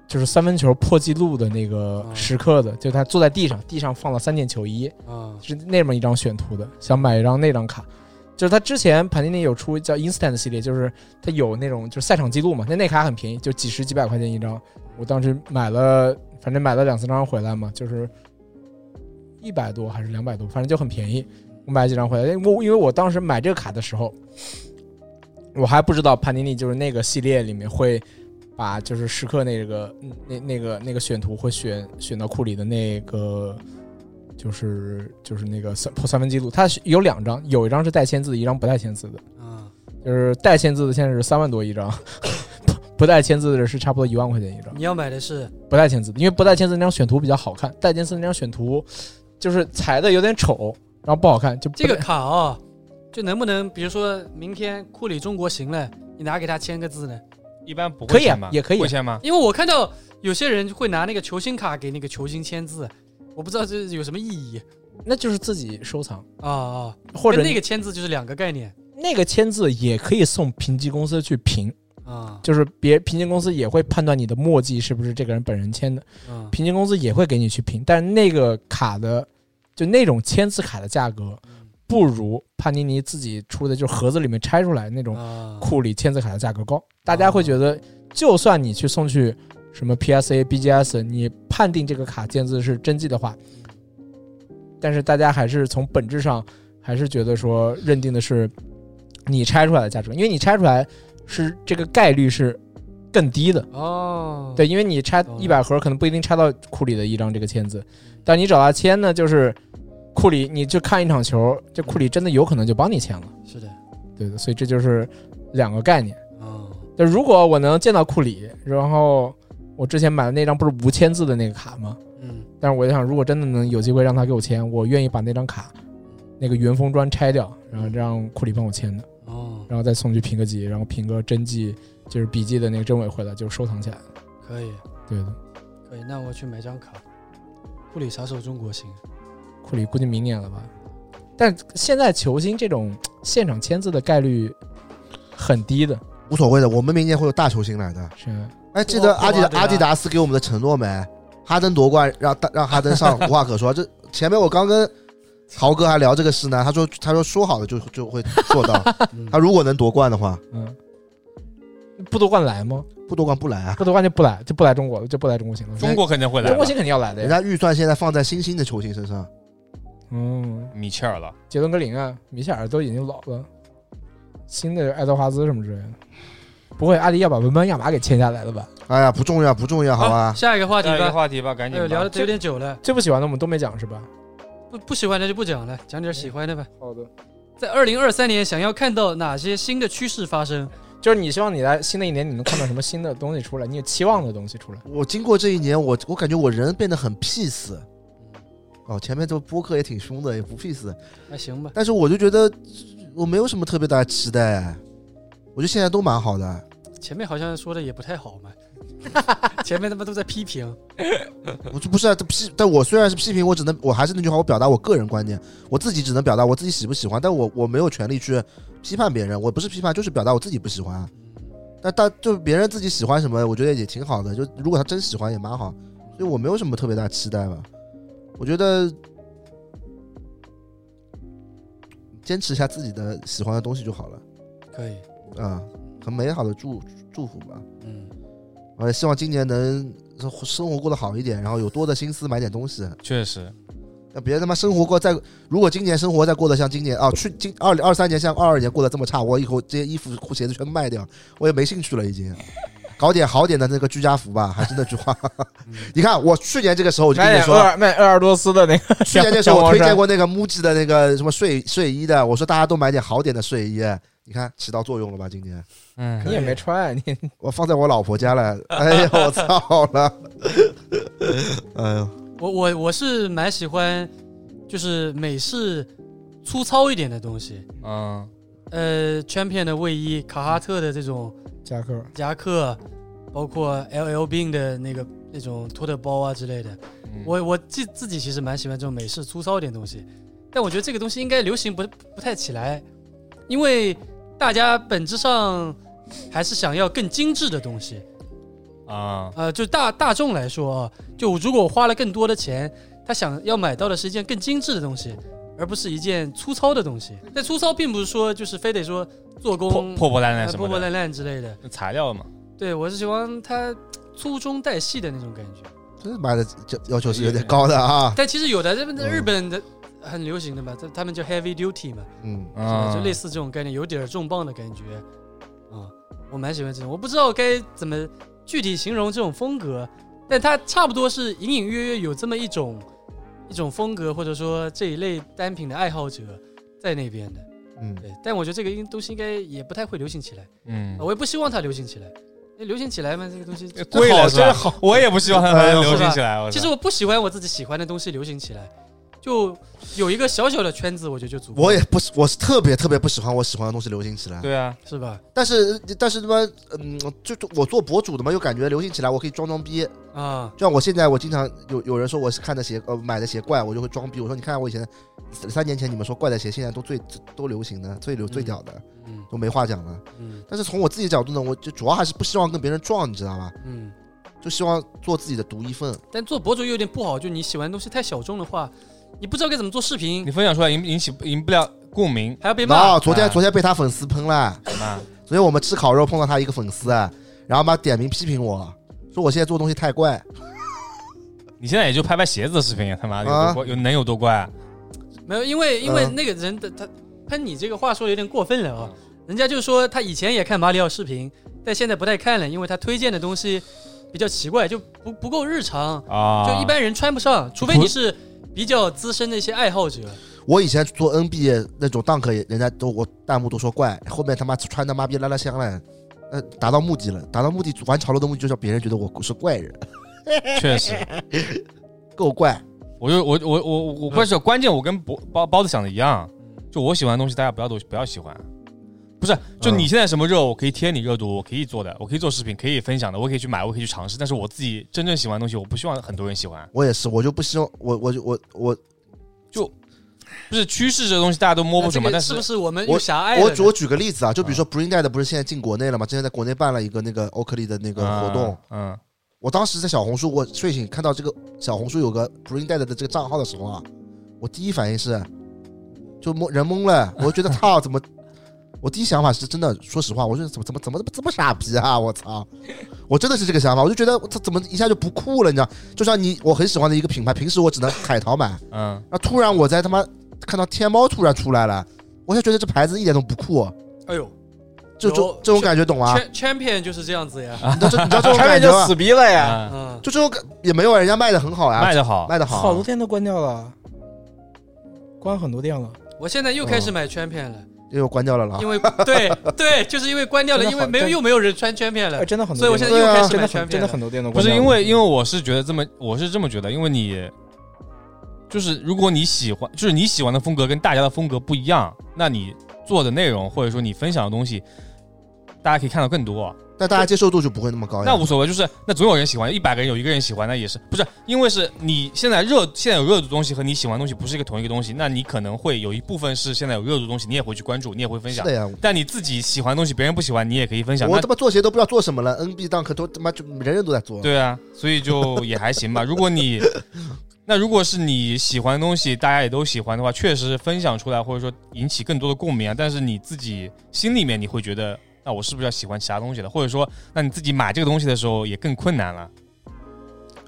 [SPEAKER 2] 就是三分球破纪录的那个
[SPEAKER 1] 嗯
[SPEAKER 2] 时刻的，就他坐在地上，地上放了三件球衣，
[SPEAKER 1] 啊
[SPEAKER 2] 是那么一张选图的，想买一张那张卡。就是他之前帕尼尼有出叫 Instant 系列，就是他有那种就是赛场记录嘛，那那卡很便宜，就几十几百块钱一张。我当时买了，反正买了两三张回来嘛，就是一百多还是两百多，反正就很便宜。我买了几张回来，因为我因为我当时买这个卡的时候，我还不知道帕尼尼就是那个系列里面会把就是时刻那个嗯那那个那个选图会选选到库里的那个就是就是那个三破三分记录，它是有两张，有一张是带签字的，一张不带签字的。
[SPEAKER 1] 啊，
[SPEAKER 2] 就是带签字的现在是三万多一张， 不不带签字的是差不多一万块钱一张。
[SPEAKER 1] 你要买的是
[SPEAKER 2] 不带签字的，因为不带签字那张选图比较好看，带签字那张选图就是裁的有点丑，然后不好看，就不
[SPEAKER 1] 这个
[SPEAKER 2] 带
[SPEAKER 1] 卡啊，就能不能比如说明天库里中国行了，你拿给他签个字呢？
[SPEAKER 3] 一般不
[SPEAKER 2] 可
[SPEAKER 3] 会
[SPEAKER 2] 以啊
[SPEAKER 3] 签吗？
[SPEAKER 2] 也可以啊
[SPEAKER 3] 会签吗？
[SPEAKER 1] 因为我看到有些人会拿那个球星卡给那个球星签字，我不知道这有什么意义
[SPEAKER 2] 那就是自己收藏，
[SPEAKER 1] 啊啊，
[SPEAKER 2] 或者
[SPEAKER 1] 跟那个签字就是两个概念
[SPEAKER 2] 那个签字也可以送评级公司去评，
[SPEAKER 1] 啊
[SPEAKER 2] 就是别评级公司也会判断你的墨迹是不是这个人本人签的。
[SPEAKER 1] 啊
[SPEAKER 2] 平均工资也会给你去评，但是那个卡的就那种签字卡的价格，
[SPEAKER 1] 嗯
[SPEAKER 2] 不如帕尼尼自己出的，就是盒子里面拆出来那种
[SPEAKER 1] 啊
[SPEAKER 2] 库里签字卡的价格高。大家会觉得，就算你去送去什么 PSA、BGS，你判定这个卡签字是真迹的话，但是大家还是从本质上还是觉得说认定的是你拆出来的价值，因为你拆出来是这个概率是更低的。
[SPEAKER 1] 哦，
[SPEAKER 2] 对，因为你拆
[SPEAKER 1] 懂了
[SPEAKER 2] 一百盒，可能不一定拆到库里的一张这个签字，但你找他签呢，就是库里，你就看一场球，这库里真的有可能就帮你签了，
[SPEAKER 1] 是的，
[SPEAKER 2] 对的，所以这就是两个概念。
[SPEAKER 1] 啊
[SPEAKER 2] 就如果我能见到库里，然后我之前买的那张不是无签字的那个卡吗？
[SPEAKER 1] 嗯
[SPEAKER 2] 但是我就想，如果真的能有机会让他给我签，我愿意把那张卡那个原封砖拆掉，然后让库里帮我签的，
[SPEAKER 1] 哦，
[SPEAKER 2] 然后再送去评个级，然后评个真迹，就是笔记的那个真伪回来，就收藏起来。
[SPEAKER 1] 可以
[SPEAKER 2] 对的，
[SPEAKER 1] 可以，那我去买张卡。库里啥时候中国行？
[SPEAKER 2] 库里估计明年了吧？但现在球星这种现场签字的概率很低的，
[SPEAKER 7] 无所谓的。我们明年会有大球星来的。
[SPEAKER 2] 是吧
[SPEAKER 7] 哎，记得
[SPEAKER 1] 霍
[SPEAKER 7] 阿迪
[SPEAKER 1] 霍华德啊
[SPEAKER 7] 阿迪达斯给我们的承诺没？哈登夺冠，让让哈登上，无话可说。这 前面我刚跟豪哥还聊这个事呢，他说他说说好的就就会 做到。
[SPEAKER 1] 嗯
[SPEAKER 7] 他如果能夺冠的话，
[SPEAKER 2] 嗯，不夺冠来吗？
[SPEAKER 7] 不夺冠不来啊。
[SPEAKER 2] 不夺冠就不来，就不来中国了，就不来中国行了。
[SPEAKER 3] 中国肯定会来
[SPEAKER 2] 中
[SPEAKER 3] 的
[SPEAKER 2] 国，行肯定要来的
[SPEAKER 7] 人
[SPEAKER 2] 呀。
[SPEAKER 7] 家预算现在放在新兴的球星身上，
[SPEAKER 2] 嗯，
[SPEAKER 3] 米切尔了，
[SPEAKER 2] 杰伦格林啊，米切尔都已经老了，新的爱德华兹什么之类的，不会阿迪要把文班亚马给签下来了吧？
[SPEAKER 7] 哎呀，不重要，不重
[SPEAKER 1] 啊
[SPEAKER 7] 要，好啊吧？
[SPEAKER 1] 下一个话题
[SPEAKER 3] 下一个
[SPEAKER 1] 吧。
[SPEAKER 3] 话题吧，赶
[SPEAKER 1] 哎
[SPEAKER 3] 紧
[SPEAKER 1] 呦，
[SPEAKER 3] 吧
[SPEAKER 1] 聊的有点久了，
[SPEAKER 2] 最不喜欢的我们都没讲是吧？
[SPEAKER 1] 不不喜欢的就不讲了，讲点喜欢的吧。
[SPEAKER 2] 好的，
[SPEAKER 1] 在二零二三年，想要看到哪些新的趋势发生？
[SPEAKER 2] 就是你希望你在新的一年你能看到什么新的东西出来，你有期望的东西出来。
[SPEAKER 7] 我经过这一年，我我感觉我人变得很 peace。哦，前面这播客也挺凶的，也不 peace。
[SPEAKER 1] 还哎行吧，
[SPEAKER 7] 但是我就觉得我没有什么特别哎大的期待，我觉得现在都蛮好的。
[SPEAKER 1] 前面好像说的也不太好嘛。前面他妈都在批评，
[SPEAKER 7] 我就不是啊，这批，但我虽然是批评，我只能我还是那句话，我表达我个人观点，我自己只能表达我自己喜不喜欢，但我我没有权利去批判别人，我不是批判，就是表达我自己不喜欢啊。但但就是别人自己喜欢什么，我觉得也挺好的，就如果他真喜欢也蛮好，所以我没有什么特别大期待吧。我觉得坚持一下自己的喜欢的东西就好了，
[SPEAKER 1] 可以，
[SPEAKER 7] 啊、很美好的祝祝福吧。
[SPEAKER 1] 嗯，
[SPEAKER 7] 我也希望今年能生活过得好一点，然后有多的心思买点东西。
[SPEAKER 3] 确实，
[SPEAKER 7] 那别他妈生活过再，如果今年生活再过得像今年啊，去今二零二三年像二二年过得这么差，我以后这些衣服、裤、鞋子全卖掉，我也没兴趣了，已经。搞点好点的那个居家服吧，还是那句 话。你看我去年这个时候我就
[SPEAKER 2] 买
[SPEAKER 7] 跟
[SPEAKER 2] 点哎鄂
[SPEAKER 7] 你说，啊
[SPEAKER 2] 尔卖鄂尔多斯的那个
[SPEAKER 7] 去
[SPEAKER 2] 小
[SPEAKER 7] 年那时
[SPEAKER 2] 小
[SPEAKER 7] 候我
[SPEAKER 2] 黄
[SPEAKER 7] 推荐
[SPEAKER 2] 衫，
[SPEAKER 7] 过那个 MUJI 的那个什么睡睡衣的，我说大家都买点好点的睡衣，你看起到作用了吧？今年
[SPEAKER 2] 嗯，你也没穿，你
[SPEAKER 7] 我放在我老婆家了，哎呀，我操了， 哎呦，
[SPEAKER 1] 我我我是蛮喜欢，就是美式粗糙一点的东西，
[SPEAKER 3] 嗯，
[SPEAKER 1] 呃，Champion 的卫衣，卡哈特的这种
[SPEAKER 2] 夹克
[SPEAKER 1] 夹克，包括 LL Bean 的那个那种托特包啊之类的。
[SPEAKER 3] 嗯
[SPEAKER 1] 我我自自己其实蛮喜欢这种美式粗糙一点东西，但我觉得这个东西应该流行不不太起来，因为大家本质上还是想要更精致的东西。
[SPEAKER 3] 啊，
[SPEAKER 1] 呃，就大大众来说啊，就如果我花了更多的钱，他想要买到的是一件更精致的东西，而不是一件粗糙的东西。但粗糙并不是说就是非得说做
[SPEAKER 3] 破
[SPEAKER 1] 工
[SPEAKER 3] 破破烂
[SPEAKER 1] 呃
[SPEAKER 3] 烂什
[SPEAKER 1] 破
[SPEAKER 3] 么
[SPEAKER 1] 破
[SPEAKER 3] 的，
[SPEAKER 1] 烂烂之类的。
[SPEAKER 3] 材料嘛，
[SPEAKER 1] 对我是喜欢它粗中带细的那种感觉。
[SPEAKER 7] 真他妈的要要求是有点高的啊，
[SPEAKER 1] 但其实有的日本
[SPEAKER 7] 嗯
[SPEAKER 1] 日本的很流行的嘛，他他们叫 heavy duty 嘛，
[SPEAKER 7] 嗯。
[SPEAKER 1] 是吧
[SPEAKER 3] 啊，
[SPEAKER 1] 就类似这种概念，有点重磅的感觉啊、我蛮喜欢这种，我不知道该怎么具体形容这种风格，但它差不多是隐隐约约有这么一种一种风格，或者说这一类单品的爱好者在那边的。
[SPEAKER 7] 嗯
[SPEAKER 1] 对，但我觉得这个应东西应该也不太会流行起来，
[SPEAKER 3] 嗯
[SPEAKER 1] 啊，我也不希望它流行起来。那流行起来嘛，这个东西
[SPEAKER 3] 贵了
[SPEAKER 2] 真
[SPEAKER 3] 是
[SPEAKER 2] 好
[SPEAKER 3] 吧？我也不希望它
[SPEAKER 1] 哎呦
[SPEAKER 3] 流
[SPEAKER 1] 是
[SPEAKER 3] 行
[SPEAKER 1] 吧
[SPEAKER 3] 起来。我
[SPEAKER 1] 其实
[SPEAKER 3] 操
[SPEAKER 1] 我不喜欢我自己喜欢的东西流行起来，就有一个小小的圈子，我觉得就足够了。
[SPEAKER 7] 我也不，我是特别特别不喜欢我喜欢的东西流行起来。
[SPEAKER 3] 对啊，
[SPEAKER 1] 是吧？
[SPEAKER 7] 但是但是他妈，嗯，就就我做博主的嘛，又感觉流行起来我可以装装逼。
[SPEAKER 1] 啊，
[SPEAKER 7] 就像我现在，我经常有有人说我是看的鞋，呃，买的鞋怪，我就会装逼。我说你看我以前三年前你们说怪的鞋，现在都最都流行的，最流最屌的，
[SPEAKER 1] 嗯
[SPEAKER 7] 都没话讲了。
[SPEAKER 1] 嗯
[SPEAKER 7] 但是从我自己角度呢，我就主要还是不希望跟别人撞，你知道吧？
[SPEAKER 1] 嗯。
[SPEAKER 7] 就希望做自己的独一份。
[SPEAKER 1] 但做博主又有点不好，就你喜欢的东西太小众的话，你不知道该怎么做视频
[SPEAKER 3] 你，分享出来引引起引不了共鸣，
[SPEAKER 1] 还要被
[SPEAKER 7] 然
[SPEAKER 1] 骂
[SPEAKER 7] 后。昨
[SPEAKER 3] 哎
[SPEAKER 7] 天昨天被他粉丝喷了。
[SPEAKER 3] 好吗？
[SPEAKER 7] 昨天我们吃烤肉碰到他一个粉丝，然后妈点名批评我说我现在做东西太怪，
[SPEAKER 3] 你现在也就拍拍鞋子的视频，他妈的有多
[SPEAKER 7] 啊
[SPEAKER 3] 怪，有能有多怪啊？
[SPEAKER 1] 没有，因为因为
[SPEAKER 7] 嗯
[SPEAKER 1] 那个人的他喷你这个话说的有点过分了啊。人家就说他以前也看马里奥视频，但现在不太看了，因为他推荐的东西比较奇怪，就不不够日常，
[SPEAKER 3] 啊，
[SPEAKER 1] 就一般人穿不上，除非
[SPEAKER 3] 不
[SPEAKER 1] 你是比较资深的一些爱好者。
[SPEAKER 7] 我以前做 NBA 那种 dunk 也人家都我弹幕都说怪，后面他妈穿他妈逼拉拉香了，呃，达到目的了，达到目的玩潮流的目的就是让别人觉得我是怪人，
[SPEAKER 3] 确实，
[SPEAKER 7] 够怪。
[SPEAKER 3] 我就我我我
[SPEAKER 7] 嗯
[SPEAKER 3] 我关是关键，我跟包包包子想的一样，就我喜欢的东西，大家不要都不要喜欢。不是，就
[SPEAKER 7] 嗯
[SPEAKER 3] 你现在什么热，我可以贴你热度，我可以做的，我可以做视频，可以分享的，我可以去买，我可以去尝试。但是我自己真正喜欢的东西，我不希望很多人喜欢。
[SPEAKER 7] 我也是，我就不希望我我就我我
[SPEAKER 3] 不是趋势这个东西，大家都摸不准嘛。
[SPEAKER 1] 这个
[SPEAKER 3] 但
[SPEAKER 1] 是
[SPEAKER 3] 是
[SPEAKER 1] 不是我们
[SPEAKER 7] 我
[SPEAKER 1] 又狭隘了
[SPEAKER 7] 我
[SPEAKER 1] 呢
[SPEAKER 7] 举我举个例子啊，就比如说 Bring Dead 不是现在进国内了吗？之前在国内办了一个那个欧克利的那个活动，，
[SPEAKER 3] 嗯
[SPEAKER 7] 我当时在小红书，我睡醒看到这个小红书有个 Green Dead 的这个账号的时候啊，我第一反应是就懵人懵了，我觉得操怎么？我第一想法是真的，说实话，我说怎么怎么怎么这么傻逼啊！我操，我真的是这个想法，我就觉得他怎么一下就不酷了，你知道？就像你我很喜欢的一个品牌，平时我只能海淘买，
[SPEAKER 3] 嗯嗯，
[SPEAKER 7] 那突然我在他妈看到天猫突然出来了，我就觉得这牌子一点都不酷，
[SPEAKER 1] 哎呦，
[SPEAKER 7] 就就
[SPEAKER 1] 有
[SPEAKER 7] 这种感觉懂吗？
[SPEAKER 1] Cha- Champion 就是这样子呀，
[SPEAKER 7] 你知道这你知道这种
[SPEAKER 2] 穿面
[SPEAKER 7] 感觉
[SPEAKER 2] 就
[SPEAKER 7] 吗
[SPEAKER 2] 死？逼了哎呀！
[SPEAKER 3] 嗯
[SPEAKER 1] 嗯，
[SPEAKER 7] 就这种感也没有啊，人家卖的很好呀，
[SPEAKER 3] 卖的好，
[SPEAKER 7] 卖的好啊，
[SPEAKER 2] 好多店都关掉了，关很多店了。
[SPEAKER 1] 我现在又开始买 Champion 了，
[SPEAKER 7] 因为哎我关掉了啦
[SPEAKER 1] 因。为对对，就是因为关掉了，
[SPEAKER 2] 真的
[SPEAKER 1] 因为
[SPEAKER 2] 好
[SPEAKER 1] 没有
[SPEAKER 2] 真
[SPEAKER 1] 又没有人穿 Champion
[SPEAKER 2] 哎，
[SPEAKER 1] 了，
[SPEAKER 2] 真的很
[SPEAKER 1] 呃所
[SPEAKER 2] 多店，
[SPEAKER 1] 以我现在
[SPEAKER 7] 对
[SPEAKER 1] 又
[SPEAKER 7] 啊
[SPEAKER 1] 开始
[SPEAKER 2] 真
[SPEAKER 1] 买
[SPEAKER 2] 的很
[SPEAKER 1] Champion
[SPEAKER 2] 真的
[SPEAKER 1] 了。
[SPEAKER 2] 很多店都
[SPEAKER 3] 不
[SPEAKER 2] 关
[SPEAKER 3] 是
[SPEAKER 2] 掉了
[SPEAKER 3] 因为，因为我是觉得这么，我是这么觉得，因为你就是如果你喜欢，就是你喜欢的风格跟大家的风格不一样，那你做的内容或者说你分享的东西，大家可以看到更多。
[SPEAKER 7] 但大家接受度就不会那么哦高呀。
[SPEAKER 3] 那无所谓，就是那总有人喜欢，一百个人有一个人喜欢，那也是不是？因为是你现在热现在有热度的东西和你喜欢的东西不是一个同一个东西，那你可能会有一部分是现在有热度的东西，你也会去关注，你也会分
[SPEAKER 7] 是
[SPEAKER 3] 享
[SPEAKER 7] 的。呀，
[SPEAKER 3] 但你自己喜欢的东西，别人不喜欢，你也可以分享。
[SPEAKER 7] 我
[SPEAKER 3] 那
[SPEAKER 7] 他妈做鞋都不知道做什么了，NB Dunk 都他妈就人人都在做。
[SPEAKER 3] 对啊，所以就也还行吧。如果你那如果是你喜欢的东西，大家也都喜欢的话，确实分享出来或者说引起更多的共鸣啊。但是你自己心里面你会觉得，那我是不是要喜欢其他东西了？或者说，那你自己买这个东西的时候也更困难了。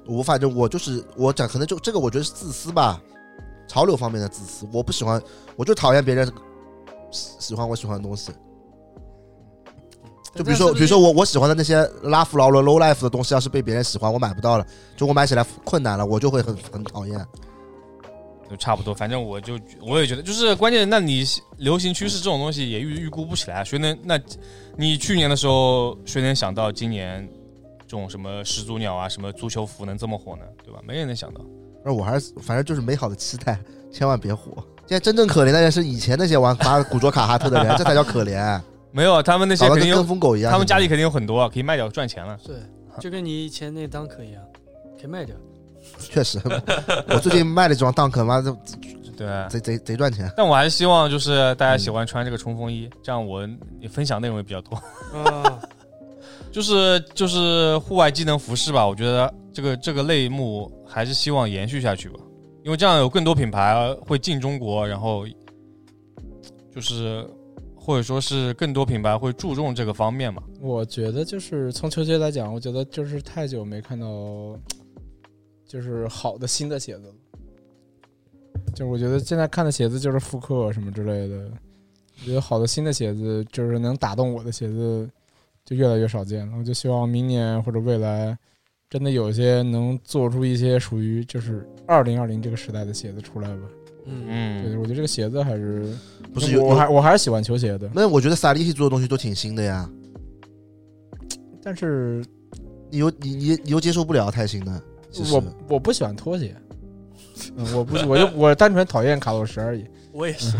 [SPEAKER 7] 我反正我就是我讲，可能就这个我觉得是自私吧，潮流方面的自私。我不喜欢，我就讨厌别人喜喜欢我喜欢的东西。就比如说，比如说我我喜欢的那些拉夫劳伦 low life 的东西，要是被别人喜欢，我买不到了，就我买起来困难了，我就会很很讨厌。
[SPEAKER 3] 就差不多，反正我就我也觉得，就是关键，那你流行趋势这种东西也预预估不起来啊。谁能？那你去年的时候，谁能想到今年这种什么始祖鸟啊，什么足球服能这么火呢？对吧？没人能想到。
[SPEAKER 7] 那我还是反正就是美好的期待，千万别火。现在真正可怜的人是以前那些玩打古卓卡哈特的人，这才叫可怜，
[SPEAKER 3] 没有，啊他们那些
[SPEAKER 7] 搞得
[SPEAKER 3] 肯
[SPEAKER 7] 跟
[SPEAKER 3] 定有
[SPEAKER 7] 跟风狗一样。
[SPEAKER 3] 他们家里肯定有很多，可以卖掉赚钱了。
[SPEAKER 1] 对，
[SPEAKER 7] 啊
[SPEAKER 1] 就跟你以前那当可一样，可以啊卖掉。
[SPEAKER 7] 确实，我最近卖了几双 dunk，妈的
[SPEAKER 3] 对，
[SPEAKER 7] 贼贼贼赚钱。
[SPEAKER 3] 但我还是希望就是大家喜欢穿这个冲锋衣，这样我也分享内容也比较多，
[SPEAKER 1] 啊，
[SPEAKER 3] 就是就是户外机能服饰吧。我觉得这个这个类目还是希望延续下去吧，因为这样有更多品牌会进中国，然后就是或者说是更多品牌会注重这个方面嘛。
[SPEAKER 2] 我觉得就是从球鞋来讲，我觉得就是太久没看到就是好的新的鞋子了。就我觉得现在看的鞋子就是复刻什么之类的，我觉得好的新的鞋子就是能打动我的鞋子就越来越少见了。我就希望明年或者未来真的有一些能做出一些属于就是二零二零这个时代的鞋子出来吧。
[SPEAKER 1] 嗯，
[SPEAKER 2] 对，
[SPEAKER 3] 嗯，
[SPEAKER 2] 我觉得这个鞋子还是
[SPEAKER 7] 不是有
[SPEAKER 2] 我还我还是喜欢球鞋的，
[SPEAKER 7] 那我觉得萨利希做的东西都挺新的呀，
[SPEAKER 2] 但是
[SPEAKER 7] 你又你你你又接受不了太新的。其实
[SPEAKER 2] 我我不喜欢拖鞋， 嗯、我不我就我单纯讨厌卡洛什而已，
[SPEAKER 1] 我也是。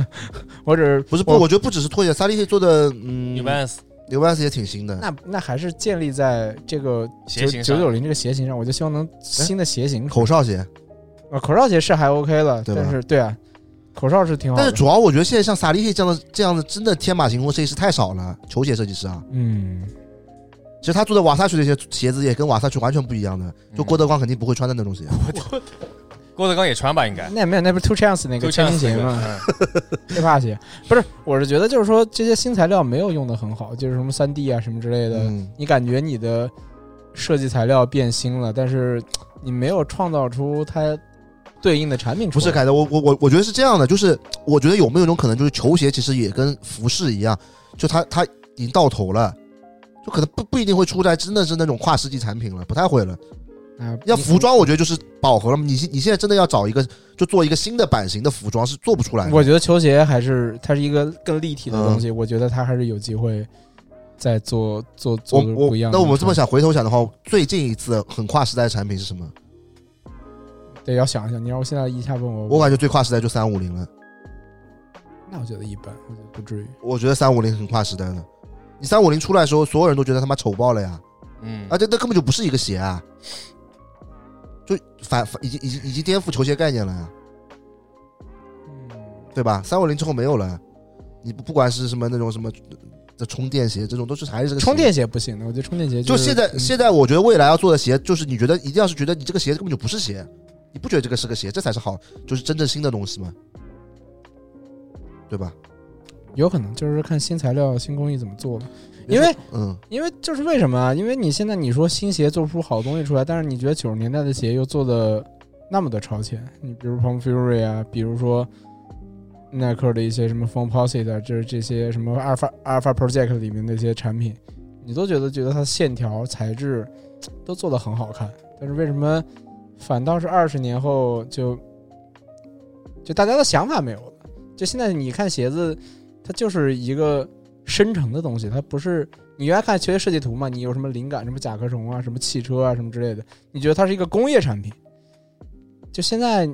[SPEAKER 2] 我只是
[SPEAKER 7] 不是不，
[SPEAKER 2] 我
[SPEAKER 7] 我觉得不只是拖鞋，萨利希做的嗯
[SPEAKER 3] 一般是
[SPEAKER 7] 牛 s 也挺新的。
[SPEAKER 2] 那那还是建立在这个
[SPEAKER 3] 鞋
[SPEAKER 2] 九
[SPEAKER 3] 型
[SPEAKER 2] 九
[SPEAKER 3] 上
[SPEAKER 2] 九零这个鞋型上，我就希望能新的鞋型。
[SPEAKER 7] 哎口哨鞋，
[SPEAKER 3] 哦
[SPEAKER 2] 呃口哨鞋是还 OK 了，
[SPEAKER 7] 对吧
[SPEAKER 2] 但是对啊，口哨是挺好
[SPEAKER 7] 但
[SPEAKER 2] 的。
[SPEAKER 7] 是主要我觉得现在像萨利希这样的这样的真的天马行空设计师太少了，球鞋设计师啊，
[SPEAKER 2] 嗯，
[SPEAKER 7] 其实他做的瓦萨曲这些鞋子也跟瓦萨曲完全不一样的，
[SPEAKER 3] 嗯
[SPEAKER 7] 就郭德纲肯定不会穿的那种鞋。
[SPEAKER 3] 郭德纲也穿吧，应该。
[SPEAKER 2] 那也没有，那不是 Two Chance 那个
[SPEAKER 3] 就
[SPEAKER 2] 千
[SPEAKER 3] 像
[SPEAKER 2] 金鞋
[SPEAKER 3] 那
[SPEAKER 2] 吗？
[SPEAKER 7] 嗯
[SPEAKER 3] 个，
[SPEAKER 2] 黑怕鞋不是，我是觉得就是说这些新材料没有用的很好，就是什么三 D 啊什么之类的，
[SPEAKER 7] 嗯，
[SPEAKER 2] 你感觉你的设计材料变新了，但是你没有创造出它对应的产品出
[SPEAKER 7] 不
[SPEAKER 2] 来。
[SPEAKER 7] 是凯德，我我我我觉得是这样的，就是我觉得有没有一种可能，就是球鞋其实也跟服饰一样，就它它已经到头了，就可能不不一定会出来真的是那种跨世纪产品了，不太会了。
[SPEAKER 2] 啊，
[SPEAKER 7] 要
[SPEAKER 2] 你
[SPEAKER 7] 服，装，我觉得就是饱和了嘛。你现你现在真的要找一个，就做一个新的版型的服装是做不出来的。
[SPEAKER 2] 我觉得球鞋还是它是一个更立体的东西，
[SPEAKER 7] 嗯
[SPEAKER 2] 我觉得它还是有机会再做做做
[SPEAKER 7] 我
[SPEAKER 2] 出
[SPEAKER 7] 我
[SPEAKER 2] 不一样的。
[SPEAKER 7] 那我们这么，想，回头想的话，最近一次很跨时代的产品是什么？
[SPEAKER 2] 对，要想一想。你让我现在一下问我，
[SPEAKER 7] 我感觉最跨时代就三五零了。
[SPEAKER 2] 那我觉得一般，我觉得不至于。
[SPEAKER 7] 我觉得三五零很跨时代的。你三五零出来的时候，所有人都觉得他妈丑爆了呀！
[SPEAKER 3] 嗯，
[SPEAKER 7] 而且那根本就不是一个鞋啊，就反反已经已经已经颠覆球鞋概念了呀，
[SPEAKER 2] 嗯
[SPEAKER 7] 对吧？三五零之后没有了，你不不管是什么那种什么的充电鞋，这种都是还是这个鞋
[SPEAKER 2] 充电鞋不行的，我觉得充电鞋
[SPEAKER 7] 就是现在，
[SPEAKER 2] 嗯
[SPEAKER 7] 现在我觉得未来要做的鞋，就是你觉得一定要是觉得你这个鞋根本就不是鞋，你不觉得这个是个鞋，这才是好，就是真正新的东西嘛，对吧？
[SPEAKER 2] 有可能就是看新材料、新工艺怎么做了，因为
[SPEAKER 7] 嗯，
[SPEAKER 2] 因为就是为什么啊？因为你现在你说新鞋做不出好东西出来，但是你觉得九十年代的鞋又做的那么的超前，你比如 Pom Fury 啊，比如说耐克的一些什么 Foam Posit 啊，就是这些什么 Alpha Alpha Project 里面的一些产品，你都觉得觉得它线条、材质都做的很好看，但是为什么反倒是二十年后就就大家的想法没有了？就现在你看鞋子，它就是一个生成的东西，它不是。你原来看球鞋设计图嘛，你有什么灵感，什么甲壳虫啊，什么汽车啊，什么之类的，你觉得它是一个工业产品？就现在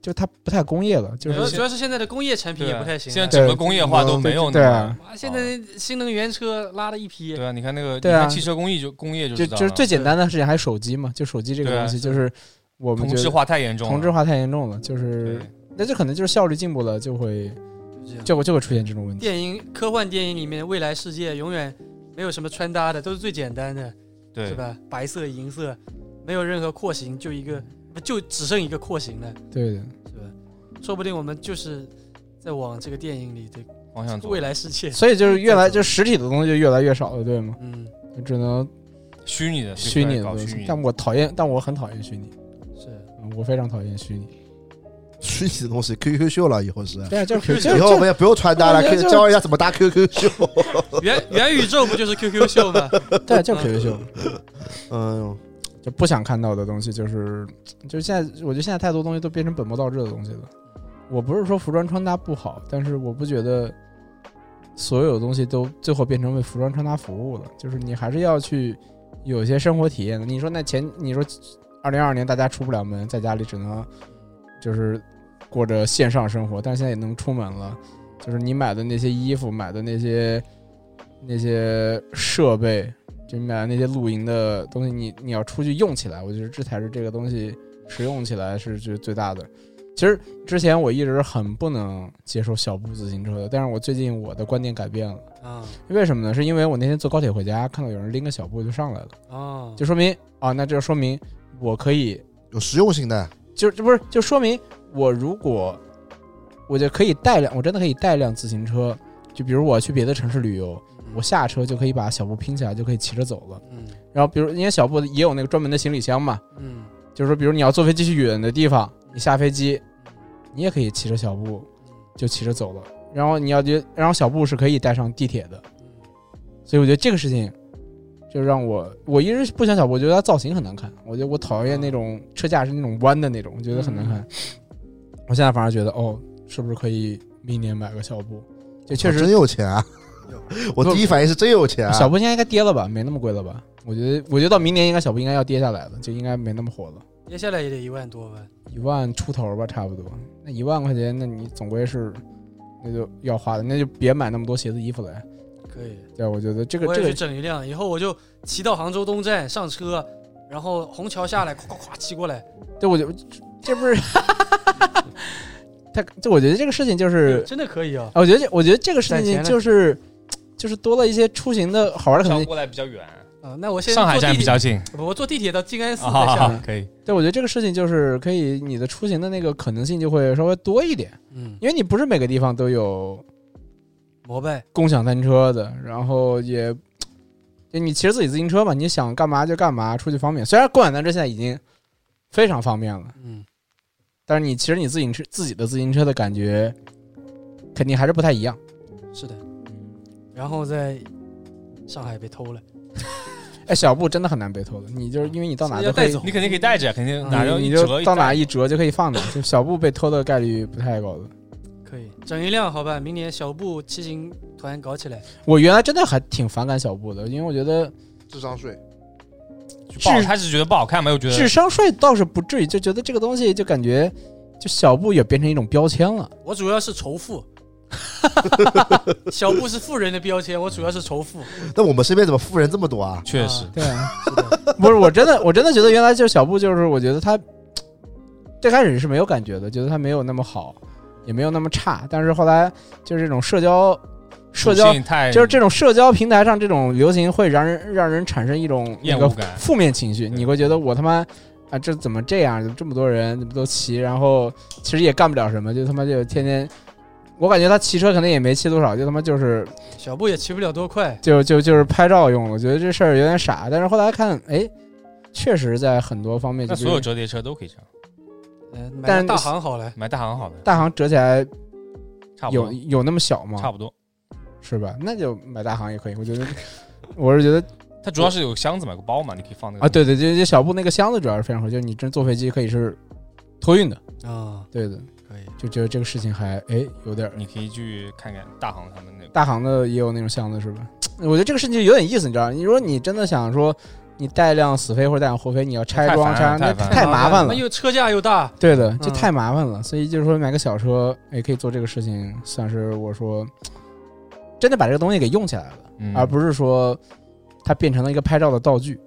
[SPEAKER 2] 就它不太工业了，就
[SPEAKER 1] 主要
[SPEAKER 2] 是
[SPEAKER 1] 主要是现在的工业产品也不太行啊了。
[SPEAKER 3] 现在整个工业化都没有那
[SPEAKER 2] 对
[SPEAKER 3] 个
[SPEAKER 2] 啊。
[SPEAKER 1] 哇，现在新能源车拉了一批，
[SPEAKER 3] 对啊，你看那个，
[SPEAKER 2] 对啊
[SPEAKER 3] 你看汽车工艺就工业就
[SPEAKER 2] 就
[SPEAKER 3] 知道
[SPEAKER 2] 就是
[SPEAKER 3] 了
[SPEAKER 2] 最简单的事情，还是手机嘛，就手机这个
[SPEAKER 3] 对啊
[SPEAKER 2] 东西，就是我们
[SPEAKER 3] 同
[SPEAKER 2] 觉
[SPEAKER 3] 质
[SPEAKER 2] 得
[SPEAKER 3] 化太严重了，
[SPEAKER 2] 同质化太严重了，就
[SPEAKER 3] 对
[SPEAKER 2] 是那就可能就是效率进步了，就会
[SPEAKER 1] 就这样
[SPEAKER 2] 就会就会出现这种问题。
[SPEAKER 1] 电影科幻电影里面的未来世界永远没有什么穿搭的，都是最简单的，
[SPEAKER 3] 对
[SPEAKER 1] 是？吧？白色、银色，没有任何廓形，就一个不就只剩一个廓形了，
[SPEAKER 2] 对的，
[SPEAKER 1] 是吧？说不定我们就是在往这个电影里的
[SPEAKER 3] 方向走
[SPEAKER 1] 未，来世界，
[SPEAKER 2] 所以就是越来
[SPEAKER 1] 这种
[SPEAKER 2] 就实体的东西就越来越少了，对吗？
[SPEAKER 1] 嗯，
[SPEAKER 2] 只能
[SPEAKER 3] 虚拟的，
[SPEAKER 2] 虚拟的
[SPEAKER 3] 呃搞
[SPEAKER 2] 东
[SPEAKER 3] 虚
[SPEAKER 2] 西
[SPEAKER 3] 拟，的
[SPEAKER 2] 但。我讨厌，但我很讨厌虚拟，
[SPEAKER 1] 是。
[SPEAKER 2] 嗯我非常讨厌虚拟。
[SPEAKER 3] 嗯
[SPEAKER 7] 虚拟的东西，QQ 秀了以后是。
[SPEAKER 2] 对啊，就是就
[SPEAKER 7] 以后我
[SPEAKER 2] 就
[SPEAKER 7] 们也不用穿搭了，
[SPEAKER 2] 就
[SPEAKER 7] 可以
[SPEAKER 2] 就
[SPEAKER 7] 教人家怎么搭 QQ 秀。
[SPEAKER 1] 元元宇宙不就是 QQ 秀吗？
[SPEAKER 2] 对啊，就是 QQ 秀，
[SPEAKER 7] 嗯，
[SPEAKER 2] 就不想看到的东西，就是就是现在，我觉得现在太多东西都变成本末倒置的东西了。我不是说服装穿搭不好，但是我不觉得所有东西都最后变成为服装穿搭服务了，就是你还是要去有一些生活体验的。你说那前你说二零二二年大家出不了门，在家里只能就是过着线上生活，但是现在也能出门了，就是你买的那些衣服，买的那些那些设备，就你买的那些露营的东西，你你要出去用起来，我觉得这才是这个东西使用起来是就最大的。其实之前我一直很不能接受小步自行车的，但是我最近我的观念改变了，
[SPEAKER 1] 啊
[SPEAKER 2] 为什么呢？是因为我那天坐高铁回家，看到有人拎个小步就上来了，
[SPEAKER 1] 哦，
[SPEAKER 2] 就说明啊，那这就说明我可以
[SPEAKER 7] 有实用性的，
[SPEAKER 2] 就这不是就说明我如果我就可以带辆，我真的可以带辆自行车，就比如我去别的城市旅游，我下车就可以把小布拼起来，就可以骑着走了。
[SPEAKER 1] 嗯
[SPEAKER 2] 然后比如因为小布也有那个专门的行李箱嘛，
[SPEAKER 1] 嗯
[SPEAKER 2] 就是说比如你要坐飞机去远的地方，你下飞机你也可以骑着小布就骑着走了。然后你要觉，然后小布是可以带上地铁的，所以我觉得这个事情就让我我一直不想小布，我觉得它造型很难看，我觉得我讨厌那种车架是那种弯的那种，我觉得很难看。我现在反而觉得哦，是不是可以明年买个小布？就确
[SPEAKER 7] 啊
[SPEAKER 2] 实
[SPEAKER 7] 真有钱啊！我第一反应是真有钱
[SPEAKER 2] 小
[SPEAKER 7] 啊！
[SPEAKER 2] 布现在应该跌了吧，没那么贵了吧？我觉得，我觉得到明年应该小布应该要跌下来了，就应该没那么火了，
[SPEAKER 1] 接下来也得一万多吧？
[SPEAKER 2] 一万出头吧，差不多。那一万块钱，那你总归是那就要花的，那就别买那么多鞋子衣服了呀。
[SPEAKER 1] 可以，
[SPEAKER 2] 对，我觉得这个
[SPEAKER 1] 我
[SPEAKER 2] 这
[SPEAKER 1] 也去
[SPEAKER 2] 个
[SPEAKER 1] 整一辆，以后我就骑到杭州东站上车，然后虹桥下来，咵咵咵骑过来。
[SPEAKER 2] 对，我觉得这 这不是，他这我觉得这个事情就是，
[SPEAKER 1] 真的可以啊！
[SPEAKER 2] 啊我觉得这我觉得这个事
[SPEAKER 1] 攒钱
[SPEAKER 2] 情
[SPEAKER 1] 了
[SPEAKER 2] 就是就是多了一些出行的好玩的可能
[SPEAKER 3] 上
[SPEAKER 2] 性。
[SPEAKER 3] 过来比较远，
[SPEAKER 1] 啊，那我先
[SPEAKER 3] 上海
[SPEAKER 1] 坐地
[SPEAKER 3] 站
[SPEAKER 1] 铁
[SPEAKER 3] 比较近
[SPEAKER 1] 不，我坐地铁到静安寺
[SPEAKER 3] 啊，
[SPEAKER 1] 再
[SPEAKER 3] 哈
[SPEAKER 1] 下
[SPEAKER 3] 哈
[SPEAKER 1] 来。
[SPEAKER 3] 可以。
[SPEAKER 2] 对，我觉得这个事情就是可以你的出行的那个可能性就会稍微多一点，
[SPEAKER 1] 嗯，
[SPEAKER 2] 因为你不是每个地方都有
[SPEAKER 1] 摩拜，
[SPEAKER 2] 共享单车的，然后也就你骑着自己自行车嘛，你想干嘛就干嘛，出去方便。虽然共享单车现在已经非常方便了，
[SPEAKER 1] 嗯，
[SPEAKER 2] 但是你骑着你自行车自己的自行车的感觉，肯定还是不太一样。
[SPEAKER 1] 是的。然后在上海被偷了，
[SPEAKER 2] 哎，小布真的很难被偷的，你就是因为你到哪
[SPEAKER 1] 要
[SPEAKER 2] 都可
[SPEAKER 1] 带
[SPEAKER 2] 以
[SPEAKER 1] 走，
[SPEAKER 3] 你肯定可以带着，肯定
[SPEAKER 1] 嗯
[SPEAKER 3] 哪
[SPEAKER 2] 你
[SPEAKER 3] 就
[SPEAKER 2] 你
[SPEAKER 3] 一
[SPEAKER 2] 就
[SPEAKER 3] 折
[SPEAKER 2] 到哪
[SPEAKER 3] 带
[SPEAKER 2] 一折就可以放的，就小布被偷的概率不太高的。
[SPEAKER 1] 可以整一辆，好吧？明年小布骑行团搞起来，
[SPEAKER 2] 我原来真的还挺反感小布的，因为我觉得
[SPEAKER 7] 智商税，
[SPEAKER 3] 不好
[SPEAKER 2] 智
[SPEAKER 3] 他是觉得不好看嘛，又觉
[SPEAKER 2] 智
[SPEAKER 3] 得
[SPEAKER 2] 商税倒是不至于，就觉得这个东西就感觉就小布也变成一种标签了。
[SPEAKER 1] 我主要是仇 富。小布是富人的标签，我主要是仇富。
[SPEAKER 7] 那我们身边怎么富人这么多啊？
[SPEAKER 3] 确实
[SPEAKER 1] 啊
[SPEAKER 2] 对啊，
[SPEAKER 1] 是的，
[SPEAKER 2] 不是，我真的我真的觉得原来就是小布，就是我觉得他最开始是没有感觉的，觉得他没有那么好，也没有那么差，但是后来就是这种社交社交
[SPEAKER 3] 属性太
[SPEAKER 2] 就是这种社交平台上这种流行会让人让人产生一种那
[SPEAKER 3] 厌
[SPEAKER 2] 个
[SPEAKER 3] 恶感
[SPEAKER 2] 负面情绪，
[SPEAKER 3] 对
[SPEAKER 2] 你会觉得我他妈啊这怎么这样？怎么这么多人怎么都骑？然后其实也干不了什么，就他妈就天天，我感觉他骑车可能也没骑多少，就他妈就是
[SPEAKER 1] 小布也骑不了多快，
[SPEAKER 2] 就就就是拍照用。我觉得这事儿有点傻，但是后来看，哎，确实在很多方面，
[SPEAKER 3] 那
[SPEAKER 2] 就比
[SPEAKER 3] 所
[SPEAKER 2] 如
[SPEAKER 3] 有折叠车都可以这样，
[SPEAKER 1] 嗯、买
[SPEAKER 2] 但
[SPEAKER 1] 个大行好了。
[SPEAKER 3] 买大行好了，
[SPEAKER 2] 大行折起来
[SPEAKER 3] 差不
[SPEAKER 2] 有
[SPEAKER 3] 多，
[SPEAKER 2] 有那么小吗
[SPEAKER 3] 差？不多。
[SPEAKER 2] 是吧？那就买大行也可以。我觉得我是觉得
[SPEAKER 3] 它主要是有个箱子，买个包嘛，你可以放那个
[SPEAKER 2] 啊，对对，就就小布那个箱子主要是非常好，就是你真坐飞机可以是托运的，
[SPEAKER 1] 啊、
[SPEAKER 2] 对的，
[SPEAKER 1] 可以。
[SPEAKER 2] 就觉得这个事情还哎有点儿。
[SPEAKER 3] 你可以去看看大行他们那个。
[SPEAKER 2] 大行的也有那种箱子是吧？我觉得这个事情就有点意思，你知道吗？你说你真的想说你带辆死飞或者带辆活飞，你要拆
[SPEAKER 3] 太
[SPEAKER 2] 装
[SPEAKER 3] 烦
[SPEAKER 2] 拆，
[SPEAKER 3] 了
[SPEAKER 2] 那
[SPEAKER 3] 太烦
[SPEAKER 2] 太麻烦
[SPEAKER 1] 那。
[SPEAKER 2] 了
[SPEAKER 1] 又车架又大，
[SPEAKER 2] 对的，就
[SPEAKER 1] 嗯
[SPEAKER 2] 太麻烦了。所以就是说，买个小车也可以做这个事情，算是我说真的把这个东西给用起来了，
[SPEAKER 3] 嗯
[SPEAKER 2] 而不是说它变成了一个拍照的道具，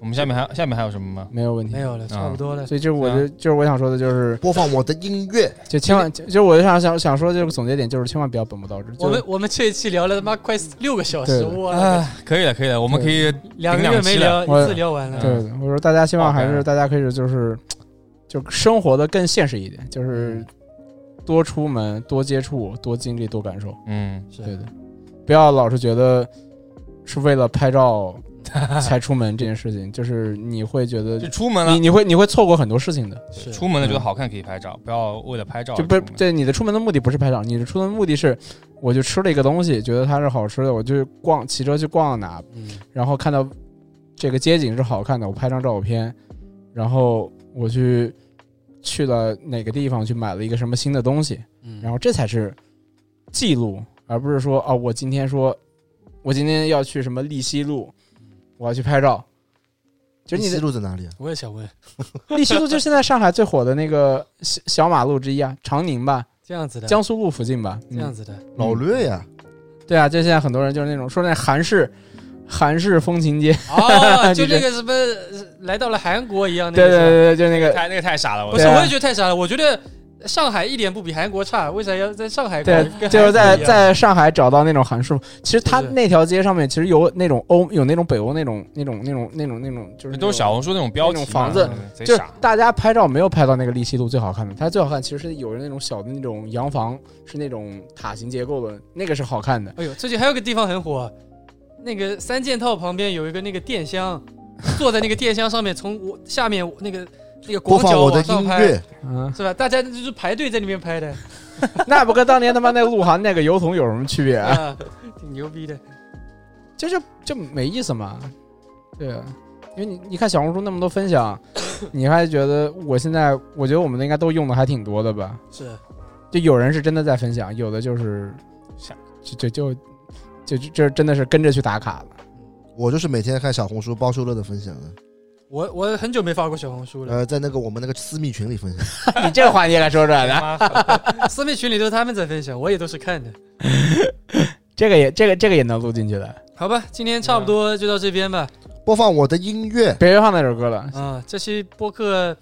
[SPEAKER 3] 我们下面还下面还有什么吗？
[SPEAKER 2] 没有问题
[SPEAKER 1] 没。有了，哎差不多了。
[SPEAKER 2] 所以就是我
[SPEAKER 3] 对
[SPEAKER 2] 的，就是我想说的，就是
[SPEAKER 7] 播放我的音乐，
[SPEAKER 2] 就千万，就就我就想想想说，就是总结点，就是千万不要本末倒置。就
[SPEAKER 1] 我们我们这一期聊了他妈快六个小
[SPEAKER 2] 对
[SPEAKER 1] 时，
[SPEAKER 2] 的
[SPEAKER 1] 我
[SPEAKER 3] 啊，可以了，可以了，我们可以
[SPEAKER 1] 两个
[SPEAKER 3] 顶
[SPEAKER 1] 月
[SPEAKER 3] 两期
[SPEAKER 1] 没聊，
[SPEAKER 3] 了
[SPEAKER 1] 一次聊完了。
[SPEAKER 2] 对，我说大家希望还
[SPEAKER 3] 好
[SPEAKER 2] 是
[SPEAKER 3] 的
[SPEAKER 2] 大家可以就是就生活的更现实一点，就是多出门、多接触、多经历、多感受。
[SPEAKER 3] 嗯，
[SPEAKER 1] 是
[SPEAKER 2] 对的，不要老是觉得是为了拍照 才出门这件事情，就是你会觉得
[SPEAKER 3] 就出门了
[SPEAKER 2] 你，你会你会错过很多事情的，
[SPEAKER 1] 是
[SPEAKER 3] 出门了觉得好看可以拍照，不要为了拍照
[SPEAKER 2] 就不是
[SPEAKER 3] 出门
[SPEAKER 2] 对你的出门的目的不是拍照，你的出门目的是我就吃了一个东西，觉得它是好吃的，我就逛骑车去逛哪，然后看到这个街景是好看的，我拍张照片，然后我去去了哪个地方去买了一个什么新的东西，
[SPEAKER 1] 嗯
[SPEAKER 2] 然后这才是记录，而不是说啊，我今天说我今天要去什么利西路，
[SPEAKER 3] 嗯
[SPEAKER 2] 我要去拍照。就
[SPEAKER 7] 你
[SPEAKER 2] 是你
[SPEAKER 7] 思
[SPEAKER 2] 的
[SPEAKER 7] 路在哪里啊？
[SPEAKER 1] 我也想问，
[SPEAKER 2] 利西路，就是现在上海最火的那个小小马路之一啊，长宁吧，
[SPEAKER 1] 这样子的，
[SPEAKER 2] 江苏路附近吧，
[SPEAKER 1] 这样
[SPEAKER 2] 子。
[SPEAKER 1] 子的，
[SPEAKER 7] 嗯老略呀，
[SPEAKER 2] 对啊，就现在很多人就是那种说那韩式韩式风情街，
[SPEAKER 1] 哦，就
[SPEAKER 2] 你这
[SPEAKER 1] 那个什么，呃来到了韩国一样那
[SPEAKER 2] 对
[SPEAKER 1] 个。
[SPEAKER 2] 对对对，就那个
[SPEAKER 3] 太那个太傻了，我
[SPEAKER 1] 不是，
[SPEAKER 2] 对啊
[SPEAKER 1] 我也觉得太傻了。我觉得上海一点不比韩国差，为啥要在上海搞一
[SPEAKER 2] 对，
[SPEAKER 1] 个
[SPEAKER 2] 就是在
[SPEAKER 1] 韩国一样
[SPEAKER 2] 在上海找到那种韩式。其实它
[SPEAKER 1] 对对
[SPEAKER 2] 那条街上面其实有那种欧，有那种北欧那种那种那种那种那种，就是那种
[SPEAKER 3] 都是小红书那种标题嘛
[SPEAKER 2] 那种房子，
[SPEAKER 3] 嗯贼
[SPEAKER 2] 就是
[SPEAKER 3] 傻。
[SPEAKER 2] 大家拍照没有拍到那个利西路最好看的，它最好看其实是有那种小的那种洋房，是那种塔形结构的，那个是好看的。
[SPEAKER 1] 哎呦，最近还有个地方很火，那个三件套旁边有一个那个电箱，坐在那个电箱上面，从我下面那个那个
[SPEAKER 7] 播
[SPEAKER 1] 广
[SPEAKER 7] 放
[SPEAKER 1] 角
[SPEAKER 7] 我的
[SPEAKER 1] 往上
[SPEAKER 7] 音
[SPEAKER 1] 拍，
[SPEAKER 7] 乐，
[SPEAKER 2] 嗯，
[SPEAKER 1] 是吧？大家就是排队在那边拍 的，
[SPEAKER 2] 那不跟当年他妈那鹿晗那个油桶有什么区别啊？
[SPEAKER 1] 啊，挺牛逼的。
[SPEAKER 2] 就是就没意思嘛。对啊，因为你你看小红书那么多分享，你还觉得我现在我觉得我们的应该都用的还挺多的吧？
[SPEAKER 1] 是，
[SPEAKER 2] 就有人是真的在分享，有的就是
[SPEAKER 3] 傻
[SPEAKER 2] 就就就就就就真的是跟着去打卡了。
[SPEAKER 7] 我就是每天看小红书包修乐的分享的，
[SPEAKER 1] 我我很久没发过小红 书了，
[SPEAKER 7] 呃，在那个我们那个私密群里分享。
[SPEAKER 2] 你这个环节该说出来了，
[SPEAKER 1] 啊私密群里都是他们在分享，我也都是看的。
[SPEAKER 2] 这个也这个这个也能录进去 的。
[SPEAKER 1] 好吧，今天差不多就到这边 吧。
[SPEAKER 7] 播放我的音乐，
[SPEAKER 2] 别放那首歌了，
[SPEAKER 1] 啊，这期播客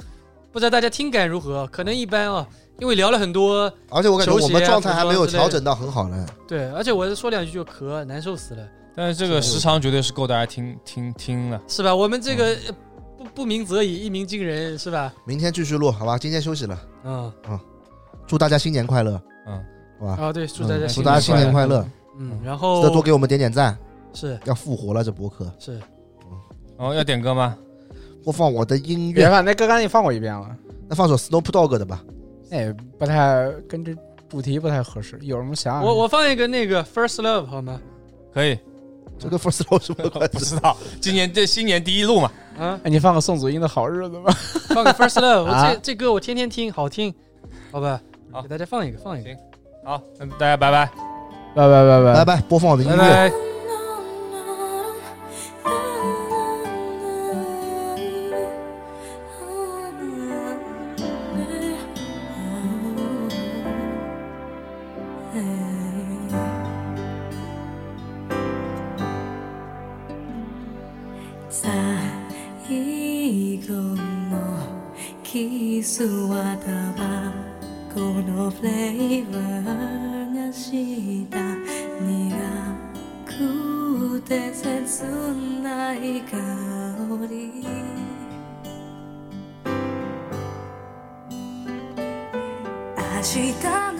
[SPEAKER 1] 不知道大家听感如何，可能一般啊，因为聊了很多。
[SPEAKER 7] 而且我感觉
[SPEAKER 1] 球鞋啊
[SPEAKER 7] 我们状态还没有
[SPEAKER 1] 服装之类
[SPEAKER 7] 调
[SPEAKER 1] 的
[SPEAKER 7] 整到很好呢。
[SPEAKER 1] 对，而且我说两句就咳，难受死了，
[SPEAKER 3] 但是这个时长绝对是够大家听听听了。
[SPEAKER 1] 是吧？我们这个
[SPEAKER 7] 嗯
[SPEAKER 1] 呃不不鸣则已，一鸣惊人，是吧？
[SPEAKER 7] 明天继续录，好吧？今天休息了，
[SPEAKER 1] 嗯，
[SPEAKER 7] 祝大家新年快乐，
[SPEAKER 3] 嗯，
[SPEAKER 7] 好吧？
[SPEAKER 1] 啊，对，祝大家
[SPEAKER 3] 新
[SPEAKER 7] 嗯祝
[SPEAKER 1] 新
[SPEAKER 7] 大家
[SPEAKER 1] 年
[SPEAKER 7] 新
[SPEAKER 1] 快
[SPEAKER 7] 年
[SPEAKER 1] 乐。
[SPEAKER 7] 快乐，
[SPEAKER 1] 嗯，然
[SPEAKER 7] 记得多
[SPEAKER 1] 后
[SPEAKER 7] 给我们点点赞，
[SPEAKER 1] 是
[SPEAKER 7] 要复活了这博客。
[SPEAKER 1] 是，
[SPEAKER 3] 然哦后要点歌吗？
[SPEAKER 7] 播放我的音
[SPEAKER 2] 别
[SPEAKER 7] 乐，
[SPEAKER 2] 放那歌刚才你放过一遍了，
[SPEAKER 7] 那放首 Snoop Dogg 的吧。
[SPEAKER 2] 那也不太跟这主题不太合适。有什么
[SPEAKER 7] 啊
[SPEAKER 2] 想法？
[SPEAKER 1] 我我放一个那个 First Love 好吗？
[SPEAKER 3] 可以，
[SPEAKER 7] 这 跟 First Love 什么关
[SPEAKER 3] 不
[SPEAKER 7] 系？
[SPEAKER 3] 知道今年这新年第一路嘛，
[SPEAKER 1] 啊，
[SPEAKER 2] 哎，你放个宋祖英的好日子吧。
[SPEAKER 1] 放个 First Love，我
[SPEAKER 2] 啊
[SPEAKER 1] 这这歌我天天听，好听，好吧？
[SPEAKER 3] 好
[SPEAKER 1] 给大家放一个，放一个
[SPEAKER 3] 行，好，那大家拜拜。
[SPEAKER 2] 拜拜拜拜
[SPEAKER 7] 拜拜，播放我的音
[SPEAKER 1] 拜
[SPEAKER 7] 乐。
[SPEAKER 1] 拜。
[SPEAKER 5] 最後のキスはタバコのフレーバーがした苦くて切ない香り明日の